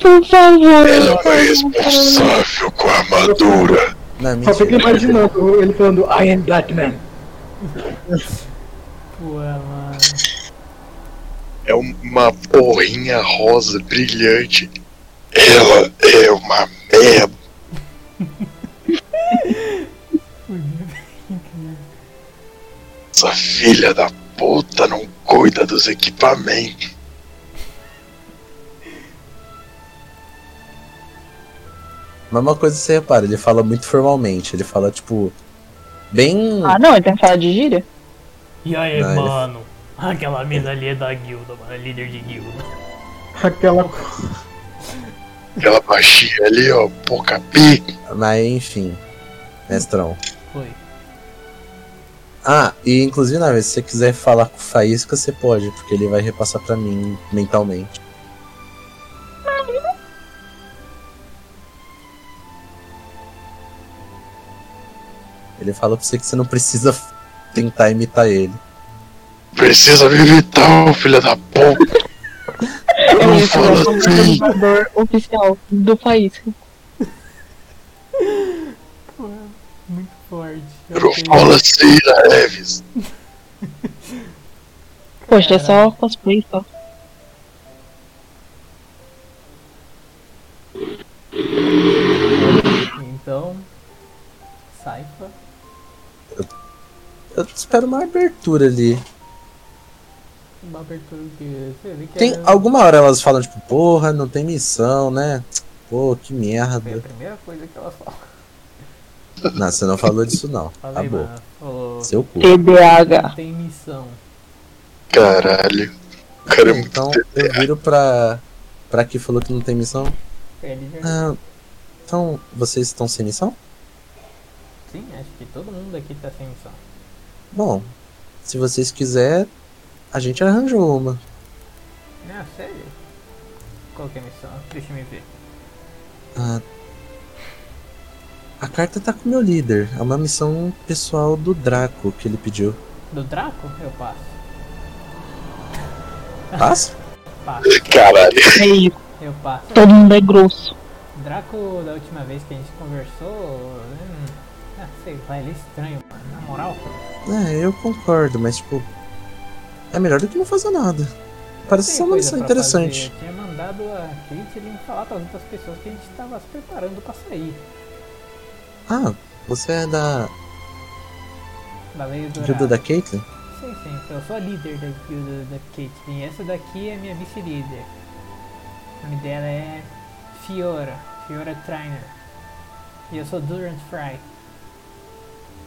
[SPEAKER 4] Por favor.
[SPEAKER 5] responsável com a armadura.
[SPEAKER 1] Não,
[SPEAKER 6] Só fica
[SPEAKER 1] mentira.
[SPEAKER 6] imaginando ele falando I am Batman.
[SPEAKER 2] Pô, mano.
[SPEAKER 5] É uma porrinha rosa brilhante. Ela é uma merda. Essa filha da puta não cuida dos equipamentos.
[SPEAKER 1] Mas uma coisa que você repara, ele fala muito formalmente. Ele fala, tipo. Bem.
[SPEAKER 4] Ah, não, ele tem que falar de gíria?
[SPEAKER 2] E aí,
[SPEAKER 1] Nice.
[SPEAKER 2] mano? Aquela mina ali é da guilda, mano. É líder de guilda.
[SPEAKER 6] Aquela.
[SPEAKER 5] Aquela baixinha ali, ó, pouca pica.
[SPEAKER 1] Mas enfim. Mestrão.
[SPEAKER 2] Foi.
[SPEAKER 1] Ah, e inclusive, na vez, se você quiser falar com o Faísca, você pode, porque ele vai repassar pra mim mentalmente. Ele fala pra você que você não precisa f- tentar imitar ele.
[SPEAKER 5] Precisa me imitar, ô filha da puta.
[SPEAKER 4] É
[SPEAKER 5] Não
[SPEAKER 4] o
[SPEAKER 5] fala assim.
[SPEAKER 4] jogador oficial do país.
[SPEAKER 2] Muito forte.
[SPEAKER 5] Não fala assim, Leves.
[SPEAKER 4] Poxa, é só cosplay só.
[SPEAKER 2] Então. Saifa.
[SPEAKER 1] Eu espero uma abertura ali.
[SPEAKER 2] Uma abertura que. é- Sei, ele
[SPEAKER 1] Tem
[SPEAKER 2] quer-
[SPEAKER 1] alguma hora elas falam, tipo, porra, não tem missão, né? Pô, que
[SPEAKER 2] Foi a
[SPEAKER 1] merda.
[SPEAKER 2] primeira coisa que ela fala.
[SPEAKER 1] Não, você não falou disso não.
[SPEAKER 2] Falei,
[SPEAKER 1] Acabou.
[SPEAKER 2] mano. Falou.
[SPEAKER 1] Tá Seu cu.
[SPEAKER 2] Não
[SPEAKER 4] TDAH.
[SPEAKER 2] tem missão.
[SPEAKER 5] Caralho. O cara é muito
[SPEAKER 1] Então eu viro pra. pra que falou que não tem missão.
[SPEAKER 2] Ele já...
[SPEAKER 1] Ah, então, vocês estão sem missão?
[SPEAKER 2] Sim, acho que todo mundo aqui tá sem missão.
[SPEAKER 1] Bom, se vocês quiserem, a gente arranja uma.
[SPEAKER 2] Ah, sério? Qual que é a missão? Deixa eu me ver.
[SPEAKER 1] Ah, a carta tá com o meu líder. É uma missão pessoal do Draco que ele pediu.
[SPEAKER 2] Do Draco? Eu passo.
[SPEAKER 1] Passa?
[SPEAKER 2] Passo.
[SPEAKER 5] Caralho.
[SPEAKER 4] É isso.
[SPEAKER 2] Eu passo.
[SPEAKER 4] Todo mundo é grosso.
[SPEAKER 2] Draco, da última vez que a gente conversou. Né? Ah, sei lá, ele é estranho, mano. Na moral.
[SPEAKER 1] É, eu concordo, mas tipo. É melhor do que não fazer nada. Parece
[SPEAKER 2] tem
[SPEAKER 1] ser é uma
[SPEAKER 2] coisa
[SPEAKER 1] missão
[SPEAKER 2] pra
[SPEAKER 1] interessante.
[SPEAKER 2] fazer. Eu tinha mandado a Caitlyn falar para outras pessoas que a gente tava se preparando pra sair
[SPEAKER 1] Ah, você é da
[SPEAKER 2] da Lei
[SPEAKER 1] guilda
[SPEAKER 2] Dourada.
[SPEAKER 1] da Caitlyn?
[SPEAKER 2] Sim, sim, eu sou a líder da guilda da Caitlyn. Essa daqui é minha é vice-líder. O nome dela é Fiora, Fiora Trainer. E eu sou Durant Fry.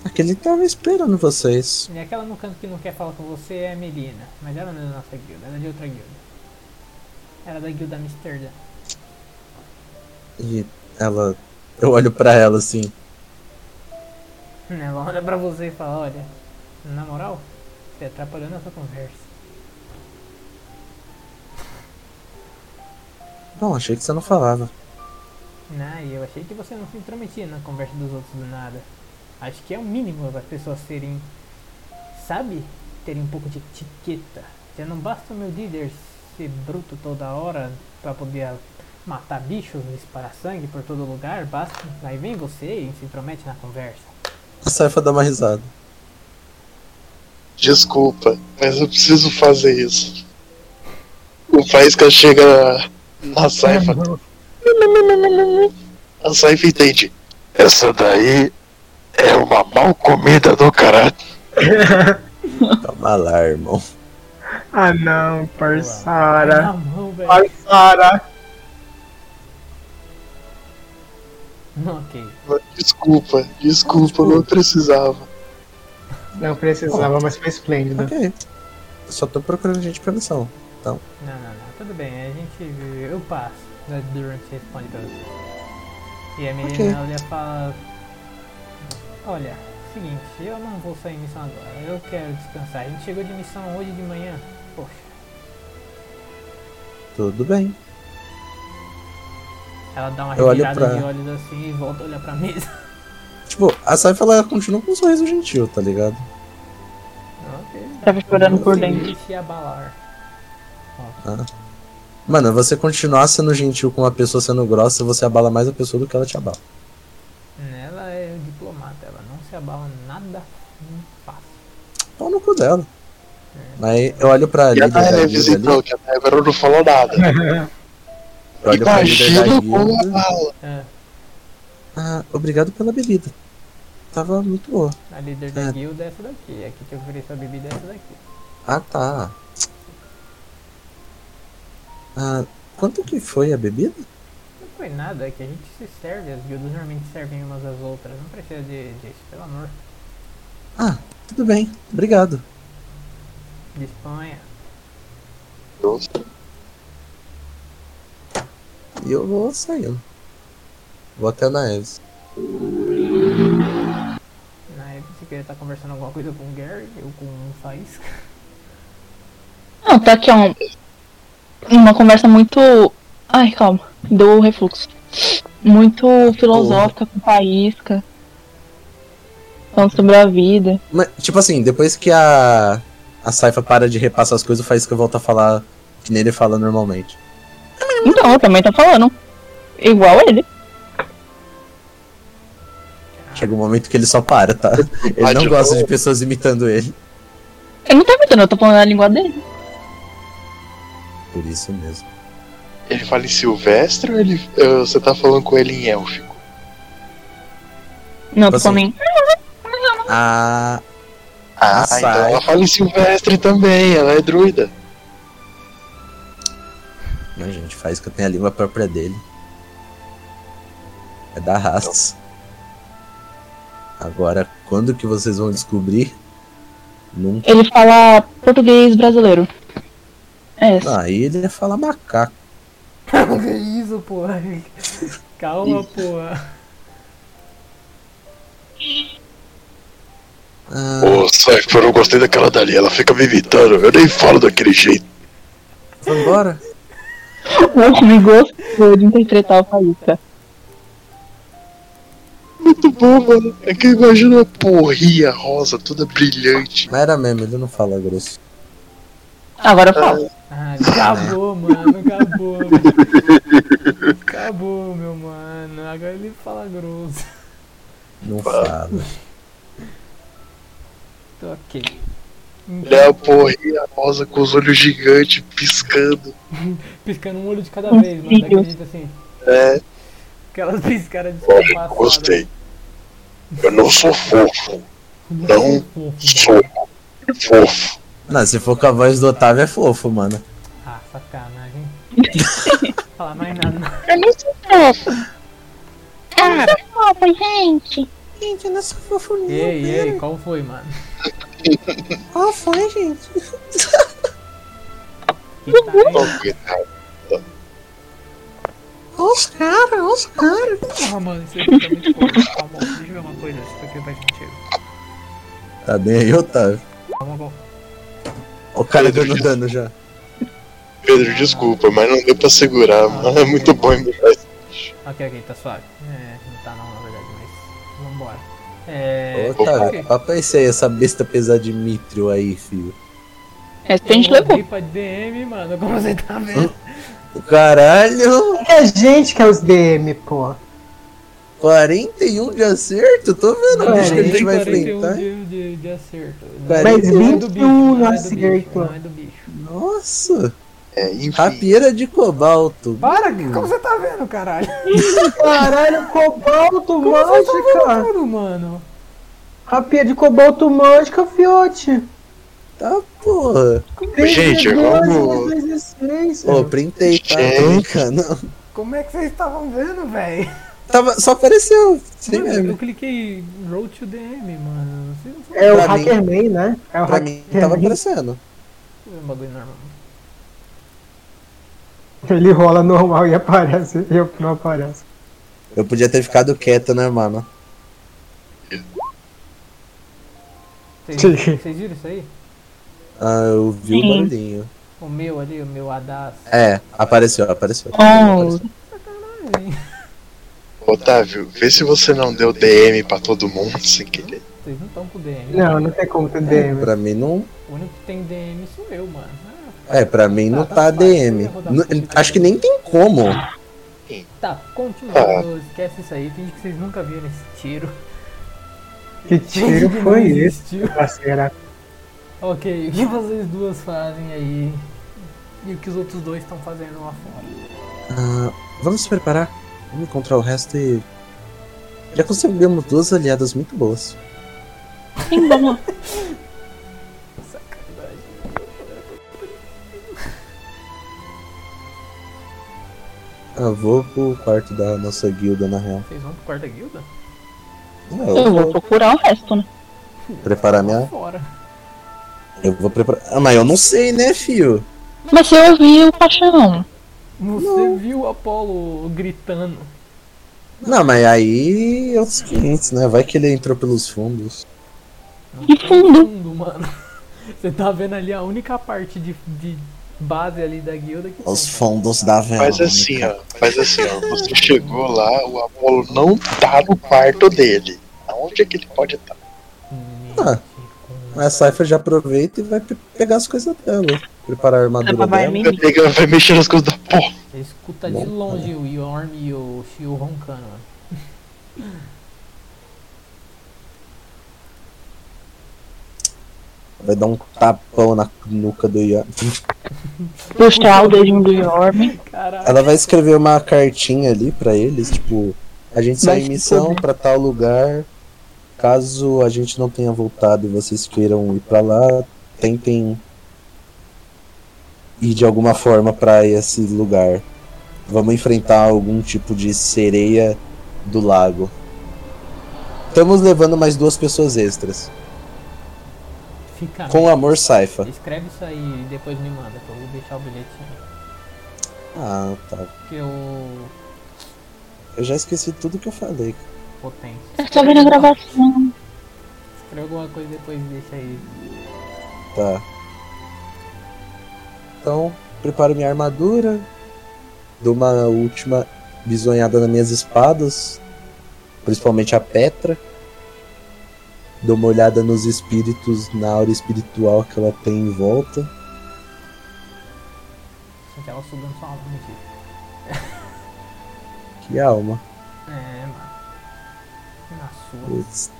[SPEAKER 1] Aquele tava esperando vocês.
[SPEAKER 2] E aquela no canto que não quer falar com você é a Melina, mas ela não é da nossa guilda, ela é de outra guilda. Ela é da guilda Amsterdã.
[SPEAKER 1] E ela. Eu olho pra ela assim.
[SPEAKER 2] Ela olha pra você e fala, olha, na moral, você tá atrapalhou nossa conversa.
[SPEAKER 1] Bom, achei que você não falava.
[SPEAKER 2] Ah, e eu achei que você não se intrometia na conversa dos outros do nada. Acho que é o mínimo das pessoas serem, sabe, terem um pouco de etiqueta. Já não basta o meu líder ser bruto toda hora pra poder matar bichos, disparar sangue por todo lugar, basta. Aí vem você e se intromete na conversa.
[SPEAKER 1] A Saifa dá uma risada.
[SPEAKER 5] Desculpa, mas eu preciso fazer isso. O Faísca chega na, na Saifa.
[SPEAKER 6] assim,
[SPEAKER 5] A Saifa entende. Essa daí é uma mal comida do caralho.
[SPEAKER 1] Calma lá, irmão.
[SPEAKER 6] Ah não,
[SPEAKER 2] Na
[SPEAKER 6] parçara.
[SPEAKER 2] mão, velho.
[SPEAKER 6] Parçara.
[SPEAKER 2] Ok.
[SPEAKER 5] Desculpa, desculpa, não precisava.
[SPEAKER 6] Não precisava, mas foi
[SPEAKER 2] Uhum.
[SPEAKER 6] esplêndido.
[SPEAKER 1] Ok. Eu Só tô procurando gente pra missão.
[SPEAKER 2] Não, não, não. Tudo bem, a gente. Eu passo. Mas Durant responde pra você. E a menina
[SPEAKER 1] Ok.
[SPEAKER 2] olha e fala. Olha, seguinte, eu não vou sair em missão agora. Eu quero descansar. A gente chegou de missão hoje de manhã. Poxa.
[SPEAKER 1] Tudo bem.
[SPEAKER 2] Ela dá uma
[SPEAKER 1] Eu olho
[SPEAKER 2] revirada
[SPEAKER 1] pra-
[SPEAKER 2] de olhos assim e volta a olhar pra mesa.
[SPEAKER 1] Tipo, a Saifa ela continua com um sorriso gentil, tá ligado?
[SPEAKER 2] ok.
[SPEAKER 4] Tava chorando por
[SPEAKER 2] Não se
[SPEAKER 4] dentro.
[SPEAKER 2] deixe abalar.
[SPEAKER 1] Mano, você continuar sendo gentil com uma pessoa sendo grossa, você abala mais a pessoa do que ela te abala.
[SPEAKER 2] Ela é diplomata, ela não se abala nada
[SPEAKER 1] Hum.
[SPEAKER 2] fácil.
[SPEAKER 1] Pau no cu dela. Aí eu olho pra
[SPEAKER 5] E é a
[SPEAKER 1] líder da
[SPEAKER 5] Naya
[SPEAKER 1] guilda ali.
[SPEAKER 5] visitou, que a Naya agora não falou nada.
[SPEAKER 1] Eu olho pra líder da
[SPEAKER 5] Imagina como
[SPEAKER 1] guilda.
[SPEAKER 5] ela.
[SPEAKER 2] Ah,
[SPEAKER 1] Ah, obrigado pela bebida. Tava muito boa.
[SPEAKER 2] a líder da
[SPEAKER 1] Ah.
[SPEAKER 2] guilda é essa daqui. A que te ofereceu a bebida é essa daqui.
[SPEAKER 1] Ah, tá. Ah, quanto que foi a bebida?
[SPEAKER 2] Não foi nada, é que a gente se serve, as guildas normalmente servem umas às outras, não precisa de, disso, pelo amor.
[SPEAKER 1] Tudo bem, obrigado.
[SPEAKER 2] Disponha.
[SPEAKER 1] E eu vou saindo. Vou até na Eves.
[SPEAKER 2] Na época você queria estar tá conversando alguma coisa com o Gary ou com o Faísca.
[SPEAKER 4] Não, tá aqui, ó. Uma conversa muito. Ai, calma. Deu refluxo. Muito filosófica com paísca. Falando sobre a vida.
[SPEAKER 1] Mas, tipo assim, depois que a. A Saifa para de repassar as coisas, faz que eu volto a falar que nem ele fala normalmente.
[SPEAKER 4] Então, eu também tô falando. Igual ele.
[SPEAKER 1] Chega um momento que ele só para, tá? Ele não
[SPEAKER 5] de
[SPEAKER 1] gosta de
[SPEAKER 5] novo.
[SPEAKER 1] pessoas imitando ele.
[SPEAKER 4] Eu não tô imitando, eu tô falando a língua dele.
[SPEAKER 1] Por isso mesmo.
[SPEAKER 5] Ele fala em Silvestre ou ele, eh, você tá falando com ele em élfico?
[SPEAKER 4] Não, eu tô
[SPEAKER 1] Assim.
[SPEAKER 4] falando em.
[SPEAKER 1] Ah.
[SPEAKER 5] Ah,
[SPEAKER 1] Sai.
[SPEAKER 5] então ela fala em Silvestre também, ela é druida.
[SPEAKER 1] Não, gente, faz que eu tenho a língua própria dele. É da raça. Agora, quando que vocês vão descobrir? Nunca.
[SPEAKER 4] Ele fala português brasileiro. É,
[SPEAKER 1] Ah, Aí ele ia falar macaco.
[SPEAKER 2] que isso, porra? Calma, porra.
[SPEAKER 1] Ah,
[SPEAKER 5] Ô, oh, Cypher, eu gostei daquela dali, ela fica me imitando, eu nem falo daquele jeito.
[SPEAKER 1] vambora?
[SPEAKER 4] o homem gostou de interpretar o paísca.
[SPEAKER 5] Muito bom, mano. É que eu imagino uma porria rosa, toda brilhante.
[SPEAKER 1] Mas era mesmo, ele não fala grosso.
[SPEAKER 4] Agora eu falo.
[SPEAKER 2] Ah, acabou, mano, acabou. velho. acabou, meu mano. Agora ele fala grosso.
[SPEAKER 1] Não fala.
[SPEAKER 2] Ok.
[SPEAKER 5] Ele é uma porria rosa com os olhos gigantes, piscando.
[SPEAKER 2] Piscando um olho de cada vez, mano. Daquele jeito assim.
[SPEAKER 5] É,
[SPEAKER 2] Aquelas piscadas de né?
[SPEAKER 5] gostei. Eu não sou fofo, Não sou fofo.
[SPEAKER 1] Não, se for com a voz do Otávio é fofo, mano.
[SPEAKER 2] Ah, sacanagem. falar mais nada. não.
[SPEAKER 10] Eu nem sou fofa.
[SPEAKER 4] Ah.
[SPEAKER 10] Eu não sou fofa, gente.
[SPEAKER 1] Gente, eu não é sou fofo
[SPEAKER 2] E aí, e aí, qual foi, mano?
[SPEAKER 1] Qual foi, gente?
[SPEAKER 2] Que tá aí?
[SPEAKER 1] Os caras, os caras.
[SPEAKER 2] Porra, mano, isso aqui tá muito foda. Calma, deixa eu ver uma coisa, isso aqui faz sentido.
[SPEAKER 1] Tá bem aí, Otávio.
[SPEAKER 2] Calma, calma.
[SPEAKER 1] Ó, O cara dando dano já.
[SPEAKER 5] Pedro, desculpa, mas não deu pra segurar, mano. É muito bom imitar isso.
[SPEAKER 2] Ok, ok, tá suave. É, não tá não, na verdade, mas. Vambora. É.
[SPEAKER 1] Ô, Otávio,
[SPEAKER 2] ok.
[SPEAKER 1] papai esse aí, essa besta pesada de Mitrio aí, filho.
[SPEAKER 2] Eu
[SPEAKER 4] Respeite levou.
[SPEAKER 2] mandei pra DM, mano, como você tá vendo?
[SPEAKER 1] O caralho,
[SPEAKER 6] É a gente que é os DM, pô.
[SPEAKER 1] 41 de acerto? Tô vendo o bicho que a gente vai
[SPEAKER 2] 41
[SPEAKER 1] enfrentar.
[SPEAKER 2] de, de, de acerto.
[SPEAKER 1] Mas um
[SPEAKER 2] Não é
[SPEAKER 6] 21
[SPEAKER 2] do bicho, não é do bicho,
[SPEAKER 6] acerto.
[SPEAKER 2] não é do bicho.
[SPEAKER 1] Nossa,
[SPEAKER 5] É, enfim.
[SPEAKER 1] rapieira de cobalto.
[SPEAKER 2] Para, como você tá vendo, caralho? tá
[SPEAKER 6] Caralho, cobalto mágica!
[SPEAKER 2] Claro, mano.
[SPEAKER 6] A pia de cobalto mágica, fiote!
[SPEAKER 1] Tá porra.
[SPEAKER 5] Gente, vamos.
[SPEAKER 6] 16.
[SPEAKER 5] É.
[SPEAKER 1] Ô, printei, tá? Tô brincando. Não.
[SPEAKER 2] Como é que vocês estavam vendo, velho?
[SPEAKER 1] Tava, só apareceu. Sim é.
[SPEAKER 2] Mano,
[SPEAKER 1] mesmo.
[SPEAKER 2] eu cliquei Road to DM, mano. Vocês não
[SPEAKER 6] É o
[SPEAKER 1] pra mim-
[SPEAKER 6] Hackerman, né? É o
[SPEAKER 1] Pra mim, tava aparecendo.
[SPEAKER 2] sabem um bagulho normal.
[SPEAKER 6] Ele rola normal e aparece. E eu não apareço.
[SPEAKER 1] Eu podia ter ficado quieto, né, mano?
[SPEAKER 2] Vocês,
[SPEAKER 6] Sim.
[SPEAKER 2] vocês viram isso aí?
[SPEAKER 1] Ah, eu vi o
[SPEAKER 4] Sim.
[SPEAKER 1] barulhinho.
[SPEAKER 2] O meu ali, o meu Adas.
[SPEAKER 1] É, apareceu, apareceu.
[SPEAKER 4] Oh.
[SPEAKER 5] Otávio, vê se você não deu DM pra todo mundo sem querer.
[SPEAKER 2] Vocês não estão com DM.
[SPEAKER 6] Não, não tem como ter DM.
[SPEAKER 1] É, Pra mim não.
[SPEAKER 2] O único que tem DM sou eu, mano. Ah,
[SPEAKER 1] É, pra mim não tá
[SPEAKER 2] Tá, tá fácil,
[SPEAKER 1] DM.
[SPEAKER 2] eu vou dar
[SPEAKER 1] Não-
[SPEAKER 2] um-
[SPEAKER 1] Acho que nem tem como.
[SPEAKER 2] Tá,
[SPEAKER 1] Ah.
[SPEAKER 2] continuando, esquece isso aí, finge que vocês nunca viram esse tiro.
[SPEAKER 6] Que
[SPEAKER 2] Finge
[SPEAKER 6] tiro
[SPEAKER 2] que não
[SPEAKER 6] foi esse,
[SPEAKER 2] existiu.
[SPEAKER 6] parceira?
[SPEAKER 2] Ok, o que vocês duas fazem aí? E o que os outros dois estão fazendo lá fora?
[SPEAKER 1] Ah, vamos se preparar. Vamos encontrar o resto e. Já conseguimos duas aliadas muito boas.
[SPEAKER 4] Sim, vamos lá.
[SPEAKER 1] Ah, vou pro quarto da nossa guilda, na real.
[SPEAKER 2] Vocês vão pro quarto da guilda?
[SPEAKER 1] Não,
[SPEAKER 4] Eu vou procurar o resto, né?
[SPEAKER 1] preparar minha.
[SPEAKER 2] Fora.
[SPEAKER 1] Eu vou preparar. Ah, mas eu não sei, né, fio?
[SPEAKER 4] Mas eu ouvi o paixão.
[SPEAKER 2] Você viu o Apolo gritando.
[SPEAKER 1] Não, mas aí é os 500, né? Vai que ele entrou pelos fundos.
[SPEAKER 4] E fundo.
[SPEAKER 2] Fundo, mano. Você tá vendo ali a única parte de, de base ali da guilda que
[SPEAKER 1] Os
[SPEAKER 2] tem.
[SPEAKER 1] fundos da vela.
[SPEAKER 5] Faz assim, ó. Faz assim, ó. Você chegou lá, o Apolo não tá no quarto dele. Aonde é que ele pode estar?
[SPEAKER 1] Ah, a Cypher já aproveita e vai pe- pegar as coisas dela. Preparar a armadura dela.
[SPEAKER 5] Vai pegar, vai mexer nas coisas da porra.
[SPEAKER 2] Você escuta de longe o Yorm e o Shio roncando, mano.
[SPEAKER 1] Vai dar um tapão na nuca do Ian.
[SPEAKER 4] Puxar o dedinho do Yorm.
[SPEAKER 2] Caralho.
[SPEAKER 1] Ela vai escrever uma cartinha ali pra eles, tipo, a gente sai em missão pra tal lugar. Caso a gente não tenha voltado e vocês queiram ir pra lá, tentem ir de alguma forma pra esse lugar. Vamos enfrentar algum tipo de sereia do lago. Estamos levando mais duas pessoas extras.
[SPEAKER 2] Fica.
[SPEAKER 1] Com amor, Saifa.
[SPEAKER 2] Escreve isso aí e depois me manda, que eu vou deixar o bilhetinho.
[SPEAKER 1] Ah, tá.
[SPEAKER 2] Porque eu.
[SPEAKER 1] Eu já esqueci tudo que eu falei.
[SPEAKER 2] Potente.
[SPEAKER 4] Eu só tá vendo a gravação.
[SPEAKER 2] Escreve alguma coisa e depois deixa aí.
[SPEAKER 1] Tá. Então, preparo minha armadura. Dou uma última bisonhada nas minhas espadas. Principalmente a Petra. Dou uma olhada nos espíritos, na aura espiritual que ela tem em volta.
[SPEAKER 2] Sente ela sugando sua alma, mentira.
[SPEAKER 1] Que alma.
[SPEAKER 2] É, mano. Na sua.
[SPEAKER 1] Putz.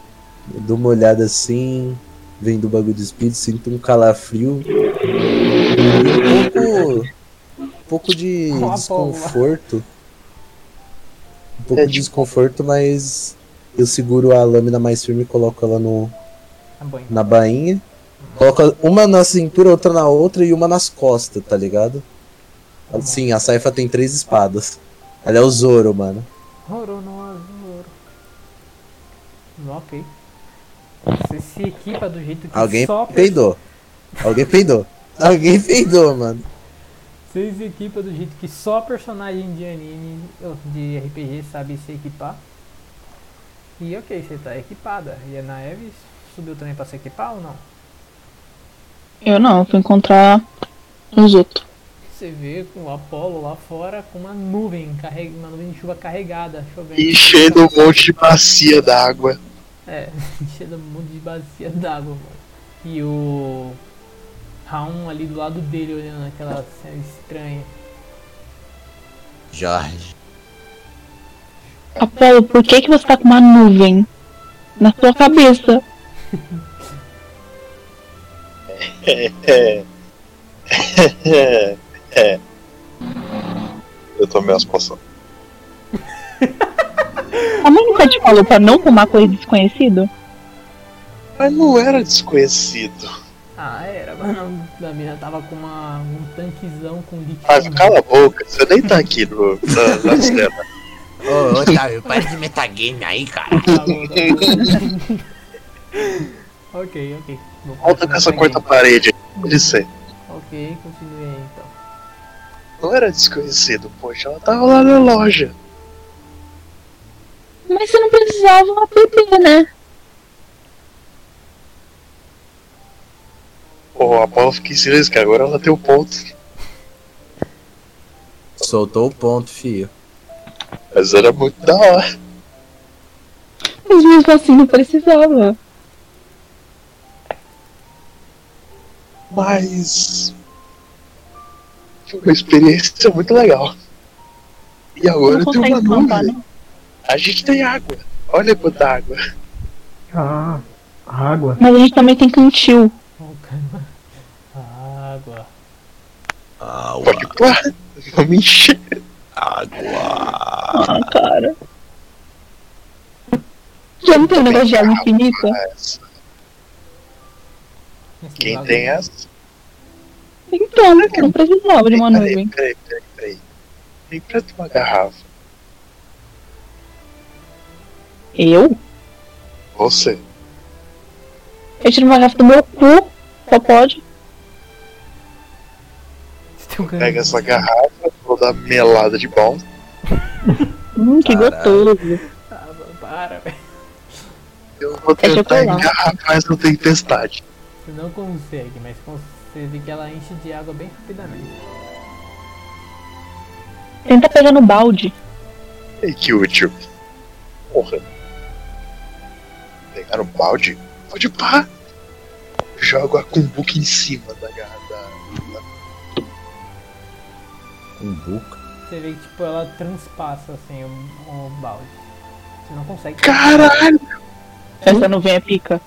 [SPEAKER 1] Eu dou uma olhada assim, vendo o bagulho de espírito, sinto um calafrio. Um pouco, um pouco de
[SPEAKER 2] Ó a
[SPEAKER 1] desconforto. Um pouco
[SPEAKER 5] É,
[SPEAKER 1] de
[SPEAKER 5] tipo-
[SPEAKER 1] desconforto, mas eu seguro a lâmina mais firme e coloco ela no,
[SPEAKER 2] Tá banho.
[SPEAKER 1] na bainha. Coloco uma na cintura, outra na outra e uma nas costas, tá ligado? Sim, a Saifa tem três espadas. Ela é o Zoro, mano.
[SPEAKER 2] Roro não Zoro. Ok. Você se equipa do jeito que
[SPEAKER 1] Alguém
[SPEAKER 2] só
[SPEAKER 1] peidou. Alguém peidou. Alguém peidou, mano.
[SPEAKER 2] Vocês equipam do jeito que só personagem de anime ou de RPG sabe se equipar. E ok, você tá equipada. E a Naeves subiu também pra se equipar ou não?
[SPEAKER 4] Eu não, eu fui encontrar uns outros.
[SPEAKER 2] Você vê com o Apollo lá fora com uma nuvem, carreg... uma nuvem de chuva carregada, chovendo.
[SPEAKER 5] E enchendo um monte de bacia d'água.
[SPEAKER 2] É, enchendo um monte de bacia d'água, mano. E o Raon ali do lado dele olhando aquela cena estranha.
[SPEAKER 1] Jorge.
[SPEAKER 4] Apolo, por que, que você tá com uma nuvem na sua cabeça?
[SPEAKER 5] é. Eu tomei as poções.
[SPEAKER 4] A mãe nunca te falou pra não tomar coisa desconhecida?
[SPEAKER 5] Mas não era desconhecido.
[SPEAKER 2] Ah, era, mano. A mina tava com uma, um tanquezão com líquido.
[SPEAKER 5] Mas cala a boca, você nem tá aqui no, na, na cena.
[SPEAKER 11] Ô, Otávio, para de metagame aí, cara.
[SPEAKER 5] Tá
[SPEAKER 2] ok, ok. Vou
[SPEAKER 5] Volta com
[SPEAKER 2] continuar
[SPEAKER 5] essa
[SPEAKER 2] aqui.
[SPEAKER 5] quarta parede. Com licença.
[SPEAKER 2] Ok, continue aí então.
[SPEAKER 5] Não era desconhecido, poxa, ela tava lá na loja.
[SPEAKER 10] Mas você não precisava beber, né?
[SPEAKER 5] Pô, a Paula fica em silêncio, que agora ela tem o ponto.
[SPEAKER 1] Soltou o ponto, fio.
[SPEAKER 5] Mas era muito da hora.
[SPEAKER 4] Mas mesmo assim não precisava.
[SPEAKER 5] Mas. Foi uma experiência muito legal. E agora
[SPEAKER 4] não
[SPEAKER 5] tem uma
[SPEAKER 4] consegue plantar,
[SPEAKER 5] nuvem.
[SPEAKER 4] né?
[SPEAKER 5] A gente tem água. Olha quanta água.
[SPEAKER 6] Ah, água.
[SPEAKER 4] Mas a gente também tem cantil.
[SPEAKER 2] Água.
[SPEAKER 5] Só que, porra, vamos encher.
[SPEAKER 4] Ah, cara. Já não tem um negócio de água infinita?
[SPEAKER 5] Mas
[SPEAKER 2] Esse
[SPEAKER 5] Quem
[SPEAKER 2] bagulho-
[SPEAKER 5] tem essa.
[SPEAKER 4] Então, não precisava de uma
[SPEAKER 5] Peraí,
[SPEAKER 4] nuvem.
[SPEAKER 5] Peraí, peraí, peraí. Me empresta uma garrafa.
[SPEAKER 4] Eu?
[SPEAKER 5] Você.
[SPEAKER 4] Eu tiro uma garrafa do meu cu, só pode.
[SPEAKER 2] Você tem um grande-
[SPEAKER 5] Pega essa garrafa, vou dar melada de bom.
[SPEAKER 4] Hum, que
[SPEAKER 1] Caralho.
[SPEAKER 4] gostoso.
[SPEAKER 2] Ah, mano, para, velho.
[SPEAKER 5] Eu vou
[SPEAKER 4] É
[SPEAKER 5] tentar
[SPEAKER 4] chocolate.
[SPEAKER 5] engarrafar mas não tem tempestade.
[SPEAKER 2] Você não consegue, mas você vê que ela enche de água bem rapidamente.
[SPEAKER 4] Tenta pegar no tá balde.
[SPEAKER 5] Ei, que útil. Porra. Pegaram um balde? Pode pá! Jogo a cumbuca em cima da garrafa.
[SPEAKER 1] Um buco.
[SPEAKER 2] Você vê que tipo, ela transpassa assim o, o balde. Você não consegue.
[SPEAKER 5] Caralho!
[SPEAKER 4] Essa nuvem é pica.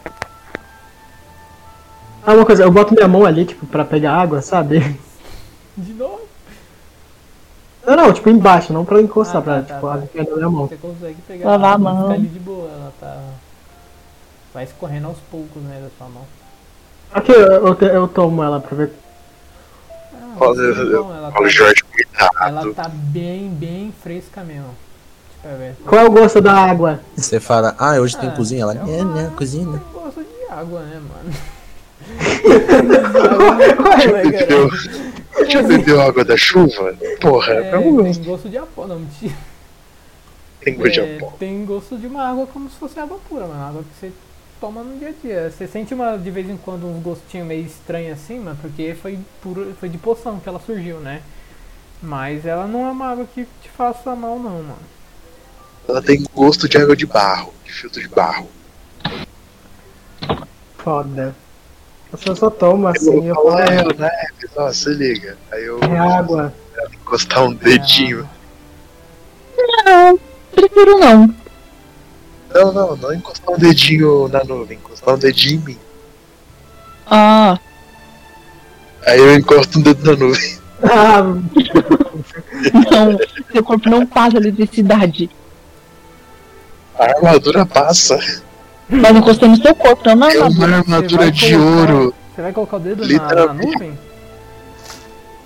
[SPEAKER 6] Ah, uma coisa, eu boto minha mão ali, tipo, pra pegar água, sabe?
[SPEAKER 2] De novo?
[SPEAKER 6] Não, não, tipo, embaixo, não pra encostar,
[SPEAKER 2] Ah,
[SPEAKER 6] pra,
[SPEAKER 2] tá, tá,
[SPEAKER 6] tipo,
[SPEAKER 2] tá.
[SPEAKER 6] a água pegar na minha mão.
[SPEAKER 2] Você consegue pegar
[SPEAKER 4] Lavar a
[SPEAKER 2] água e
[SPEAKER 4] mão.
[SPEAKER 2] ficar ali de boa. Ela tá. Vai escorrendo aos poucos, né, da sua mão.
[SPEAKER 6] Ok, eu, eu, te- eu tomo ela pra ver.
[SPEAKER 2] Ah,
[SPEAKER 5] Olha, eu- eu-
[SPEAKER 2] bom, ela, tá,
[SPEAKER 5] Olha o Jorge,
[SPEAKER 2] ela
[SPEAKER 5] cuidado.
[SPEAKER 2] tá bem, bem fresca mesmo. Tipo, é velho.
[SPEAKER 6] Qual é o gosto da água?
[SPEAKER 1] Você fala, ah, hoje tem
[SPEAKER 2] Ah,
[SPEAKER 1] cozinha? Ela,
[SPEAKER 2] é
[SPEAKER 1] né,
[SPEAKER 2] uma-
[SPEAKER 1] né, cozinha.
[SPEAKER 2] Tem gosto de água, né, mano?
[SPEAKER 6] Ué,
[SPEAKER 2] Ai, caralho.
[SPEAKER 5] Entendeu? Já bebeu água da chuva? Porra,
[SPEAKER 2] É,
[SPEAKER 5] não
[SPEAKER 2] tem gosto de apó, não, mentira.
[SPEAKER 5] um tem coisa de
[SPEAKER 2] É,
[SPEAKER 5] apó.
[SPEAKER 2] tem gosto de uma água como se fosse água pura, mano. Água que você toma no dia a dia. Você sente uma, de vez em quando um gostinho meio estranho assim, mano, porque foi, puro, foi de poção que ela surgiu, né? Mas ela não é uma água que te faça mal, não, mano.
[SPEAKER 5] Ela tem gosto de água de barro, de filtro de barro.
[SPEAKER 6] Foda. Eu só, só tomo assim, eu
[SPEAKER 5] eu
[SPEAKER 6] falo,
[SPEAKER 5] falar,
[SPEAKER 6] é,
[SPEAKER 5] eu, né? Ó, se liga. Aí eu
[SPEAKER 6] é água.
[SPEAKER 5] encostar um dedinho.
[SPEAKER 4] Não, prefiro não.
[SPEAKER 5] Não, não, não encostar um dedinho na nuvem, encostar um dedinho em mim.
[SPEAKER 4] Ah,
[SPEAKER 5] Aí eu encosto um dedo na nuvem.
[SPEAKER 6] Ah,
[SPEAKER 4] não. então, Seu corpo não passa eletricidade.
[SPEAKER 5] A armadura passa.
[SPEAKER 4] Mas não encostei no seu corpo, não, não,
[SPEAKER 5] É
[SPEAKER 4] não.
[SPEAKER 5] uma armadura de
[SPEAKER 2] colocar-
[SPEAKER 5] ouro.
[SPEAKER 2] Você vai colocar o dedo na- na,
[SPEAKER 5] Literalmente.
[SPEAKER 2] nuvem?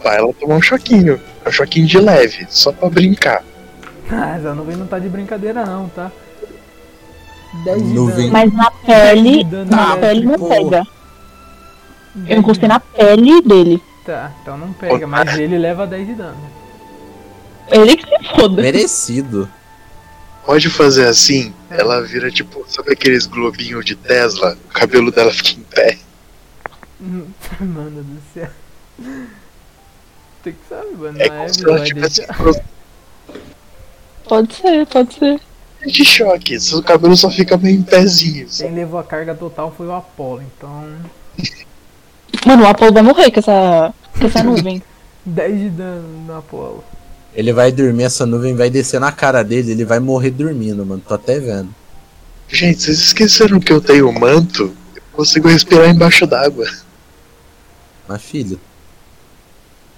[SPEAKER 5] Vai ela tomar um choquinho. É um choquinho de leve, só pra brincar.
[SPEAKER 2] Ah, essa nuvem não tá de brincadeira não, tá? 10 de
[SPEAKER 1] Nuvem.
[SPEAKER 2] dano.
[SPEAKER 4] Mas na pele,
[SPEAKER 2] Dano
[SPEAKER 4] na
[SPEAKER 2] elétrico.
[SPEAKER 4] pele não pega. Eu
[SPEAKER 2] 10 de-
[SPEAKER 4] encostei na pele dele.
[SPEAKER 2] Tá, então não pega,
[SPEAKER 5] tá.
[SPEAKER 2] mas ele leva 10 de dano.
[SPEAKER 4] Ele que se foda.
[SPEAKER 1] Merecido.
[SPEAKER 5] Pode fazer assim,
[SPEAKER 6] É.
[SPEAKER 5] ela vira tipo, sabe aqueles globinhos de Tesla? O cabelo dela fica em pé.
[SPEAKER 2] Mano do céu. Tem que saber, mano.
[SPEAKER 5] É
[SPEAKER 2] na
[SPEAKER 5] como
[SPEAKER 2] Eve
[SPEAKER 5] se ela
[SPEAKER 2] vai
[SPEAKER 5] tivesse
[SPEAKER 2] deixar.
[SPEAKER 4] Pode ser, pode ser.
[SPEAKER 5] de choque, seu cabelo só fica meio em pezinho. assim. sabe?
[SPEAKER 2] Quem levou a carga total foi o Apolo, então.
[SPEAKER 4] Mano, o Apolo vai morrer com essa, com essa nuvem.
[SPEAKER 2] 10 de dano no Apolo.
[SPEAKER 1] Ele vai dormir, essa nuvem vai descer na cara dele, ele vai morrer dormindo, mano. Tô até vendo.
[SPEAKER 5] Gente, vocês esqueceram que eu tenho um manto? Eu consigo respirar embaixo d'água.
[SPEAKER 1] Mas filho.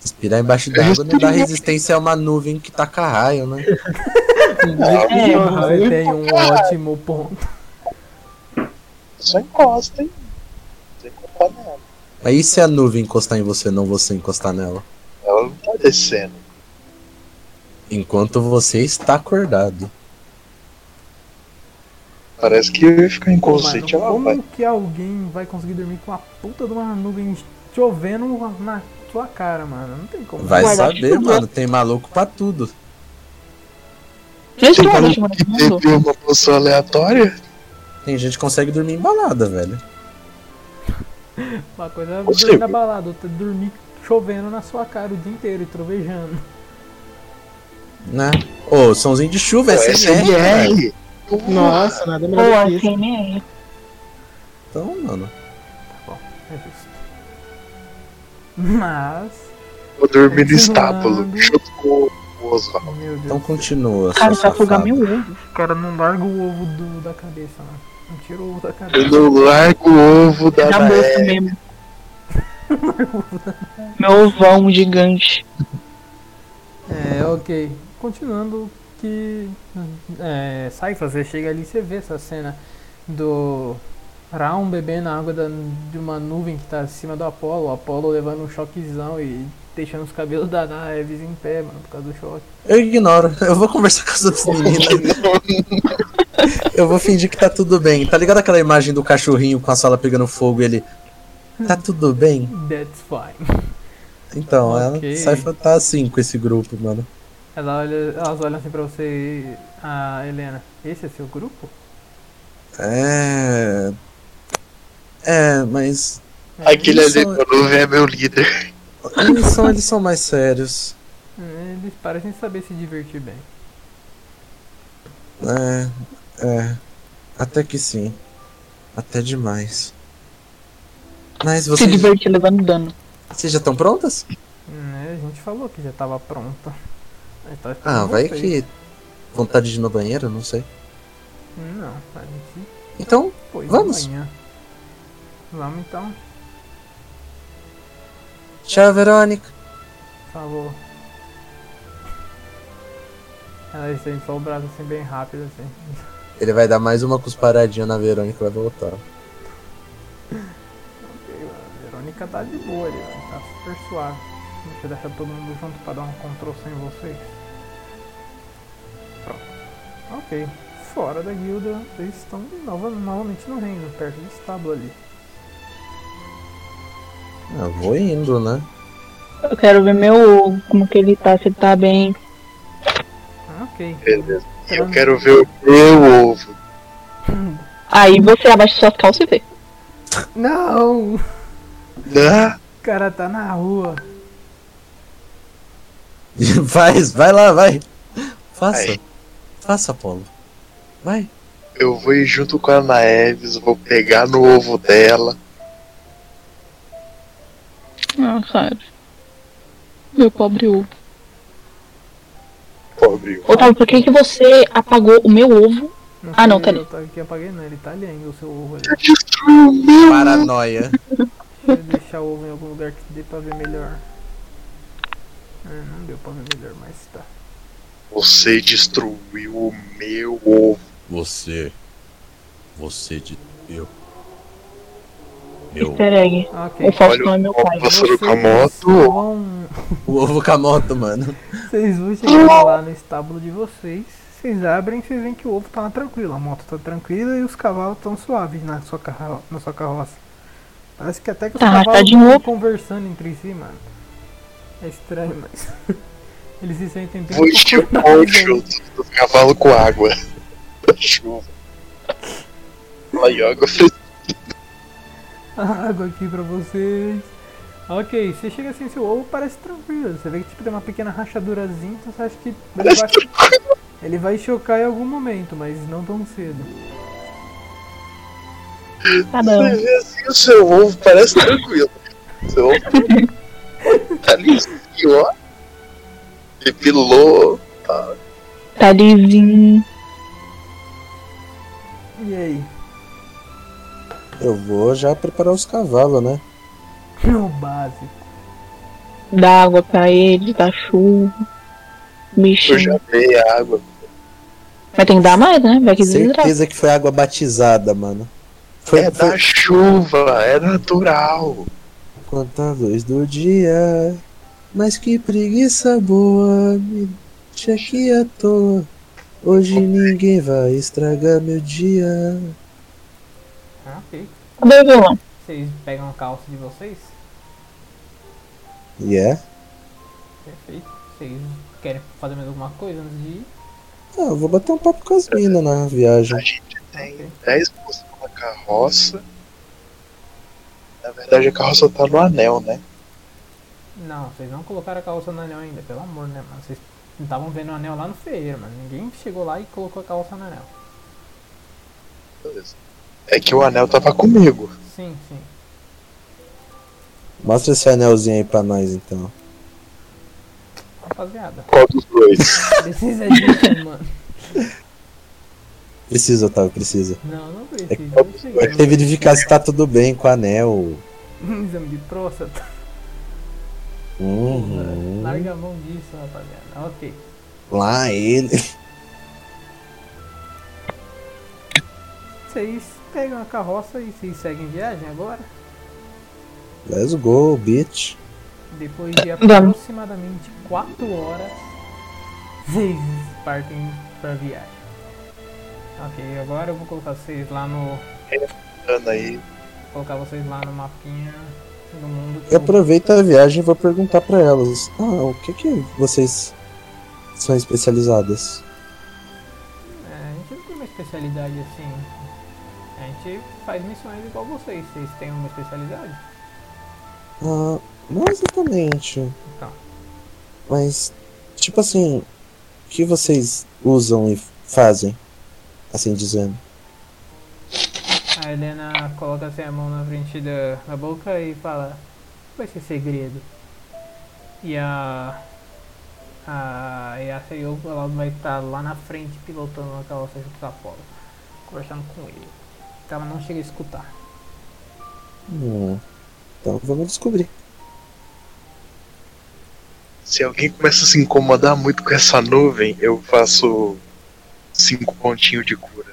[SPEAKER 1] Respirar embaixo
[SPEAKER 5] Eu
[SPEAKER 1] d'água não dá
[SPEAKER 5] respirei.
[SPEAKER 1] resistência a uma nuvem que taca raio, né?
[SPEAKER 5] é
[SPEAKER 4] É,
[SPEAKER 2] Você tem um ótimo ponto.
[SPEAKER 5] Só encosta, hein? Não tem como tá nela.
[SPEAKER 1] Mas e se a nuvem encostar em você, não você encostar nela?
[SPEAKER 5] Ela não tá descendo.
[SPEAKER 1] Enquanto você está acordado.
[SPEAKER 5] Parece que eu ia ficar inconsciente.
[SPEAKER 2] Mano,
[SPEAKER 5] Ela
[SPEAKER 2] como
[SPEAKER 5] vai.
[SPEAKER 2] que alguém vai conseguir dormir com a puta de uma nuvem chovendo na sua cara, mano? Não tem como.
[SPEAKER 1] Vai
[SPEAKER 4] Guarda-chuva.
[SPEAKER 1] saber, mano. Tem maluco pra tudo.
[SPEAKER 4] Não
[SPEAKER 5] Tem
[SPEAKER 4] estou
[SPEAKER 5] maluco
[SPEAKER 4] ótimo
[SPEAKER 5] que
[SPEAKER 4] no mundo.
[SPEAKER 5] bebeu uma poção aleatória?
[SPEAKER 1] Tem gente que consegue dormir em balada, velho.
[SPEAKER 2] Uma coisa é
[SPEAKER 5] Você
[SPEAKER 2] dormir na
[SPEAKER 5] viu?
[SPEAKER 2] balada, outra é dormir chovendo na sua cara o dia inteiro e trovejando.
[SPEAKER 1] Né? Ô, somzinho de chuva, é
[SPEAKER 5] Pô,
[SPEAKER 1] SMR. velho.
[SPEAKER 5] SMR!
[SPEAKER 6] Nossa, nada melhor
[SPEAKER 4] Boa,
[SPEAKER 6] do que isso.
[SPEAKER 4] CNR.
[SPEAKER 1] Então, mano.
[SPEAKER 2] É justo. Mas.
[SPEAKER 5] Vou dormir no
[SPEAKER 2] Continuando.
[SPEAKER 5] estábulo, junto com o Oswaldo.
[SPEAKER 2] Meu Deus.
[SPEAKER 1] Então continua.
[SPEAKER 4] Cara, é
[SPEAKER 1] seu
[SPEAKER 4] vai afogar
[SPEAKER 1] safado.
[SPEAKER 4] meu ovo.
[SPEAKER 2] O cara não larga o ovo do- da cabeça, mano. Não tira o ovo da cabeça.
[SPEAKER 5] Eu não largo o ovo da
[SPEAKER 4] Já
[SPEAKER 5] Naé.
[SPEAKER 3] é.
[SPEAKER 4] morto mesmo. Meu ovão gigante.
[SPEAKER 2] É, ok. Continuando que. É, Saifa, você chega ali e você vê essa cena do Raon bebendo a água da- de uma nuvem que tá acima do Apollo, o Apollo levando um choquezão e deixando os cabelos da Naeves em pé, mano, por causa do choque.
[SPEAKER 1] Eu ignoro. Eu vou conversar com as outras meninas. Eu vou fingir que tá tudo bem. Tá ligado aquela imagem do cachorrinho com a sala pegando fogo e ele. Tá tudo bem?
[SPEAKER 2] That's fine.
[SPEAKER 1] Então,
[SPEAKER 2] Ok.
[SPEAKER 1] ela sai tá assim com esse grupo, mano.
[SPEAKER 2] Ela olha, elas olham assim pra você, a Helena. Esse é seu grupo?
[SPEAKER 1] É. É, mas.
[SPEAKER 5] Aquele
[SPEAKER 1] Isso.
[SPEAKER 5] ali, meu nuvem, é meu líder.
[SPEAKER 1] Eles são, eles são mais sérios.
[SPEAKER 2] Eles parecem saber se divertir bem.
[SPEAKER 1] É. É. Até que sim. Até demais. Mas
[SPEAKER 4] Se
[SPEAKER 1] vocês,
[SPEAKER 4] divertir levando dano.
[SPEAKER 1] vocês já estão prontas?
[SPEAKER 2] Né, a gente falou que já tava pronta. A gente tava
[SPEAKER 1] Ah,
[SPEAKER 2] esperando
[SPEAKER 1] vai
[SPEAKER 2] vocês.
[SPEAKER 1] que. Vontade de ir no banheiro, não sei.
[SPEAKER 2] Não, a gente
[SPEAKER 1] Então,
[SPEAKER 2] foi
[SPEAKER 1] Vamos?
[SPEAKER 2] amanhã. Vamos então.
[SPEAKER 1] tchau, Verônica.
[SPEAKER 2] Falou. Ela estende só o braço assim bem rápido assim.
[SPEAKER 1] Ele vai dar mais uma cusparadinha na Verônica e vai voltar.
[SPEAKER 2] A Verônica tá de boa ali, velho, tá super suave. Deixa eu deixar todo mundo junto pra dar um control sem vocês. Pronto. Ok. Fora da guilda, vocês estão nova- novamente no reino, perto do estábulo ali.
[SPEAKER 1] Ah, vou indo, né?
[SPEAKER 4] Eu quero ver meu ovo, como que ele tá, se ele tá bem.
[SPEAKER 2] Ah, ok.
[SPEAKER 5] Beleza. Eu
[SPEAKER 2] Entrando-
[SPEAKER 5] quero ver o meu ovo.
[SPEAKER 4] Aí você abaixa suas calças e vê. assim.
[SPEAKER 2] Não!
[SPEAKER 5] Né?
[SPEAKER 2] O cara tá na rua.
[SPEAKER 1] Faz, vai lá, vai. Faça.
[SPEAKER 5] Vai.
[SPEAKER 1] Faça, Apolo. Vai.
[SPEAKER 5] Eu vou ir junto com a Naeves, vou pegar no ovo dela.
[SPEAKER 4] Ah, cara. Meu pobre ovo.
[SPEAKER 5] Pobre ovo.
[SPEAKER 4] Otávio, por que, que você apagou o meu ovo? Ah,
[SPEAKER 2] sei,
[SPEAKER 4] não, tá ali.
[SPEAKER 2] Eu tô aqui, apaguei não, ele tá ali ainda, o seu ovo ali.
[SPEAKER 5] Destruiu o meu!
[SPEAKER 1] Paranoia.
[SPEAKER 2] Deixa eu deixar o ovo em algum lugar que dê pra ver melhor. Ah, não deu pra ver melhor, mas tá.
[SPEAKER 5] Você destruiu o meu ovo.
[SPEAKER 1] Você. Você de. Eu. Meu.
[SPEAKER 4] Easter egg.
[SPEAKER 2] Ok.
[SPEAKER 4] O Faustão é meu pai.
[SPEAKER 5] Pássaro com a
[SPEAKER 2] Vocês
[SPEAKER 5] moto.
[SPEAKER 2] vão-
[SPEAKER 1] O ovo com a moto, mano.
[SPEAKER 2] Vocês vão chegar lá no estábulo de vocês, vocês abrem e vocês veem que o ovo tá tranquilo, a moto tá tranquila e os cavalos tão suaves na sua, carro... na sua carroça. Parece que até que os
[SPEAKER 4] Tá, tá
[SPEAKER 2] cavalos
[SPEAKER 4] de
[SPEAKER 2] estão
[SPEAKER 4] novo.
[SPEAKER 2] conversando entre si, mano. É estranho, mas. Eles se sentem bem.
[SPEAKER 5] Vou chupar o chute do cavalo com água. Da chuva. Aí, ó, água fresca.
[SPEAKER 2] a Ah, água aqui pra vocês. Ok, você chega assim, seu ovo parece tranquilo. Você vê que tipo, tem uma pequena rachadurazinha, então você acha que ele vai, ele vai chocar em algum momento, mas não tão cedo.
[SPEAKER 4] Tá
[SPEAKER 5] Você
[SPEAKER 4] bom.
[SPEAKER 5] vê assim, o seu ovo parece tranquilo. Seu ovo tá lisinho, ó. Depilou. Tá.
[SPEAKER 4] Tá lisinho.
[SPEAKER 2] E aí?
[SPEAKER 1] Eu vou já preparar os cavalos, né?
[SPEAKER 2] O básico.
[SPEAKER 4] Dá água pra ele, dá chuva.
[SPEAKER 5] Eu
[SPEAKER 4] Bichinho.
[SPEAKER 5] já dei a água.
[SPEAKER 4] Mas tem que dar mais, né? Vai que desidrata.
[SPEAKER 1] Certeza que foi água batizada, mano. Foi,
[SPEAKER 5] É
[SPEAKER 1] foi
[SPEAKER 5] da chuva, é natural.
[SPEAKER 1] quanto a luz do dia. Mas que preguiça boa, me deixa aqui à toa. Hoje ninguém vai estragar meu dia.
[SPEAKER 2] Ah, ok.
[SPEAKER 4] Cadê o violão?
[SPEAKER 2] Vocês pegam a calça de vocês?
[SPEAKER 1] E é?
[SPEAKER 2] Perfeito. Vocês querem fazer mais alguma coisa antes de ir?
[SPEAKER 1] Ah, eu vou bater um papo com as minas na viagem.
[SPEAKER 5] A gente tem 10 moças na carroça. Na verdade, a carroça tá no anel, né?
[SPEAKER 2] Não, vocês não colocaram a calça no anel ainda, pelo amor, né, mano? Vocês estavam vendo o anel lá no ferreiro, mano. Ninguém chegou lá e colocou a calça no anel.
[SPEAKER 5] Beleza. É que o anel tava comigo.
[SPEAKER 2] Sim, sim.
[SPEAKER 1] Mostra esse anelzinho aí pra nós então.
[SPEAKER 2] Rapaziada,
[SPEAKER 5] Qual dos dois?
[SPEAKER 2] precisa disso, mano.
[SPEAKER 1] Precisa, Otávio, precisa.
[SPEAKER 2] Não, não precisa.
[SPEAKER 5] É que-
[SPEAKER 2] Eu cheguei
[SPEAKER 1] Vai ter que verificar se tá tudo bem com o anel.
[SPEAKER 2] no Um exame de próstata.
[SPEAKER 1] Uhum.
[SPEAKER 2] Larga a mão disso, rapaziada. Ok.
[SPEAKER 1] Lá ele.
[SPEAKER 2] Vocês pegam a carroça e vocês seguem viagem agora?
[SPEAKER 1] Let's go, bitch.
[SPEAKER 2] Depois de aproximadamente 4 horas, vocês partem pra viagem. Ok, agora eu vou colocar vocês lá no.
[SPEAKER 5] Ana aí.
[SPEAKER 2] colocar vocês lá no mapinha do mundo. que
[SPEAKER 1] Eu
[SPEAKER 2] o-
[SPEAKER 1] aproveito a viagem e vou perguntar pra elas. Ah, o que que vocês são especializadas?
[SPEAKER 2] É, a gente não tem uma especialidade assim. A gente faz missões igual vocês. Vocês têm uma especialidade?
[SPEAKER 1] Ah, não exatamente.
[SPEAKER 2] Então.
[SPEAKER 1] Mas, tipo assim, o que vocês usam e fazem? Assim dizendo.
[SPEAKER 2] A Helena coloca assim a mão na frente da, da boca e fala: Vai ser segredo. E a. A Yaseo, ela vai estar lá na frente pilotando a carroça junto com a Apollo, conversando com ele. Então ela não chega a escutar.
[SPEAKER 1] Hum, então vamos descobrir.
[SPEAKER 5] Se alguém começa a se incomodar muito com essa nuvem, eu faço cinco pontinhos de cura.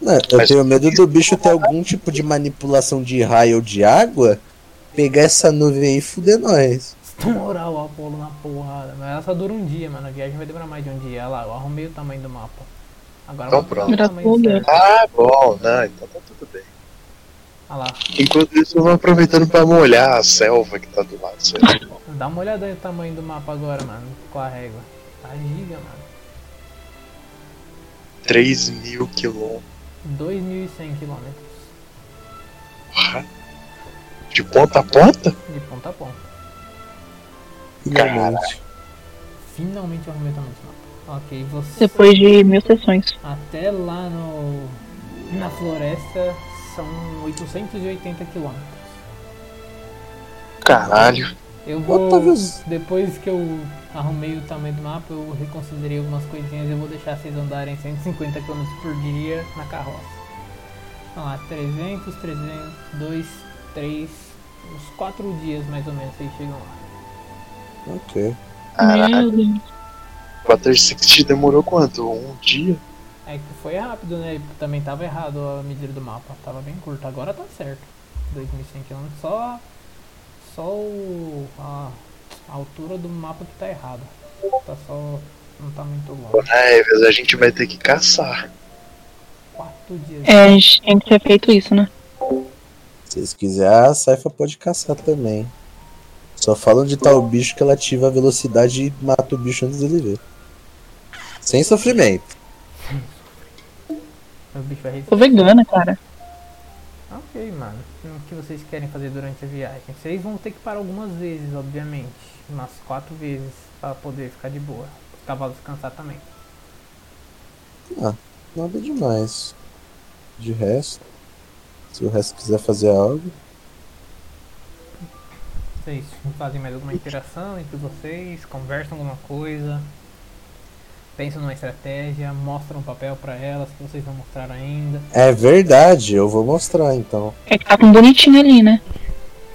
[SPEAKER 1] Não, eu
[SPEAKER 5] Mas-
[SPEAKER 1] tenho medo do bicho ter algum tipo de manipulação de raio ou de água, pegar essa nuvem aí e fuder nós.
[SPEAKER 2] Moral, o Apollo na porrada. Mas ela só dura um dia, mano. A viagem vai demorar mais de um dia. Olha lá, eu arrumei o tamanho do mapa. Agora
[SPEAKER 5] Então
[SPEAKER 2] eu vou botar o
[SPEAKER 4] pronto.
[SPEAKER 2] tamanho
[SPEAKER 4] Graças
[SPEAKER 2] certo.
[SPEAKER 4] a
[SPEAKER 5] Ah, bom, não, então tá tudo bem.
[SPEAKER 2] Olha lá,
[SPEAKER 5] Enquanto isso, eu vou aproveitando pra molhar a selva que tá do lado. sei lá.
[SPEAKER 2] Dá uma olhada no tamanho do mapa agora, mano, com a régua. Tá giga, mano.
[SPEAKER 5] 3 mil quilômetros
[SPEAKER 2] 2.100 quilômetros
[SPEAKER 5] de ponta a ponta?
[SPEAKER 2] de ponta a ponta.
[SPEAKER 1] Finalmente.
[SPEAKER 2] Finalmente eu arrumei o tamanho do mapa. Ok, você.
[SPEAKER 4] Depois de mil sessões.
[SPEAKER 2] Até lá no. na floresta são 880 quilômetros.
[SPEAKER 5] Caralho.
[SPEAKER 2] Eu vou.
[SPEAKER 1] Otávio Z-
[SPEAKER 2] Depois que eu arrumei o tamanho do mapa, eu reconsiderei algumas coisinhas e eu vou deixar vocês andarem 150 km por dia na carroça. Vamos lá, 300, 300, 2, 3, uns 4 dias mais ou menos vocês chegam lá.
[SPEAKER 1] Ok.
[SPEAKER 4] Meu
[SPEAKER 5] Caralho.
[SPEAKER 4] Deus.
[SPEAKER 5] 460 demorou quanto? Um dia?
[SPEAKER 2] É que foi rápido, né? Também tava errado a medida do mapa. Tava bem curto. Agora tá certo. 2100 km. Só, só o, a, a altura do mapa que tá errada. Tá só. Não tá muito longe.
[SPEAKER 5] Neves, É, a gente vai ter que caçar.
[SPEAKER 2] Quatro dias.
[SPEAKER 4] É, a gente tem que ter feito isso, né?
[SPEAKER 1] Se vocês quiserem, a Saifa pode caçar também. Só falam de tal bicho que ela ativa a velocidade e mata o bicho antes dele ver. Sem sofrimento.
[SPEAKER 2] O bicho vai
[SPEAKER 4] Tô vegana, cara.
[SPEAKER 2] Ok, mano. O que vocês querem fazer durante a viagem? Vocês vão ter que parar algumas vezes, obviamente. Umas quatro vezes pra poder ficar de boa. Os cavalos descansar também.
[SPEAKER 1] Ah, nada demais. De resto, se o resto quiser fazer algo,
[SPEAKER 2] Vocês fazem mais alguma interação entre vocês? Conversam alguma coisa? Pensam numa estratégia? Mostram um papel pra elas que vocês não mostraram ainda?
[SPEAKER 1] é verdade, eu vou mostrar então.
[SPEAKER 4] É que tá com bonitinho ali, né?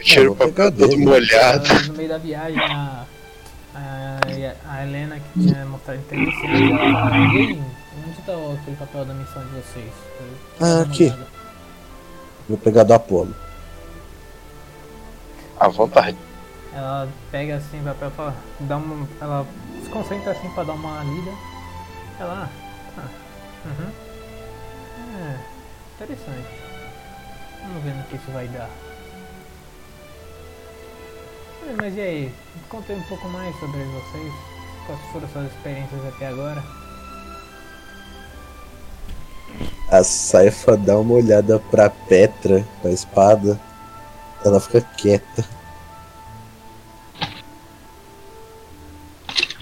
[SPEAKER 5] Tira o
[SPEAKER 1] vou pegar
[SPEAKER 5] papel todo
[SPEAKER 1] dele.
[SPEAKER 5] molhado.
[SPEAKER 2] Ah, no meio da viagem, a, a, a Helena que tinha mostrado interesse, ela fala, "E aí, onde tá o- aquele papel da missão de vocês? Eu quero dar
[SPEAKER 1] Ah,
[SPEAKER 2] uma
[SPEAKER 1] aqui.
[SPEAKER 2] olhada."
[SPEAKER 1] Vou pegar do Apolo.
[SPEAKER 5] À vontade.
[SPEAKER 2] Ela pega assim o papel pra dar uma. Ela se concentra assim pra dar uma lida. Ela. Ah, uhum. É, interessante. Vamos ver no que isso vai dar. É, Mas e aí? Contei um pouco mais sobre vocês. Quais foram suas experiências até agora?
[SPEAKER 1] A Saifa dá uma olhada pra Petra, pra espada. Ela fica quieta.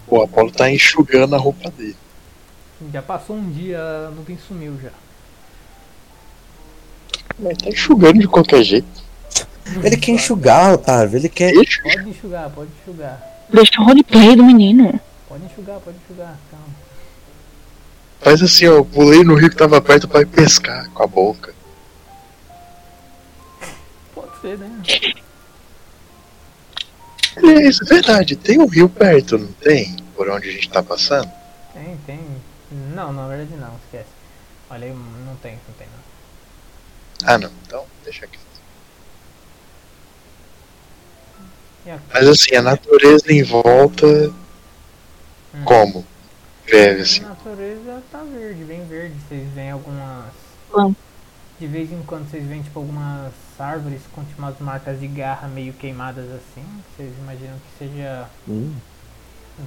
[SPEAKER 5] O Apolo tá enxugando a roupa dele.
[SPEAKER 2] Já passou um dia, a nuvem sumiu já.
[SPEAKER 5] Mas tá enxugando de qualquer jeito.
[SPEAKER 1] Ele quer enxugar, Otávio. Ele quer.
[SPEAKER 2] Pode enxugar, pode enxugar.
[SPEAKER 4] Deixa o roleplay do menino.
[SPEAKER 2] Pode enxugar, pode enxugar, calma.
[SPEAKER 5] Faz assim, ó, eu pulei no rio que tava perto pra ir pescar com a boca.
[SPEAKER 2] Pode ser, né?
[SPEAKER 5] Aliás, é verdade, tem um rio perto, não tem? Por onde a gente tá passando?
[SPEAKER 2] Tem, tem. Não, na verdade não, esquece. Olha aí, não tem, não tem não.
[SPEAKER 5] Ah não, então deixa aqui.
[SPEAKER 2] E a-
[SPEAKER 5] Mas assim, a natureza em volta.
[SPEAKER 2] Hum.
[SPEAKER 5] Como? Veve assim.
[SPEAKER 2] A natureza tá verde, bem verde. Vocês veem algumas.
[SPEAKER 4] Hum.
[SPEAKER 2] De vez em quando vocês veem tipo algumas árvores com tipo, umas marcas de garra meio queimadas assim. Vocês imaginam que seja
[SPEAKER 1] Hum,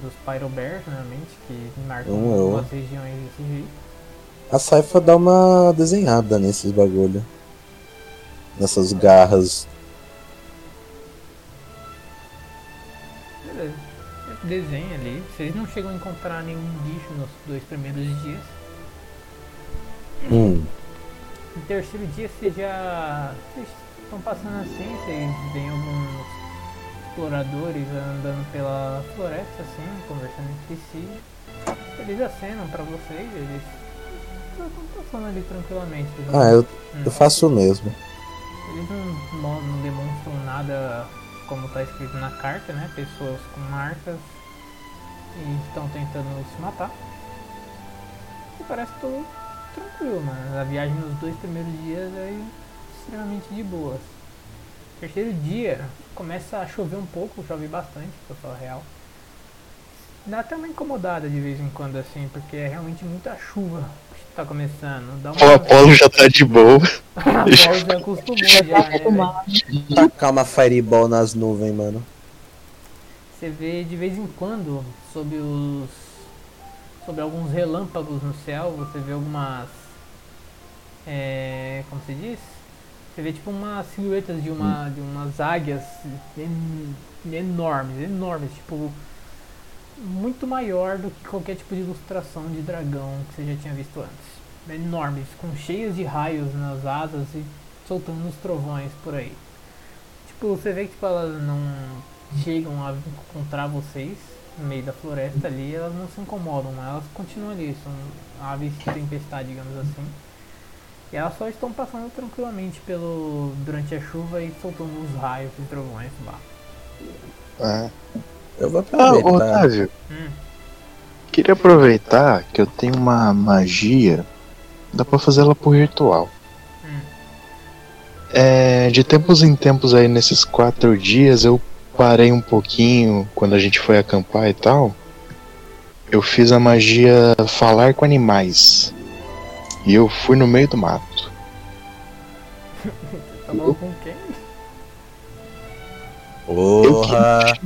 [SPEAKER 2] dos Pyrobears, normalmente, que marcam
[SPEAKER 1] Não, é eu-
[SPEAKER 2] algumas regiões desse jeito.
[SPEAKER 1] a Saifa dá uma desenhada nesses bagulho. Nessas garras.
[SPEAKER 2] Beleza. Desenha ali. Vocês não chegam a encontrar nenhum bicho nos dois primeiros dias.
[SPEAKER 1] Hum,
[SPEAKER 2] No terceiro dia vocês já vocês estão passando assim, vocês veem alguns exploradores andando pela floresta assim, conversando entre si. Eles acenam pra vocês, eles estão passando ali tranquilamente. eles não-
[SPEAKER 1] Ah, eu,
[SPEAKER 2] Hum.
[SPEAKER 1] eu faço o mesmo.
[SPEAKER 2] Eles não, mo- não demonstram nada como tá escrito na carta, né? Pessoas com marcas e estão tentando se matar. E parece tudo tranquilo, mano. A viagem nos dois primeiros dias é extremamente de boas. Terceiro dia começa a chover um pouco, chove bastante, pra falar a real. Dá até uma incomodada de vez em quando assim, porque é realmente muita chuva que tá começando. Dá uma...
[SPEAKER 5] O Apolo já tá de boa.
[SPEAKER 2] A voz já acostumou já,
[SPEAKER 5] É.
[SPEAKER 2] né, velho?
[SPEAKER 1] Tacar uma fireball nas nuvens, mano.
[SPEAKER 2] Você vê de vez em quando sobre os sobre alguns relâmpagos no céu, você vê algumas é, como se diz? Você vê tipo umas silhuetas de uma de umas águias en- enormes, enormes, tipo muito maior do que qualquer tipo de ilustração de dragão que você já tinha visto antes. Enormes, com cheias de raios nas asas e soltando os trovões por aí. Tipo, você vê que tipo, elas não chegam a encontrar vocês no meio da floresta ali, elas não se incomodam, né? elas continuam ali, são aves de tempestade, digamos assim. E elas só estão passando tranquilamente pelo durante a chuva e soltando os raios e trovões lá.
[SPEAKER 5] Ah,
[SPEAKER 1] Eu vou tá?
[SPEAKER 5] Ah, ô,
[SPEAKER 1] aproveitar.
[SPEAKER 5] Otávio,
[SPEAKER 2] Hum,
[SPEAKER 5] queria aproveitar que eu tenho uma magia Dá pra fazer ela por ritual. É, de tempos em tempos aí, nesses quatro dias, eu parei um pouquinho quando a gente foi acampar e tal. Eu fiz a magia falar com animais. E eu fui no meio do mato.
[SPEAKER 2] Falou Tá com quem?
[SPEAKER 1] Porra!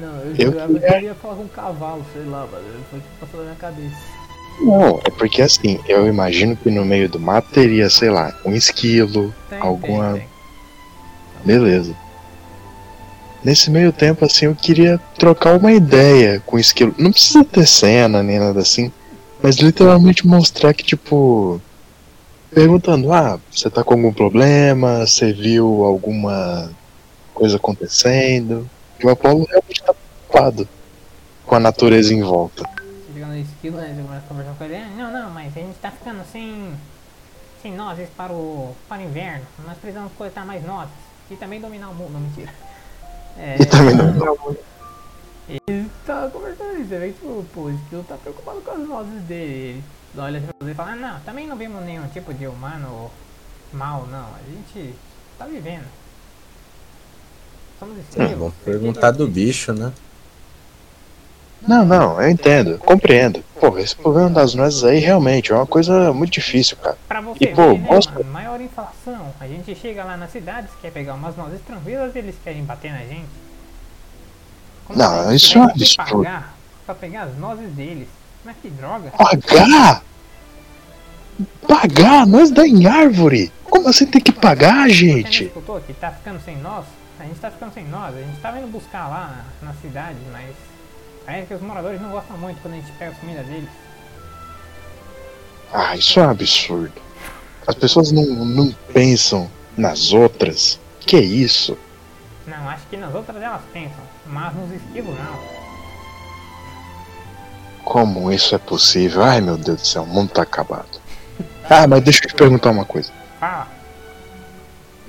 [SPEAKER 2] Não, eu,
[SPEAKER 5] Eu
[SPEAKER 2] jurava que
[SPEAKER 5] queria-
[SPEAKER 2] ele ia falar com um cavalo, sei lá, mano. Foi o que passou na minha cabeça.
[SPEAKER 5] Não, é porque assim, eu imagino que no meio do mato teria, sei lá, um esquilo,
[SPEAKER 2] Tá,
[SPEAKER 5] alguma. Beleza. Nesse meio tempo, assim, eu queria trocar uma ideia com o esquilo. Não precisa ter cena nem nada assim, mas literalmente mostrar que, tipo. Perguntando, ah, você tá com algum problema? Você viu alguma coisa acontecendo? Que o Apolo realmente tá preocupado com a natureza em volta.
[SPEAKER 2] Você chega no esquilo, aí você começa a conversar com ele. "Ah, Não, não, mas a gente tá ficando sem, sem nozes para o, para o inverno. Nós precisamos coletar mais nozes. E também dominar o mundo, não, mentira. É,
[SPEAKER 5] E também não.
[SPEAKER 2] Ele tá conversando isso, você vê que tipo, pô, o esquilo tá preocupado com as nozes dele. Ele olha pra você e fala, ah, não, também não vimos nenhum tipo de humano mal, não. A gente tá vivendo. Somos
[SPEAKER 1] É,
[SPEAKER 2] esquilos.
[SPEAKER 1] vamos perguntar do bicho, né?
[SPEAKER 5] Não, não, eu entendo, compreendo. Pô, esse problema das nozes aí realmente é uma coisa muito difícil, cara.
[SPEAKER 2] Pra você
[SPEAKER 5] E pô,
[SPEAKER 2] ver, né,
[SPEAKER 5] mostra.
[SPEAKER 2] mano, maior inflação. A gente chega lá nas cidades, quer pegar umas nozes tranquilas e eles querem bater na gente.
[SPEAKER 5] Não,
[SPEAKER 2] Você
[SPEAKER 5] isso é um
[SPEAKER 2] vai ter que
[SPEAKER 5] absurdo.
[SPEAKER 2] pagar pra pegar as nozes deles. Mas que droga.
[SPEAKER 5] Pagar? Pagar? Nós dá em árvore? Como assim tem que pagar,
[SPEAKER 2] Você não
[SPEAKER 5] gente?
[SPEAKER 2] escutou que tá ficando sem nós? A gente tá ficando sem nós, a gente tava indo buscar lá na, na cidade, mas parece que os moradores não gostam muito quando a gente pega a comida deles.
[SPEAKER 5] Ah, isso é um absurdo. As pessoas não, não pensam nas outras. Que isso?
[SPEAKER 2] Não, acho que nas outras elas pensam, mas nos esquilos não.
[SPEAKER 5] Como isso é possível? Ai meu Deus do céu, o mundo tá acabado. Ah, mas deixa eu te perguntar uma coisa.
[SPEAKER 2] Fala.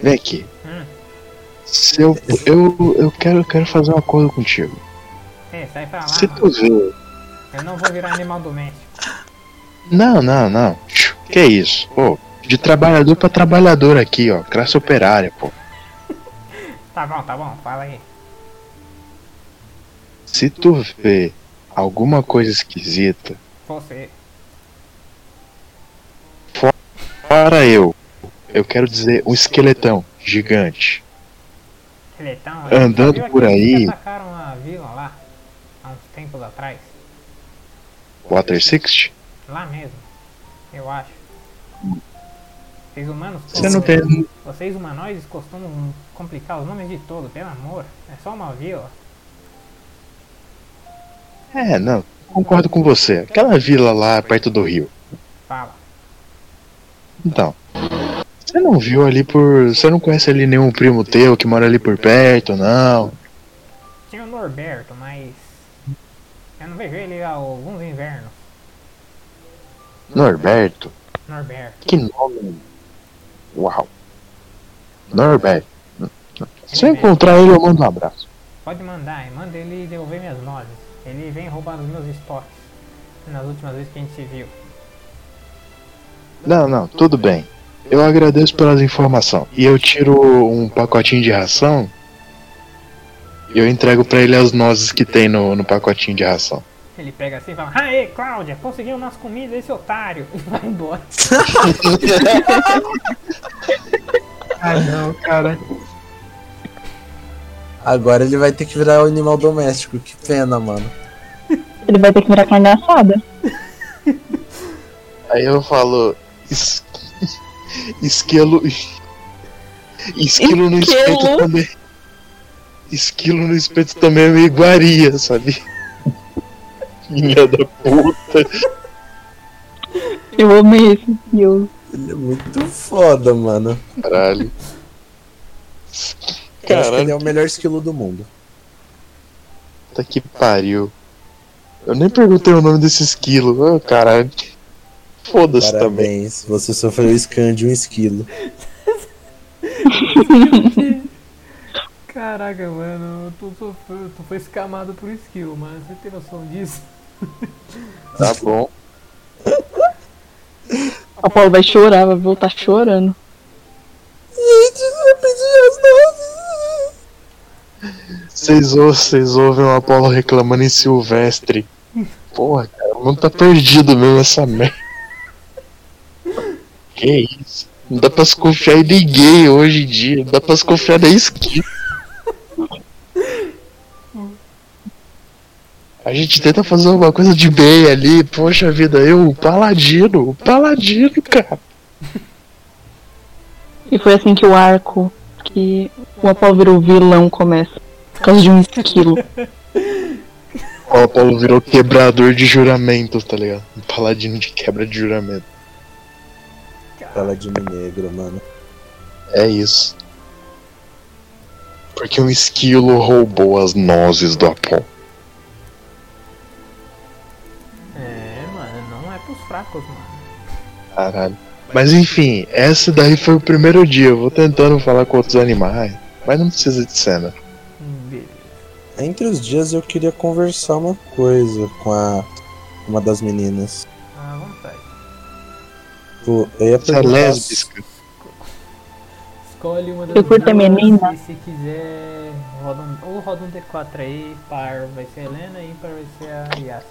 [SPEAKER 5] Vem aqui.
[SPEAKER 2] Hum.
[SPEAKER 5] Se eu, eu, eu, quero, eu quero fazer um acordo contigo.
[SPEAKER 2] É, sai pra lá,
[SPEAKER 5] Se tu
[SPEAKER 2] mano.
[SPEAKER 5] vê
[SPEAKER 2] Eu não vou virar animal doméstico.
[SPEAKER 5] Não, não, não. Que é isso? Pô, de trabalhador pra trabalhador aqui, ó. Classe operária, pô.
[SPEAKER 2] Tá bom, tá bom, fala aí.
[SPEAKER 5] Se tu vê alguma coisa esquisita,
[SPEAKER 2] Você.
[SPEAKER 5] para eu. Eu quero dizer um esqueletão gigante.
[SPEAKER 2] Eletão,
[SPEAKER 5] Andando por aí.
[SPEAKER 2] Eles atacaram a vila lá, há uns tempos atrás.
[SPEAKER 5] Water 60?
[SPEAKER 2] Lá mesmo, eu acho. Vocês humanos.
[SPEAKER 5] Você não tem-
[SPEAKER 2] Vocês humanoides costumam complicar os nomes de todo, pelo amor. É só uma vila.
[SPEAKER 5] É, não. Concordo com você. Aquela vila lá perto do rio.
[SPEAKER 2] Fala.
[SPEAKER 5] Então. Você não viu ali por. Você não conhece ali nenhum primo teu que mora ali por perto, não?
[SPEAKER 2] Tinha o Norberto, mas. Eu não vejo ele há alguns invernos.
[SPEAKER 5] Norberto?
[SPEAKER 2] Norberto.
[SPEAKER 5] Que nome. Uau. Norberto. Se eu encontrar ele, eu mando um abraço.
[SPEAKER 2] Pode mandar, e manda ele devolver minhas nozes. Ele vem roubar os meus estoques nas últimas vezes que a gente se viu.
[SPEAKER 5] Não, não, tudo bem. Eu agradeço pelas informações. E eu tiro um pacotinho de ração e eu entrego pra ele as nozes que tem no, no pacotinho de ração.
[SPEAKER 2] Ele pega assim e fala: Aê, Cláudia, conseguiu nossa comida, esse otário! E vai embora.
[SPEAKER 6] Ah, não, cara.
[SPEAKER 1] Agora ele vai ter que virar o animal doméstico, que pena, mano.
[SPEAKER 4] Ele vai ter que virar carne assada.
[SPEAKER 5] Aí eu falo. es- Esquilo. Esquilo no espeto
[SPEAKER 4] Esquilo.
[SPEAKER 5] também. Esquilo no espeto também é uma iguaria, sabe? Filha da puta.
[SPEAKER 4] Eu amo isso. E eu.
[SPEAKER 1] Ele é muito foda, mano.
[SPEAKER 5] Caralho.
[SPEAKER 1] Eu acho que ele
[SPEAKER 5] Caralho,
[SPEAKER 1] é o melhor esquilo do mundo.
[SPEAKER 5] puta que pariu. Eu nem perguntei o nome desse esquilo. Ah, caralho. Foda-se também.
[SPEAKER 1] Parabéns, você sofreu scan de um esquilo.
[SPEAKER 2] Caraca, mano, eu tô sofrendo, tu foi escamado por skill, mano, você tem noção disso?
[SPEAKER 5] Tá bom.
[SPEAKER 4] A Paula vai chorar, vai voltar chorando.
[SPEAKER 10] Gente, eu pedi as nozes.
[SPEAKER 3] Vocês ou- vocês ouvem o Apolo reclamando em Silvestre. Porra, cara, o mundo tá perdido mesmo essa merda. Que isso? Não dá pra se confiar em ninguém hoje em dia. Não dá pra se confiar na esquina. A gente tenta fazer alguma coisa de bem ali. Poxa vida, eu, o Paladino, o Paladino, cara.
[SPEAKER 4] E foi assim que o arco que o Apolo virou vilão começa. Por causa de um esquilo.
[SPEAKER 3] O Apolo virou quebrador de juramentos, tá ligado? Um paladino de quebra de juramento.
[SPEAKER 1] Paladino negro, mano.
[SPEAKER 3] É isso. Porque um esquilo roubou as nozes do Apolo.
[SPEAKER 2] É, mano, não é pros fracos, mano.
[SPEAKER 3] Caralho. Mas enfim, esse daí foi o primeiro dia. Eu vou tentando falar com outros animais. Mas não precisa de cena.
[SPEAKER 2] Hum,
[SPEAKER 1] Entre os dias eu queria conversar uma coisa com a uma das meninas.
[SPEAKER 2] À vontade.
[SPEAKER 1] Tipo, eu ia
[SPEAKER 3] Você é
[SPEAKER 1] perguntar
[SPEAKER 3] lésbica?
[SPEAKER 2] Escolhe uma das
[SPEAKER 4] Eu curto a
[SPEAKER 2] duas,
[SPEAKER 4] menina.
[SPEAKER 2] E se quiser, roda um, ou roda um D4 aí, par vai ser a Helena e ímpar vai ser a Yassi.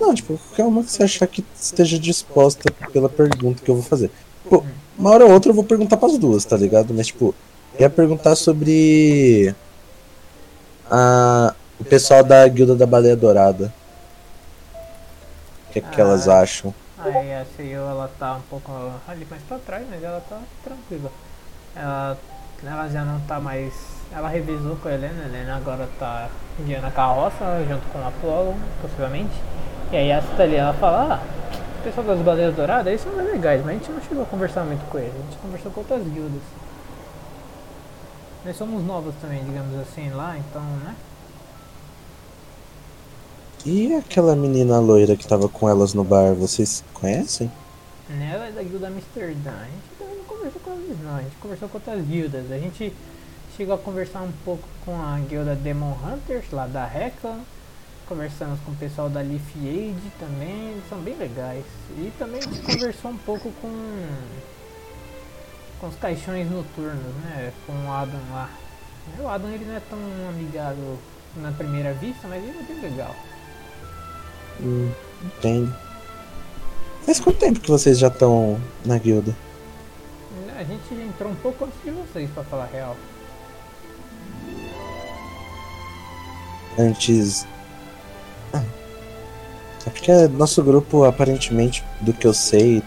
[SPEAKER 1] Não, tipo, qualquer uma que você achar que esteja disposta pela pergunta que eu vou fazer. Tipo, uma hora ou outra eu vou perguntar pras duas, tá ligado? Mas, tipo, eu ia perguntar sobre. A, o pessoal da Guilda da Baleia Dourada. O que, é que elas acham?
[SPEAKER 2] Aí a Sheo, ela tá um pouco ali mais pra trás, mas ela tá tranquila. Ela, ela já não tá mais. Ela revisou com a Helena, a Helena agora tá guiando a carroça junto com a Apollo, possivelmente. E aí a tá ali, ela fala, ah, o pessoal das baleias douradas, eles são mais legais, mas a gente não chegou a conversar muito com eles, a gente conversou com outras guildas. Nós somos novos também, digamos assim, lá, então, né?
[SPEAKER 1] E aquela menina loira que tava com elas no bar, vocês conhecem?
[SPEAKER 2] Nela é da guilda Amsterdã. A gente também não conversou com eles não, a gente conversou com outras guildas. A gente chegou a conversar um pouco com a guilda Demon Hunters, lá da Hecla. Conversamos com o pessoal da Leaf Aid também, eles são bem legais. E também a gente conversou um pouco com, com os caixões noturnos, né? Com o Adam lá. O Adam ele não é tão amigável na primeira vista, mas ele é bem legal.
[SPEAKER 1] Hum, entendo. Faz quanto tempo que vocês já estão na guilda?
[SPEAKER 2] A gente entrou um pouco antes de vocês, pra falar a real.
[SPEAKER 1] antes. Ah. É porque nosso grupo, aparentemente, do que eu sei,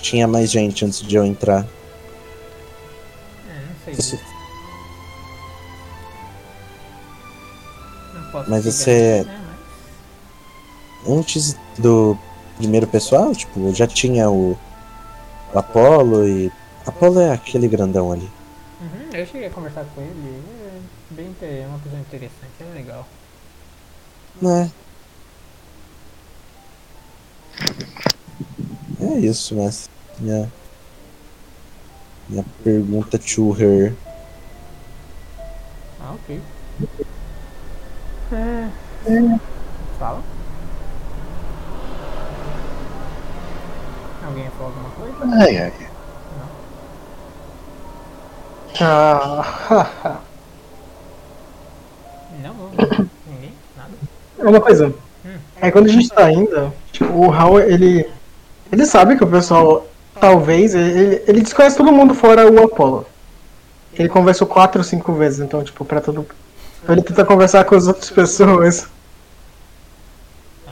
[SPEAKER 1] tinha mais gente antes de eu entrar.
[SPEAKER 2] É, não sei.
[SPEAKER 1] Você-
[SPEAKER 2] Não posso
[SPEAKER 1] Mas
[SPEAKER 2] te
[SPEAKER 1] você-
[SPEAKER 2] garantir, né,
[SPEAKER 1] Antes do primeiro pessoal, tipo, já tinha o, o Apolo e. Apolo é aquele grandão ali.
[SPEAKER 2] mas- Uhum, eu cheguei a conversar com ele, ele é bem inte- é uma pessoa interessante, é legal.
[SPEAKER 1] Né? É isso, mas. Minha. Minha pergunta to her.
[SPEAKER 2] Ah, ok. É, Fala. Alguém ia falar alguma coisa?
[SPEAKER 3] Ai, ai.
[SPEAKER 6] Ah,
[SPEAKER 2] Não, não. Ninguém? Nada?
[SPEAKER 6] É uma coisa. Aí quando a gente tá indo, tipo, o Hal, ele. Ele sabe que o pessoal. Talvez. Ele, ele desconhece todo mundo fora o Apollo. Ele conversou quatro ou cinco vezes, então, tipo, pra todo. Então ele tenta conversar com as outras pessoas.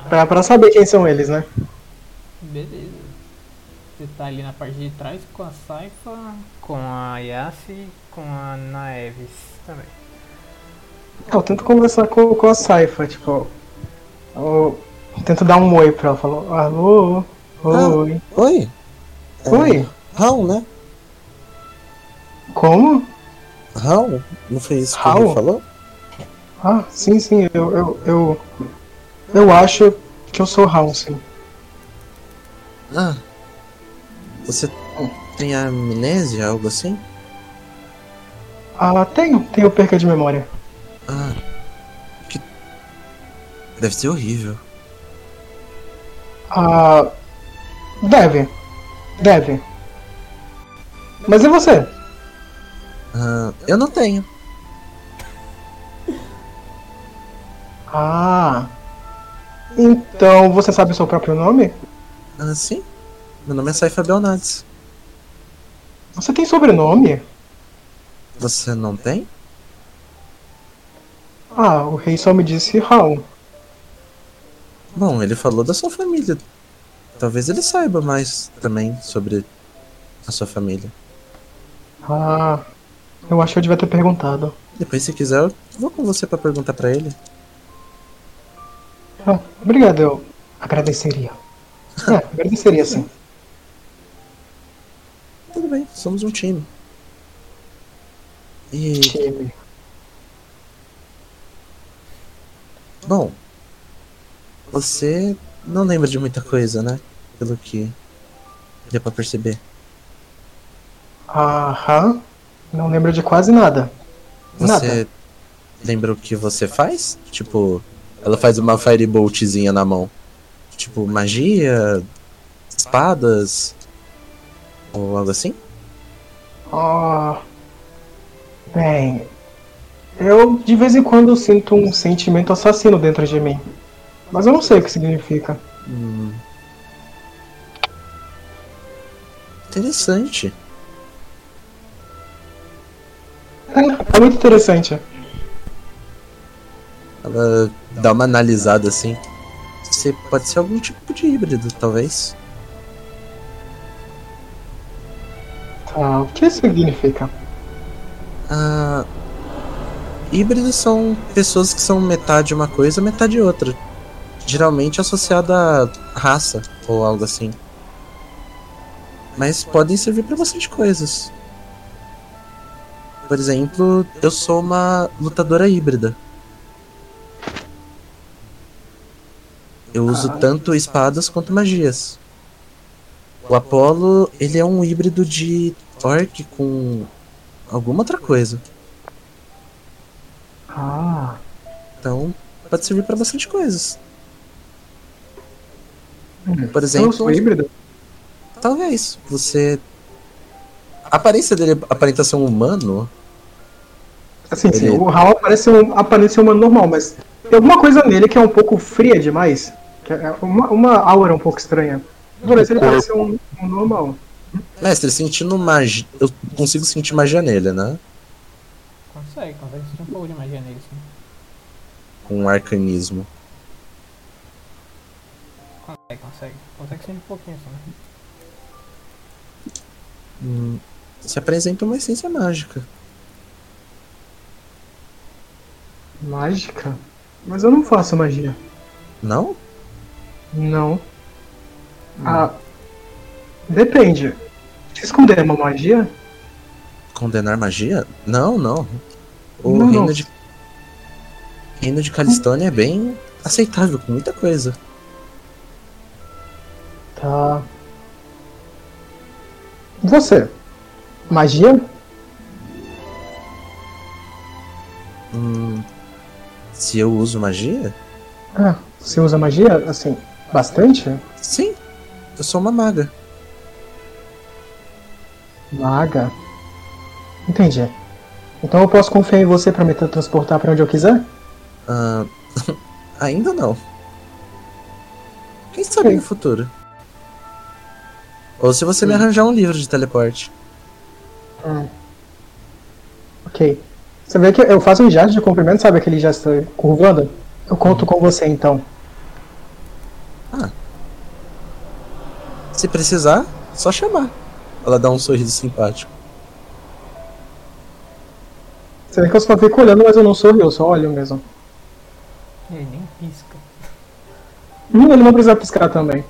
[SPEAKER 6] Pra, pra saber quem são eles, né?
[SPEAKER 2] Beleza. Você tá ali na parte de trás com a Saifa, com a Yassi, com a Naeves também.
[SPEAKER 6] Ah, Eu tento conversar com, com a Saifa, tipo. Eu tento dar um oi pra ela. Falou, alô, oi.
[SPEAKER 1] oi?
[SPEAKER 6] Oi?
[SPEAKER 1] Raul, né?
[SPEAKER 6] Como?
[SPEAKER 1] Raul? Não foi isso que
[SPEAKER 6] Raul?
[SPEAKER 1] ele falou?
[SPEAKER 6] Ah, sim, sim, eu. Eu, eu, eu acho que eu sou Raul, sim.
[SPEAKER 1] Ah. Você tem amnésia, algo assim?
[SPEAKER 6] Ah, tenho, tenho perca de memória.
[SPEAKER 1] Ah. Que... Deve ser horrível.
[SPEAKER 6] Ah. Deve. Deve. Mas e você?
[SPEAKER 1] Ah, eu não tenho.
[SPEAKER 6] Ah. Então você sabe o seu próprio nome?
[SPEAKER 1] Ah, sim. Meu nome é Saifa Belnades.
[SPEAKER 6] Você tem sobrenome?
[SPEAKER 1] Você não tem?
[SPEAKER 6] Ah, o rei só me disse Raul.
[SPEAKER 1] Bom, ele falou da sua família. Talvez ele saiba mais também sobre a sua família.
[SPEAKER 6] Ah. Eu acho que eu devia ter perguntado.
[SPEAKER 1] Depois, se quiser, eu vou com você pra perguntar pra ele.
[SPEAKER 6] Ah, obrigado, eu agradeceria. É, agradeceria sim.
[SPEAKER 1] Tudo bem, somos um time. E.
[SPEAKER 6] Time.
[SPEAKER 1] Bom, você não lembra de muita coisa, né? Pelo que deu pra perceber.
[SPEAKER 6] Aham. Não lembro de quase nada.
[SPEAKER 1] Você
[SPEAKER 6] Nada.
[SPEAKER 1] lembra o que você faz? Tipo, ela faz uma fireboltzinha na mão. Tipo, magia, espadas, ou algo assim?
[SPEAKER 6] Ah. Bem. Eu de vez em quando sinto um sentimento assassino dentro de mim. Mas eu não sei o que significa.
[SPEAKER 1] Hum. Interessante.
[SPEAKER 6] É, é muito interessante.
[SPEAKER 1] Ela dá uma analisada assim. Você pode ser algum tipo de híbrido, talvez.
[SPEAKER 6] Tá, o que isso significa?
[SPEAKER 1] Ah, híbridos são pessoas que são metade uma coisa, metade outra. Geralmente associada à raça ou algo assim. Mas podem servir para bastante coisas. Por exemplo, eu sou uma lutadora híbrida. Eu uso tanto espadas quanto magias. O Apollo ele é um híbrido de orc com alguma outra coisa.
[SPEAKER 6] Ah,
[SPEAKER 1] Então, pode servir pra bastante coisas.
[SPEAKER 6] Uhum.
[SPEAKER 1] Por
[SPEAKER 6] eu
[SPEAKER 1] exemplo,
[SPEAKER 6] sou híbrido?
[SPEAKER 1] talvez você. A aparência dele aparenta ser um humano.
[SPEAKER 6] Assim, sim,
[SPEAKER 1] Ele-
[SPEAKER 6] o Raul parece um, aparece humano normal, mas tem alguma coisa nele que é um pouco fria demais. que é uma, uma aura um pouco estranha. Por isso ele parece um, um normal.
[SPEAKER 1] Mestre, sentindo magia. Eu consigo sentir magia nele, né?
[SPEAKER 2] Consegue, consegue sentir um pouco de magia nele, sim.
[SPEAKER 1] Com um arcanismo.
[SPEAKER 2] Consegue, É, consegue. Consegue sentir um pouquinho só, né?
[SPEAKER 1] Hum, se apresenta uma essência mágica.
[SPEAKER 6] Mágica? Mas eu não faço magia.
[SPEAKER 1] Não?
[SPEAKER 6] Não. Ah. Depende. Esconder é uma magia?
[SPEAKER 1] Condenar magia? Não, não. O
[SPEAKER 6] Não, não.
[SPEAKER 1] reino de. Reino de Calistônia é bem aceitável com muita coisa.
[SPEAKER 6] Tá. Você. Magia?
[SPEAKER 1] Hum, se eu uso magia?
[SPEAKER 6] Ah, você usa magia? Assim, bastante?
[SPEAKER 1] Sim, eu sou uma maga.
[SPEAKER 6] Maga. Entendi. Então eu posso confiar em você pra me transportar pra onde eu quiser?
[SPEAKER 1] Ah, ainda não. Quem sabe no futuro? Ou se você me arranjar um livro de teleporte.
[SPEAKER 6] Hum. Ok. Você vê que eu faço um gesto de cumprimento, sabe aquele gesto curvando? Eu conto com você então.
[SPEAKER 1] Se precisar, só chamar. Ela dá um sorriso simpático.
[SPEAKER 6] Você vê que eu só fico olhando, mas eu não sorrio, eu só olho mesmo.
[SPEAKER 2] Ele nem pisca.
[SPEAKER 6] Hum, ele não precisa piscar também.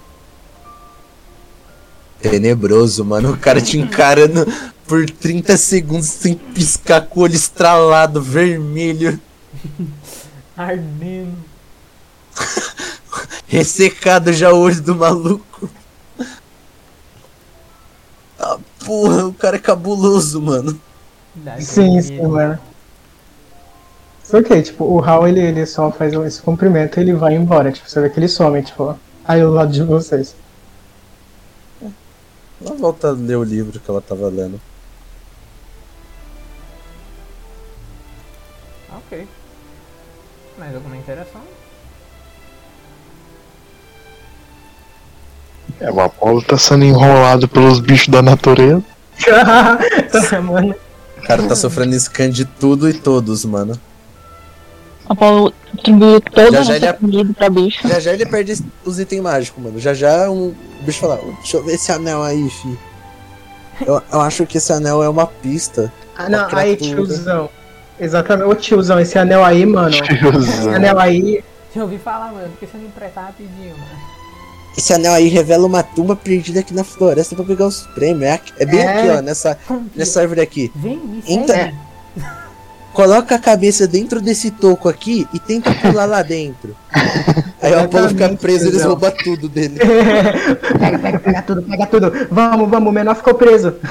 [SPEAKER 1] Tenebroso, mano. O cara te encarando por 30 segundos sem piscar com o olho estralado, vermelho,
[SPEAKER 2] Ardendo.
[SPEAKER 1] ressecado já o olho do maluco. Ah, porra, o cara é cabuloso, mano.
[SPEAKER 2] Dá
[SPEAKER 6] Sim,
[SPEAKER 2] aquele-
[SPEAKER 6] sim, mano. Isso é ok, tipo, o Hal ele, ele só faz esse cumprimento e ele vai embora. Tipo, você vê que ele some, tipo, aí do lado de vocês.
[SPEAKER 1] Ela volta a ler o livro que ela tava lendo.
[SPEAKER 2] Ok. Mais alguma interação?
[SPEAKER 3] É, o Apolo tá sendo enrolado pelos bichos da natureza.
[SPEAKER 6] Tá, mano.
[SPEAKER 1] O cara tá sofrendo scan de tudo e todos, mano.
[SPEAKER 4] Apolo distribuiu toda
[SPEAKER 1] Já,
[SPEAKER 4] a
[SPEAKER 1] já
[SPEAKER 4] nossa
[SPEAKER 1] ele-
[SPEAKER 4] comida pra bicho.
[SPEAKER 1] Já já ele perde os itens mágicos, mano. Já já um o bicho fala, deixa eu ver esse anel aí, fi. Eu, eu acho que esse anel é uma pista.
[SPEAKER 6] Ah,
[SPEAKER 1] uma
[SPEAKER 6] não, aí,
[SPEAKER 1] criatura.
[SPEAKER 6] tiozão. Exatamente. Ô, tiozão, esse anel aí, mano. Esse anel aí.
[SPEAKER 2] Eu ouvi falar, mano, porque você me emprestar rapidinho, mano.
[SPEAKER 1] Esse anel aí revela uma tumba perdida aqui na floresta pra pegar os prêmios. É, aqui- é bem
[SPEAKER 6] É.
[SPEAKER 1] aqui, ó, nessa, nessa árvore aqui.
[SPEAKER 2] Vem, me segue.
[SPEAKER 1] Então, coloca a cabeça dentro desse toco aqui e tenta pular lá dentro. Aí o Apolo fica
[SPEAKER 6] Exatamente,
[SPEAKER 1] preso e eles
[SPEAKER 6] tiozão.
[SPEAKER 1] roubam tudo dele.
[SPEAKER 6] pega, pega, pega tudo, pega tudo. Vamos, vamos, o menor ficou preso.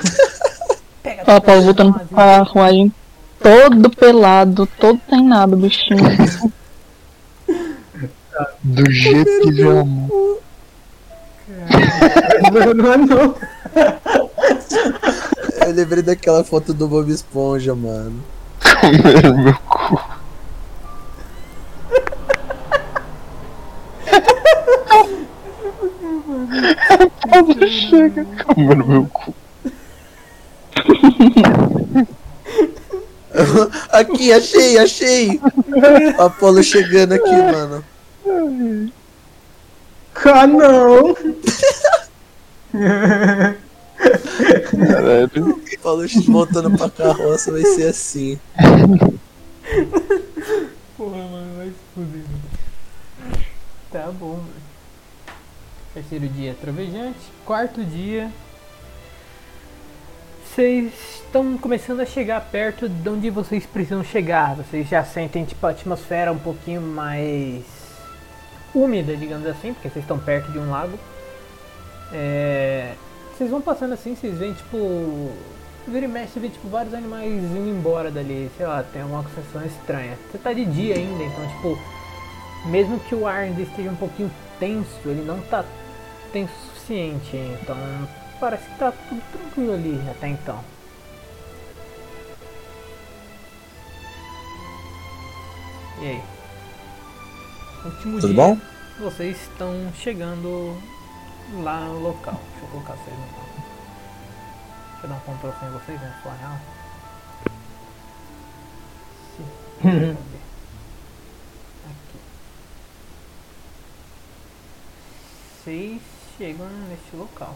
[SPEAKER 4] O Apolo voltando pra ruagem todo pelado, todo sem nada, o bichinho.
[SPEAKER 3] Do jeito que já amou.
[SPEAKER 6] Não, não, não.
[SPEAKER 1] Eu lembrei daquela foto do Bob Esponja, mano.
[SPEAKER 3] Comer meu cu.
[SPEAKER 4] Apolo chega.
[SPEAKER 3] Comer meu cu.
[SPEAKER 1] Aqui, achei, achei! O Apolo chegando aqui, mano.
[SPEAKER 6] Ah, não.
[SPEAKER 3] Caralho.
[SPEAKER 1] O Apolo voltando pra carroça vai ser assim.
[SPEAKER 2] Porra, mano, vai se fuder. mano. Tá bom, mano. Terceiro dia trovejante. Quarto dia. Vocês estão começando a chegar perto de onde vocês precisam chegar. Vocês já sentem tipo a atmosfera um pouquinho mais úmida, digamos assim, porque vocês estão perto de um lago. É, Vocês vão passando assim, vocês veem tipo. Vira e mexe, você vê tipo vários animais indo embora dali, sei lá, tem alguma sensação estranha. Você tá de dia ainda, então tipo, mesmo que o ar ainda esteja um pouquinho tenso, ele não tá tenso o suficiente, então parece que tá tudo tranquilo ali até então. E aí? Último
[SPEAKER 1] Tudo
[SPEAKER 2] dia.
[SPEAKER 1] bom?
[SPEAKER 2] Vocês estão chegando lá no local. Deixa eu colocar vocês no local. Deixa eu dar um control sem vocês, né? Falar real. Sim. Cadê? Aqui. Vocês chegam neste local.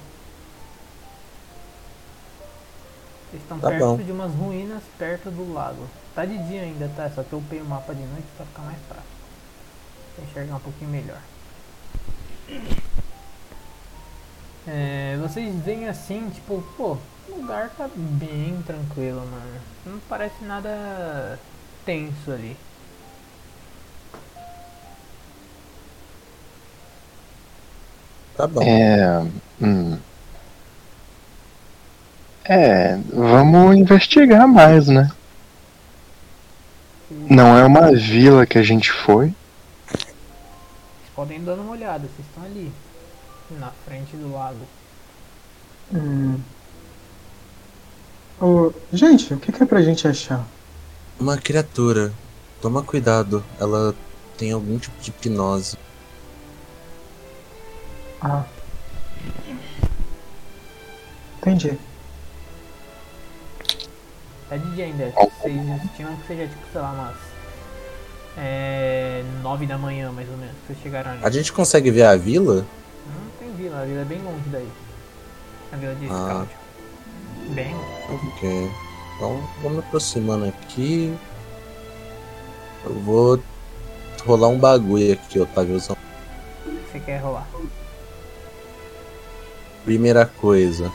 [SPEAKER 2] Vocês estão
[SPEAKER 1] Tá
[SPEAKER 2] perto
[SPEAKER 1] bom.
[SPEAKER 2] de umas ruínas perto do lago. Tá de dia ainda, tá? Só que eu upei o mapa de noite pra ficar mais fácil. Pra enxergar um pouquinho melhor. É, vocês veem assim, tipo, pô, o lugar tá bem tranquilo, mano. Não parece nada tenso ali.
[SPEAKER 1] Tá bom.
[SPEAKER 3] É. Hum. É, vamos investigar mais, né? Não é uma vila que a gente foi.
[SPEAKER 2] Vocês podem dar uma olhada, vocês estão ali, na frente do lago.
[SPEAKER 6] Hum. Ô, gente, o que, que é pra gente achar?
[SPEAKER 1] Uma criatura. Toma cuidado. Ela tem algum tipo de hipnose.
[SPEAKER 6] Ah. Entendi.
[SPEAKER 2] Tá de dia ainda, acho que vocês tinham que seja tipo, sei lá, umas. É. 9 da manhã mais ou menos, que vocês chegaram ali.
[SPEAKER 1] A gente consegue ver a vila?
[SPEAKER 2] Não tem vila, a vila é bem longe daí. A vila de
[SPEAKER 1] Ah.
[SPEAKER 2] Scout. Bem longe.
[SPEAKER 1] Ok. Então vamos aproximando aqui. Eu vou rolar um bagulho aqui, Otáviozão.
[SPEAKER 2] Você quer rolar?
[SPEAKER 1] Primeira coisa,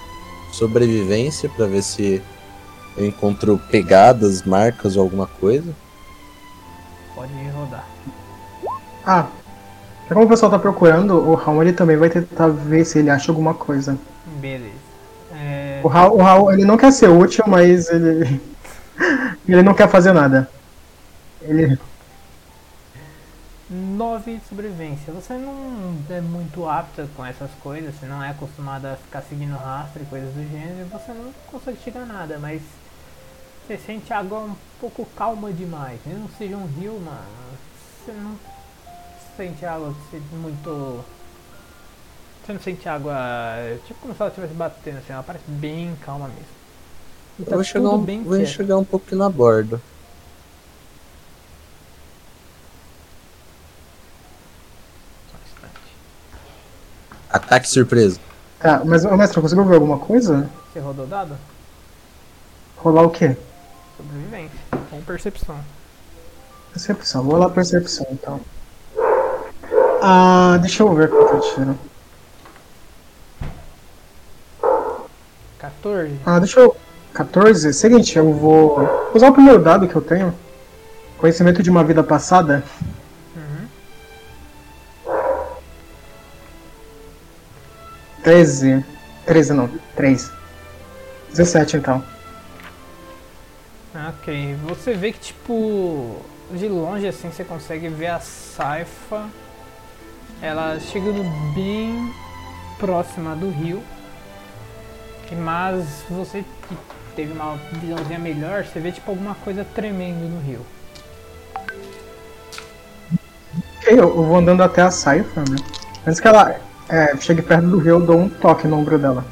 [SPEAKER 1] sobrevivência pra ver se eu encontro pegadas, marcas ou alguma coisa.
[SPEAKER 2] Pode rodar.
[SPEAKER 6] Ah, como o pessoal tá procurando, o Raul ele também vai tentar ver se ele acha alguma coisa.
[SPEAKER 2] Beleza. É,
[SPEAKER 6] O Raul, o Raul, ele não quer ser útil, mas ele. ele não quer fazer nada. Ele.
[SPEAKER 2] 9 de sobrevivência. Você não é muito apta com essas coisas, você não é acostumada a ficar seguindo rastro e coisas do gênero, você não consegue tirar nada, mas você sente a água um pouco calma demais. Mesmo que seja um rio, mano, você não sente a água que você muito. Você não sente a água. Tipo como se ela estivesse batendo, assim, ela parece bem calma mesmo. E tá
[SPEAKER 1] eu vou chegar,
[SPEAKER 2] tudo
[SPEAKER 1] um,
[SPEAKER 2] bem
[SPEAKER 1] vou
[SPEAKER 2] quieto.
[SPEAKER 1] enxergar um pouquinho na borda. Ataque surpresa.
[SPEAKER 6] Tá, mas ô, mestre, eu consigo ver alguma coisa?
[SPEAKER 2] Você rodou dado?
[SPEAKER 6] Rolar o quê?
[SPEAKER 2] Sobrevivência. Com percepção.
[SPEAKER 6] Percepção, vou lá percepção então. Ah, deixa eu ver quanto eu tiro.
[SPEAKER 2] 14.
[SPEAKER 6] Ah, deixa eu. 14? Seguinte, eu vou usar o primeiro dado que eu tenho. Conhecimento de uma vida passada.
[SPEAKER 2] Uhum.
[SPEAKER 6] 13. 13 não, 3. 17 então.
[SPEAKER 2] Ah, Ok, você vê que tipo de longe assim você consegue ver a saifa ela chegando bem próxima do rio, mas você que teve uma visãozinha melhor, você vê tipo alguma coisa tremendo no rio.
[SPEAKER 6] Ok, eu, eu vou andando até a saifa, né? Antes que ela é, chegue perto do rio, eu dou um toque no ombro dela.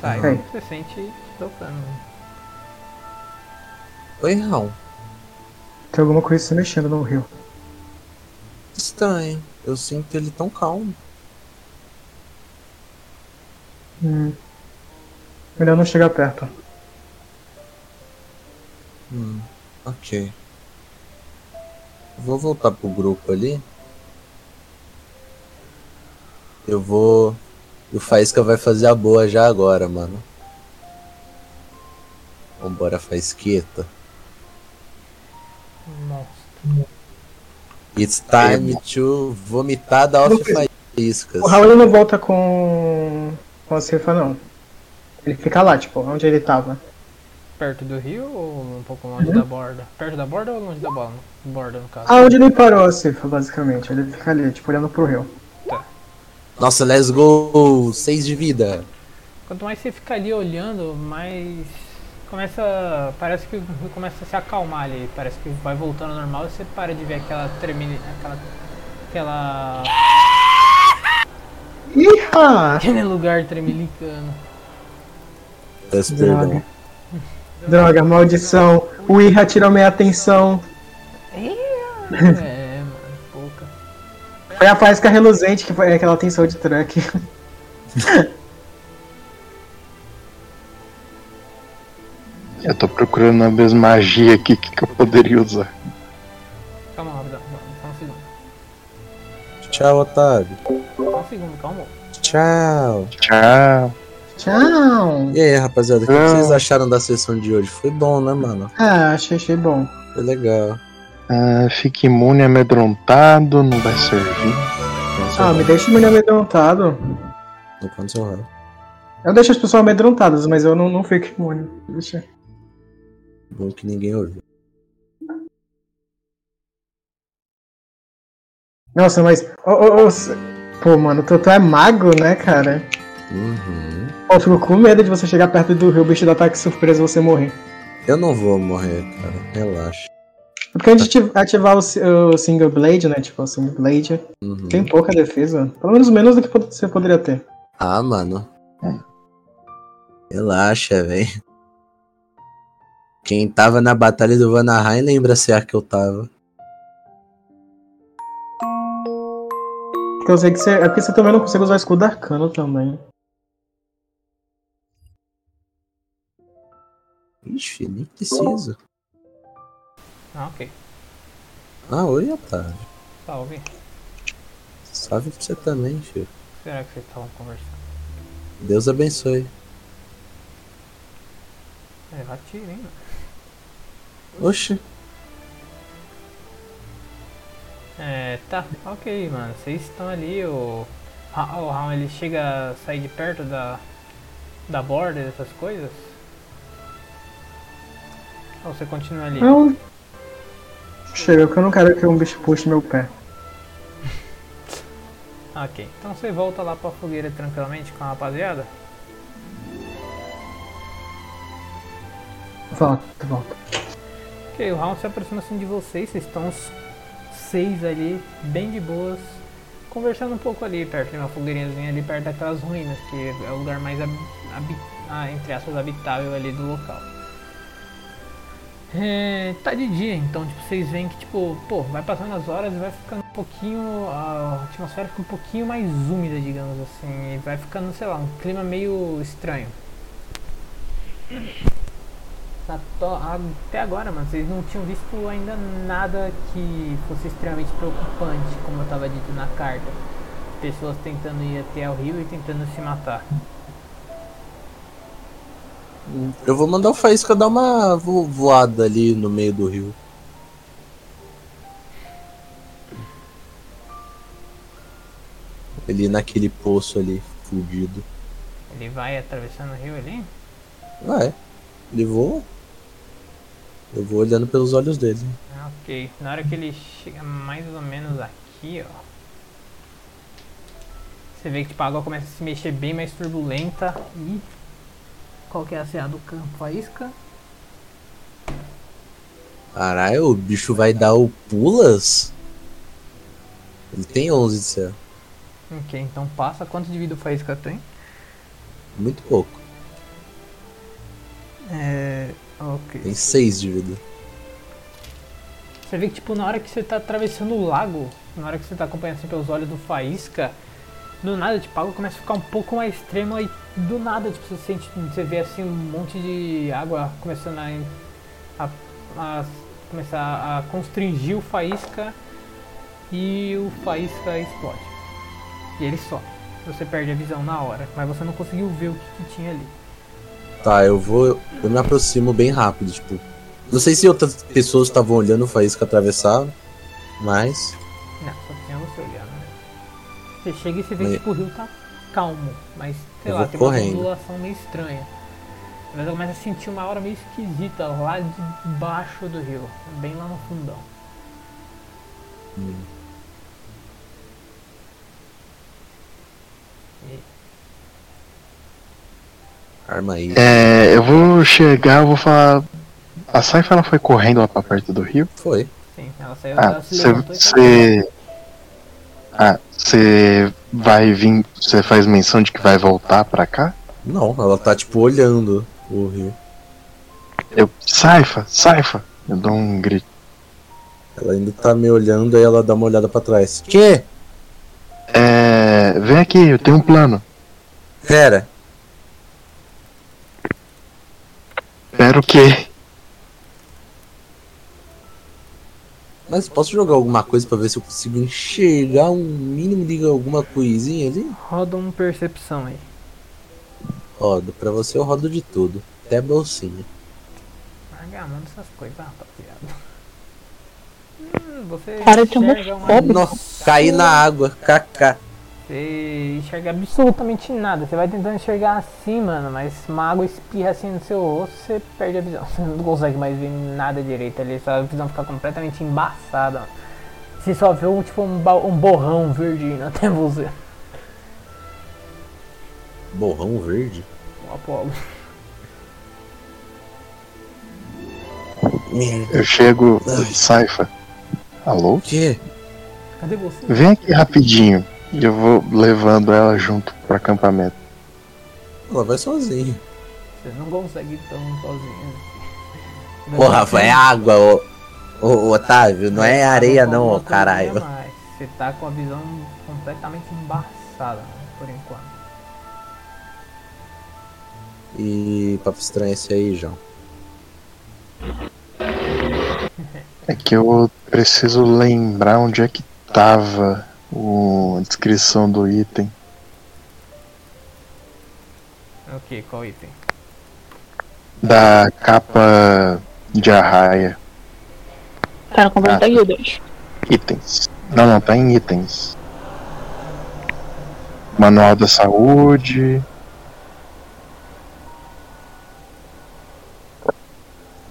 [SPEAKER 2] Sai,
[SPEAKER 6] Ok.
[SPEAKER 2] você sente tocando.
[SPEAKER 1] Oi, Raul.
[SPEAKER 6] Tem alguma coisa se mexendo no rio.
[SPEAKER 1] Estranho. Eu sinto ele tão calmo.
[SPEAKER 6] Hum. Melhor não chegar perto.
[SPEAKER 1] Hum, ok. Vou voltar pro grupo ali. Eu vou. O Faísca vai fazer a boa já agora, mano. Vambora, Faísqueta.
[SPEAKER 2] Monstro.
[SPEAKER 1] It's time to vomitar da off faíscas.
[SPEAKER 6] O Raul ele não volta com, com a cefa, não. Ele fica lá, tipo, onde ele tava.
[SPEAKER 2] Perto do rio ou um pouco longe da borda? Perto da borda ou longe da borda? Borda no caso.
[SPEAKER 6] Ah, onde ele parou a cefa, basicamente. Ele fica ali, tipo, olhando pro rio.
[SPEAKER 1] Nossa, let's go! 6 de vida.
[SPEAKER 2] Quanto mais você fica ali olhando, mais começa, parece que começa a se acalmar ali, parece que vai voltando ao normal e você para de ver aquela tremenda, aquela, aquela,
[SPEAKER 6] Iha!
[SPEAKER 2] aquele lugar tremelicando.
[SPEAKER 1] Peço
[SPEAKER 6] Droga. Droga, maldição. O Iha tirou minha atenção.
[SPEAKER 2] É, mano, pouca.
[SPEAKER 6] Foi a faísca reluzente que foi aquela atenção de truck.
[SPEAKER 3] Eu tô procurando a mesma magia aqui que, que eu poderia usar.
[SPEAKER 2] Calma, rapidão, só um segundo,
[SPEAKER 1] Tchau, Otávio.
[SPEAKER 2] só um segundo, calma.
[SPEAKER 1] Tchau.
[SPEAKER 3] Tchau.
[SPEAKER 6] Tchau!
[SPEAKER 1] E aí, rapaziada, o que
[SPEAKER 3] Tchau.
[SPEAKER 1] vocês acharam da sessão de hoje? Foi bom, né, mano?
[SPEAKER 6] Ah, achei, achei bom.
[SPEAKER 1] Foi legal.
[SPEAKER 3] Ah, fica imune, amedrontado, não vai servir.
[SPEAKER 6] Ah, me deixa muito amedrontado.
[SPEAKER 1] Não aconteceu nada.
[SPEAKER 6] Eu deixo as pessoas amedrontadas, mas eu não, não fico imune. Deixa.
[SPEAKER 1] Bom que ninguém ouviu.
[SPEAKER 6] Nossa, mas. ô, ô, ô, s- Pô, mano, tu, tu é mago, né, cara?
[SPEAKER 1] Uhum.
[SPEAKER 6] Pô, eu fico com medo de você chegar perto do rio, o bicho dá ataque surpresa e você morrer.
[SPEAKER 1] Eu não vou morrer, cara. Relaxa.
[SPEAKER 6] É Porque antes de ativar o, si- o Single Blade, né? Tipo, o Single Blade,
[SPEAKER 1] Uhum.
[SPEAKER 6] tem pouca defesa. Pelo menos menos do que pod- você poderia ter.
[SPEAKER 1] Ah, mano. Relaxa, velho. Quem tava na batalha do Vanaheim lembra se é a que eu tava.
[SPEAKER 6] Porque eu sei que você. É porque você também não consegue usar escudo arcano também.
[SPEAKER 1] Ixi, nem precisa.
[SPEAKER 2] Ah, ok,
[SPEAKER 1] Ah, oi, Otávio.
[SPEAKER 2] salve.
[SPEAKER 1] Salve pra você também, filho.
[SPEAKER 2] Será que vocês estavam conversando?
[SPEAKER 1] Deus abençoe.
[SPEAKER 2] É, vai tirar, hein, mano.
[SPEAKER 1] Oxi.
[SPEAKER 2] É, tá, ok, mano. Vocês estão ali, o Ra- o Raul ele chega a sair de perto da da borda dessas coisas? Ou você continua ali?
[SPEAKER 6] Não. É um Chega, que eu não quero que um bicho puxe meu pé.
[SPEAKER 2] Ok, então você volta lá pra fogueira tranquilamente com a rapaziada?
[SPEAKER 6] Volta, volta.
[SPEAKER 2] Ok, o Raul se aproxima assim de vocês, vocês estão os seis ali, bem de boas, conversando um pouco ali perto de uma fogueirinhazinha ali perto daquelas ruínas, que é o lugar mais, habi- habi- ah, entre aspas, habitável ali do local. É, tá de dia, então tipo, vocês veem que tipo, pô, vai passando as horas e vai ficando um pouquinho. A atmosfera fica um pouquinho mais úmida, digamos assim, e vai ficando, sei lá, um clima meio estranho. Na Tá to- Até agora, mano, vocês não tinham visto ainda nada que fosse extremamente preocupante, como eu tava dito na carta. Pessoas tentando ir até o rio e tentando se matar.
[SPEAKER 1] Eu vou mandar o Faísca dar uma vo- voada ali no meio do rio. Ali naquele poço ali, fudido.
[SPEAKER 2] Ele vai atravessando o rio ali?
[SPEAKER 1] Vai. Ele voa. Eu vou olhando pelos olhos dele.
[SPEAKER 2] Ah, Ok, na hora que ele chega mais ou menos aqui, ó. Você vê que tipo, a água começa a se mexer bem mais turbulenta e. Qual que é a CA do campo? A isca?
[SPEAKER 1] Caralho, o bicho vai dar o pulas? Ele tem 11 de céu.
[SPEAKER 2] Ok, então passa. Quanto de vida o faísca tem?
[SPEAKER 1] Muito pouco.
[SPEAKER 2] É. Ok.
[SPEAKER 1] Tem 6 de vida.
[SPEAKER 2] Você vê que, tipo, na hora que você tá atravessando o lago, na hora que você tá acompanhando assim pelos olhos do Faísca, do nada, tipo, a água começa a ficar um pouco mais extrema e do nada, tipo, você sente, você vê assim um monte de água começando a, en- a- a começar a constringir o Faísca e o Faísca explode. E ele só. Você perde a visão na hora, mas você não conseguiu ver o que, que tinha ali.
[SPEAKER 1] Tá, eu vou. Eu me aproximo bem rápido, tipo. Não sei se outras pessoas estavam olhando o Faísca atravessar, mas.
[SPEAKER 2] Não, É, só tinha você olhando, né? Você chega e você vê
[SPEAKER 1] Mas-
[SPEAKER 2] que tipo, o rio tá calmo, mas sei
[SPEAKER 1] Eu
[SPEAKER 2] lá,
[SPEAKER 1] vou
[SPEAKER 2] tem
[SPEAKER 1] correndo.
[SPEAKER 2] uma ondulação meio estranha. Mas eu começo a sentir uma hora meio esquisita lá de baixo do rio, bem lá no fundão.
[SPEAKER 1] hum, Arma aí.
[SPEAKER 3] É, eu vou chegar, eu vou falar. A Saifa ela foi correndo lá pra perto do rio?
[SPEAKER 1] Foi.
[SPEAKER 2] Sim, ela saiu,
[SPEAKER 3] Ah,
[SPEAKER 2] ela se levantou e tá foi
[SPEAKER 3] você. Ah, você vai vir. Você faz menção de que vai voltar pra cá?
[SPEAKER 1] Não, ela tá tipo olhando o rio.
[SPEAKER 3] Eu. Saifa, Saifa! Eu dou um grito.
[SPEAKER 1] Ela ainda tá me olhando e ela dá uma olhada pra trás. Que?
[SPEAKER 3] É. Vem aqui, eu tenho um plano.
[SPEAKER 1] Pera.
[SPEAKER 3] Espero que.
[SPEAKER 1] Mas posso jogar alguma coisa pra ver se eu consigo enxergar um mínimo de alguma coisinha ali?
[SPEAKER 2] Roda uma percepção aí.
[SPEAKER 1] Rodo, pra você eu rodo de tudo. Até bolsinha.
[SPEAKER 2] Larga, manda essas coisas, rapaziada. Hum, você
[SPEAKER 4] Cara, eu tô
[SPEAKER 2] enxerga uma
[SPEAKER 4] homofóbico.
[SPEAKER 1] Nossa, caí na água. Kaká.
[SPEAKER 2] Você enxerga absolutamente nada. Você vai tentando enxergar assim, mano, mas uma água espirra assim no seu osso, você perde a visão. Você não consegue mais ver nada direito ali. Sua visão fica completamente embaçada. mano. Você só vê um, tipo, um, ba- um borrão verde indo até você.
[SPEAKER 1] Borrão verde?
[SPEAKER 2] O Um Apolo.
[SPEAKER 1] Merda.
[SPEAKER 3] Eu chego. Saifa. Alô?
[SPEAKER 1] Que?
[SPEAKER 2] Cadê você?
[SPEAKER 3] Vem aqui rapidinho. E eu vou levando ela junto pro acampamento.
[SPEAKER 1] Ela vai sozinha.
[SPEAKER 2] Você não consegue ir tão sozinho. assim.
[SPEAKER 1] Ô, Rafa, é água, ô. Ô, Otávio, não é areia não, ô
[SPEAKER 2] Outra coisa
[SPEAKER 1] caralho.
[SPEAKER 2] mais. Você tá com a visão completamente embaçada, mano, por enquanto.
[SPEAKER 1] E papo estranho esse aí, João.
[SPEAKER 3] É que eu preciso lembrar onde é que tava o, a descrição do item.
[SPEAKER 2] Ok, É qual item?
[SPEAKER 3] da capa de arraia.
[SPEAKER 4] Tá no computador
[SPEAKER 1] Ah.
[SPEAKER 4] da guilda.
[SPEAKER 3] Itens. Não, não, tá em itens. Manual da saúde.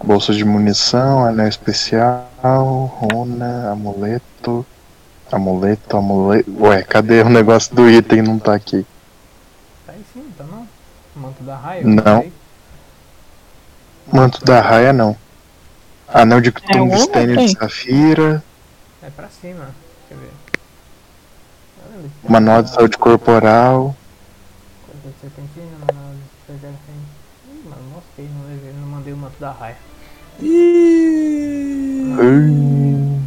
[SPEAKER 3] Bolsa de munição, anel especial.
[SPEAKER 5] Cristal, runa, amuleto. Amuleto, amuleto. Ué, cadê o negócio do item? Não tá aqui.
[SPEAKER 2] Tá aí sim, tá não? Manto da raia?
[SPEAKER 5] Não.
[SPEAKER 2] peraí.
[SPEAKER 5] Manto da raia não. Anel de
[SPEAKER 2] É, o homem
[SPEAKER 5] tungstênio
[SPEAKER 2] tem.
[SPEAKER 5] de safira.
[SPEAKER 2] É pra cima. Quer ver? Olha,
[SPEAKER 5] Manual de saúde corporal.
[SPEAKER 2] Coisa de serpentina, manual de serpentina. Ih, mano, mostrei, não levei, não mandei o manto da raia.
[SPEAKER 5] Hum.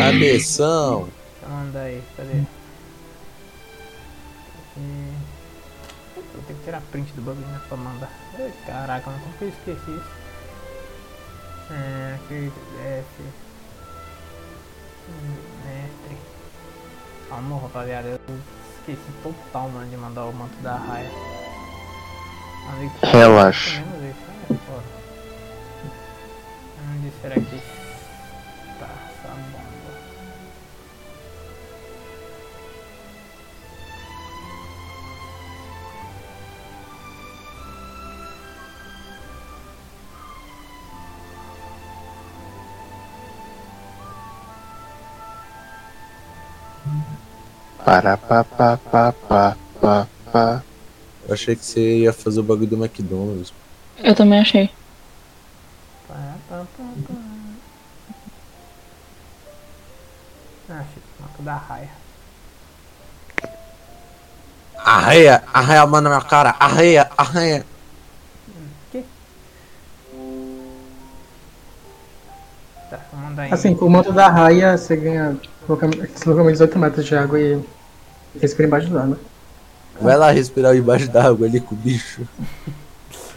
[SPEAKER 1] Cabeção.
[SPEAKER 2] Então anda aí, cadê? Aqui. Eu tenho que tirar print do bagulho né, pra mandar. Ai, caraca, mas como que eu esqueci isso? É, aqui, F. Hum, Mestre. Calma, rapaziada, eu esqueci total, mano, de mandar o manto da raia. Mandei-
[SPEAKER 5] Relaxa.
[SPEAKER 2] Menos isso, né, porra. Onde Hum, será que tá essa bomba?
[SPEAKER 5] Para pa pa pa pa pa pa.
[SPEAKER 1] Eu achei que você ia fazer o bagulho do McDonald's.
[SPEAKER 4] Eu também achei.
[SPEAKER 2] Pá, pá, pá, pá. Ah, filho, mata da raia.
[SPEAKER 1] Arreia, arreia a mão na minha cara, arreia, arreia.
[SPEAKER 2] Tá, vou mandar em.
[SPEAKER 6] Assim, com o manto da raia, você ganha. desloca- Desloca 18 metros de água e respira embaixo d'água.
[SPEAKER 1] Vai lá respirar embaixo da água ali com o bicho.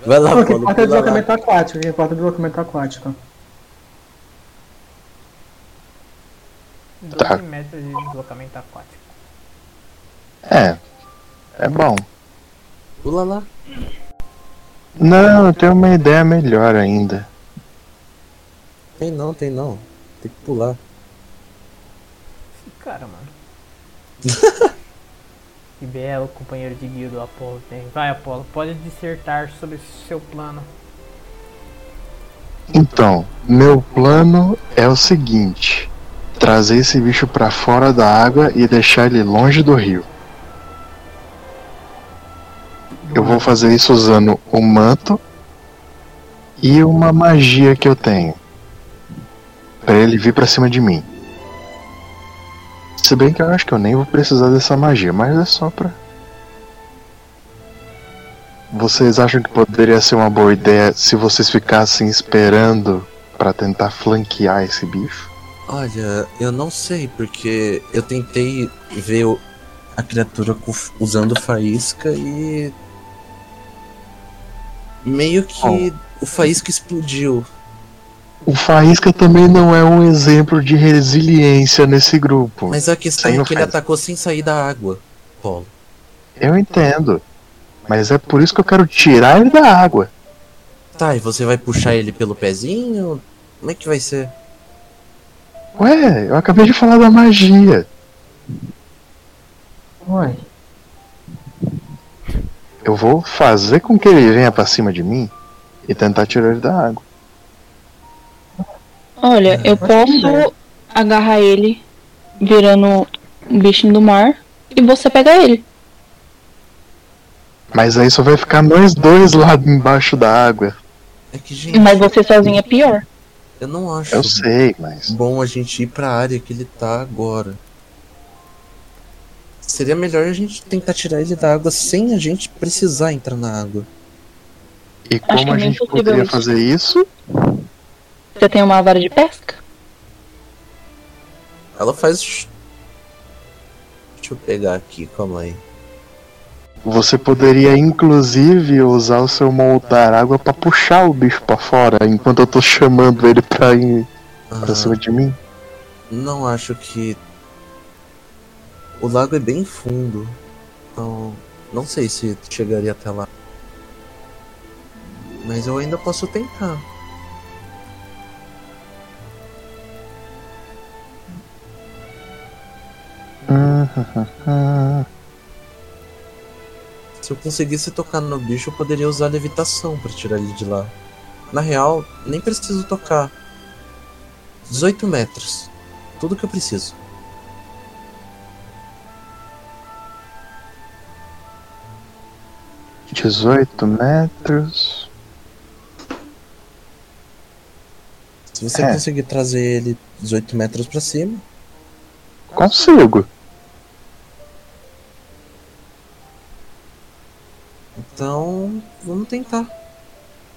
[SPEAKER 1] Vai lá,
[SPEAKER 6] Não, o que
[SPEAKER 1] Paulo,
[SPEAKER 6] importa é
[SPEAKER 1] pula lá.
[SPEAKER 6] deslocamento aquático. O que importa é deslocamento aquático.
[SPEAKER 2] 12
[SPEAKER 5] Tá.
[SPEAKER 2] metros de deslocamento aquático.
[SPEAKER 5] É. É bom.
[SPEAKER 1] Pula lá.
[SPEAKER 5] Não, eu tenho uma ideia melhor ainda.
[SPEAKER 1] Tem não, tem não. Tem que pular.
[SPEAKER 2] Esse cara, mano. que belo companheiro de guia do Apolo tem. Vai, Apolo, pode dissertar sobre esse seu plano.
[SPEAKER 5] Então, meu plano é o seguinte: trazer esse bicho pra fora da água e deixar ele longe do rio. Eu vou fazer isso usando o manto e uma magia que eu tenho. Pra ele vir pra cima de mim. Se bem que eu acho que eu nem vou precisar dessa magia, mas é só pra. Vocês acham que poderia ser uma boa ideia se vocês ficassem esperando pra tentar flanquear esse bicho?
[SPEAKER 1] Olha, eu não sei, porque eu tentei ver o- a criatura com- usando faísca e. Meio que o faísca explodiu.
[SPEAKER 5] O Faísca também não é um exemplo de resiliência nesse grupo.
[SPEAKER 1] Mas a questão
[SPEAKER 5] Sem
[SPEAKER 1] é que ele
[SPEAKER 5] ofensa.
[SPEAKER 1] atacou sem sair da água, Paulo.
[SPEAKER 5] Eu entendo. Mas é por isso que eu quero tirar ele da água.
[SPEAKER 1] Tá, e você vai puxar ele pelo pezinho? Como é que vai ser?
[SPEAKER 5] Ué, eu acabei de falar da magia.
[SPEAKER 6] Ué.
[SPEAKER 5] Eu vou fazer com que ele venha pra cima de mim e tentar tirar ele da água.
[SPEAKER 1] É,
[SPEAKER 4] Olha, eu posso agarrar ele virando um bichinho do mar e você pegar ele.
[SPEAKER 5] Mas aí só vai ficar nós dois lá embaixo da água.
[SPEAKER 1] É que, gente,
[SPEAKER 4] Mas você sozinha é pior.
[SPEAKER 1] eu não acho
[SPEAKER 5] Eu sei, mas.
[SPEAKER 1] bom a gente ir pra área que ele tá agora. Seria melhor a gente tentar tirar ele da água sem a gente precisar entrar na água.
[SPEAKER 5] E
[SPEAKER 4] Acho que
[SPEAKER 5] como
[SPEAKER 4] é
[SPEAKER 5] a
[SPEAKER 4] meio
[SPEAKER 5] gente
[SPEAKER 4] possível
[SPEAKER 5] poderia
[SPEAKER 4] isso.
[SPEAKER 5] fazer isso?
[SPEAKER 4] Você tem uma vara de pesca?
[SPEAKER 1] Ela faz. Deixa eu pegar aqui, calma aí.
[SPEAKER 5] Você poderia inclusive usar o seu moldar água pra puxar o bicho pra fora enquanto eu tô chamando ele pra ir pra cima de mim.
[SPEAKER 1] Ah, Não acho que. O lago é bem fundo. Então. Não sei se chegaria até lá. Mas eu ainda posso tentar.
[SPEAKER 5] Ah,
[SPEAKER 1] Se eu conseguisse tocar no bicho, eu poderia usar a levitação pra tirar ele de lá. Na real, nem preciso tocar. 18 metros. Tudo que eu preciso.
[SPEAKER 5] Dezoito metros.
[SPEAKER 1] Se você
[SPEAKER 5] É.
[SPEAKER 1] conseguir trazer ele 18 metros pra cima,
[SPEAKER 5] Consigo.
[SPEAKER 1] então vamos tentar.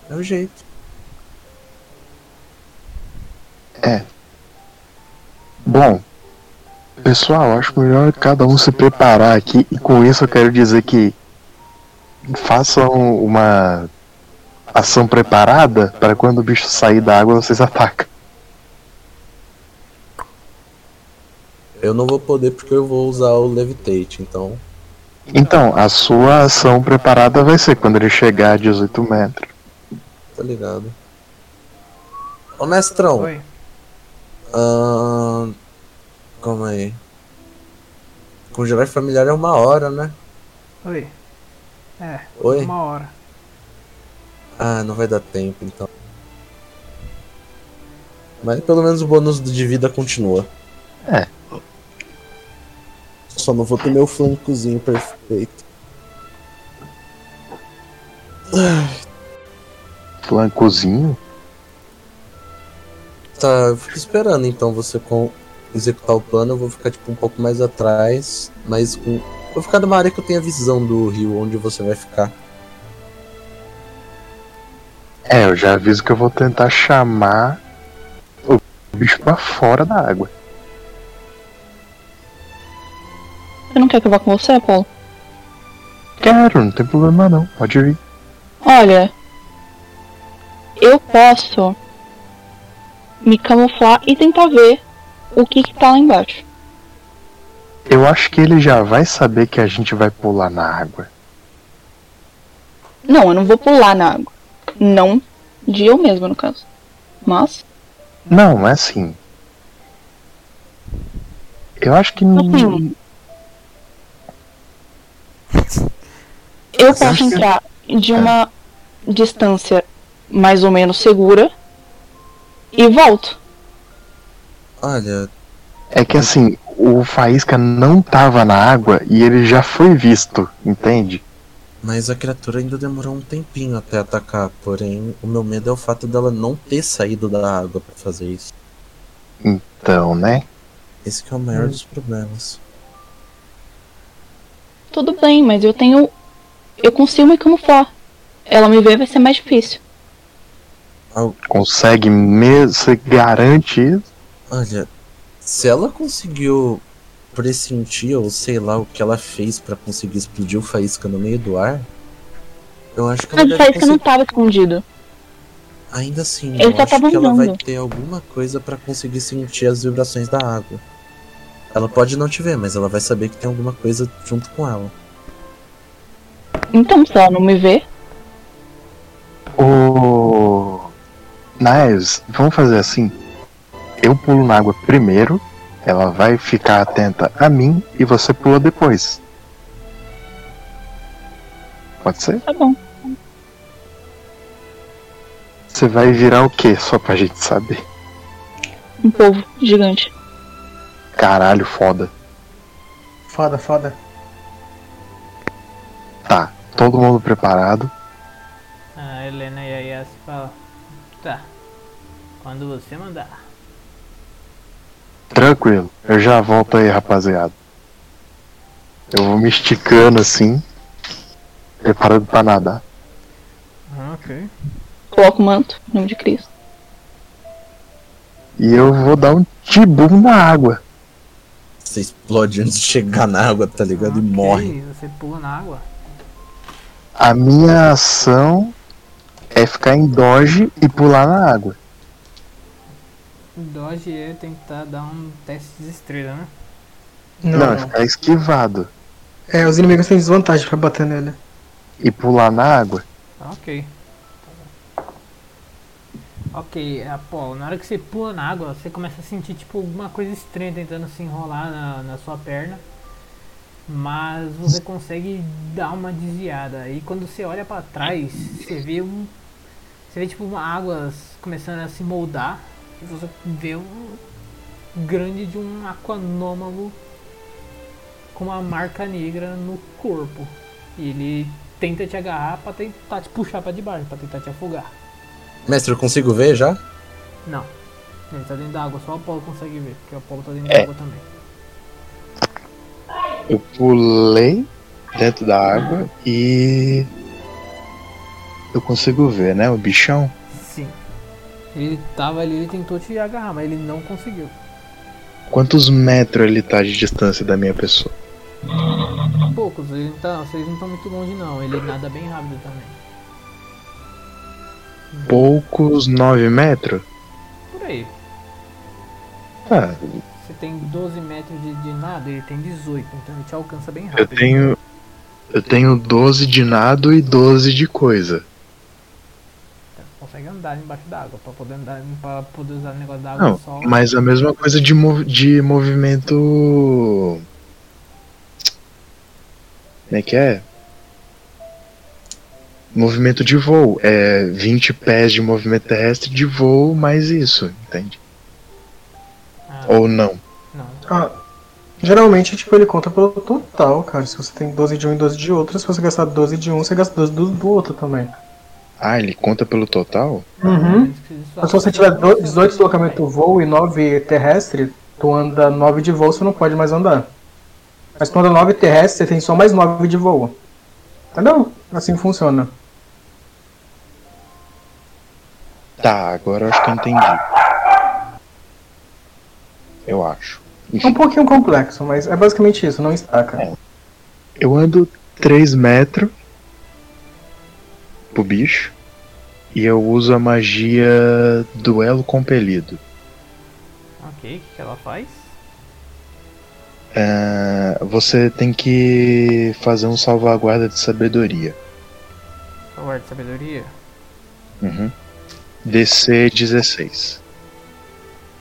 [SPEAKER 1] É o jeito.
[SPEAKER 5] É. Bom, pessoal, acho melhor cada um se preparar aqui. E com isso eu quero dizer que façam uma ação preparada para quando o bicho sair da água vocês atacam.
[SPEAKER 1] Eu não vou poder porque eu vou usar o Levitate, então.
[SPEAKER 5] Então, a sua ação preparada vai ser quando ele chegar a 18 metros.
[SPEAKER 1] Tá ligado. Ô mestrão.
[SPEAKER 2] Oi.
[SPEAKER 1] Ahn, calma aí. Congelar familiar é uma hora, né?
[SPEAKER 2] Oi. É,
[SPEAKER 1] Oi.
[SPEAKER 2] uma hora.
[SPEAKER 1] Ah, não vai dar tempo então. Mas pelo menos o bônus de vida continua.
[SPEAKER 5] É.
[SPEAKER 1] Só não vou ter meu flancozinho perfeito.
[SPEAKER 5] Flancozinho?
[SPEAKER 1] Tá, eu fico esperando então você com executar o plano, eu vou ficar tipo um pouco mais atrás, mas com. Vou ficar numa área que eu tenha visão do rio, onde você vai ficar.
[SPEAKER 5] É, eu já aviso que eu vou tentar chamar o bicho pra fora da água.
[SPEAKER 4] Você não quer que eu vá com você, Paulo?
[SPEAKER 5] Quero, não tem problema não, pode vir.
[SPEAKER 4] Olha, eu posso me camuflar e tentar ver o que, que tá lá embaixo.
[SPEAKER 5] Eu acho que ele já vai saber que a gente vai pular na água.
[SPEAKER 4] Não, eu não vou pular na água. Não de eu mesma, no caso. Mas,
[SPEAKER 5] Não, é assim. Eu acho que.
[SPEAKER 4] Assim. eu posso entrar
[SPEAKER 1] É.
[SPEAKER 4] de uma distância mais ou menos segura e volto.
[SPEAKER 1] Olha,
[SPEAKER 5] É que assim, o Faísca não tava na água e ele já foi visto, entende?
[SPEAKER 1] Mas a criatura ainda demorou um tempinho até atacar, porém o meu medo é o fato dela não ter saído da água pra fazer isso.
[SPEAKER 5] Então, né?
[SPEAKER 1] Esse que é o maior dos problemas.
[SPEAKER 4] Tudo bem, mas eu tenho. Eu consigo me camuflar. Ela me ver vai ser mais difícil.
[SPEAKER 5] Consegue mesmo. Você garante isso?
[SPEAKER 1] Olha, se ela conseguiu pressentir ou sei lá o que ela fez pra conseguir explodir o faísca no meio do ar, eu acho que ela
[SPEAKER 4] Mas o
[SPEAKER 1] deve
[SPEAKER 4] Faísca não
[SPEAKER 1] conseguir-
[SPEAKER 4] tava escondido.
[SPEAKER 1] Ainda assim,
[SPEAKER 4] Ele
[SPEAKER 1] eu
[SPEAKER 4] só
[SPEAKER 1] acho
[SPEAKER 4] tava
[SPEAKER 1] que ela vai
[SPEAKER 4] andando.
[SPEAKER 1] ter alguma coisa pra conseguir sentir as vibrações da água. Ela pode não te ver, mas ela vai saber que tem alguma coisa junto com ela.
[SPEAKER 4] Então, se ela não me ver,
[SPEAKER 5] Ô. Niles, vamos fazer assim. Eu pulo na água primeiro, ela vai ficar atenta a mim e você pula depois. Pode ser?
[SPEAKER 4] tá bom.
[SPEAKER 5] Você vai virar o quê? Só pra gente saber.
[SPEAKER 4] Um povo gigante.
[SPEAKER 5] Caralho, foda.
[SPEAKER 6] Foda, foda.
[SPEAKER 5] Tá, todo mundo preparado.
[SPEAKER 2] A Ah, Helena e a Yas falam. Tá. Quando você mandar.
[SPEAKER 5] Tranquilo, eu já volto aí, rapaziada. Eu vou me esticando assim, preparando pra nadar.
[SPEAKER 2] Ah, ok.
[SPEAKER 4] Coloco o manto, em nome de Cristo.
[SPEAKER 5] E eu vou dar um tibum na água.
[SPEAKER 1] Você explode antes de chegar na água, tá ligado? E morre.
[SPEAKER 2] Ok, Ah, Você pula na água.
[SPEAKER 5] A minha ação é ficar em doge e pular na água.
[SPEAKER 2] O Dodge é tentar dar um teste de destreza, né?
[SPEAKER 5] Não,
[SPEAKER 6] Não,
[SPEAKER 5] é
[SPEAKER 6] não.
[SPEAKER 5] ficar esquivado
[SPEAKER 6] É, os inimigos têm desvantagem pra bater nele.
[SPEAKER 5] e pular na água.
[SPEAKER 2] Ah, Ok. Ok, Apolo, na hora que você pula na água, você começa a sentir tipo alguma coisa estranha tentando se enrolar na, na sua perna. Mas você consegue dar uma desviada. E quando você olha pra trás, você vê um. Você vê tipo uma água s- começando a se moldar Você vê o grande de um aquanômalo com uma marca negra no corpo. E ele tenta te agarrar pra tentar te puxar pra debaixo, pra tentar te afogar.
[SPEAKER 1] Mestre, eu consigo ver já?
[SPEAKER 2] Não. Ele tá dentro da água, só o Apolo consegue ver, porque o Apolo tá dentro
[SPEAKER 3] É.
[SPEAKER 2] da água também.
[SPEAKER 3] Eu pulei dentro da água e. Eu consigo ver, né? O bichão.
[SPEAKER 2] Sim. Ele tava ali, ele tentou te agarrar, mas ele não conseguiu.
[SPEAKER 3] Quantos metros ele tá de distância da minha pessoa?
[SPEAKER 2] Poucos, ele não tá- vocês não estão muito longe não, ele nada bem rápido também.
[SPEAKER 3] Poucos 9 metros?
[SPEAKER 2] Por aí.
[SPEAKER 3] Ah,
[SPEAKER 2] Você tem 12 metros de, de nada, ele tem 18, então ele te alcança bem
[SPEAKER 3] eu
[SPEAKER 2] rápido.
[SPEAKER 3] tenho. Eu tenho 12 de nado e 12 de coisa.
[SPEAKER 2] Consegue andar embaixo d'água, pra poder andar, pra poder usar o negócio da água
[SPEAKER 3] Não,
[SPEAKER 2] só.
[SPEAKER 3] mas a mesma coisa de, mov- de movimento. Como é que é? Movimento de voo. É 20 pés de movimento terrestre de voo, mais isso, entende? Ou não.
[SPEAKER 6] Ah, geralmente, tipo, ele conta pelo total, cara. Se você tem 12 de um e 12 de outro, se você gastar 12 de um, você gasta 12 do, do outro também.
[SPEAKER 3] Ah, ele conta pelo total?
[SPEAKER 6] Uhum. Mas se você tiver do- 18 deslocamento voo e 9 terrestre, tu anda 9 de voo, você não pode mais andar. Mas tu anda 9 terrestre, você tem só mais 9 de voo. Entendeu? Assim funciona.
[SPEAKER 3] Tá, agora eu acho que eu entendi. Eu acho.
[SPEAKER 6] É um pouquinho complexo, mas é basicamente isso, não estaca.
[SPEAKER 3] Eu ando 3 metros pro bicho. E eu uso a magia Duelo Compelido.
[SPEAKER 2] Ok, o que, que ela faz?
[SPEAKER 3] É, você tem que fazer um salvaguarda de sabedoria.
[SPEAKER 2] Favor de sabedoria?
[SPEAKER 3] Uhum. DC 16.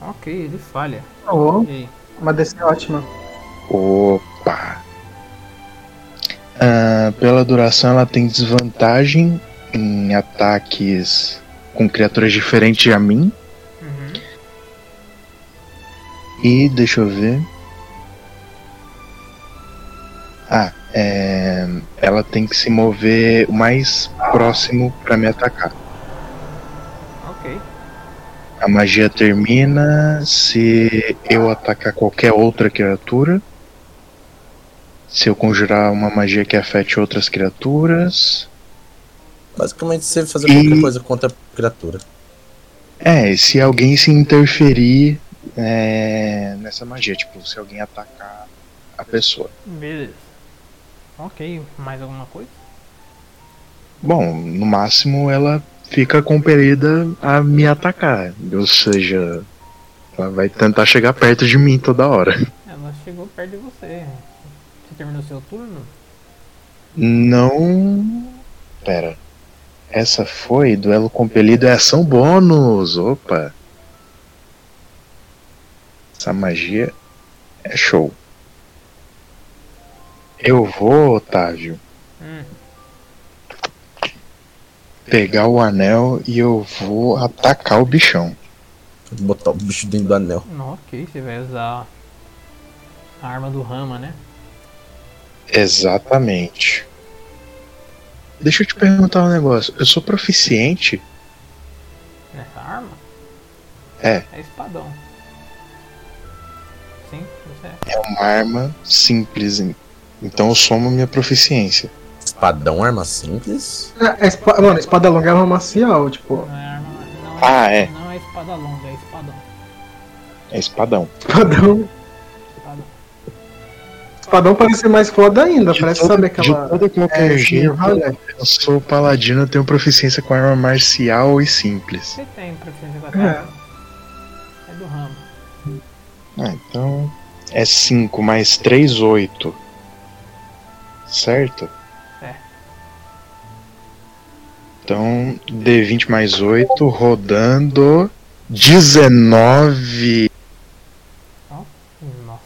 [SPEAKER 2] Ok, ele falha.
[SPEAKER 6] Oh,
[SPEAKER 2] E aí?
[SPEAKER 6] uma DC ótima.
[SPEAKER 3] Opa! Ah, pela duração, ela tem desvantagem em ataques com criaturas diferentes a mim. E deixa eu ver. Ah, é, ela tem que se mover o mais próximo pra me atacar.
[SPEAKER 2] Ok.
[SPEAKER 3] A magia termina se eu atacar qualquer outra criatura. Se eu conjurar uma magia que afete outras criaturas.
[SPEAKER 1] Basicamente, se você fazer qualquer coisa contra a criatura.
[SPEAKER 3] É, se alguém se interferir é, nessa magia, tipo, se alguém atacar a pessoa.
[SPEAKER 2] Beleza. Ok, mais alguma coisa?
[SPEAKER 3] Bom, no máximo ela fica compelida a me atacar. Ou seja, ela vai tentar chegar perto de mim toda hora.
[SPEAKER 2] Ela chegou perto de você. Você terminou seu turno?
[SPEAKER 3] Não. Pera. Essa foi duelo compelido é ação bônus. Opa. Essa magia é show. Eu vou, Otávio,
[SPEAKER 2] Hum.
[SPEAKER 3] pegar o anel e eu vou atacar o bichão.
[SPEAKER 1] Botar o bicho dentro do anel.
[SPEAKER 2] Não, ok, você vai usar a arma do Rama, né?
[SPEAKER 3] Exatamente. Deixa eu te perguntar um negócio. Eu sou proficiente?
[SPEAKER 2] Nessa arma?
[SPEAKER 3] É.
[SPEAKER 2] É espadão. Sim, você é.
[SPEAKER 3] É uma arma simples. en- Então eu somo minha proficiência.
[SPEAKER 1] Espadão, arma simples?
[SPEAKER 6] É, é espa- mano, espada longa é uma marcial, tipo.
[SPEAKER 2] Não é arma. Não é,
[SPEAKER 3] Ah, é.
[SPEAKER 2] Não é espada longa, é espadão.
[SPEAKER 3] É espadão.
[SPEAKER 6] Espadão.
[SPEAKER 2] Espadão.
[SPEAKER 6] Espadão parece ser mais foda ainda, parece
[SPEAKER 3] todo-
[SPEAKER 6] saber
[SPEAKER 3] de
[SPEAKER 6] aquela.
[SPEAKER 3] todo qualquer
[SPEAKER 6] é,
[SPEAKER 3] jeito,
[SPEAKER 6] vale.
[SPEAKER 3] eu sou paladino, eu tenho proficiência com arma marcial e simples.
[SPEAKER 2] Você tem proficiência com ataque? É do Rama.
[SPEAKER 3] Ah, então é 5 mais 3, 8. Certo?
[SPEAKER 2] É.
[SPEAKER 3] Então, D20 mais 8, rodando 19,
[SPEAKER 2] Nossa.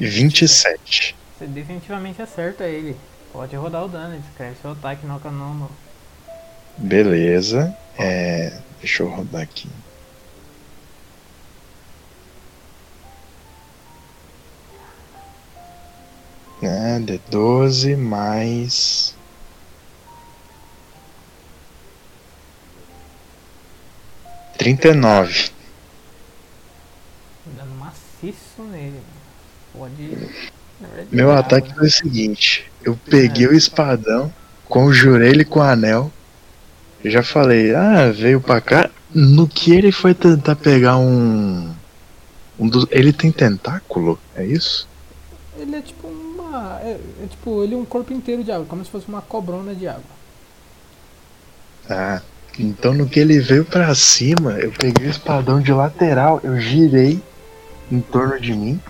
[SPEAKER 3] 27.
[SPEAKER 2] Você definitivamente acerta ele. Pode rodar o dano, descreve seu ataque no canono.
[SPEAKER 3] Beleza. É, deixa eu rodar aqui. Né? D12 mais. Trinta e nove.
[SPEAKER 2] Dando maciço nele. mano. Pode. na verdade, é
[SPEAKER 3] Meu
[SPEAKER 2] dá,
[SPEAKER 3] ataque
[SPEAKER 2] mano.
[SPEAKER 3] foi o seguinte: eu peguei o espadão, conjurei ele com o anel. Eu já falei, ah, veio pra cá. No que ele foi tentar pegar um. um dos- ele tem tentáculo? É isso?
[SPEAKER 2] Ele é tipo uma. É, é tipo, ele é um corpo inteiro de água, como se fosse uma cobrona de água.
[SPEAKER 3] Ah, então no que ele veio pra cima, eu peguei o espadão de lateral, eu girei em torno de mim.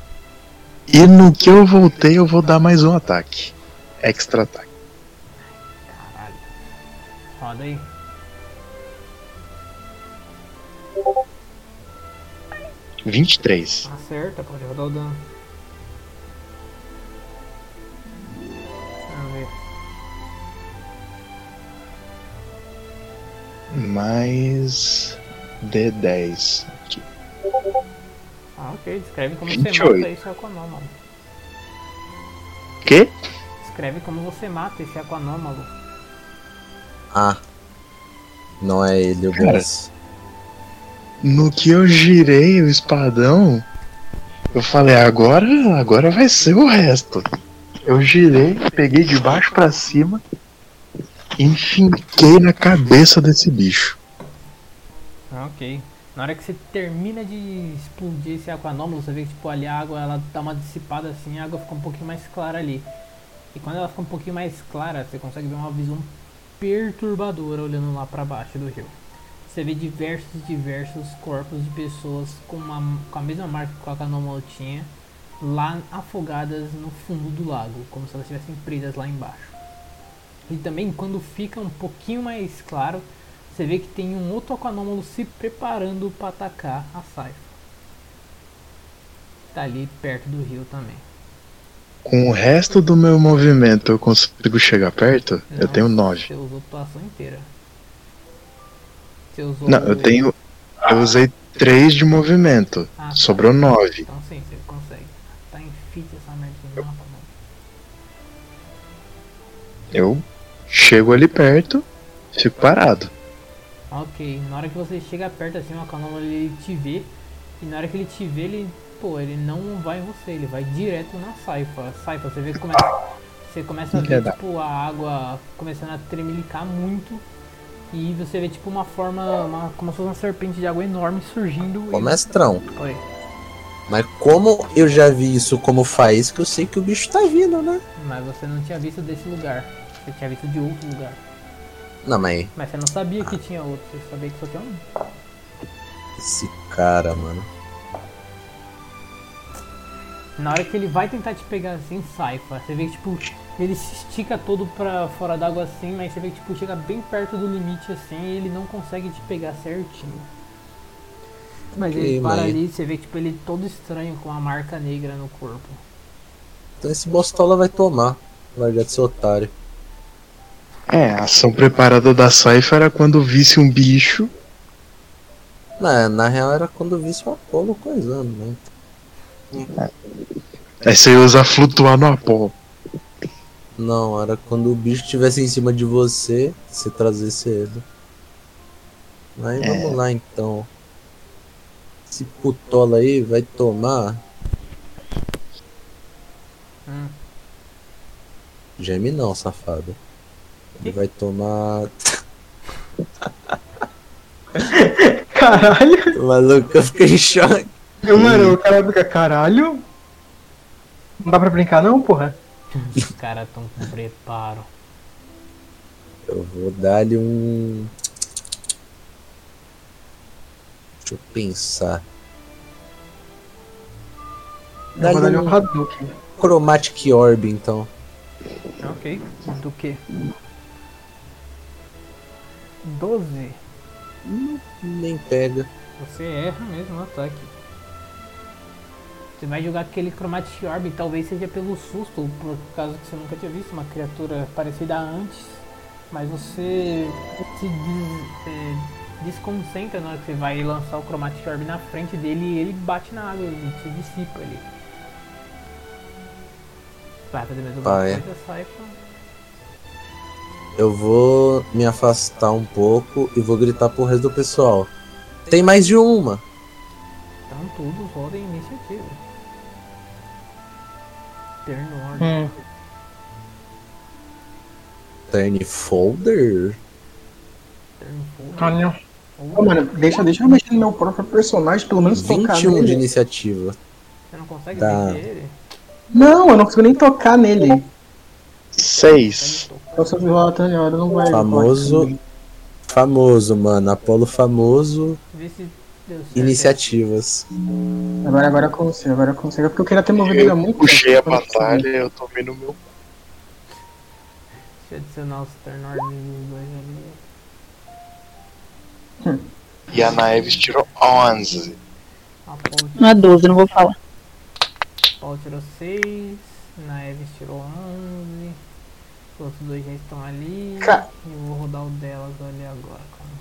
[SPEAKER 3] E no que eu voltei, eu vou dar mais um ataque. Extra ataque.
[SPEAKER 2] Caralho. Roda aí.
[SPEAKER 3] Vinte e três.
[SPEAKER 2] Acerta, pode rodar o dano. Vamos ver.
[SPEAKER 3] Mais D10. Aqui.
[SPEAKER 2] Ah, ok. Escreve como você
[SPEAKER 3] 28.
[SPEAKER 2] mata esse aquanômalo.
[SPEAKER 3] Quê?
[SPEAKER 2] Escreve como você mata esse aquanômalo.
[SPEAKER 1] Ah. Não é ele o
[SPEAKER 3] Cara.
[SPEAKER 1] boss.
[SPEAKER 3] No que eu girei o espadão, eu falei, agora, agora vai ser o resto. Eu girei, peguei de baixo pra cima e enfinquei na cabeça desse bicho.
[SPEAKER 2] Ah, ok. Na hora que você termina de explodir esse aquanômalo, você vê que tipo, ali a água ela dá uma dissipada assim, a água fica um pouquinho mais clara ali. E quando ela fica um pouquinho mais clara, você consegue ver uma visão perturbadora olhando lá pra baixo do rio. Você vê diversos, diversos corpos de pessoas com, uma, com a mesma marca que o aquanômalo tinha, lá afogadas no fundo do lago, como se elas estivessem presas lá embaixo. E também quando fica um pouquinho mais claro, você vê que tem um outro aquanômalo se preparando para atacar a Saifa. Tá ali perto do rio também.
[SPEAKER 3] Com o resto do meu movimento eu consigo chegar perto?
[SPEAKER 2] Não,
[SPEAKER 3] eu tenho nove.
[SPEAKER 2] Você usou a tua ação inteira. Você usou.
[SPEAKER 3] Não, eu tenho. Eu usei três de movimento.
[SPEAKER 2] Ah, tá.
[SPEAKER 3] Sobrou nove.
[SPEAKER 2] Então sim, você consegue. Tá em fit essa merda de mapa, mano.
[SPEAKER 3] Eu chego ali perto, fico parado.
[SPEAKER 2] Ok, na hora que você chega perto assim, o Akanoma ele te vê, e na hora que ele te vê, ele, pô, ele não vai em você, ele vai direto na Saifa. Saifa, você vê que começa, você começa a ver,
[SPEAKER 3] Filha da-
[SPEAKER 2] tipo, a água começando a tremelicar muito, e você vê, tipo, uma forma, uma, como se fosse uma serpente de água enorme surgindo.
[SPEAKER 1] Ô,
[SPEAKER 2] e-
[SPEAKER 1] mestrão.
[SPEAKER 2] Oi.
[SPEAKER 1] Mas como eu já vi isso como faz, que eu sei que o bicho tá vindo, né?
[SPEAKER 2] Mas você não tinha visto desse lugar, você tinha visto de outro lugar.
[SPEAKER 1] Não, mas
[SPEAKER 2] Mas você não sabia que tinha outro, você sabia que só tinha um.
[SPEAKER 1] esse cara, mano.
[SPEAKER 2] Na hora que ele vai tentar te pegar assim, Saifa, você vê que tipo, ele se estica todo pra fora d'água assim, mas você vê que tipo, chega bem perto do limite assim e ele não consegue te pegar certinho. Mas
[SPEAKER 1] Ok,
[SPEAKER 2] ele para
[SPEAKER 1] mãe.
[SPEAKER 2] ali, você vê tipo, ele todo estranho com a marca negra no corpo.
[SPEAKER 1] Então esse bostola vai tomar. Largar de ser otário.
[SPEAKER 3] É, a ação preparada da Saifa era quando visse um bicho.
[SPEAKER 1] Na, na real era quando eu vi o Apolo coisando, né?
[SPEAKER 3] Aí você ia usar flutuar no Apolo.
[SPEAKER 1] Não, era quando o bicho estivesse em cima de você, você trazesse ele. Mas
[SPEAKER 3] É.
[SPEAKER 1] vamos lá então. Esse putola aí vai tomar.
[SPEAKER 2] Hum.
[SPEAKER 1] Geme não, safado. Ele vai tomar.
[SPEAKER 6] Caralho!
[SPEAKER 1] Maluco, eu fiquei em choque.
[SPEAKER 6] Mano, o cara fica, caralho. Não dá pra brincar não, porra.
[SPEAKER 2] Os caras tão com preparo.
[SPEAKER 1] Eu vou dar-lhe um. Deixa eu pensar.
[SPEAKER 6] Eu vou
[SPEAKER 1] Dá-lhe
[SPEAKER 6] dar-lhe um
[SPEAKER 1] um-
[SPEAKER 6] Hadouken.
[SPEAKER 1] Chromatic Orb, então.
[SPEAKER 2] Ok. Do que? 12.
[SPEAKER 1] Nem pega.
[SPEAKER 2] Você erra mesmo o ataque. Você vai jogar aquele Chromatic Orb, talvez seja pelo susto, ou por causa que você nunca tinha visto uma criatura parecida antes. Mas você se des- é, desconcentra na hora que você vai lançar o Chromatic Orb na frente dele e ele bate na água, ele se dissipa ali. Vai fazer mais alguma
[SPEAKER 1] Vai.
[SPEAKER 2] coisa, sai pra...
[SPEAKER 1] Eu vou me afastar um pouco e vou gritar pro resto do pessoal. Tem mais de uma.
[SPEAKER 2] Então tudo roda em iniciativa. Turn order.
[SPEAKER 6] Hum.
[SPEAKER 1] Turn folder?
[SPEAKER 2] Turn full.
[SPEAKER 6] Ah, não. Ô, mano, deixa, deixa eu mexer no meu próprio personagem, pelo menos
[SPEAKER 3] um,
[SPEAKER 6] tocar
[SPEAKER 1] 21 de
[SPEAKER 6] nele.
[SPEAKER 1] iniciativa.
[SPEAKER 2] Você não consegue
[SPEAKER 1] Tá.
[SPEAKER 2] vencer ele?
[SPEAKER 6] Não, eu não consigo nem tocar nele.
[SPEAKER 2] Tá
[SPEAKER 5] Seis.
[SPEAKER 6] Eu só me rolar turn order, não vai.
[SPEAKER 1] Famoso. Famoso, mano. Apolo famoso.
[SPEAKER 2] Vê se deu certo.
[SPEAKER 1] Iniciativas.
[SPEAKER 6] Agora, agora eu consigo, agora eu consigo. Porque eu queria ter movido
[SPEAKER 5] é
[SPEAKER 6] ele há muito
[SPEAKER 5] Puxei a
[SPEAKER 6] eu não consegui.
[SPEAKER 5] batalha, eu tomei no meu.
[SPEAKER 2] Deixa eu adicionar os turn orders dos dois ali.
[SPEAKER 5] E a Naeves tirou 11.
[SPEAKER 2] A Paul,
[SPEAKER 4] Não é 12, não vou falar.
[SPEAKER 2] Paul tirou 6, Naeves tirou 11, os outros dois já estão ali.
[SPEAKER 6] Ca-
[SPEAKER 2] E eu vou rodar o delas ali agora. Cara.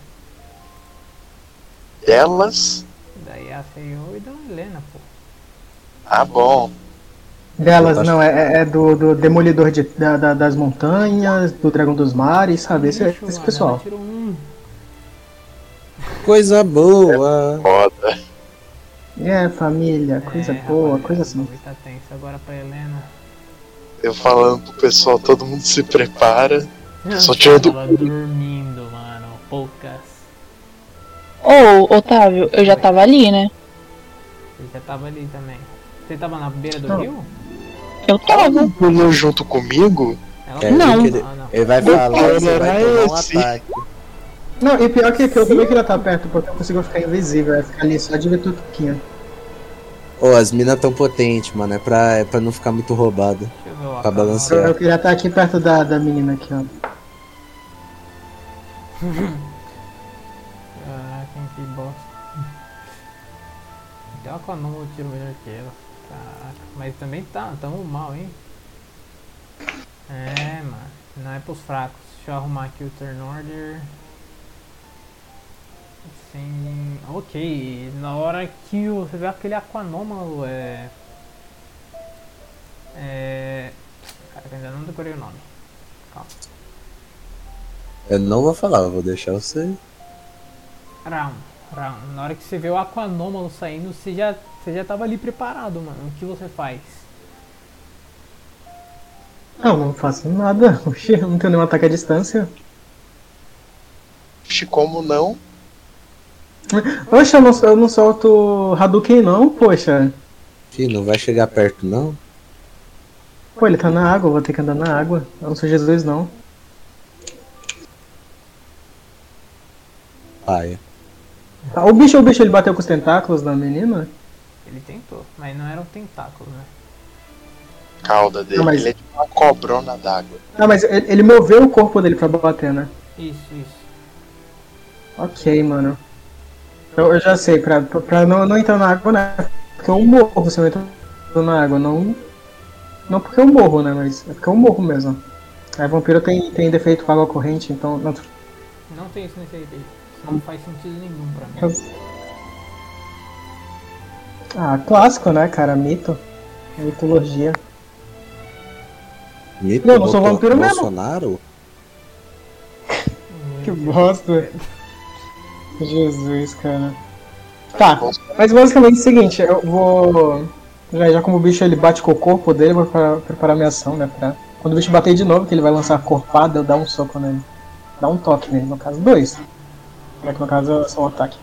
[SPEAKER 5] Delas?
[SPEAKER 2] Daí a Feio e da Helena, pô.
[SPEAKER 5] Ah, bom.
[SPEAKER 6] Delas, não, é, é- é do, do Demolidor de- da- da- das Montanhas, do Dragão dos Mares, sabe? Esse,
[SPEAKER 2] Ixi,
[SPEAKER 6] é esse
[SPEAKER 2] a
[SPEAKER 6] pessoal.
[SPEAKER 2] Helena né? tirou 1.
[SPEAKER 1] Coisa boa.
[SPEAKER 5] Foda.
[SPEAKER 6] É, família, coisa
[SPEAKER 2] É,
[SPEAKER 6] boa, coisa assim.
[SPEAKER 2] Tá tenso agora pra Helena.
[SPEAKER 5] Eu falando pro pessoal, todo mundo se prepara. Só
[SPEAKER 2] Eu
[SPEAKER 5] tirou do-
[SPEAKER 2] Tava dormindo, mano. Poucas.
[SPEAKER 4] Ô, Otávio, eu já tava ali, né?
[SPEAKER 2] Ele já tava ali também. Você tava na beira do
[SPEAKER 6] Não.
[SPEAKER 2] rio?
[SPEAKER 4] Eu tava.
[SPEAKER 5] Pulou junto comigo?
[SPEAKER 2] Ela
[SPEAKER 1] É,
[SPEAKER 4] Não.
[SPEAKER 1] Ele,
[SPEAKER 2] Ah, não.
[SPEAKER 1] ele vai falar, você
[SPEAKER 6] né,
[SPEAKER 1] vai
[SPEAKER 5] Era
[SPEAKER 1] tomar um
[SPEAKER 5] esse.
[SPEAKER 1] ataque.
[SPEAKER 6] Não, e pior que, que eu também queria estar perto, porque eu consigo ficar invisível, é ficar ali só de ver tudo que tinha.
[SPEAKER 1] Ô, as minas tão potentes, mano. É pra, é pra não ficar muito roubado.
[SPEAKER 2] Deixa eu ver o
[SPEAKER 1] Tá
[SPEAKER 2] Akamaru.
[SPEAKER 1] balanceando.
[SPEAKER 6] Eu, eu queria estar aqui perto da, da menina aqui, ó.
[SPEAKER 2] Caraca, hein, Ah, que bosta. Então a Konoha tiro melhor que ela. Caraca. Mas também tá, tamo mal, hein? É, mano. Não é pros fracos. Deixa eu arrumar aqui o turn order. Sim, ok. Na hora que o- você vê aquele aquanômalo é. É. Caraca, ainda não decorei o nome.
[SPEAKER 1] Eu não vou falar, eu vou deixar você.
[SPEAKER 2] Round, round. Na hora que você vê o Aquanômalo saindo, você já, você já tava ali preparado, mano. O que você faz?
[SPEAKER 6] Não, não faço nada, oxi, eu não tenho nenhum ataque à distância.
[SPEAKER 5] Oxe, Como não?
[SPEAKER 6] Oxe, eu não, eu não solto Hadouken não, poxa.
[SPEAKER 1] Ih, não vai chegar perto, não?
[SPEAKER 6] Pô, ele tá na água, eu vou ter que andar na água. Eu não sou Jesus não.
[SPEAKER 1] Paia.
[SPEAKER 6] Tá, o bicho, o bicho, ele bateu com os tentáculos da menina?
[SPEAKER 2] Ele tentou, mas não era um tentáculo, né?
[SPEAKER 5] Cauda dele.
[SPEAKER 6] Não, mas-
[SPEAKER 5] Ele é tipo uma cobrona d'água.
[SPEAKER 6] Não, mas ele, ele moveu o corpo dele pra bater, né?
[SPEAKER 2] Isso, isso.
[SPEAKER 6] Ok, mano. Eu, eu já sei, pra, pra- pra não, não entrar na água, né? Porque eu morro se eu entrar na água, não. Não porque eu morro, né? Mas é porque eu morro mesmo. Aí vampiro tem, tem defeito com água corrente, então. Não,
[SPEAKER 2] Não tem isso nesse IP. Isso não faz sentido nenhum pra mim.
[SPEAKER 6] ah, clássico, né, cara? Mito. Mitologia.
[SPEAKER 1] Mito,
[SPEAKER 6] Não, eu sou
[SPEAKER 1] Bolso-
[SPEAKER 6] vampiro mesmo.
[SPEAKER 1] Bolsonaro?
[SPEAKER 6] Que bosta. Jesus, cara. Tá, mas basicamente é o seguinte, eu vou. né, Já, já como o bicho ele bate com o corpo dele, eu vou preparar, preparar minha ação, né? Pra... Quando o bicho bater de novo, que ele vai lançar a corpada, eu dar um soco nele. Dar um toque nele, no caso, dois. Como é que no caso é só um ataque.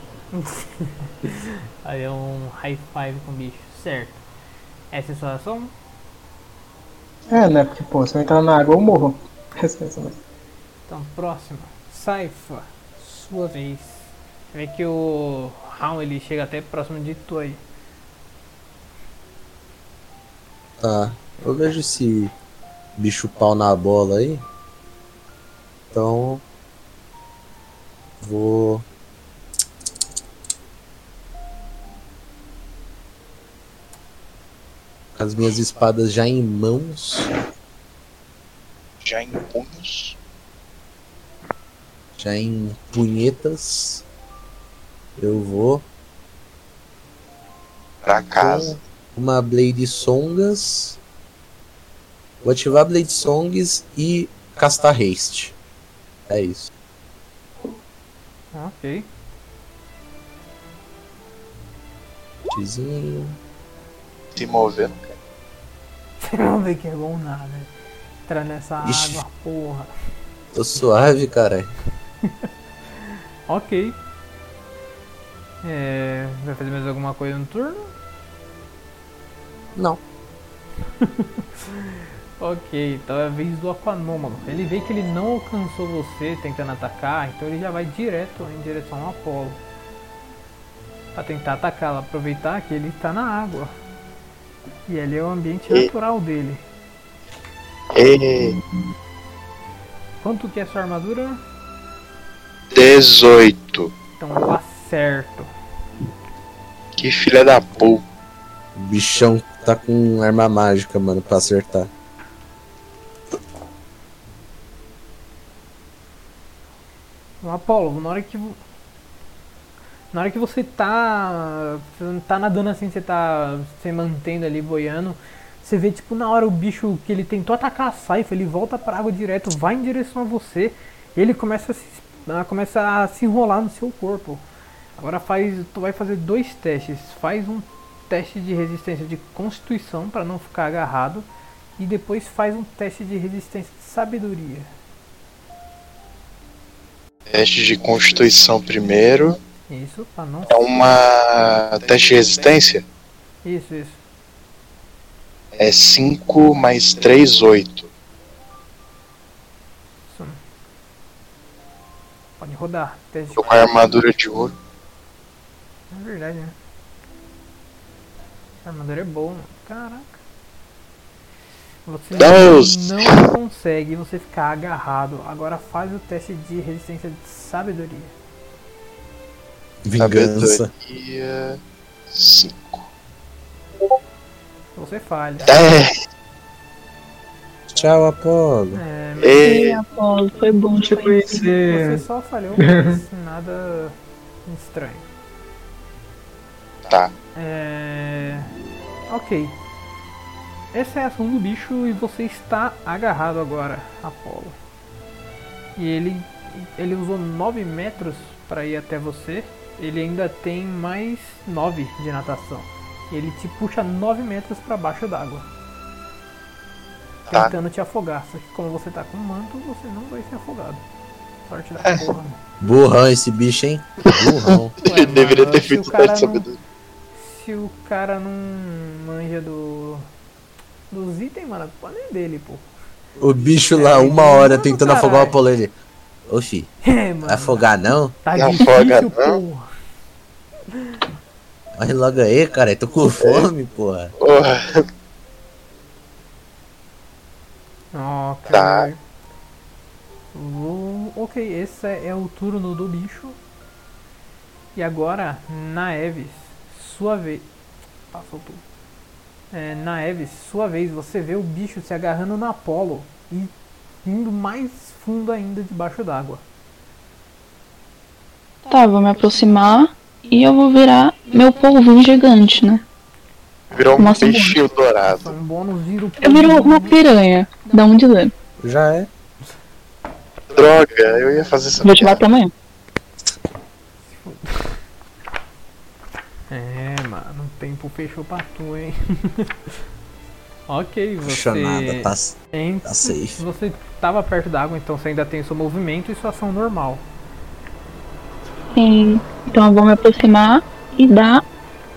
[SPEAKER 2] Aí é um high five com o bicho. Certo. Essa é a sua ação?
[SPEAKER 6] É, né? Porque, pô, se eu entrar na água eu morro. Essa é essa mesmo.
[SPEAKER 2] Então, próxima. Saifa, sua vez. Você vê que o Raul ele chega até próximo de tu aí.
[SPEAKER 1] Tá. Eu vejo esse bicho pau na bola aí. Então. Vou. Com as minhas espadas já em mãos.
[SPEAKER 5] Já em punhos.
[SPEAKER 1] já em punhetas, eu vou
[SPEAKER 5] Pra casa.
[SPEAKER 3] Hum.
[SPEAKER 1] com uma Blade Songas, Vou ativar Blade Songs e castar Haste. É isso.
[SPEAKER 2] Ah, ok.
[SPEAKER 1] Tizinho.
[SPEAKER 5] Se mover.
[SPEAKER 2] Não vê que é bom nada. Entrar nessa
[SPEAKER 1] Ixi.
[SPEAKER 2] água, porra.
[SPEAKER 1] Tô suave, cara.
[SPEAKER 2] Ok. É, vai fazer mais alguma coisa no turno?
[SPEAKER 1] Não.
[SPEAKER 2] ok, então é a vez do Aquanômago. Ele vê que ele não alcançou você tentando atacar, então ele já vai direto em direção ao Apolo. Pra tentar atacá-la, aproveitar que ele tá na água. E ali é o ambiente
[SPEAKER 5] E-
[SPEAKER 2] natural dele.
[SPEAKER 5] E...
[SPEAKER 2] Quanto que é sua armadura?
[SPEAKER 5] 18.
[SPEAKER 2] Então dá certo.
[SPEAKER 5] Que filha da puta.
[SPEAKER 1] O bichão tá com arma mágica, mano, pra acertar.
[SPEAKER 2] Apolo, na hora que. vo- Na hora que você tá. Você não tá nadando assim, você tá se mantendo ali, boiando. Você vê, tipo, na hora o bicho que ele tentou atacar a saifa, ele volta pra água direto, vai em direção a você. E ele começa a se, ah, começa a se enrolar no seu corpo. Agora faz. Tu vai fazer dois testes. Faz um teste de resistência de constituição pra não ficar agarrado. E depois faz um teste de resistência de sabedoria.
[SPEAKER 5] Teste de constituição primeiro.
[SPEAKER 2] Isso, pra não
[SPEAKER 5] É uma. Teste de resistência?
[SPEAKER 2] Isso, isso.
[SPEAKER 5] É 5 mais 3, 8.
[SPEAKER 2] Isso. Pode rodar. Teste de
[SPEAKER 5] Com a armadura de ouro.
[SPEAKER 2] É verdade, né? A armadura é boa, mano. Caraca. Você
[SPEAKER 5] Deus!
[SPEAKER 2] não consegue você ficar agarrado. Agora faz o teste de resistência de sabedoria.
[SPEAKER 1] Vingança.
[SPEAKER 5] Sabedoria. 5.
[SPEAKER 2] Você falha.
[SPEAKER 1] Tchau, Apolo.
[SPEAKER 2] É, mas
[SPEAKER 5] Ei.
[SPEAKER 4] Apolo, foi bom te
[SPEAKER 2] você
[SPEAKER 4] conhecer.
[SPEAKER 2] só falhou, mas nada estranho.
[SPEAKER 5] Tá.
[SPEAKER 2] É... Ok. Essa é a ação do bicho e você está agarrado agora, Apolo. E ele, ele usou 9 metros para ir até você. Ele ainda tem mais 9 de natação. Ele te puxa 9 metros para baixo d'água.
[SPEAKER 5] Tá.
[SPEAKER 2] Tentando te afogar. Só que como você tá com manto, você não vai ser afogado. Sorte da
[SPEAKER 5] É.
[SPEAKER 2] porra. mano.
[SPEAKER 1] Burrão esse bicho, hein? Burrão.
[SPEAKER 2] Ué,
[SPEAKER 5] Ele deveria
[SPEAKER 2] mano,
[SPEAKER 5] ter
[SPEAKER 2] se
[SPEAKER 5] feito
[SPEAKER 2] o
[SPEAKER 5] o teste
[SPEAKER 2] cara
[SPEAKER 5] de
[SPEAKER 2] não-
[SPEAKER 5] sabedoria.
[SPEAKER 2] se o cara não manja do. dos itens, mano, a culpa nem é dele, pô.
[SPEAKER 1] O bicho lá, uma hora, tentando
[SPEAKER 2] caralho.
[SPEAKER 1] afogar o Apolo, ele... Ô, fi,
[SPEAKER 2] É, mano.
[SPEAKER 1] afogar não?
[SPEAKER 2] Tá
[SPEAKER 5] Não afoga,
[SPEAKER 2] difícil,
[SPEAKER 5] É não.
[SPEAKER 2] porra.
[SPEAKER 1] Olha logo aí, cara, tô com fome, porra.
[SPEAKER 5] Porra.
[SPEAKER 2] Ó,
[SPEAKER 5] Tá.
[SPEAKER 2] cara. Ah, Vou- Ok, esse é o turno do bicho. E agora, Naeves, sua vez. Passou tudo. É, Naeves, sua vez, você vê o bicho se agarrando na Apolo e indo mais fundo ainda debaixo d'água.
[SPEAKER 4] Tá, vou me aproximar e eu vou virar meu polvinho gigante, né?
[SPEAKER 5] Virou um
[SPEAKER 4] Nossa,
[SPEAKER 5] peixinho
[SPEAKER 2] Só
[SPEAKER 5] dourado.
[SPEAKER 2] um bônus vira o
[SPEAKER 4] Eu viro uma piranha. Dá um de dano.
[SPEAKER 1] Já é.
[SPEAKER 5] Droga, eu ia fazer essa
[SPEAKER 4] Vou te pra amanhã.
[SPEAKER 2] É, mano, o tempo fechou pra tu, hein? ok, você.
[SPEAKER 1] Puxa nada, tá,
[SPEAKER 2] entra-
[SPEAKER 1] tá safe.
[SPEAKER 2] Você tava perto da água, então você ainda tem seu movimento e sua ação normal.
[SPEAKER 4] Sim. Então eu vou me aproximar e dar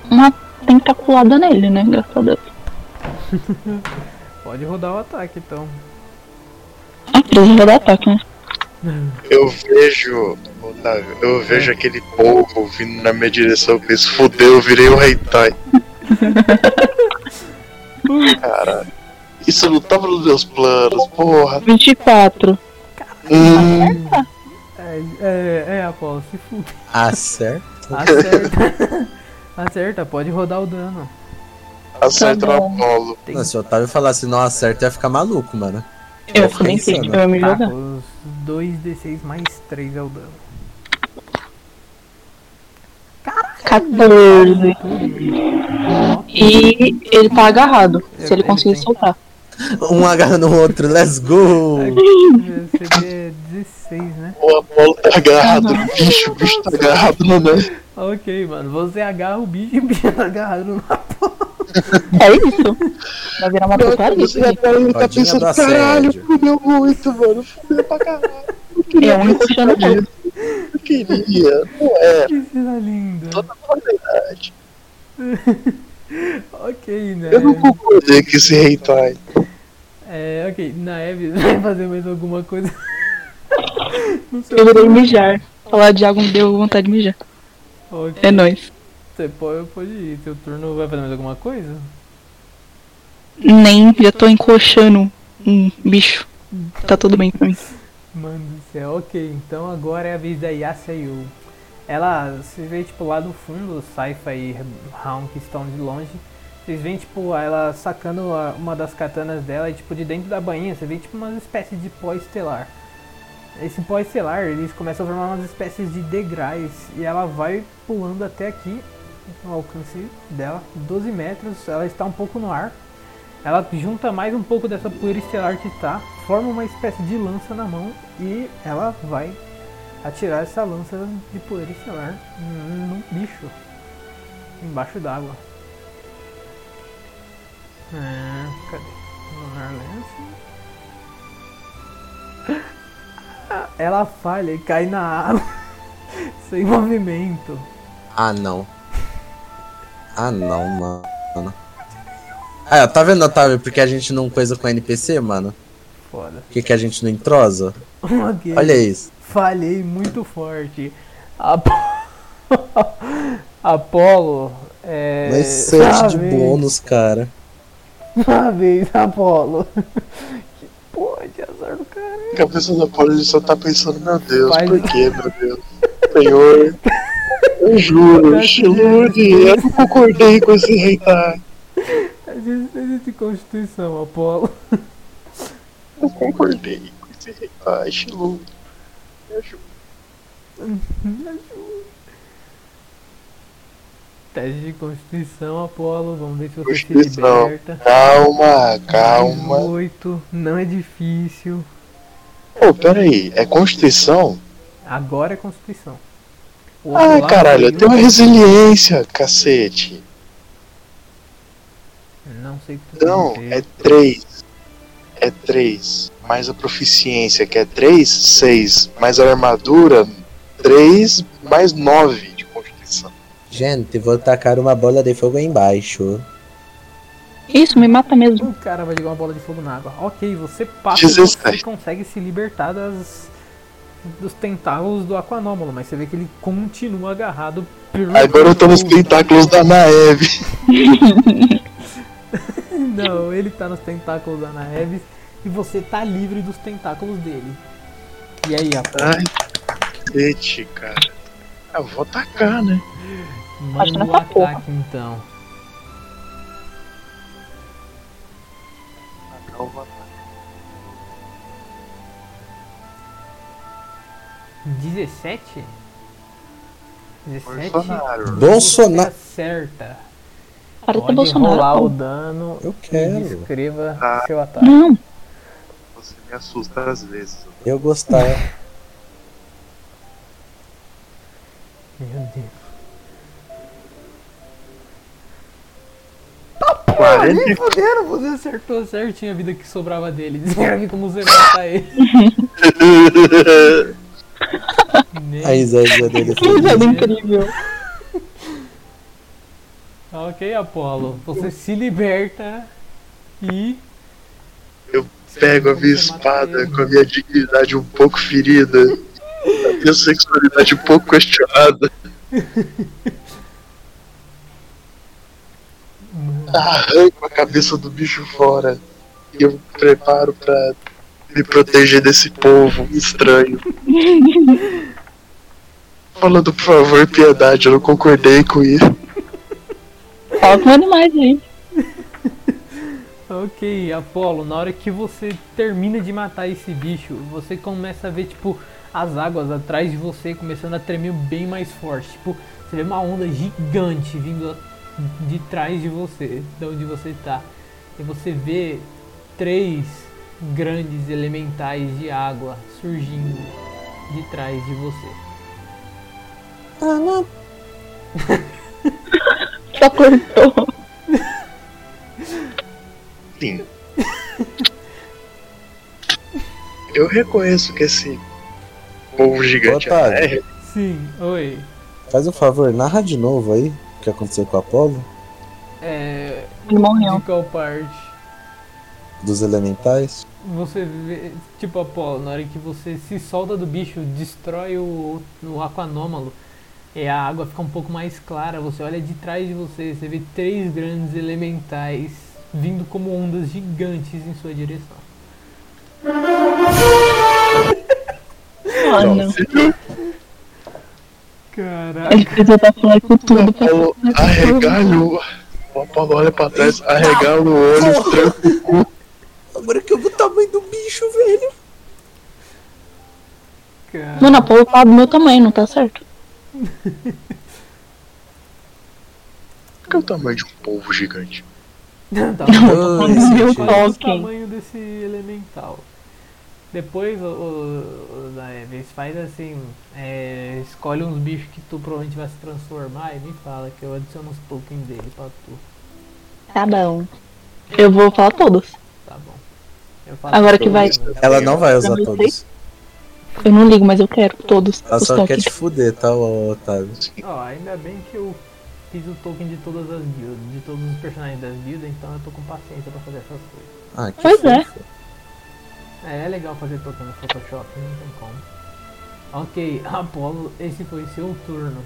[SPEAKER 4] uma tentaculada nele, né? Graças a Deus.
[SPEAKER 2] Pode rodar o ataque, então.
[SPEAKER 4] Ah, preciso rodar ataque, né?
[SPEAKER 5] Eu vejo, Otávio, eu vejo aquele povo vindo na minha direção. Eu penso, fudeu, eu virei um o Heitai. Caralho. Isso não tava nos meus planos, porra.
[SPEAKER 4] 24.
[SPEAKER 5] Hum,
[SPEAKER 2] É, é, é Apolo, se fude.
[SPEAKER 1] Acerta.
[SPEAKER 2] Acerta. Acerta, pode rodar o dano.
[SPEAKER 5] acerta
[SPEAKER 4] Tá
[SPEAKER 5] o
[SPEAKER 4] bom.
[SPEAKER 5] Apolo.
[SPEAKER 2] Tem
[SPEAKER 1] Não, se o Otávio falasse não acerta, ia ficar maluco, mano.
[SPEAKER 4] Eu também sei.
[SPEAKER 1] né?
[SPEAKER 4] Eu ia me
[SPEAKER 2] tá,
[SPEAKER 4] jogar.
[SPEAKER 2] os 2d6 mais 3 é o dano.
[SPEAKER 4] 14.
[SPEAKER 2] Tudo.
[SPEAKER 4] E ele tá agarrado. Se ele conseguir soltar.
[SPEAKER 1] Um agarra no outro, let's go!
[SPEAKER 2] é CD 16, né?
[SPEAKER 5] O Apolo tá agarrado no bicho, o bicho tá agarrado no né?
[SPEAKER 2] Ok, mano. Você agarra o bicho e o bicho tá agarrado no
[SPEAKER 4] É isso? Vai virar uma porcaria?
[SPEAKER 5] Você já tá, ele tá
[SPEAKER 1] Tadinha do
[SPEAKER 5] pensando,
[SPEAKER 1] assédio.
[SPEAKER 5] caralho, fudeu muito, mano. Fudeu pra caralho. Eu queria
[SPEAKER 4] É um
[SPEAKER 5] ver esse
[SPEAKER 4] puxando o outro.
[SPEAKER 5] dia, Eu queria. Não é,
[SPEAKER 2] Que cena linda.
[SPEAKER 5] toda a verdade.
[SPEAKER 2] Ok, né?
[SPEAKER 5] Eu não concordei com esse tá hentai.
[SPEAKER 2] É, ok. Na Eve, vai fazer mais alguma coisa? Não sei.
[SPEAKER 4] Eu irei mijar. Falar de água me deu vontade de mijar.
[SPEAKER 2] Ok.
[SPEAKER 4] É nóis.
[SPEAKER 2] Você pode, pode ir. Seu turno vai fazer mais alguma coisa?
[SPEAKER 4] Nem, já tô encoxando um bicho. Tá tudo bem pra mim.
[SPEAKER 2] Mano do céu, ok, então agora é a vez da Yasa Yu. Ela, vocês veem tipo lá do fundo, Saifa e Raon que estão de longe. Vocês veem tipo ela sacando a- uma das katanas dela e tipo de dentro da bainha, você vê tipo umas espécies de pó estelar. Esse pó estelar, eles começam a formar umas espécies de degraus e ela vai pulando até aqui, no alcance dela, 12 metros, ela está um pouco no ar. Ela junta mais um pouco dessa poeira estelar que está, forma uma espécie de lança na mão e ela vai atirar essa lança de poeira estelar num bicho embaixo d'água. Ah, cadê? Lunar Lance. Ah, Ela falha e cai na água sem movimento.
[SPEAKER 1] Ah não. Ah não, mano. Ah, tá vendo, Otávio? Porque a gente não coisa com NPC, mano?
[SPEAKER 2] Foda.
[SPEAKER 1] Porque que a gente não entrosa?
[SPEAKER 2] Ok.
[SPEAKER 1] Olha isso.
[SPEAKER 2] Falhei muito forte. Apo... Apolo. É...
[SPEAKER 1] Mais sete de né?
[SPEAKER 2] sabe?
[SPEAKER 1] bônus, cara.
[SPEAKER 2] Uma vez, Apolo. Que porra de azar do cara.
[SPEAKER 5] A cabeça da Paula ele só tá pensando, meu Deus,
[SPEAKER 2] Faz-
[SPEAKER 5] por que, meu Deus? Senhor, eu juro, te ilude, eu não concordei com esse hentai.
[SPEAKER 2] A gente precisa de constituição, Apolo.
[SPEAKER 5] Não concordei com esse hentai, te ilude. Me ajuda.
[SPEAKER 2] Teste de constituição, Apolo. Vamos ver se você se
[SPEAKER 5] Constituição.
[SPEAKER 2] liberta.
[SPEAKER 5] Calma, calma.
[SPEAKER 2] 8, não é difícil.
[SPEAKER 5] Pô, peraí, é Constituição?
[SPEAKER 2] Agora é constituição. O
[SPEAKER 5] Ah,
[SPEAKER 2] Apolo
[SPEAKER 5] caralho, eu
[SPEAKER 2] caiu.
[SPEAKER 5] tenho resiliência, cacete.
[SPEAKER 2] Não sei o que tu
[SPEAKER 5] Não,
[SPEAKER 2] quer
[SPEAKER 5] é
[SPEAKER 2] dizer.
[SPEAKER 5] 3. É 3. Mais a proficiência, que é 3, 6. Mais a armadura, 3, mais 9 de constituição.
[SPEAKER 1] Gente, vou tacar uma bola de fogo embaixo.
[SPEAKER 4] Isso, me mata mesmo.
[SPEAKER 2] O Um cara vai jogar uma bola de fogo na água. Ok, você passa você
[SPEAKER 5] 17.
[SPEAKER 2] consegue se libertar das, dos tentáculos do Aquanômulo, mas você vê que ele continua agarrado pelo.
[SPEAKER 5] Agora eu tô nos tentáculos da Naeve.
[SPEAKER 2] Não, ele tá nos tentáculos da Naeves e você tá livre dos tentáculos dele. E aí, Apolo?
[SPEAKER 5] Ai, cacete, cara. Eu vou atacar, né?
[SPEAKER 2] Manda o
[SPEAKER 4] nessa porra.
[SPEAKER 2] ataque então.
[SPEAKER 5] Calma.
[SPEAKER 2] 17? 17?
[SPEAKER 5] Bolsonaro.
[SPEAKER 1] Bolsonaro.
[SPEAKER 2] Você acerta.
[SPEAKER 4] Para de ser
[SPEAKER 2] Pode rolar o
[SPEAKER 4] Bolsonaro. pô.
[SPEAKER 2] dano
[SPEAKER 1] Eu
[SPEAKER 2] e
[SPEAKER 1] quero.
[SPEAKER 2] descreva
[SPEAKER 5] Ah.
[SPEAKER 2] seu ataque.
[SPEAKER 4] Não,
[SPEAKER 5] Você me assusta às vezes.
[SPEAKER 1] Eu gostar.
[SPEAKER 2] Meu Deus.
[SPEAKER 5] 40
[SPEAKER 2] Fudeu, você acertou certinho a vida que sobrava dele. Descreve como você mata ele. Nem-
[SPEAKER 1] A Isaías dele é
[SPEAKER 4] que risada
[SPEAKER 1] foi.
[SPEAKER 4] incrível.
[SPEAKER 2] Ok, Apolo. Você se liberta e.
[SPEAKER 5] Pego a minha espada com a minha dignidade um pouco ferida. A minha sexualidade um pouco questionada. Arranco a cabeça do bicho fora. E eu me preparo pra me proteger desse povo estranho. Falando, por favor, piedade, eu não concordei com isso.
[SPEAKER 4] Fala com animais aí.
[SPEAKER 2] Ok, Apolo, na hora que você termina de matar esse bicho, você começa a ver, tipo, as águas atrás de você começando a tremer bem mais forte. Tipo, você vê uma onda gigante vindo a- de trás de você, de onde você tá. E você vê três grandes elementais de água surgindo de trás de você.
[SPEAKER 4] Só cortou.
[SPEAKER 5] Sim. Eu reconheço que esse povo gigante
[SPEAKER 1] Otávio.
[SPEAKER 5] é
[SPEAKER 2] Sim, oi.
[SPEAKER 1] Faz um favor, narra de novo aí o que aconteceu com o Apolo,
[SPEAKER 2] É.
[SPEAKER 4] Ele morreu.
[SPEAKER 2] De qual parte?
[SPEAKER 1] dos elementais.
[SPEAKER 2] Você vê. Tipo, Apolo, na hora que você se solta do bicho, destrói o, o aquanômalo. E a água fica um pouco mais clara. Você olha de trás de você, você vê três grandes elementais vindo como ondas gigantes em sua direção.
[SPEAKER 4] Ah, não. Ele
[SPEAKER 2] Caraca.
[SPEAKER 4] fez eu dar falar com tudo. pra-
[SPEAKER 5] Apolo arregala o. O Apolo olha pra trás, arregala o olho, tranca o cu.
[SPEAKER 1] Agora que eu vi o tamanho do bicho, velho.
[SPEAKER 2] Cara.
[SPEAKER 4] Mano, a Paula tá do meu tamanho, não tá certo?
[SPEAKER 5] Qual que é o tamanho de um povo gigante?
[SPEAKER 2] Tá bom.
[SPEAKER 1] Esse
[SPEAKER 4] Meu
[SPEAKER 1] bicho.
[SPEAKER 2] Olha o
[SPEAKER 4] Tolkien.
[SPEAKER 2] tamanho desse elemental. Depois, o, o, o Daeves, faz assim: é, escolhe uns bichos que tu provavelmente vai se transformar e me fala que eu adiciono os tokens dele pra tu.
[SPEAKER 4] Tá bom. Eu vou falar todos.
[SPEAKER 2] Tá bom. Eu falo
[SPEAKER 4] Agora que
[SPEAKER 5] é
[SPEAKER 4] vai.
[SPEAKER 1] Ela não vai usar
[SPEAKER 4] Eu não sei.
[SPEAKER 1] todos.
[SPEAKER 4] Eu não ligo, mas eu quero todos.
[SPEAKER 1] Ela
[SPEAKER 4] os
[SPEAKER 1] Ah, só quer
[SPEAKER 4] tokens.
[SPEAKER 1] te fuder, tá, ô, Otávio?
[SPEAKER 2] Ó, ainda bem que eu fiz o token de todas as guildas, de todos os personagens das guildas, então eu tô com paciência pra fazer essas coisas.
[SPEAKER 1] Ah, que
[SPEAKER 4] Pois é.
[SPEAKER 1] fofa.
[SPEAKER 2] É, é legal fazer token no Photoshop, não tem como. Ok, Apolo, esse foi seu turno.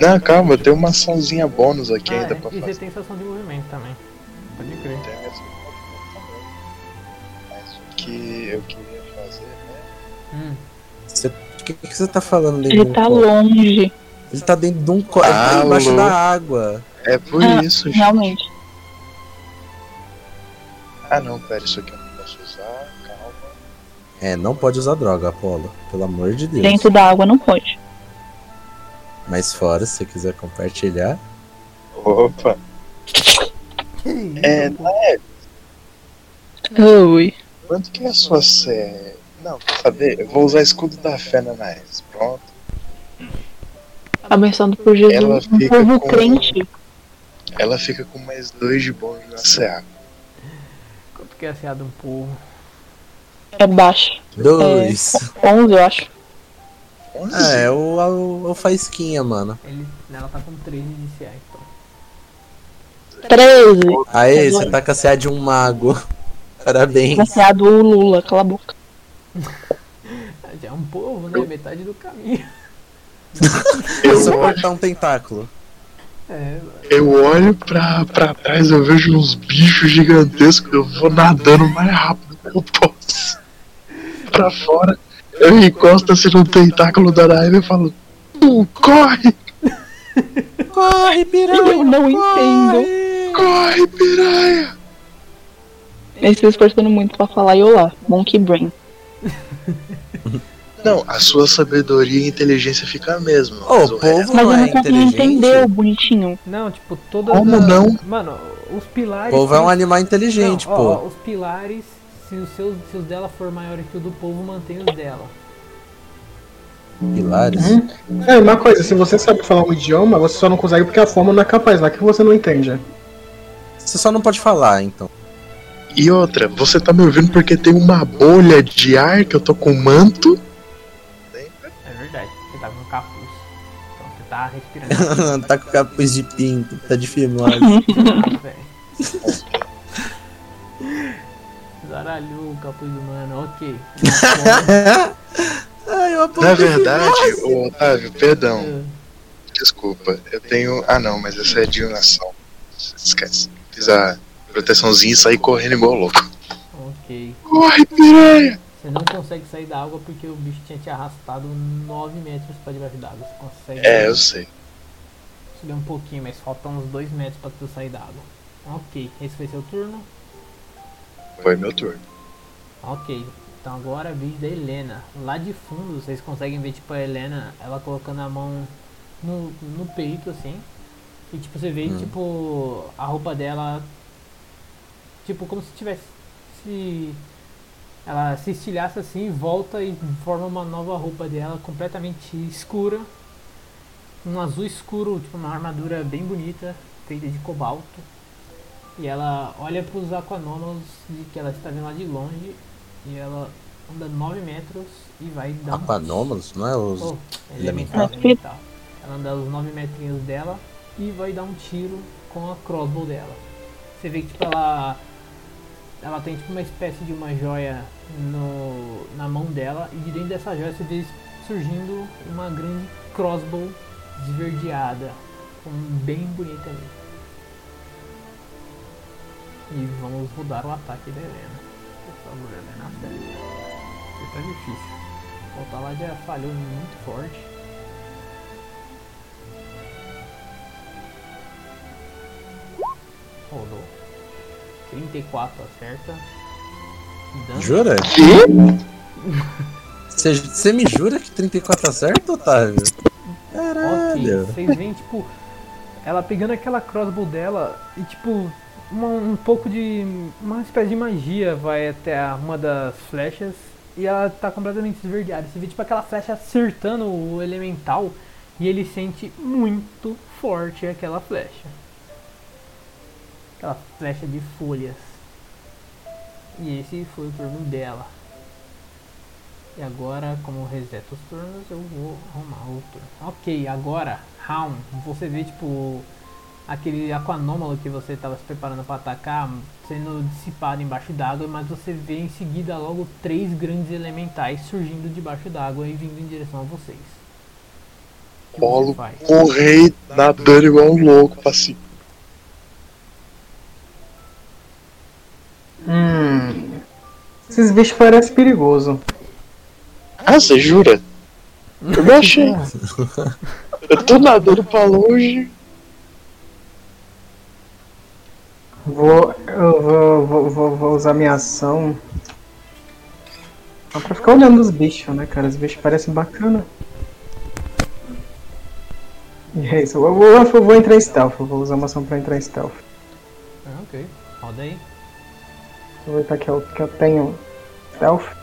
[SPEAKER 5] Não, calma, eu tenho uma açãozinha bônus aqui
[SPEAKER 2] Ah,
[SPEAKER 5] ainda
[SPEAKER 2] é,
[SPEAKER 5] pra
[SPEAKER 2] E
[SPEAKER 5] fazer. um
[SPEAKER 2] você tem sensação de movimento também. Pode crer.
[SPEAKER 5] Mas o que eu queria fazer, né?
[SPEAKER 2] Hum.
[SPEAKER 1] O que, que você tá falando dentro de
[SPEAKER 4] Ele
[SPEAKER 1] um
[SPEAKER 4] tá
[SPEAKER 1] copo?
[SPEAKER 4] longe,
[SPEAKER 1] Ele tá dentro de um copo, ele tá
[SPEAKER 5] Ah,
[SPEAKER 1] embaixo
[SPEAKER 5] louco.
[SPEAKER 1] da água.
[SPEAKER 5] É por
[SPEAKER 4] Ah,
[SPEAKER 5] isso, gente.
[SPEAKER 4] realmente.
[SPEAKER 5] Ah não, pera, isso aqui eu não posso usar, calma.
[SPEAKER 1] É, não pode usar droga, Apolo. Pelo amor de Deus.
[SPEAKER 4] Dentro da água não pode.
[SPEAKER 1] Mas fora, se você quiser compartilhar.
[SPEAKER 5] Opa! É,
[SPEAKER 4] Ui.
[SPEAKER 5] quanto que é a sua sé? Não, quer saber? Eu vou usar escudo da fé na Naes. Pronto.
[SPEAKER 4] Abençoado por
[SPEAKER 5] Ela
[SPEAKER 4] Jesus. Um
[SPEAKER 5] fica
[SPEAKER 4] povo
[SPEAKER 5] com-
[SPEAKER 4] crente.
[SPEAKER 5] Ela fica com mais dois de bônus na CA.
[SPEAKER 2] Quanto que é a CA de um povo?
[SPEAKER 4] É baixo.
[SPEAKER 1] Dois.
[SPEAKER 4] 11, eu acho.
[SPEAKER 1] Ah,
[SPEAKER 5] Onze?
[SPEAKER 1] é o, o, o Faisquinha, mano.
[SPEAKER 2] Ele, ela tá com 13 de CA, então.
[SPEAKER 4] 13.
[SPEAKER 1] Aê, você tá com a CA de um mago. Parabéns.
[SPEAKER 4] Baseado o Lula, cala a boca.
[SPEAKER 2] Ah, Já é um povo, né? Metade do caminho.
[SPEAKER 1] Eu
[SPEAKER 5] Eu
[SPEAKER 1] só
[SPEAKER 5] olho,
[SPEAKER 1] cortar um tentáculo.
[SPEAKER 2] É,
[SPEAKER 5] eu olho pra, pra trás, eu vejo uns bichos gigantescos, eu vou nadando o Tá mais rápido que eu posso. Pra fora, eu encosto assim num tentáculo da Naive e falo. "Tu, Corre!
[SPEAKER 1] Corre, piranha!
[SPEAKER 4] Eu não entendo.
[SPEAKER 5] Corre, piranha!
[SPEAKER 4] Eles estão esforçando muito pra falar e olá. Monkey Brain.
[SPEAKER 5] Não, a sua sabedoria e inteligência fica a mesma.
[SPEAKER 1] Ô,
[SPEAKER 5] mas
[SPEAKER 1] o
[SPEAKER 5] o resto-
[SPEAKER 1] povo
[SPEAKER 4] Mas
[SPEAKER 1] não
[SPEAKER 4] eu
[SPEAKER 1] é
[SPEAKER 4] não consegui entender,
[SPEAKER 1] inteligente.
[SPEAKER 4] bonitinho.
[SPEAKER 2] Não, tipo, todas
[SPEAKER 5] Como
[SPEAKER 2] as-
[SPEAKER 5] não?
[SPEAKER 2] Mano, os
[SPEAKER 1] O
[SPEAKER 2] pilares.
[SPEAKER 1] povo é um
[SPEAKER 2] são-
[SPEAKER 1] animal inteligente,
[SPEAKER 2] Não, ó,
[SPEAKER 1] pô.
[SPEAKER 2] ó, os pilares, se os, seus, se os dela for maior que o do povo, mantém os dela.
[SPEAKER 1] Pilares.
[SPEAKER 6] É, uma coisa, se você sabe falar um idioma, você só não consegue porque a forma não é capaz, não é que você não entende.
[SPEAKER 1] Você só não pode falar, então.
[SPEAKER 5] E outra, você tá me ouvindo porque tem uma bolha de ar que eu tô com manto.
[SPEAKER 2] É verdade. Você tá com capuz. Então você tá respirando.
[SPEAKER 1] tá com capuz de pinto, tá de filmagem.
[SPEAKER 2] Ah, velho. Zaralhou o capuz humano, ok.
[SPEAKER 1] Ai, eu apontei
[SPEAKER 5] Na verdade, ô, Otávio, perdão,
[SPEAKER 2] Ah,
[SPEAKER 5] desculpa. Eu tenho. Ah não, mas essa é de nação. Esquece. Fiz a proteçãozinha e saí correndo igual louco.
[SPEAKER 2] ok.
[SPEAKER 5] Corre, piranha!
[SPEAKER 2] Você não consegue sair da água porque o bicho tinha te arrastado 9 metros pra debaixo d'água. Você consegue
[SPEAKER 5] É, eu sei.
[SPEAKER 2] subir um pouquinho, mas faltam uns 2 metros pra tu sair da água. Ok, esse foi seu turno?
[SPEAKER 5] Foi meu turno.
[SPEAKER 2] Ok. Então agora a vídeo da Helena. Lá de fundo vocês conseguem ver tipo a Helena, ela colocando a mão no, no peito assim. E tipo, você vê tipo a roupa dela tipo como se tivesse se ela se estilhaça assim, volta e forma uma nova roupa dela, completamente escura, um azul escuro, tipo uma armadura bem bonita, feita de cobalto. E ela olha para os aquanômalos de que ela está vendo lá de longe e ela anda 9 metros e vai dar um...
[SPEAKER 1] Aquanômalos, não é os
[SPEAKER 2] Oh, elemental,
[SPEAKER 1] elementais?
[SPEAKER 2] elemental. Ela anda os 9 metrinhos dela e vai dar um tiro com a crossbow dela. Você vê que tipo, ela, ela tem tipo uma espécie de uma joia no, na mão dela e de dentro dessa joia você vê surgindo uma grande crossbow esverdeada, com- bem bonita mesmo. E vamos rodar o ataque da Helena. Por favor, Helena, acerta. Isso tá difícil. Voltar lá já falhou muito forte. Rodou. 34 acerta. Dano.
[SPEAKER 1] Jura? Você- Você me jura que 34 acerta, Otávio? Caralho.
[SPEAKER 2] Ok, vocês veem, tipo, ela pegando aquela crossbow dela e, tipo, uma- um pouco de. Uma espécie de magia vai até a- uma das flechas e ela tá completamente esverdeada. Você vê, tipo, aquela flecha acertando o elemental e ele sente muito forte aquela flecha. Aquela flecha de folhas. E esse foi o turno dela. E agora, como reseta os turnos, eu vou arrumar o turno. Ok, agora, round. Você vê, tipo, aquele aquanômalo que você estava se preparando para atacar sendo dissipado embaixo d'água, mas você vê em seguida logo três grandes elementais surgindo debaixo d'água e vindo em direção a vocês. O que você
[SPEAKER 5] Polo,
[SPEAKER 2] faz?
[SPEAKER 5] correi, nadando igual um louco, assim.
[SPEAKER 6] Hum. Esses bichos parecem perigosos.
[SPEAKER 5] Ah, você jura? Eu me achei. Eu tô nadando pra longe.
[SPEAKER 6] Vou. Eu vou, vou, vou, vou usar minha ação. Só pra ficar olhando os bichos, né, cara? Os bichos parecem bacana. E é isso. Eu vou, eu vou entrar em stealth. Eu vou usar uma ação pra entrar em stealth.
[SPEAKER 2] Ah, ok, roda aí.
[SPEAKER 6] Vou aproveitar que eu, que eu tenho stealth.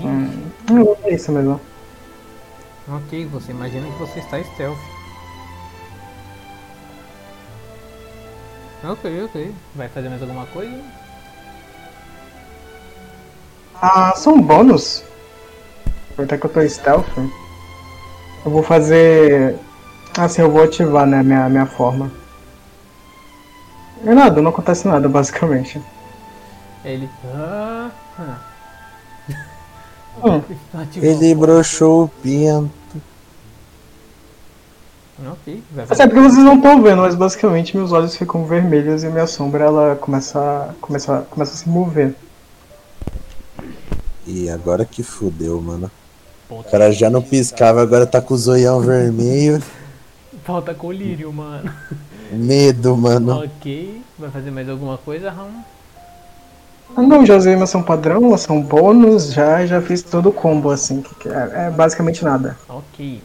[SPEAKER 6] Hum, eu vou fazer isso mesmo.
[SPEAKER 2] Ok, você imagina que você está stealth. Ok, ok. Vai fazer mais alguma coisa?
[SPEAKER 6] Ah, são bônus. Aproveitar que eu tô stealth. Eu vou fazer. Assim, eu vou ativar, né, minha, minha forma. É nada, não acontece nada, basicamente.
[SPEAKER 2] Ele. Ah, ah. Tá
[SPEAKER 6] Hum.
[SPEAKER 2] Ativou.
[SPEAKER 1] Ele broxou o pinto.
[SPEAKER 2] Ok, vai
[SPEAKER 6] Mas é
[SPEAKER 2] fazer.
[SPEAKER 6] porque vocês não estão vendo, mas basicamente meus olhos ficam vermelhos e minha sombra ela começa, começa, começa a se mover.
[SPEAKER 1] E agora que fudeu, mano. O cara já não piscava, agora tá com o zoião vermelho.
[SPEAKER 2] Falta colírio, mano.
[SPEAKER 1] Medo, mano.
[SPEAKER 2] Ok, vai fazer mais alguma coisa, Ram?
[SPEAKER 6] Ah, Não, já usei minha ação padrão, ação bônus, já, já fiz todo o combo, assim, que que é, é basicamente nada.
[SPEAKER 2] Ok.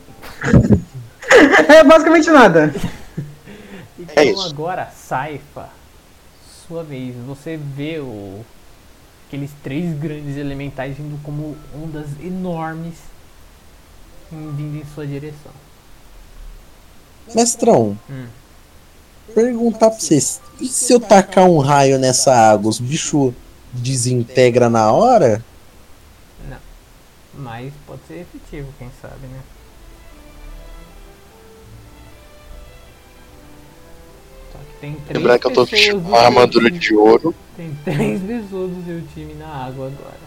[SPEAKER 6] É basicamente nada.
[SPEAKER 2] Então
[SPEAKER 6] isso.
[SPEAKER 2] agora, Saifa, sua vez. Você vê o... aqueles três grandes elementais vindo como ondas enormes em- vindo em sua direção.
[SPEAKER 1] Mestrão,
[SPEAKER 2] Hum.
[SPEAKER 1] perguntar pra vocês: e se eu tacar um raio nessa água, os bichos desintegra na hora?
[SPEAKER 2] Não. Mas pode ser efetivo, quem sabe, né? Só que tem três
[SPEAKER 5] Lembrar que eu tô
[SPEAKER 2] pessoas
[SPEAKER 5] com
[SPEAKER 2] do
[SPEAKER 5] uma
[SPEAKER 2] seu
[SPEAKER 5] armadura
[SPEAKER 2] time-
[SPEAKER 5] de ouro.
[SPEAKER 2] Tem três pessoas do seu time na água agora.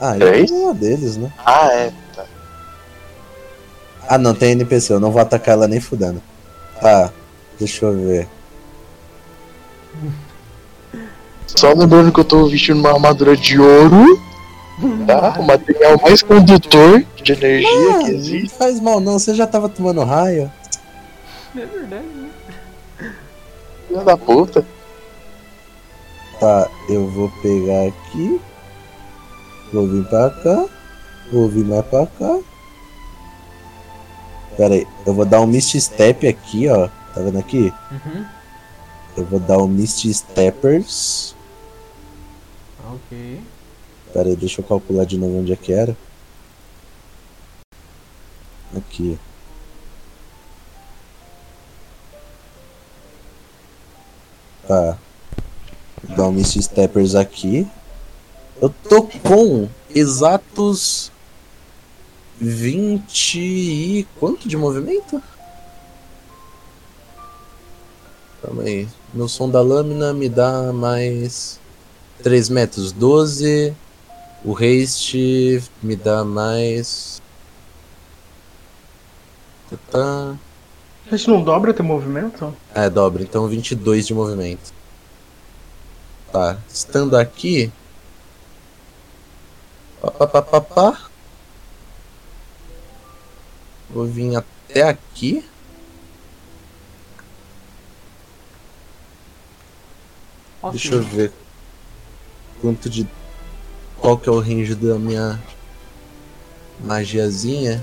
[SPEAKER 1] Ah,
[SPEAKER 5] Três?
[SPEAKER 1] eu uma deles, né?
[SPEAKER 5] Ah, é. Tá.
[SPEAKER 1] Ah, não, tem NPC, eu não vou atacar ela nem fudendo. Tá, deixa eu ver.
[SPEAKER 5] Só lembrando que eu tô vestindo uma armadura de ouro. Tá? O material mais condutor de energia
[SPEAKER 3] Hum.
[SPEAKER 1] Ah,
[SPEAKER 5] que
[SPEAKER 1] não
[SPEAKER 5] existe.
[SPEAKER 1] faz mal não, você já tava tomando raio.
[SPEAKER 2] É verdade, né?
[SPEAKER 5] Filha da puta.
[SPEAKER 1] Tá, eu vou pegar aqui. Vou vir pra cá. Vou vir mais pra cá. Pera aí, eu vou dar um Mist Step aqui, ó. Tá vendo aqui?
[SPEAKER 2] Uhum.
[SPEAKER 1] Eu vou dar o Misty Steppers.
[SPEAKER 2] Ok.
[SPEAKER 1] Pera aí, deixa eu calcular de novo onde é que era. Aqui. Tá. Vou dar um Misty Steppers aqui. Eu tô com exatos 20 e quanto de movimento? Calma aí. Meu som da lâmina me dá mais 3 metros, 12. O haste me dá mais. Tá.
[SPEAKER 6] A gente não dobra teu movimento?
[SPEAKER 1] É, dobra, então 22 de movimento. Tá, estando aqui. Pá, pá, pá, pá, pá. Vou vir até aqui.
[SPEAKER 2] Ok.
[SPEAKER 1] Deixa eu ver quanto de. Qual que é o range da minha magiazinha.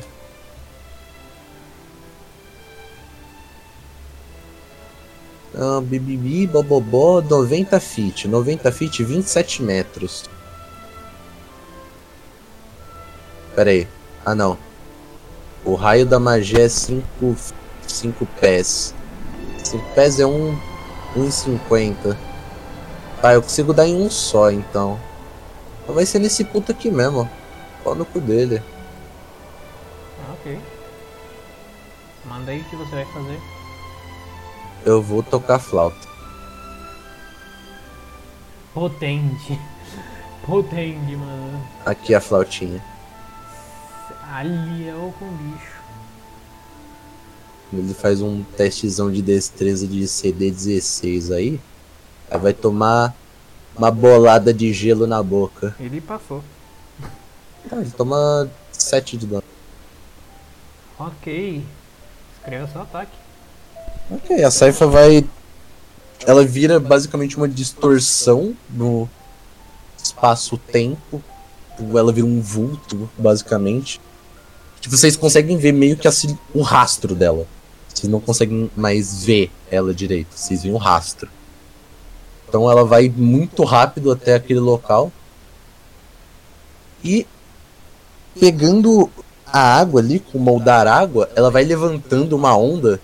[SPEAKER 1] Ah, bibibi, bobobó, 90 feet. 90 feet, 27 metros. Pera aí. Ah, não. O raio da magia é 5 5 pés. 5 pés é 1 1,50. Tá, eu consigo dar em um só, então. Então Vai ser nesse puto aqui mesmo, ó. Pau no cu dele.
[SPEAKER 2] Ah, ok. Manda aí o que você vai fazer.
[SPEAKER 1] Eu vou tocar a flauta.
[SPEAKER 2] Potente. Potente, mano.
[SPEAKER 1] Aqui a flautinha.
[SPEAKER 2] Aliou é com bicho.
[SPEAKER 1] Ele faz um testezão de destreza de CD16 aí. Aí vai tomar uma bolada de gelo na boca.
[SPEAKER 2] Ele passou.
[SPEAKER 1] Tá, ele toma 7 de dano.
[SPEAKER 2] Ok. Escreva seu ataque.
[SPEAKER 1] Ok, a Saifa vai. Ela vira basicamente uma distorção no espaço-tempo. Tipo, Ela vira um vulto, basicamente. Tipo, vocês conseguem ver meio que a sil- o rastro dela. Vocês não conseguem mais ver ela direito. Vocês veem o rastro. Então ela vai muito rápido até aquele local. E pegando a água ali, com moldar água, ela vai levantando uma onda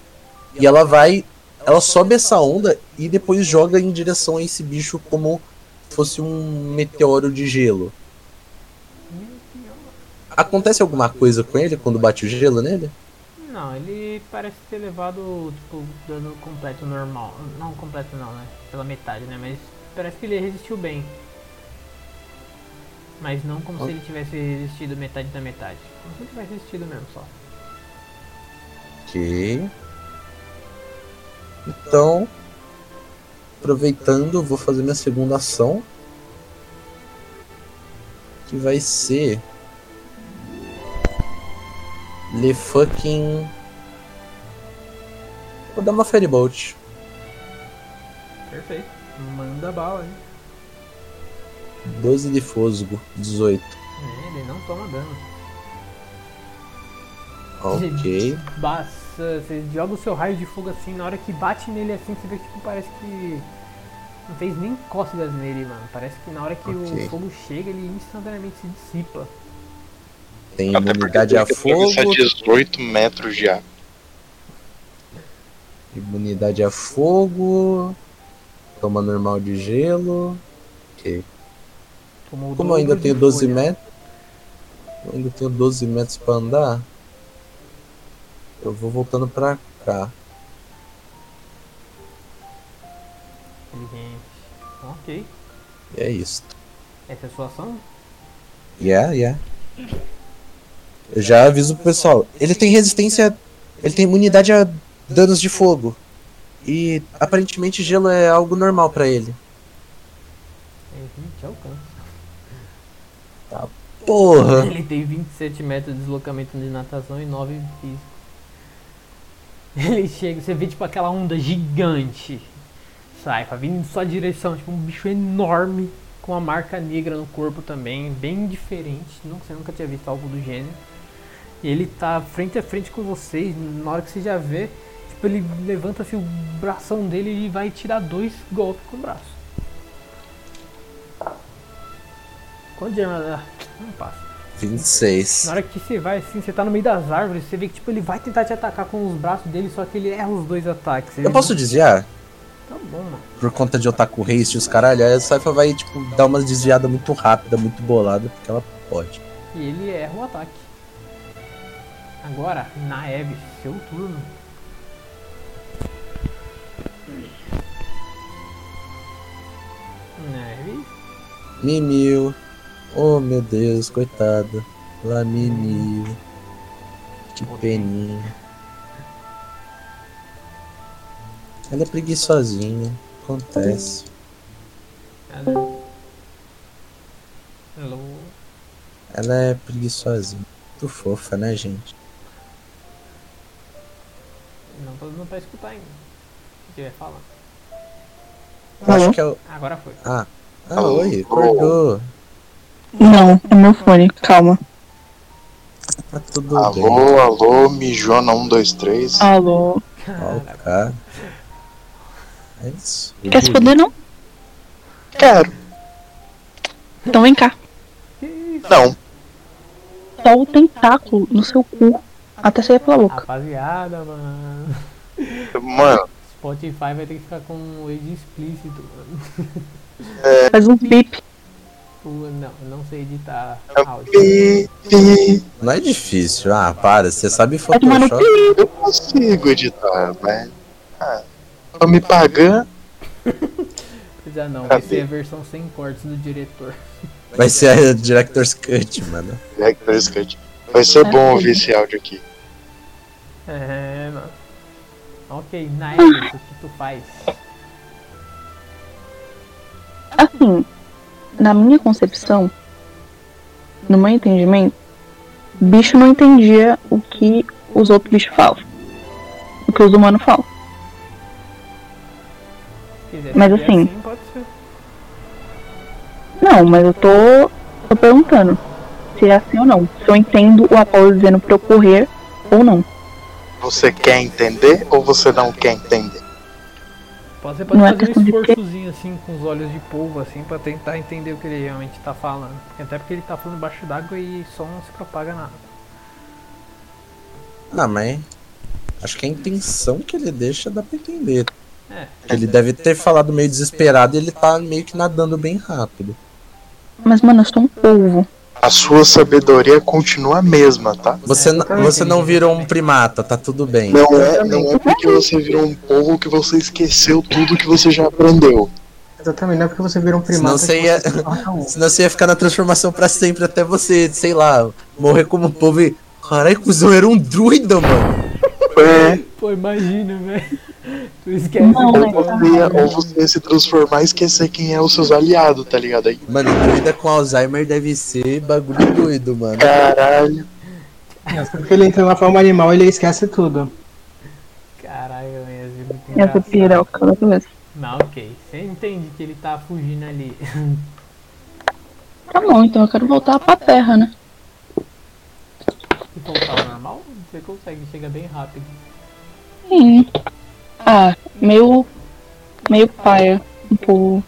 [SPEAKER 1] e ela vai. Ela sobe essa onda e depois joga em direção a esse bicho como se fosse um meteoro de gelo. Acontece alguma coisa com ele quando bate o gelo nele?
[SPEAKER 2] Não, ele parece ter levado, tipo, dano completo normal. Não completo não, né? Pela metade, né? Mas parece que ele resistiu bem. Mas não como se ele tivesse resistido metade da metade. Como se ele tivesse resistido mesmo só.
[SPEAKER 1] Ok. Então, aproveitando, vou fazer minha segunda ação. Que vai ser. Le fucking. Vou dar uma Firebolt.
[SPEAKER 2] Perfeito. Manda bala, hein?
[SPEAKER 1] 12 de fosgo, 18.
[SPEAKER 2] É, ele não toma dano.
[SPEAKER 1] Ok.
[SPEAKER 2] Basta, você joga o seu raio de fogo assim, na hora que bate nele assim, você vê que tipo, parece que não fez nem cócegas nele, mano. Parece que na hora que
[SPEAKER 1] Ok.
[SPEAKER 2] o fogo chega, ele instantaneamente se dissipa.
[SPEAKER 1] Tem
[SPEAKER 5] Até porque
[SPEAKER 1] imunidade a
[SPEAKER 5] tem que atravessar
[SPEAKER 1] é fogo.
[SPEAKER 5] 18 metros de água.
[SPEAKER 1] Imunidade a fogo. Toma normal de gelo. Ok.
[SPEAKER 2] Tomou o
[SPEAKER 1] Como eu
[SPEAKER 2] dobro
[SPEAKER 1] ainda
[SPEAKER 2] de
[SPEAKER 1] tenho 12
[SPEAKER 2] folha.
[SPEAKER 1] metros. Eu ainda tenho 12 metros pra andar. Eu vou voltando pra cá.
[SPEAKER 2] Inteligente. Ok.
[SPEAKER 1] E é isso.
[SPEAKER 2] Essa é a sua ação?
[SPEAKER 1] Yeah, yeah. Eu já aviso o pessoal. Ele tem resistência. Ele tem imunidade a danos de fogo. E aparentemente gelo é algo normal pra ele.
[SPEAKER 2] É 20 alcança.
[SPEAKER 1] Porra!
[SPEAKER 2] Ele tem 27 metros de deslocamento de natação e 9 físico. Ele chega, você vê tipo aquela onda gigante. Sai, pra vir em sua direção, tipo um bicho enorme com uma marca negra no corpo também, bem diferente. Nunca, você nunca tinha visto algo do gênero. E ele tá frente a frente com vocês, na hora que você já vê, Tipo, ele levanta assim, o bração dele e vai tirar dois golpes com o braço. Quanto de armadura? Não passa.
[SPEAKER 1] 26.
[SPEAKER 2] Na hora que você vai assim, você tá no meio das árvores, você vê que tipo, ele vai tentar te atacar com os braços dele, só que ele erra os dois ataques. Ele-
[SPEAKER 1] Eu posso desviar?
[SPEAKER 2] Tá bom, mano.
[SPEAKER 1] Por conta de Otaku Haste e os caralho, aí a Saifa vai, tipo, dar uma desviada muito rápida, muito bolada, porque ela pode.
[SPEAKER 2] E ele erra o ataque. Agora, na Eve, seu turno. Neve.
[SPEAKER 1] Mimil. Oh meu Deus, coitada. Lá Mimil. Que peninha. Ela é preguiçosinha. Acontece.
[SPEAKER 2] Ela... Hello.
[SPEAKER 1] Ela é preguiçosinha. Muito fofa, né, gente?
[SPEAKER 2] Não tô dando pra escutar ainda. O que eu ia falar?
[SPEAKER 1] Acho que é o.
[SPEAKER 2] Agora foi.
[SPEAKER 1] Ah. Ah, oi, cortou.
[SPEAKER 4] Não, é meu fone, calma.
[SPEAKER 1] Tá tudo
[SPEAKER 5] Alô, alô, mijona 123.
[SPEAKER 4] Ah, Alô.
[SPEAKER 1] Ó, o cara. É isso.
[SPEAKER 4] Quer se foder, não? Quero. Então vem cá.
[SPEAKER 5] Não.
[SPEAKER 4] Só o tentáculo um no seu cu. Até sair pela boca.
[SPEAKER 2] Rapaziada, mano.
[SPEAKER 5] Mano,
[SPEAKER 2] Spotify vai ter que ficar com o edge explícito, mano.
[SPEAKER 4] Faz um bip.
[SPEAKER 2] Pô, não, eu não sei editar áudio.
[SPEAKER 1] Não é difícil. Ah, para. Você sabe
[SPEAKER 4] tomar no
[SPEAKER 1] Photoshop.
[SPEAKER 5] eu consigo editar, mas. Ah, tô me pagando.
[SPEAKER 2] Mas, ah, não, vai
[SPEAKER 5] Cadê?
[SPEAKER 2] ser a versão sem cortes do diretor.
[SPEAKER 1] Vai ser a Director's Cut, mano.
[SPEAKER 5] Director's Cut. Vai ser bom ouvir esse áudio aqui.
[SPEAKER 2] É, mano. Ok, Nair, o que tu faz?
[SPEAKER 4] Assim, na minha concepção, no meu entendimento, bicho não entendia o que os outros bichos falam. O que os humanos falam.
[SPEAKER 2] Se quiser
[SPEAKER 4] Mas
[SPEAKER 2] seguir
[SPEAKER 4] assim-
[SPEAKER 2] pode ser.
[SPEAKER 4] Não, mas eu tô, tô perguntando se é assim ou não. Se eu entendo o Apolo dizendo pra eu correr ou não.
[SPEAKER 5] Você quer entender ou você não quer entender?
[SPEAKER 2] Pode, você pode
[SPEAKER 4] Não é
[SPEAKER 2] fazer um
[SPEAKER 4] questão de ter-
[SPEAKER 2] esforçozinho assim, com os olhos de polvo, assim, pra tentar entender o que ele realmente tá falando. Até porque ele tá falando embaixo d'água e som não se propaga na água.
[SPEAKER 1] Ah, mas. Acho que a intenção que ele deixa dá pra entender.
[SPEAKER 2] É.
[SPEAKER 1] Ele deve ter falado meio desesperado e ele tá meio que nadando bem rápido.
[SPEAKER 4] Mas, mano, eu sou um polvo.
[SPEAKER 5] A sua sabedoria continua a mesma, tá?
[SPEAKER 1] Você, n- você não virou um primata, tá tudo bem.
[SPEAKER 5] Não é, não é porque você virou um povo que você esqueceu tudo que você já aprendeu.
[SPEAKER 6] Exatamente, não é porque você um. virou um
[SPEAKER 1] Senão
[SPEAKER 6] primata.
[SPEAKER 1] você, ia, senão você ia ficar na transformação pra sempre até você, sei lá, morrer como um povo e. Caralho, cuzão, era um druida, mano.
[SPEAKER 5] É,
[SPEAKER 2] Pô, imagina, velho. Tu esquece.
[SPEAKER 4] Não, né?
[SPEAKER 2] que
[SPEAKER 5] ou,
[SPEAKER 4] mas-
[SPEAKER 2] tu é um
[SPEAKER 5] você, ou você ia se transformar e esquecer quem é os seus aliados, tá ligado aí?
[SPEAKER 1] Mano, druida com Alzheimer deve ser bagulho doido, mano.
[SPEAKER 5] Caralho.
[SPEAKER 6] É, Porque ele entra na forma animal ele esquece tudo.
[SPEAKER 2] Caralho, ia ser muito
[SPEAKER 4] Essa
[SPEAKER 2] engraçado.
[SPEAKER 4] piroca da cabeça.
[SPEAKER 2] Não, ok. Você entende que ele tá fugindo ali.
[SPEAKER 4] Tá bom, então eu quero voltar pra terra, né?
[SPEAKER 2] Se voltar ao tá normal, você consegue, chega bem rápido.
[SPEAKER 4] Sim. Ah, meio. meio paia. Um polvo.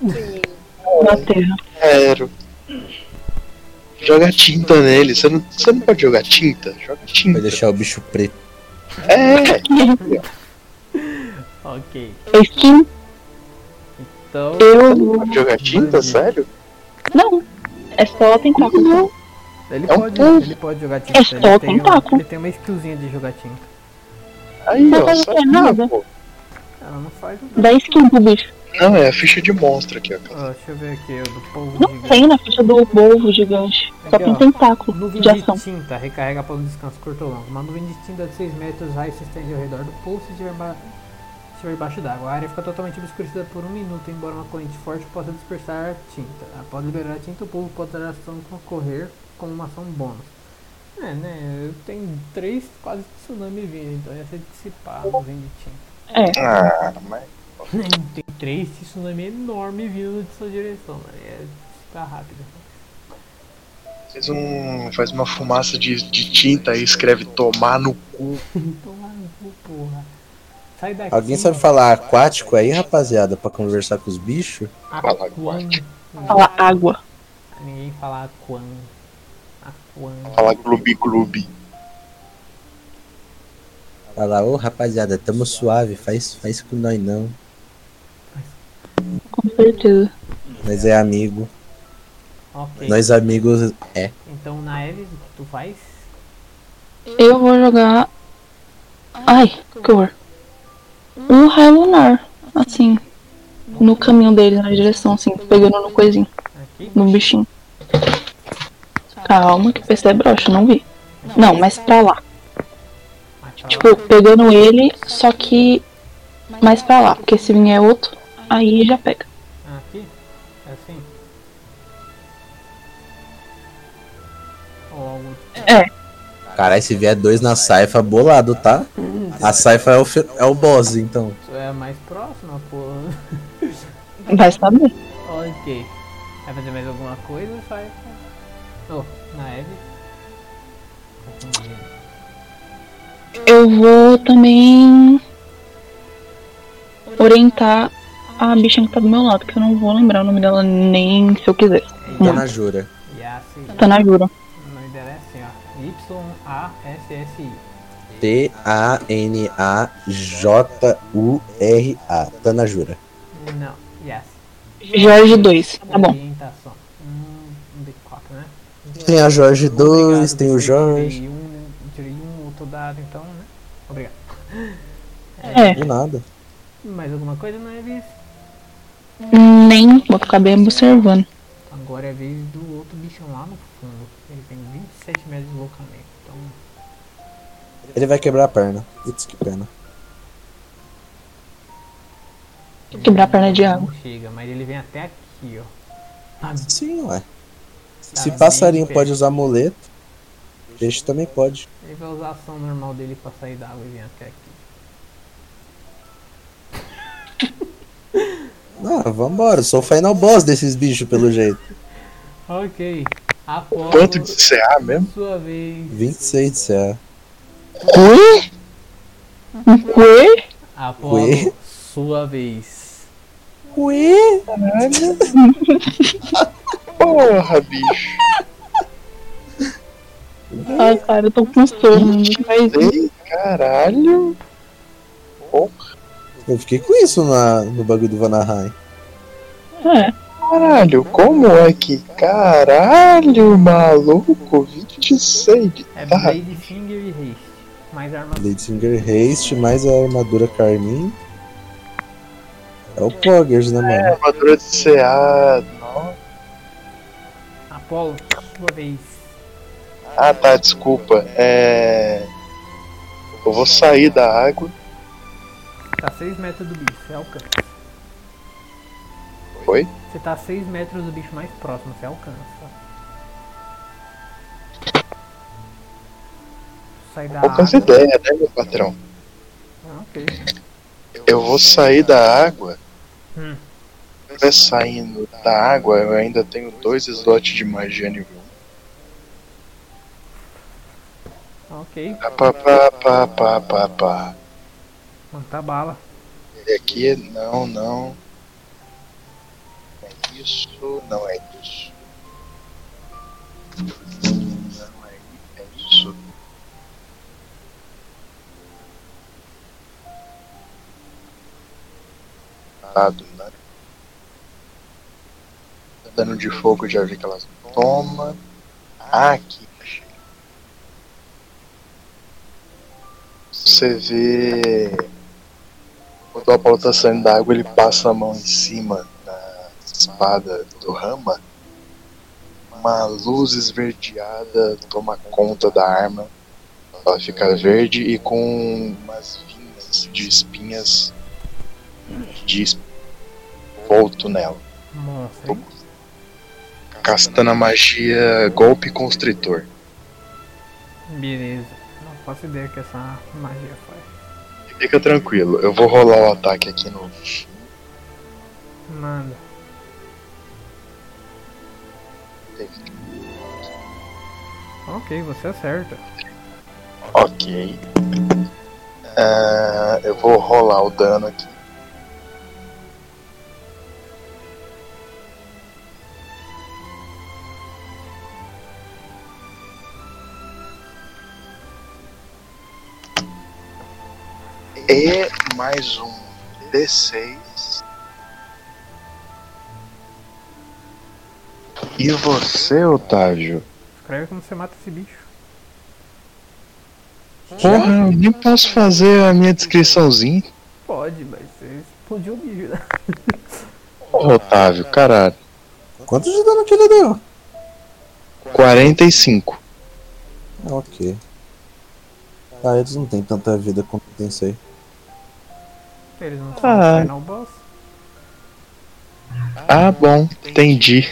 [SPEAKER 4] Na terra.
[SPEAKER 5] Quero. Joga tinta nele. Você não, você não pode jogar tinta? Joga
[SPEAKER 1] Vai
[SPEAKER 5] tinta.
[SPEAKER 1] deixar o bicho preto.
[SPEAKER 5] É,
[SPEAKER 2] Ok.
[SPEAKER 4] É skin?
[SPEAKER 2] Então,
[SPEAKER 4] Eu.
[SPEAKER 5] pode jogar tinta? Sério?
[SPEAKER 4] Não. É só tentáculo.
[SPEAKER 2] ele,
[SPEAKER 5] É um
[SPEAKER 2] pode,
[SPEAKER 5] povo.
[SPEAKER 2] ele pode jogar
[SPEAKER 4] É
[SPEAKER 2] tinta.
[SPEAKER 4] só
[SPEAKER 2] Ele tem, um-
[SPEAKER 4] tentáculo.
[SPEAKER 2] ele tem uma skillzinha de jogar tinta.
[SPEAKER 5] Aí,
[SPEAKER 4] Não
[SPEAKER 5] ó.
[SPEAKER 4] faz
[SPEAKER 5] só-
[SPEAKER 4] nada.
[SPEAKER 5] pô.
[SPEAKER 2] Ela não faz o.
[SPEAKER 4] Dá skin pro bicho.
[SPEAKER 5] Não, é a ficha de monstro aqui, ó.
[SPEAKER 2] Ó, deixa eu ver aqui, o do povo
[SPEAKER 4] Não
[SPEAKER 2] gigante.
[SPEAKER 4] tem na ficha do povo gigante. Só
[SPEAKER 2] Aqui,
[SPEAKER 4] tem
[SPEAKER 2] ó.
[SPEAKER 4] tentáculo
[SPEAKER 2] Nuvem
[SPEAKER 4] de ação.
[SPEAKER 2] de tinta, recarrega após um descanso curto ou longo. Uma nuvem de tinta de 6 metros raio se estende ao redor do povo se estiver, ba- se estiver embaixo d'água. A área fica totalmente obscurecida por um minuto, embora uma corrente forte possa dispersar a tinta. Após liberar a tinta, o povo pode dar ação concorrer com uma ação bônus. É, né? Eu tenho três quase tsunami vindo, então ia ser dissipar a nuvem de tinta.
[SPEAKER 4] É.
[SPEAKER 5] Ah, mas.
[SPEAKER 2] Tem três tsunami enorme vindo de sua direção, mano. Ia dissipar rápido.
[SPEAKER 5] Faz, um, faz uma fumaça de, de tinta e escreve tomar no cu.
[SPEAKER 2] Tomar no cu, porra. Sai daqui.
[SPEAKER 1] Alguém sabe falar aquático aí, rapaziada, pra conversar com os bichos?
[SPEAKER 2] Aquan.
[SPEAKER 4] Fala água.
[SPEAKER 2] Ninguém fala Aquan. Aquan.
[SPEAKER 5] Fala Gloob Gloob.
[SPEAKER 1] Falar, ô rapaziada, tamo suave, faz, faz com nós não.
[SPEAKER 4] Com certeza.
[SPEAKER 1] Nós é amigo.
[SPEAKER 2] Ok.
[SPEAKER 1] Nós amigos é.
[SPEAKER 2] Então, na Eve, o que tu faz?
[SPEAKER 4] Eu vou jogar. Ai, que horror. Um raio lunar. Assim. No caminho dele, na direção, assim. Pegando no coisinho.
[SPEAKER 2] Aqui?
[SPEAKER 4] No bichinho. Calma, que o PC é broxa, não vi. Não, mas pra lá.
[SPEAKER 2] Aquela-
[SPEAKER 4] Tipo, pegando ele, só que mais pra lá. Porque se vier outro, aí já pega.
[SPEAKER 2] Aqui? É assim? Ou algo tipo.
[SPEAKER 1] Caralho, se vier dois na saifa, bolado, tá? A saifa é o, fi- é o boss, então.
[SPEAKER 2] Isso é a mais próxima, porra.
[SPEAKER 4] Vai saber.
[SPEAKER 2] Ok. Vai fazer mais alguma coisa, sai. Oh, na Eve. Confundi.
[SPEAKER 4] Eu vou também orientar a bichinha que tá do meu lado, que eu não vou lembrar o nome dela nem se eu quiser. Tá
[SPEAKER 1] Tá na jura.
[SPEAKER 2] Yassi.
[SPEAKER 4] Tanajura.
[SPEAKER 2] O nome dela é assim, ó. Y-A-S-S-I.
[SPEAKER 1] T-A-N-A-J-U-R-A. Tá na jura.
[SPEAKER 2] Não, Yassi.
[SPEAKER 4] Jorge 2, tá bom.
[SPEAKER 2] Orientação. Hum, um bicoca, né?
[SPEAKER 1] Tem a Jorge 2,
[SPEAKER 2] Obrigado,
[SPEAKER 1] tem o
[SPEAKER 2] você
[SPEAKER 1] Jorge.
[SPEAKER 2] Tirei um, tirei um outro dado, então, né? Obrigado.
[SPEAKER 4] É,
[SPEAKER 1] De nada.
[SPEAKER 2] Mais alguma coisa, não é vez?
[SPEAKER 4] nem vou ficar bem observando.
[SPEAKER 2] Agora é a vez do outro bichão lá no fundo. Ele tem 27 metros de deslocamento. Então,
[SPEAKER 1] Ele vai quebrar a perna. Putz, que pena.
[SPEAKER 4] Quebrar a perna de água.
[SPEAKER 2] não chega, mas ele vem até aqui, ó.
[SPEAKER 1] Sim, ué. Se
[SPEAKER 2] Tá
[SPEAKER 1] passarinho
[SPEAKER 2] bem
[SPEAKER 1] pode
[SPEAKER 2] perto.
[SPEAKER 1] usar amuleto, peixe também pode.
[SPEAKER 2] Ele vai usar a ação normal dele pra sair da água e vir até aqui.
[SPEAKER 1] Ah, vambora. Eu sou o final boss desses bichos, pelo jeito.
[SPEAKER 2] Ok. Apolo,
[SPEAKER 5] Quanto de CA mesmo?
[SPEAKER 2] sua vez.
[SPEAKER 1] 26 de CA.
[SPEAKER 4] Quê? Quê?
[SPEAKER 2] Apolo,
[SPEAKER 1] Ué?
[SPEAKER 2] sua vez.
[SPEAKER 1] Ué?
[SPEAKER 5] Porra, bicho.
[SPEAKER 4] Ai, cara, eu tô com sono. não faz isso.
[SPEAKER 5] Ei, caralho.
[SPEAKER 1] Eu fiquei com isso na, no bagulho do Vanaheim.
[SPEAKER 4] É,
[SPEAKER 5] Caralho, como é que. Caralho, maluco. 26 de
[SPEAKER 2] É
[SPEAKER 5] Tá.
[SPEAKER 2] Blade Finger e Haste. Mais arma.
[SPEAKER 1] Blade Haste, mais a armadura Carmin. É o Poggers, né, mano?
[SPEAKER 5] armadura de CA. Não.
[SPEAKER 2] Apolo, sua vez.
[SPEAKER 5] Ah, tá, desculpa. É. Eu vou sair da água.
[SPEAKER 2] Tá 6 metros do bicho, é você alcança.
[SPEAKER 5] Oi?
[SPEAKER 2] Você tá a 6 metros do bicho mais próximo, você é alcança. Sai da
[SPEAKER 5] Poucas
[SPEAKER 2] água.
[SPEAKER 5] ideia, né, meu patrão?
[SPEAKER 2] Ah, ok.
[SPEAKER 5] Eu vou sair da água.
[SPEAKER 2] Hum.
[SPEAKER 5] Né, saindo da água, eu ainda tenho dois slots de magia nível
[SPEAKER 2] Ok.
[SPEAKER 5] 1. Pá, pá, pá, pá, pá, pá.
[SPEAKER 2] Manta bala.
[SPEAKER 5] E aqui, não, não. É isso, não é isso. Não é, é isso. Dado, né? Dano de fogo, já vi que elas toma. Ah, aqui. achei. Você vê quando o Apolo tá saindo da água, ele passa a mão em cima da espada do Rama. Uma luz esverdeada toma conta da arma. Ela fica verde e com umas vinhas de espinhas de esp- volto nela.
[SPEAKER 2] Monstro. hein?
[SPEAKER 5] Castando a magia golpe constritor.
[SPEAKER 2] Beleza. Não faço ideia o que essa magia faz.
[SPEAKER 5] Fica tranquilo, eu vou rolar o ataque aqui no
[SPEAKER 2] Manda. Ok, você acerta.
[SPEAKER 5] Ok. Ah, eu vou rolar o dano aqui. E mais um D6. E você, Otávio?
[SPEAKER 2] Escreve como você mata esse bicho.
[SPEAKER 3] Porra, eu nem posso fazer a minha descriçãozinha.
[SPEAKER 2] Pode, mas você explodiu o bicho, né?
[SPEAKER 3] Porra, Otávio, caralho.
[SPEAKER 1] Quanto de dano que ele deu?
[SPEAKER 3] 45.
[SPEAKER 1] Ok. Ah, eles não têm tanta vida quanto eu pensei.
[SPEAKER 2] Eles não
[SPEAKER 3] Ah.
[SPEAKER 2] são final boss.
[SPEAKER 3] Ah, bom, entendi.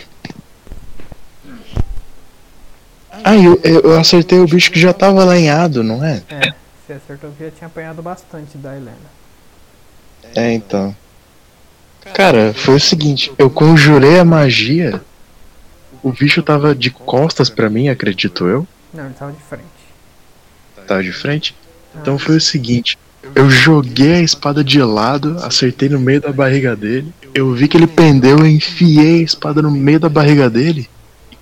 [SPEAKER 3] Ah, eu, eu eu acertei o bicho que já tava lenhado, não é?
[SPEAKER 2] É, você acertou que já tinha apanhado bastante da Helena.
[SPEAKER 3] É, então. Cara, foi o seguinte, eu conjurei a magia. O bicho tava de costas pra mim, acredito eu.
[SPEAKER 2] Não, ele tava de frente.
[SPEAKER 3] Tava de frente. Então foi o seguinte, eu joguei a espada de lado, acertei no meio da barriga dele. Eu vi que ele pendeu, eu enfiei a espada no meio da barriga dele.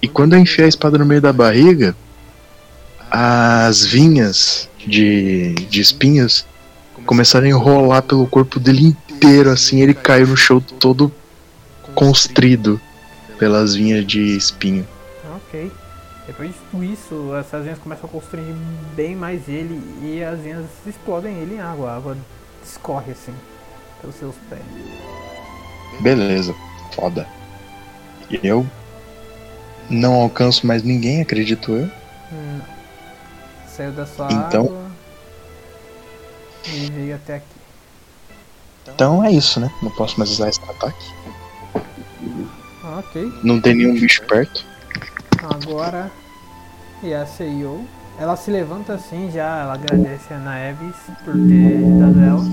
[SPEAKER 3] E quando eu enfiei a espada no meio da barriga, as vinhas de, de espinhos começaram a enrolar pelo corpo dele inteiro, assim, ele caiu no chão todo constrido pelas vinhas de espinho.
[SPEAKER 2] Ok. Depois de tudo isso, essas vinhas começam a construir bem mais ele e as vinhas explodem ele em água. A água escorre assim pelos seus pés.
[SPEAKER 3] Beleza, foda. Eu não alcanço mais ninguém, acredito eu.
[SPEAKER 2] Hum, Saiu da sua
[SPEAKER 3] Então-
[SPEAKER 2] água e veio até aqui.
[SPEAKER 3] Então é isso, né? Não posso mais usar esse ataque.
[SPEAKER 2] Ah, Ok.
[SPEAKER 3] Não tem nenhum bicho perto.
[SPEAKER 2] Agora, e a CEO, ela se levanta assim já, ela agradece a Naeves por ter dado ela.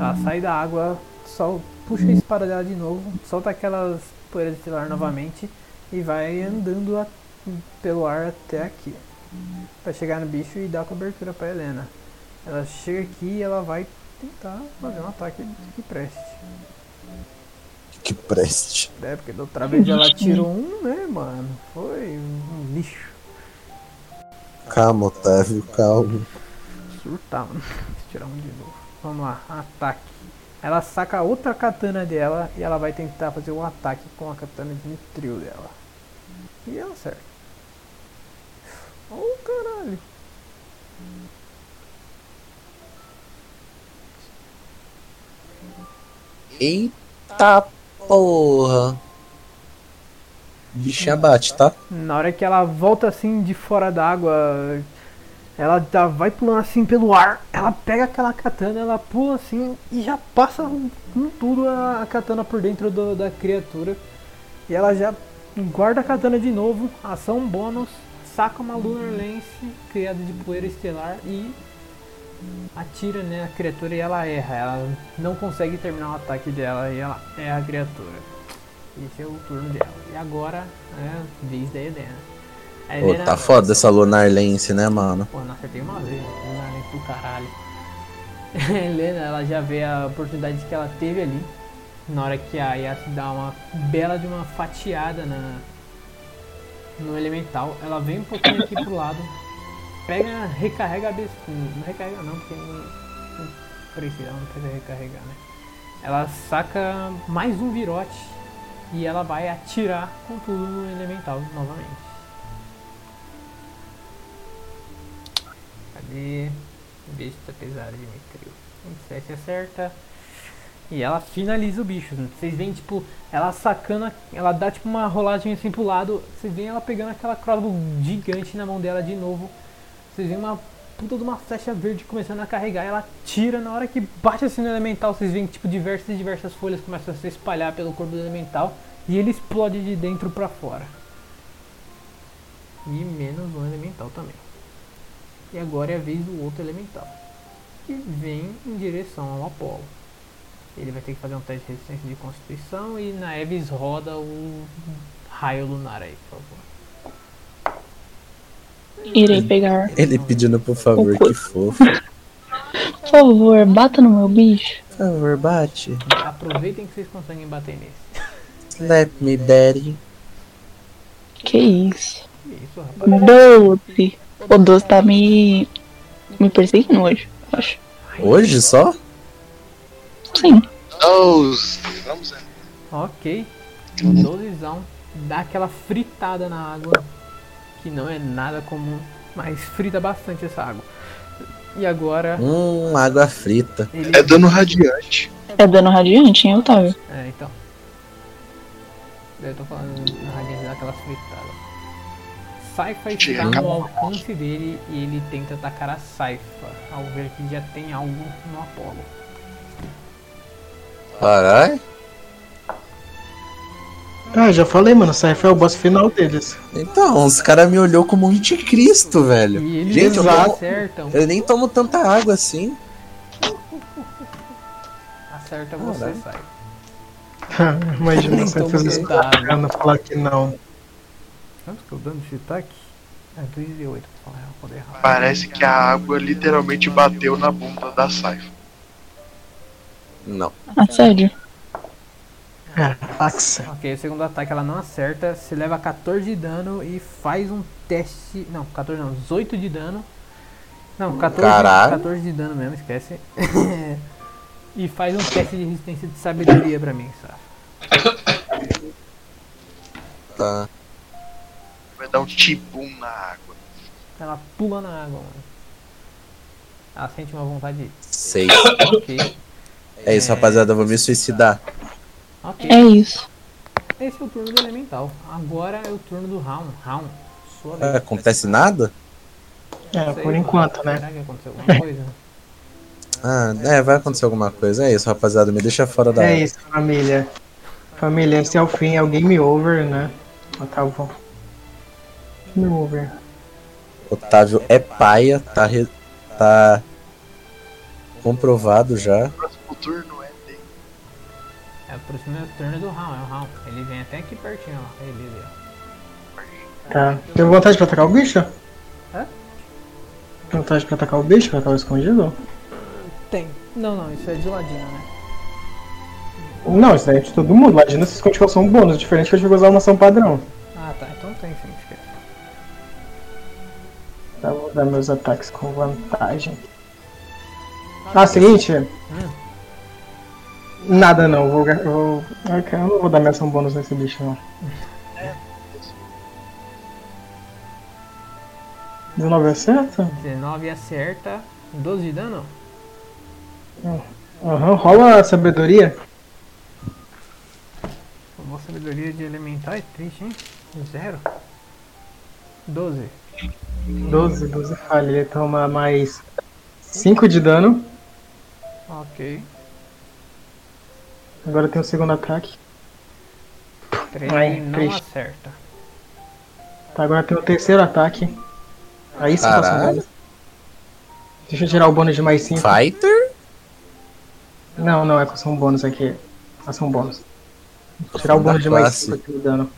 [SPEAKER 2] Ela sai da água, só puxa a espada dela de novo, solta aquelas poeiras de ar novamente e vai andando a- pelo ar até aqui. Pra chegar no bicho e dar cobertura pra Helena. Ela chega aqui e ela vai tentar fazer um ataque que preste.
[SPEAKER 1] Que preste.
[SPEAKER 2] É, porque da outra vez ela tirou um, né, mano? Foi um lixo.
[SPEAKER 1] Calma, Otávio, calma.
[SPEAKER 2] Surtar, mano. Deixa eu tirar um de novo. Vamos lá, ataque. Ela saca a outra katana dela e ela vai tentar fazer um ataque com a katana de trio dela. E ela acerta. Oh, caralho.
[SPEAKER 1] Eita porra. Bichinha bate, tá?
[SPEAKER 2] Na hora que ela volta assim de fora d'água, ela já vai pulando assim pelo ar. Ela pega aquela katana, ela pula assim e já passa com tudo a a katana por dentro do- da criatura. E ela já guarda a katana de novo, ação bônus, saca uma Lunar Lance criada de poeira estelar e atira né, a criatura e ela erra. Ela não consegue terminar o ataque dela e ela erra a criatura. Esse é o turno dela. E agora é a vez da Helena. A
[SPEAKER 1] Pô,
[SPEAKER 2] Helena-
[SPEAKER 1] tá foda essa Lunar Lance, né, mano?
[SPEAKER 2] Pô, não acertei uma vez, não era nem pro caralho. A Helena, ela já vê a oportunidade que ela teve ali. Na hora que a Yas dá uma bela de uma fatiada na, no elemental, ela vem um pouquinho aqui pro lado, pega, recarrega a besta. Não recarrega não, porque não, não precisa, ela não precisa recarregar, né? Ela saca mais um virote e ela vai atirar com tudo no elemental novamente. Cadê? O bicho tá pesado de Mitril. 27 acerta. E ela finaliza o bicho. né? Vocês veem, tipo, ela sacando. a- Ela dá, tipo, uma roladinha assim pro lado. Vocês veem ela pegando aquela crossbow gigante na mão dela de novo. Vocês veem uma puta de uma flecha verde começando a carregar. Ela tira. Na hora que bate assim no elemental, vocês veem, tipo, diversas e diversas folhas começam a se espalhar pelo corpo do elemental. E ele explode de dentro pra fora. E menos um elemental também. E agora é a vez do outro elemental. Que vem em direção ao Apolo. Ele vai ter que fazer um teste de resistência de constituição e na Eves roda o raio lunar aí, por favor.
[SPEAKER 4] Irei pegar.
[SPEAKER 1] Ele pedindo por favor, que fofo.
[SPEAKER 4] favor, bata no meu bicho.
[SPEAKER 1] Por favor, bate.
[SPEAKER 2] Aproveitem que vocês conseguem bater nesse.
[SPEAKER 1] Slap me, daddy.
[SPEAKER 4] Que isso.
[SPEAKER 2] Que isso, rapaz.
[SPEAKER 4] Doce. O Doce tá me. me perseguindo hoje, eu acho.
[SPEAKER 1] Hoje só?
[SPEAKER 4] Sim.
[SPEAKER 5] Nose. Vamos ver.
[SPEAKER 2] Ok. Dozizão. Dá aquela fritada na água. Que não é nada comum. Mas frita bastante essa água. E agora
[SPEAKER 1] Hum, água frita.
[SPEAKER 2] ele.
[SPEAKER 5] É dano radiante.
[SPEAKER 4] É dano radiante, hein, Otávio?
[SPEAKER 2] É, então. Eu tô falando na radiante daquelas fritadas. Saifa está
[SPEAKER 5] Chega.
[SPEAKER 2] no alcance dele e ele tenta atacar a Saifa, ao ver que já tem algo no Apolo.
[SPEAKER 1] Caralho.
[SPEAKER 6] Ah, já falei, mano. Cypher é o boss final deles.
[SPEAKER 1] Então, os caras me olhou como um anticristo, velho.
[SPEAKER 2] E eles
[SPEAKER 1] Gente, eu, tomo-
[SPEAKER 2] acertam,
[SPEAKER 1] eu nem tomo tanta água assim.
[SPEAKER 2] acerta você,
[SPEAKER 1] Caralho.
[SPEAKER 2] Saifa.
[SPEAKER 6] Ah, Imagina
[SPEAKER 2] Nem
[SPEAKER 6] você
[SPEAKER 2] tão
[SPEAKER 6] fazer
[SPEAKER 2] cuidado.
[SPEAKER 6] não falar que não.
[SPEAKER 2] Quanto que é o dano de Shitake? É 2 e 8, pra falar, eu vou errar.
[SPEAKER 5] Parece que a água literalmente bateu na bunda da Saifa.
[SPEAKER 1] Não.
[SPEAKER 4] Assédio.
[SPEAKER 6] Ah, Axa.
[SPEAKER 2] Ok, o segundo ataque ela não acerta, se leva 14 de dano e faz um teste. Não, 14 não, 18 de dano. Não, 14,
[SPEAKER 1] Caralho.
[SPEAKER 2] 14 de dano mesmo, esquece. e faz um teste de resistência de sabedoria pra mim, sabe?
[SPEAKER 1] Tá.
[SPEAKER 5] Vai dar um tibum na água.
[SPEAKER 2] Ela pula na água, mano. Ela sente uma vontade.
[SPEAKER 1] Sei.
[SPEAKER 2] Ok,
[SPEAKER 1] É isso, rapaziada. Eu vou me suicidar.
[SPEAKER 2] ok.
[SPEAKER 4] É isso.
[SPEAKER 2] Esse é o turno do elemental. Agora é o turno do round. Round. Sua
[SPEAKER 1] Ah,
[SPEAKER 2] vez.
[SPEAKER 1] Acontece nada?
[SPEAKER 6] É,
[SPEAKER 2] Sei
[SPEAKER 6] por
[SPEAKER 2] lá,
[SPEAKER 6] enquanto, né?
[SPEAKER 2] Será que aconteceu alguma coisa?
[SPEAKER 1] Ah, é, vai acontecer alguma coisa. É isso, rapaziada. Me deixa fora da.
[SPEAKER 6] É isso, família. Família, esse é o fim, é o game over, né? Otávio. Game over.
[SPEAKER 1] Otávio é paia, tá. re- tá comprovado já.
[SPEAKER 5] O próximo turno é dele.
[SPEAKER 2] É o próximo turno do round, é o round. Ele vem até aqui pertinho, ó. Ele ali, ó.
[SPEAKER 6] Tá. Tem vontade de atacar o bicho?
[SPEAKER 2] Hã?
[SPEAKER 6] Tem vontade de atacar o bicho pra estar escondido?
[SPEAKER 2] Tem. Não, não, isso é de ladinho, né?
[SPEAKER 6] Não, isso daí é de todo mundo. Ladino se esconde com ação bônus, diferente que eu vou usar uma ação padrão.
[SPEAKER 2] Ah, tá. Então tem sim, esquece.
[SPEAKER 6] Tá, vou dar meus ataques com vantagem. Ah, seguinte. Nada não, vou. ga- vou ah, cara, eu não vou dar minha ação bônus nesse bicho não. 19 acerta?
[SPEAKER 2] 19 acerta. 12 é de dano?
[SPEAKER 6] Aham, rola a sabedoria.
[SPEAKER 2] A boa sabedoria de elemental é triste, hein? Zero. 12.
[SPEAKER 6] 12, 12 falha, ele toma mais 5 de dano.
[SPEAKER 2] Ok.
[SPEAKER 6] Agora tem o segundo ataque.
[SPEAKER 2] 3
[SPEAKER 6] Ai,
[SPEAKER 2] não
[SPEAKER 6] três.
[SPEAKER 2] acerta.
[SPEAKER 6] Tá, agora tem o terceiro ataque. Aí sim faço um
[SPEAKER 1] Caralho.
[SPEAKER 6] bônus. Deixa eu tirar o bônus de mais 5.
[SPEAKER 1] Fighter?
[SPEAKER 6] Não, não, é com ação bônus aqui. Ação bônus. Vou tirar o
[SPEAKER 1] Da
[SPEAKER 6] bônus de mais
[SPEAKER 1] classe.
[SPEAKER 6] 5 aqui do dano.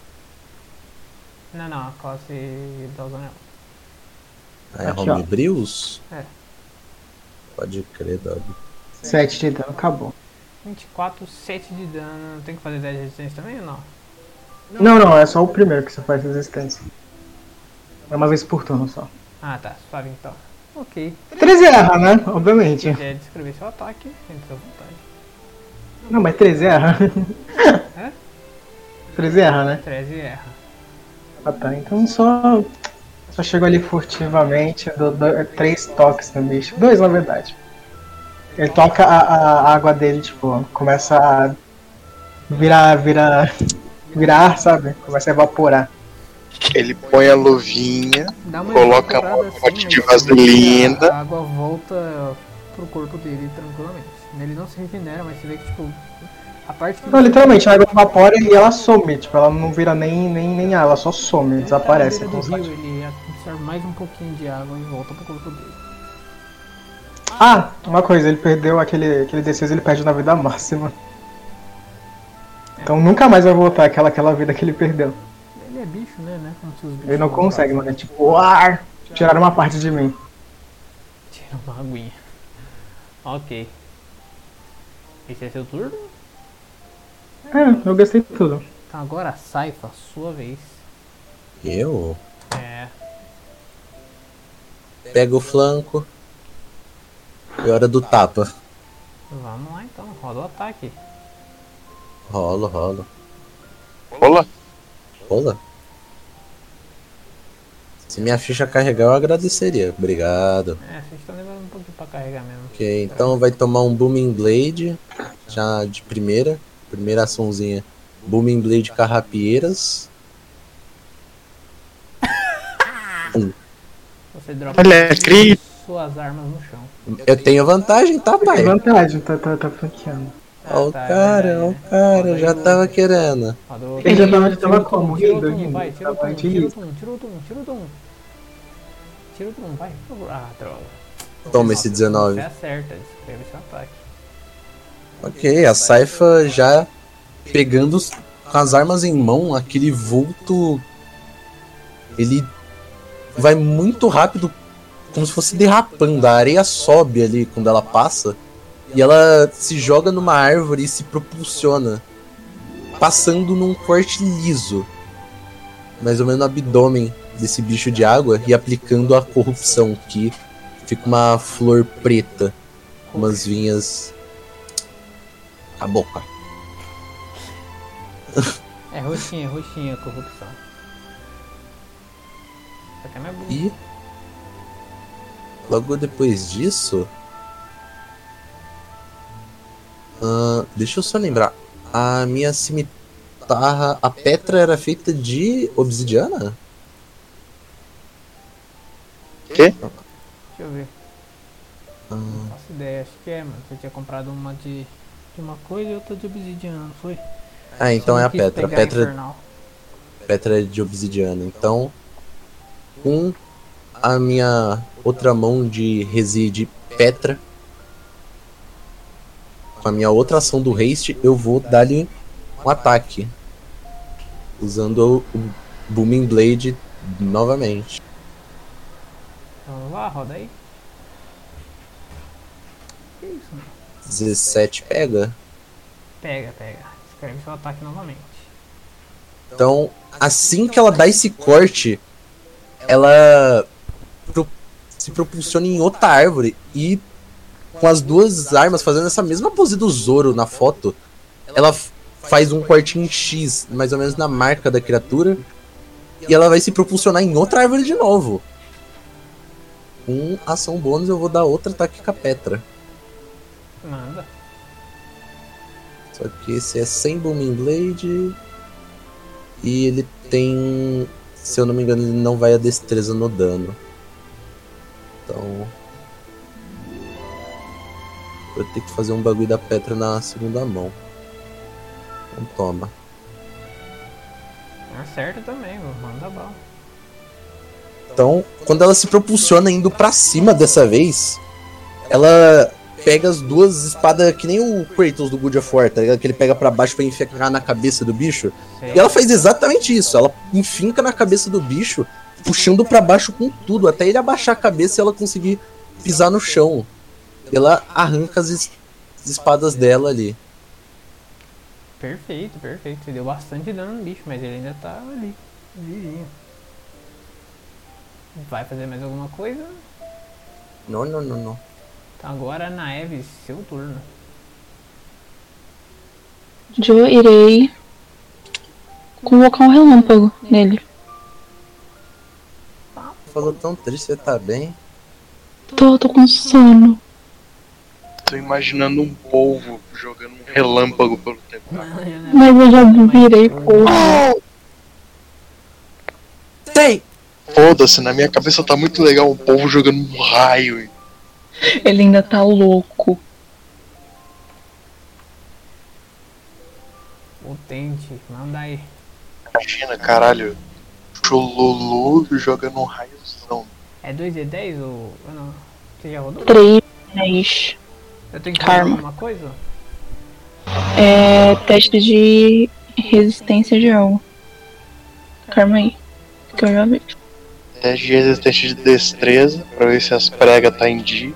[SPEAKER 2] Não, não, a classe da zona é outra.
[SPEAKER 1] É
[SPEAKER 6] Aqui, ó.
[SPEAKER 1] Homebrews?
[SPEAKER 2] É.
[SPEAKER 1] Pode crer, W.
[SPEAKER 6] 7 de dano, acabou.
[SPEAKER 2] 24, 7 de dano. Tem que fazer 10 de resistência também ou não?
[SPEAKER 6] Não, não, é só o primeiro que você faz resistência. É uma vez por turno só.
[SPEAKER 2] Ah, tá. Suave então. Ok.
[SPEAKER 6] 13 erra, né? Obviamente.
[SPEAKER 2] Quer descrever seu ataque, entre sua vontade.
[SPEAKER 6] Não, mas 13 erra. 13 erra, né?
[SPEAKER 2] 13 erra.
[SPEAKER 6] Ah tá, então só. Só chego ali furtivamente, dou do- três toques no bicho. Dois na verdade. Ele toca a, a- a água dele, tipo, começa a virar, virar. Virar, sabe? Começa a evaporar.
[SPEAKER 5] Ele põe a luvinha.
[SPEAKER 2] Dá uma
[SPEAKER 5] Coloca
[SPEAKER 2] evaporada
[SPEAKER 5] uma pote de
[SPEAKER 2] mas
[SPEAKER 5] vaselina.
[SPEAKER 2] A água volta pro corpo dele tranquilamente. Ele não se regenera, mas você vê que, tipo, a parte que.
[SPEAKER 6] Não, Então, tá- literalmente, a água evapora e ela some, tipo, ela não vira nem, nem, nem água, ela só some,
[SPEAKER 2] Ele tá na
[SPEAKER 6] desaparece. é
[SPEAKER 2] beira
[SPEAKER 6] como
[SPEAKER 2] do
[SPEAKER 6] se-
[SPEAKER 2] rio, ele absorve mais um pouquinho de água e volta pro corpo dele.
[SPEAKER 6] Ah, uma coisa, ele perdeu aquele, aquele D6, ele perde na vida máxima. Então nunca mais vai voltar aquela, aquela vida que ele perdeu.
[SPEAKER 2] Ele é bicho, né? né? Como se os bichos
[SPEAKER 6] Ele não
[SPEAKER 2] voltassem.
[SPEAKER 6] consegue, mano. É tipo, ar! Tiraram uma parte de mim.
[SPEAKER 2] Tira uma aguinha. Ok. Esse é seu turno?
[SPEAKER 6] É, eu gastei tudo.
[SPEAKER 2] Então agora a Saifa, sua vez.
[SPEAKER 1] Eu?
[SPEAKER 2] É.
[SPEAKER 1] Pega o flanco. E hora do tapa.
[SPEAKER 2] Vamos lá então, roda o ataque.
[SPEAKER 1] Rola, rola.
[SPEAKER 5] Rola?
[SPEAKER 1] Rola? Se minha ficha carregar, eu agradeceria. Obrigado.
[SPEAKER 2] É, vocês estão demorando um pouquinho pra carregar mesmo.
[SPEAKER 1] Ok, então vai tomar um Booming Blade. Já de primeira. Primeira açãozinha. Booming Blade Carrapieiras. Um.
[SPEAKER 2] Você dropa
[SPEAKER 5] Olha, cri-
[SPEAKER 2] suas armas no chão.
[SPEAKER 1] Eu tenho vantagem, tá,
[SPEAKER 6] Tem
[SPEAKER 1] pai?
[SPEAKER 6] vantagem, tá, tá, tá flanqueando.
[SPEAKER 2] é né?
[SPEAKER 1] Ó o cara, ó o cara, eu já tava querendo.
[SPEAKER 6] Ele já tava, já tava como?
[SPEAKER 2] Tira
[SPEAKER 6] Rindo,
[SPEAKER 2] outro um,
[SPEAKER 6] rindo.
[SPEAKER 2] vai, tira
[SPEAKER 6] Tá
[SPEAKER 2] outro um,
[SPEAKER 6] parte
[SPEAKER 2] tira
[SPEAKER 6] rindo.
[SPEAKER 2] outro um, tira outro um, tira outro um. Tira outro um, vai. Ah, droga.
[SPEAKER 1] Toma esse
[SPEAKER 2] Você
[SPEAKER 1] 19.
[SPEAKER 2] acerta, descreve seu um ataque.
[SPEAKER 1] Ok, a Saifa já pegando os- com as armas em mão, aquele vulto. Ele vai muito rápido, como se fosse derrapando. A areia sobe ali quando ela passa. E ela se joga numa árvore e se propulsiona, passando num corte liso, mais ou menos no abdômen desse bicho de água, e aplicando a corrupção, que fica uma flor preta, umas vinhas a boca.
[SPEAKER 2] É roxinha, roxinha, corrupção. Isso aqui é mais bonito.
[SPEAKER 1] E logo depois disso. ahn, ah, deixa eu só lembrar. A minha cimitarra. A Petra era feita de obsidiana?
[SPEAKER 5] Quê?
[SPEAKER 2] Deixa eu ver.
[SPEAKER 1] Ah.
[SPEAKER 2] Não faço ideia, acho que é, mano. Você tinha comprado uma de, de uma coisa e outra de obsidiana, não foi?
[SPEAKER 1] Ah, então
[SPEAKER 2] Você
[SPEAKER 1] é
[SPEAKER 2] não
[SPEAKER 1] a
[SPEAKER 2] quis
[SPEAKER 1] Petra.
[SPEAKER 2] pegar
[SPEAKER 1] Petra,
[SPEAKER 2] infernal.
[SPEAKER 1] Petra é de obsidiana. Então, com a minha outra mão de reside Petra, com a minha outra ação do haste, eu vou dar-lhe um ataque. Usando o Booming Blade novamente.
[SPEAKER 2] Então vamos lá, roda aí. Que isso, mano?
[SPEAKER 1] 17 pega.
[SPEAKER 2] Pega, pega. Escreve seu um ataque novamente.
[SPEAKER 1] Então, assim que ela dá esse corte, ela pro- se propulsiona em outra árvore e com as duas armas fazendo essa mesma pose do Zoro na foto, ela f- faz um corte em X, mais ou menos na marca da criatura, e ela vai se propulsionar em outra árvore de novo. Com ação bônus eu vou dar outro ataque com a Petra.
[SPEAKER 2] Manda.
[SPEAKER 1] Só que esse é sem Booming Blade. E ele tem. Se eu não me engano, ele não vai a destreza no dano. Então. Vou ter que fazer um bagulho da Petra na segunda mão. Então toma.
[SPEAKER 2] Acerta também, mano. Manda bala.
[SPEAKER 1] Então, quando ela se propulsiona indo pra cima dessa vez, ela pega as duas espadas que nem o Kratos do God of War, tá ligado? Que ele pega pra baixo pra enfiar na cabeça do bicho.
[SPEAKER 2] é
[SPEAKER 1] E ela faz exatamente isso. Ela enfinca na cabeça do bicho, puxando pra baixo com tudo, até ele abaixar a cabeça e ela conseguir pisar no chão. Ela arranca as es- espadas dela ali.
[SPEAKER 2] Perfeito, perfeito. Você deu bastante dano no bicho, mas ele ainda tá ali. Vivinho. Vai fazer mais alguma coisa?
[SPEAKER 1] Não, não, não, não.
[SPEAKER 2] Então agora na Eve, seu turno.
[SPEAKER 4] Eu irei colocar um relâmpago nele.
[SPEAKER 1] Falou tão triste, você tá bem?
[SPEAKER 4] Tô, tô com sono.
[SPEAKER 5] Tô imaginando um polvo jogando um relâmpago pelo tempo.
[SPEAKER 2] Ah.
[SPEAKER 4] Mas eu já virei corpo.
[SPEAKER 1] Tem!
[SPEAKER 5] Foda-se, na minha cabeça tá muito legal um polvo jogando um raio.
[SPEAKER 4] Ele ainda tá louco.
[SPEAKER 2] Potente, manda aí.
[SPEAKER 5] Imagina, caralho. Chololô jogando um raiozão.
[SPEAKER 2] É 2D10 ou. ou não? Você já rodou?
[SPEAKER 4] 3, 10.
[SPEAKER 2] Eu tenho que fazer
[SPEAKER 4] Karma.
[SPEAKER 2] alguma coisa?
[SPEAKER 4] É teste de resistência de algo. Calma aí. Que eu já vi.
[SPEAKER 5] Teste É, de resistência de destreza, pra ver se as pregas tá em dia.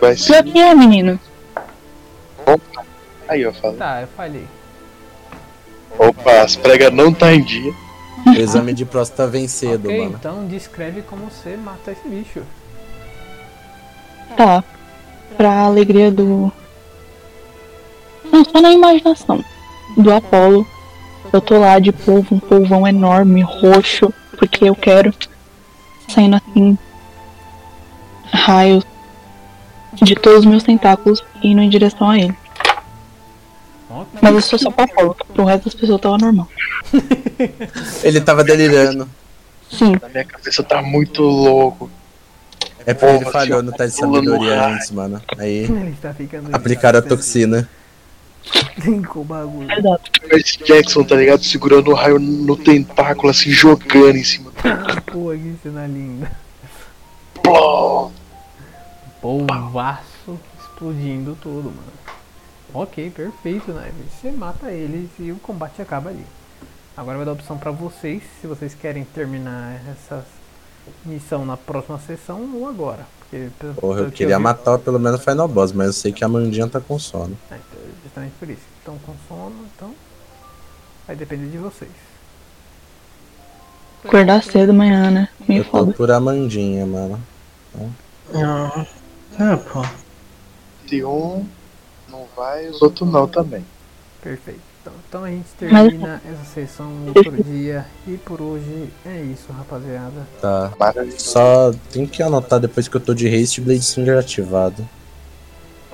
[SPEAKER 5] Vai sim.
[SPEAKER 4] Já que é, menino.
[SPEAKER 5] Opa. Aí eu falo.
[SPEAKER 2] Tá, eu falhei.
[SPEAKER 5] Opa, as pregas não tá em dia.
[SPEAKER 1] O exame de próstata vem cedo,
[SPEAKER 2] Ok,
[SPEAKER 1] mano.
[SPEAKER 2] então descreve como você mata esse bicho.
[SPEAKER 4] Tá. Pra alegria do. Não, só na imaginação. Do Apolo. Eu tô lá de polvo, um polvão enorme, roxo, porque eu quero. Saindo assim. Raios. De todos os meus tentáculos indo em direção a ele. Mas eu sou só pro Apolo, pro resto das pessoas tava normal.
[SPEAKER 1] Ele tava delirando.
[SPEAKER 4] Sim.
[SPEAKER 5] Na minha cabeça tá muito louco.
[SPEAKER 1] É porque ele
[SPEAKER 5] Porra,
[SPEAKER 1] falhou
[SPEAKER 5] tio,
[SPEAKER 1] no teste de
[SPEAKER 5] pulando
[SPEAKER 1] sabedoria
[SPEAKER 5] raio.
[SPEAKER 1] antes, mano. Aí
[SPEAKER 2] Ele tá ficando.
[SPEAKER 1] aplicaram a toxina.
[SPEAKER 2] Trincou o bagulho.
[SPEAKER 5] Percy Jackson, tá ligado? Segurando o raio no tentáculo, assim, jogando em cima.
[SPEAKER 2] Pô, que cena linda.
[SPEAKER 5] Plom!
[SPEAKER 2] Polvaço explodindo tudo, mano. Ok, perfeito, Naive. Você mata eles e o combate acaba ali. Agora vai dar opção pra vocês, se vocês querem terminar essa missão na próxima sessão ou agora. Porque, pelo-
[SPEAKER 1] Porra,
[SPEAKER 2] pelo
[SPEAKER 1] eu
[SPEAKER 2] que
[SPEAKER 1] queria
[SPEAKER 2] vi-
[SPEAKER 1] matar pelo menos o Final Boss, mas eu sei que a Mandinha tá com sono.
[SPEAKER 2] É, então, justamente por isso. Estão com sono, então. Vai depender de vocês.
[SPEAKER 4] Acordar cedo amanhã, né? Meio
[SPEAKER 1] Eu tô
[SPEAKER 4] foda.
[SPEAKER 1] por Amandinha, mano.
[SPEAKER 6] Ah, ah, pô.
[SPEAKER 5] Se um não vai, os outros não também.
[SPEAKER 2] Perfeito. Então, então a gente
[SPEAKER 4] Mas-
[SPEAKER 2] termina essa sessão outro dia. E por hoje é isso, rapaziada.
[SPEAKER 1] Tá.
[SPEAKER 5] Maravilha.
[SPEAKER 1] Só tem que anotar depois que eu tô de haste Blade Singer ativado.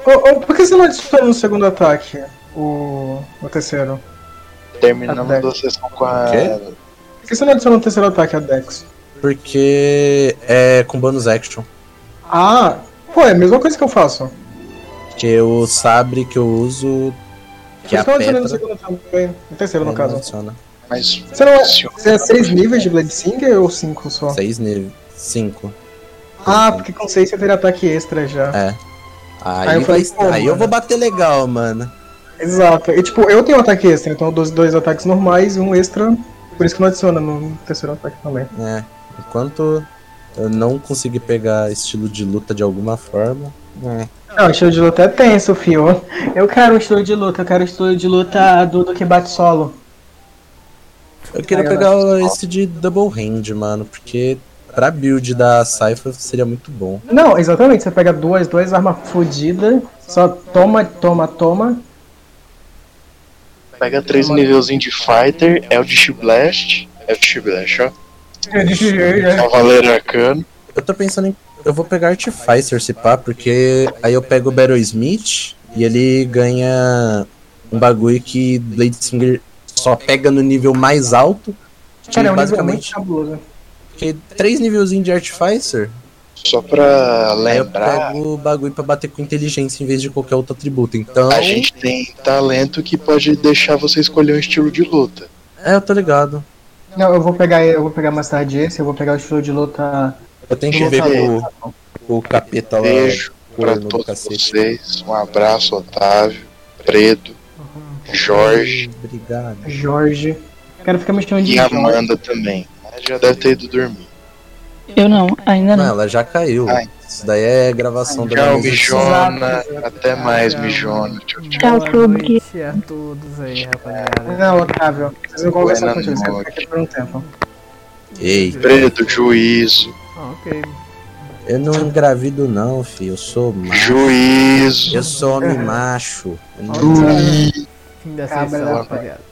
[SPEAKER 6] Ô, ô, por que você não disparou no segundo ataque? O, o terceiro.
[SPEAKER 5] Terminamos
[SPEAKER 6] Tá certo.
[SPEAKER 5] a sessão com a.
[SPEAKER 1] Quê?
[SPEAKER 6] Por que você não adicionou o terceiro ataque a Dex?
[SPEAKER 1] Porque é com bonus action.
[SPEAKER 6] Ah, pô, é a mesma coisa que eu faço.
[SPEAKER 1] Porque o sabre que eu uso. Que
[SPEAKER 6] Por
[SPEAKER 1] é a
[SPEAKER 6] isso que eu adicionei no
[SPEAKER 1] pedra.
[SPEAKER 6] segundo também. No terceiro,
[SPEAKER 1] ele não
[SPEAKER 6] no caso.
[SPEAKER 1] Adiciona.
[SPEAKER 5] Mas.
[SPEAKER 6] Você não é,
[SPEAKER 5] funciona.
[SPEAKER 6] você é seis níveis de Bladesinger ou cinco só?
[SPEAKER 1] Seis níveis. Cinco.
[SPEAKER 6] Ah, porque com seis você teria ataque extra já.
[SPEAKER 1] É. Aí,
[SPEAKER 6] Aí eu
[SPEAKER 1] vai-
[SPEAKER 6] falei, pô,
[SPEAKER 1] aí eu
[SPEAKER 6] mano.
[SPEAKER 1] vou bater legal, mano.
[SPEAKER 6] Exato. E tipo, eu tenho ataque extra, então eu dou dois ataques normais e um extra. Por isso que não adiciona no terceiro ataque também.
[SPEAKER 1] É. Enquanto eu não conseguir pegar estilo de luta de alguma forma. É.
[SPEAKER 6] Não, estilo de luta é tenso, fio. Eu quero um estilo de luta, eu quero um estilo de luta do, do que bate solo.
[SPEAKER 1] Eu queria
[SPEAKER 6] Aí eu
[SPEAKER 1] pegar esse de double hand, mano, porque pra build da Cypher seria muito bom.
[SPEAKER 6] Não, exatamente, você pega duas, duas armas fodidas, só toma, toma, toma.
[SPEAKER 5] Pega três nivelzinhos de Fighter, é o de Blast. É o de Blast, ó.
[SPEAKER 3] é,
[SPEAKER 5] Cavaleiro Arcano.
[SPEAKER 1] Eu tô pensando em. Eu vou pegar Artificer se pá, porque aí eu pego o Battle Smith e ele ganha um bagulho que Blade Singer só pega no nível mais alto. Que
[SPEAKER 6] Cara, é um nível muito
[SPEAKER 1] basicamente.
[SPEAKER 6] cabuloso.
[SPEAKER 1] Porque três nivelzinhos de Artificer,
[SPEAKER 5] Só
[SPEAKER 1] aí
[SPEAKER 5] pra
[SPEAKER 1] eu
[SPEAKER 5] lembrar,
[SPEAKER 1] pego o bagulho pra bater com inteligência em vez de qualquer outro atributo. Então.
[SPEAKER 5] a gente tem talento que pode deixar você escolher um estilo de luta.
[SPEAKER 1] É, eu tô ligado.
[SPEAKER 6] Não, eu vou pegar, eu vou pegar mais tarde esse, eu vou pegar o estilo de luta.
[SPEAKER 1] Eu tenho que
[SPEAKER 5] Deixa
[SPEAKER 1] ver
[SPEAKER 5] eu
[SPEAKER 1] com o- com o capeta lá.
[SPEAKER 5] Beijo pra
[SPEAKER 1] corno do
[SPEAKER 5] todos
[SPEAKER 1] cacete.
[SPEAKER 5] vocês. Um abraço, Otávio, Preto, Jorge
[SPEAKER 1] Obrigado.
[SPEAKER 6] Jorge. Quero ficar me chamando de
[SPEAKER 5] e
[SPEAKER 6] Jorge.
[SPEAKER 5] Amanda também. Mas já deve ter ido dormir.
[SPEAKER 4] Eu não, ainda
[SPEAKER 1] Não,
[SPEAKER 4] não.
[SPEAKER 1] ela já caiu.
[SPEAKER 5] Ai.
[SPEAKER 1] Isso daí é gravação da
[SPEAKER 5] Tchau,
[SPEAKER 1] minha mesa de som.
[SPEAKER 5] mijona.
[SPEAKER 6] Exato, exato.
[SPEAKER 5] Até mais, mijona. Tchau, tchau.
[SPEAKER 4] Tchau,
[SPEAKER 2] Boa
[SPEAKER 4] Clube.
[SPEAKER 2] noite a todos aí, rapaziada.
[SPEAKER 6] Não, Otávio, vocês vão
[SPEAKER 5] Buena
[SPEAKER 6] conversar com vocês, quero
[SPEAKER 5] noite.
[SPEAKER 6] ficar aqui por um tempo.
[SPEAKER 1] Ei,
[SPEAKER 5] Preto, juízo.
[SPEAKER 2] Ah, ok.
[SPEAKER 1] eu não engravido não, filho. Eu sou macho.
[SPEAKER 5] Juízo.
[SPEAKER 1] Eu sou homem macho. Eu não-
[SPEAKER 2] Olha, Fim da
[SPEAKER 6] Cabra.
[SPEAKER 2] sessão, rapaziada.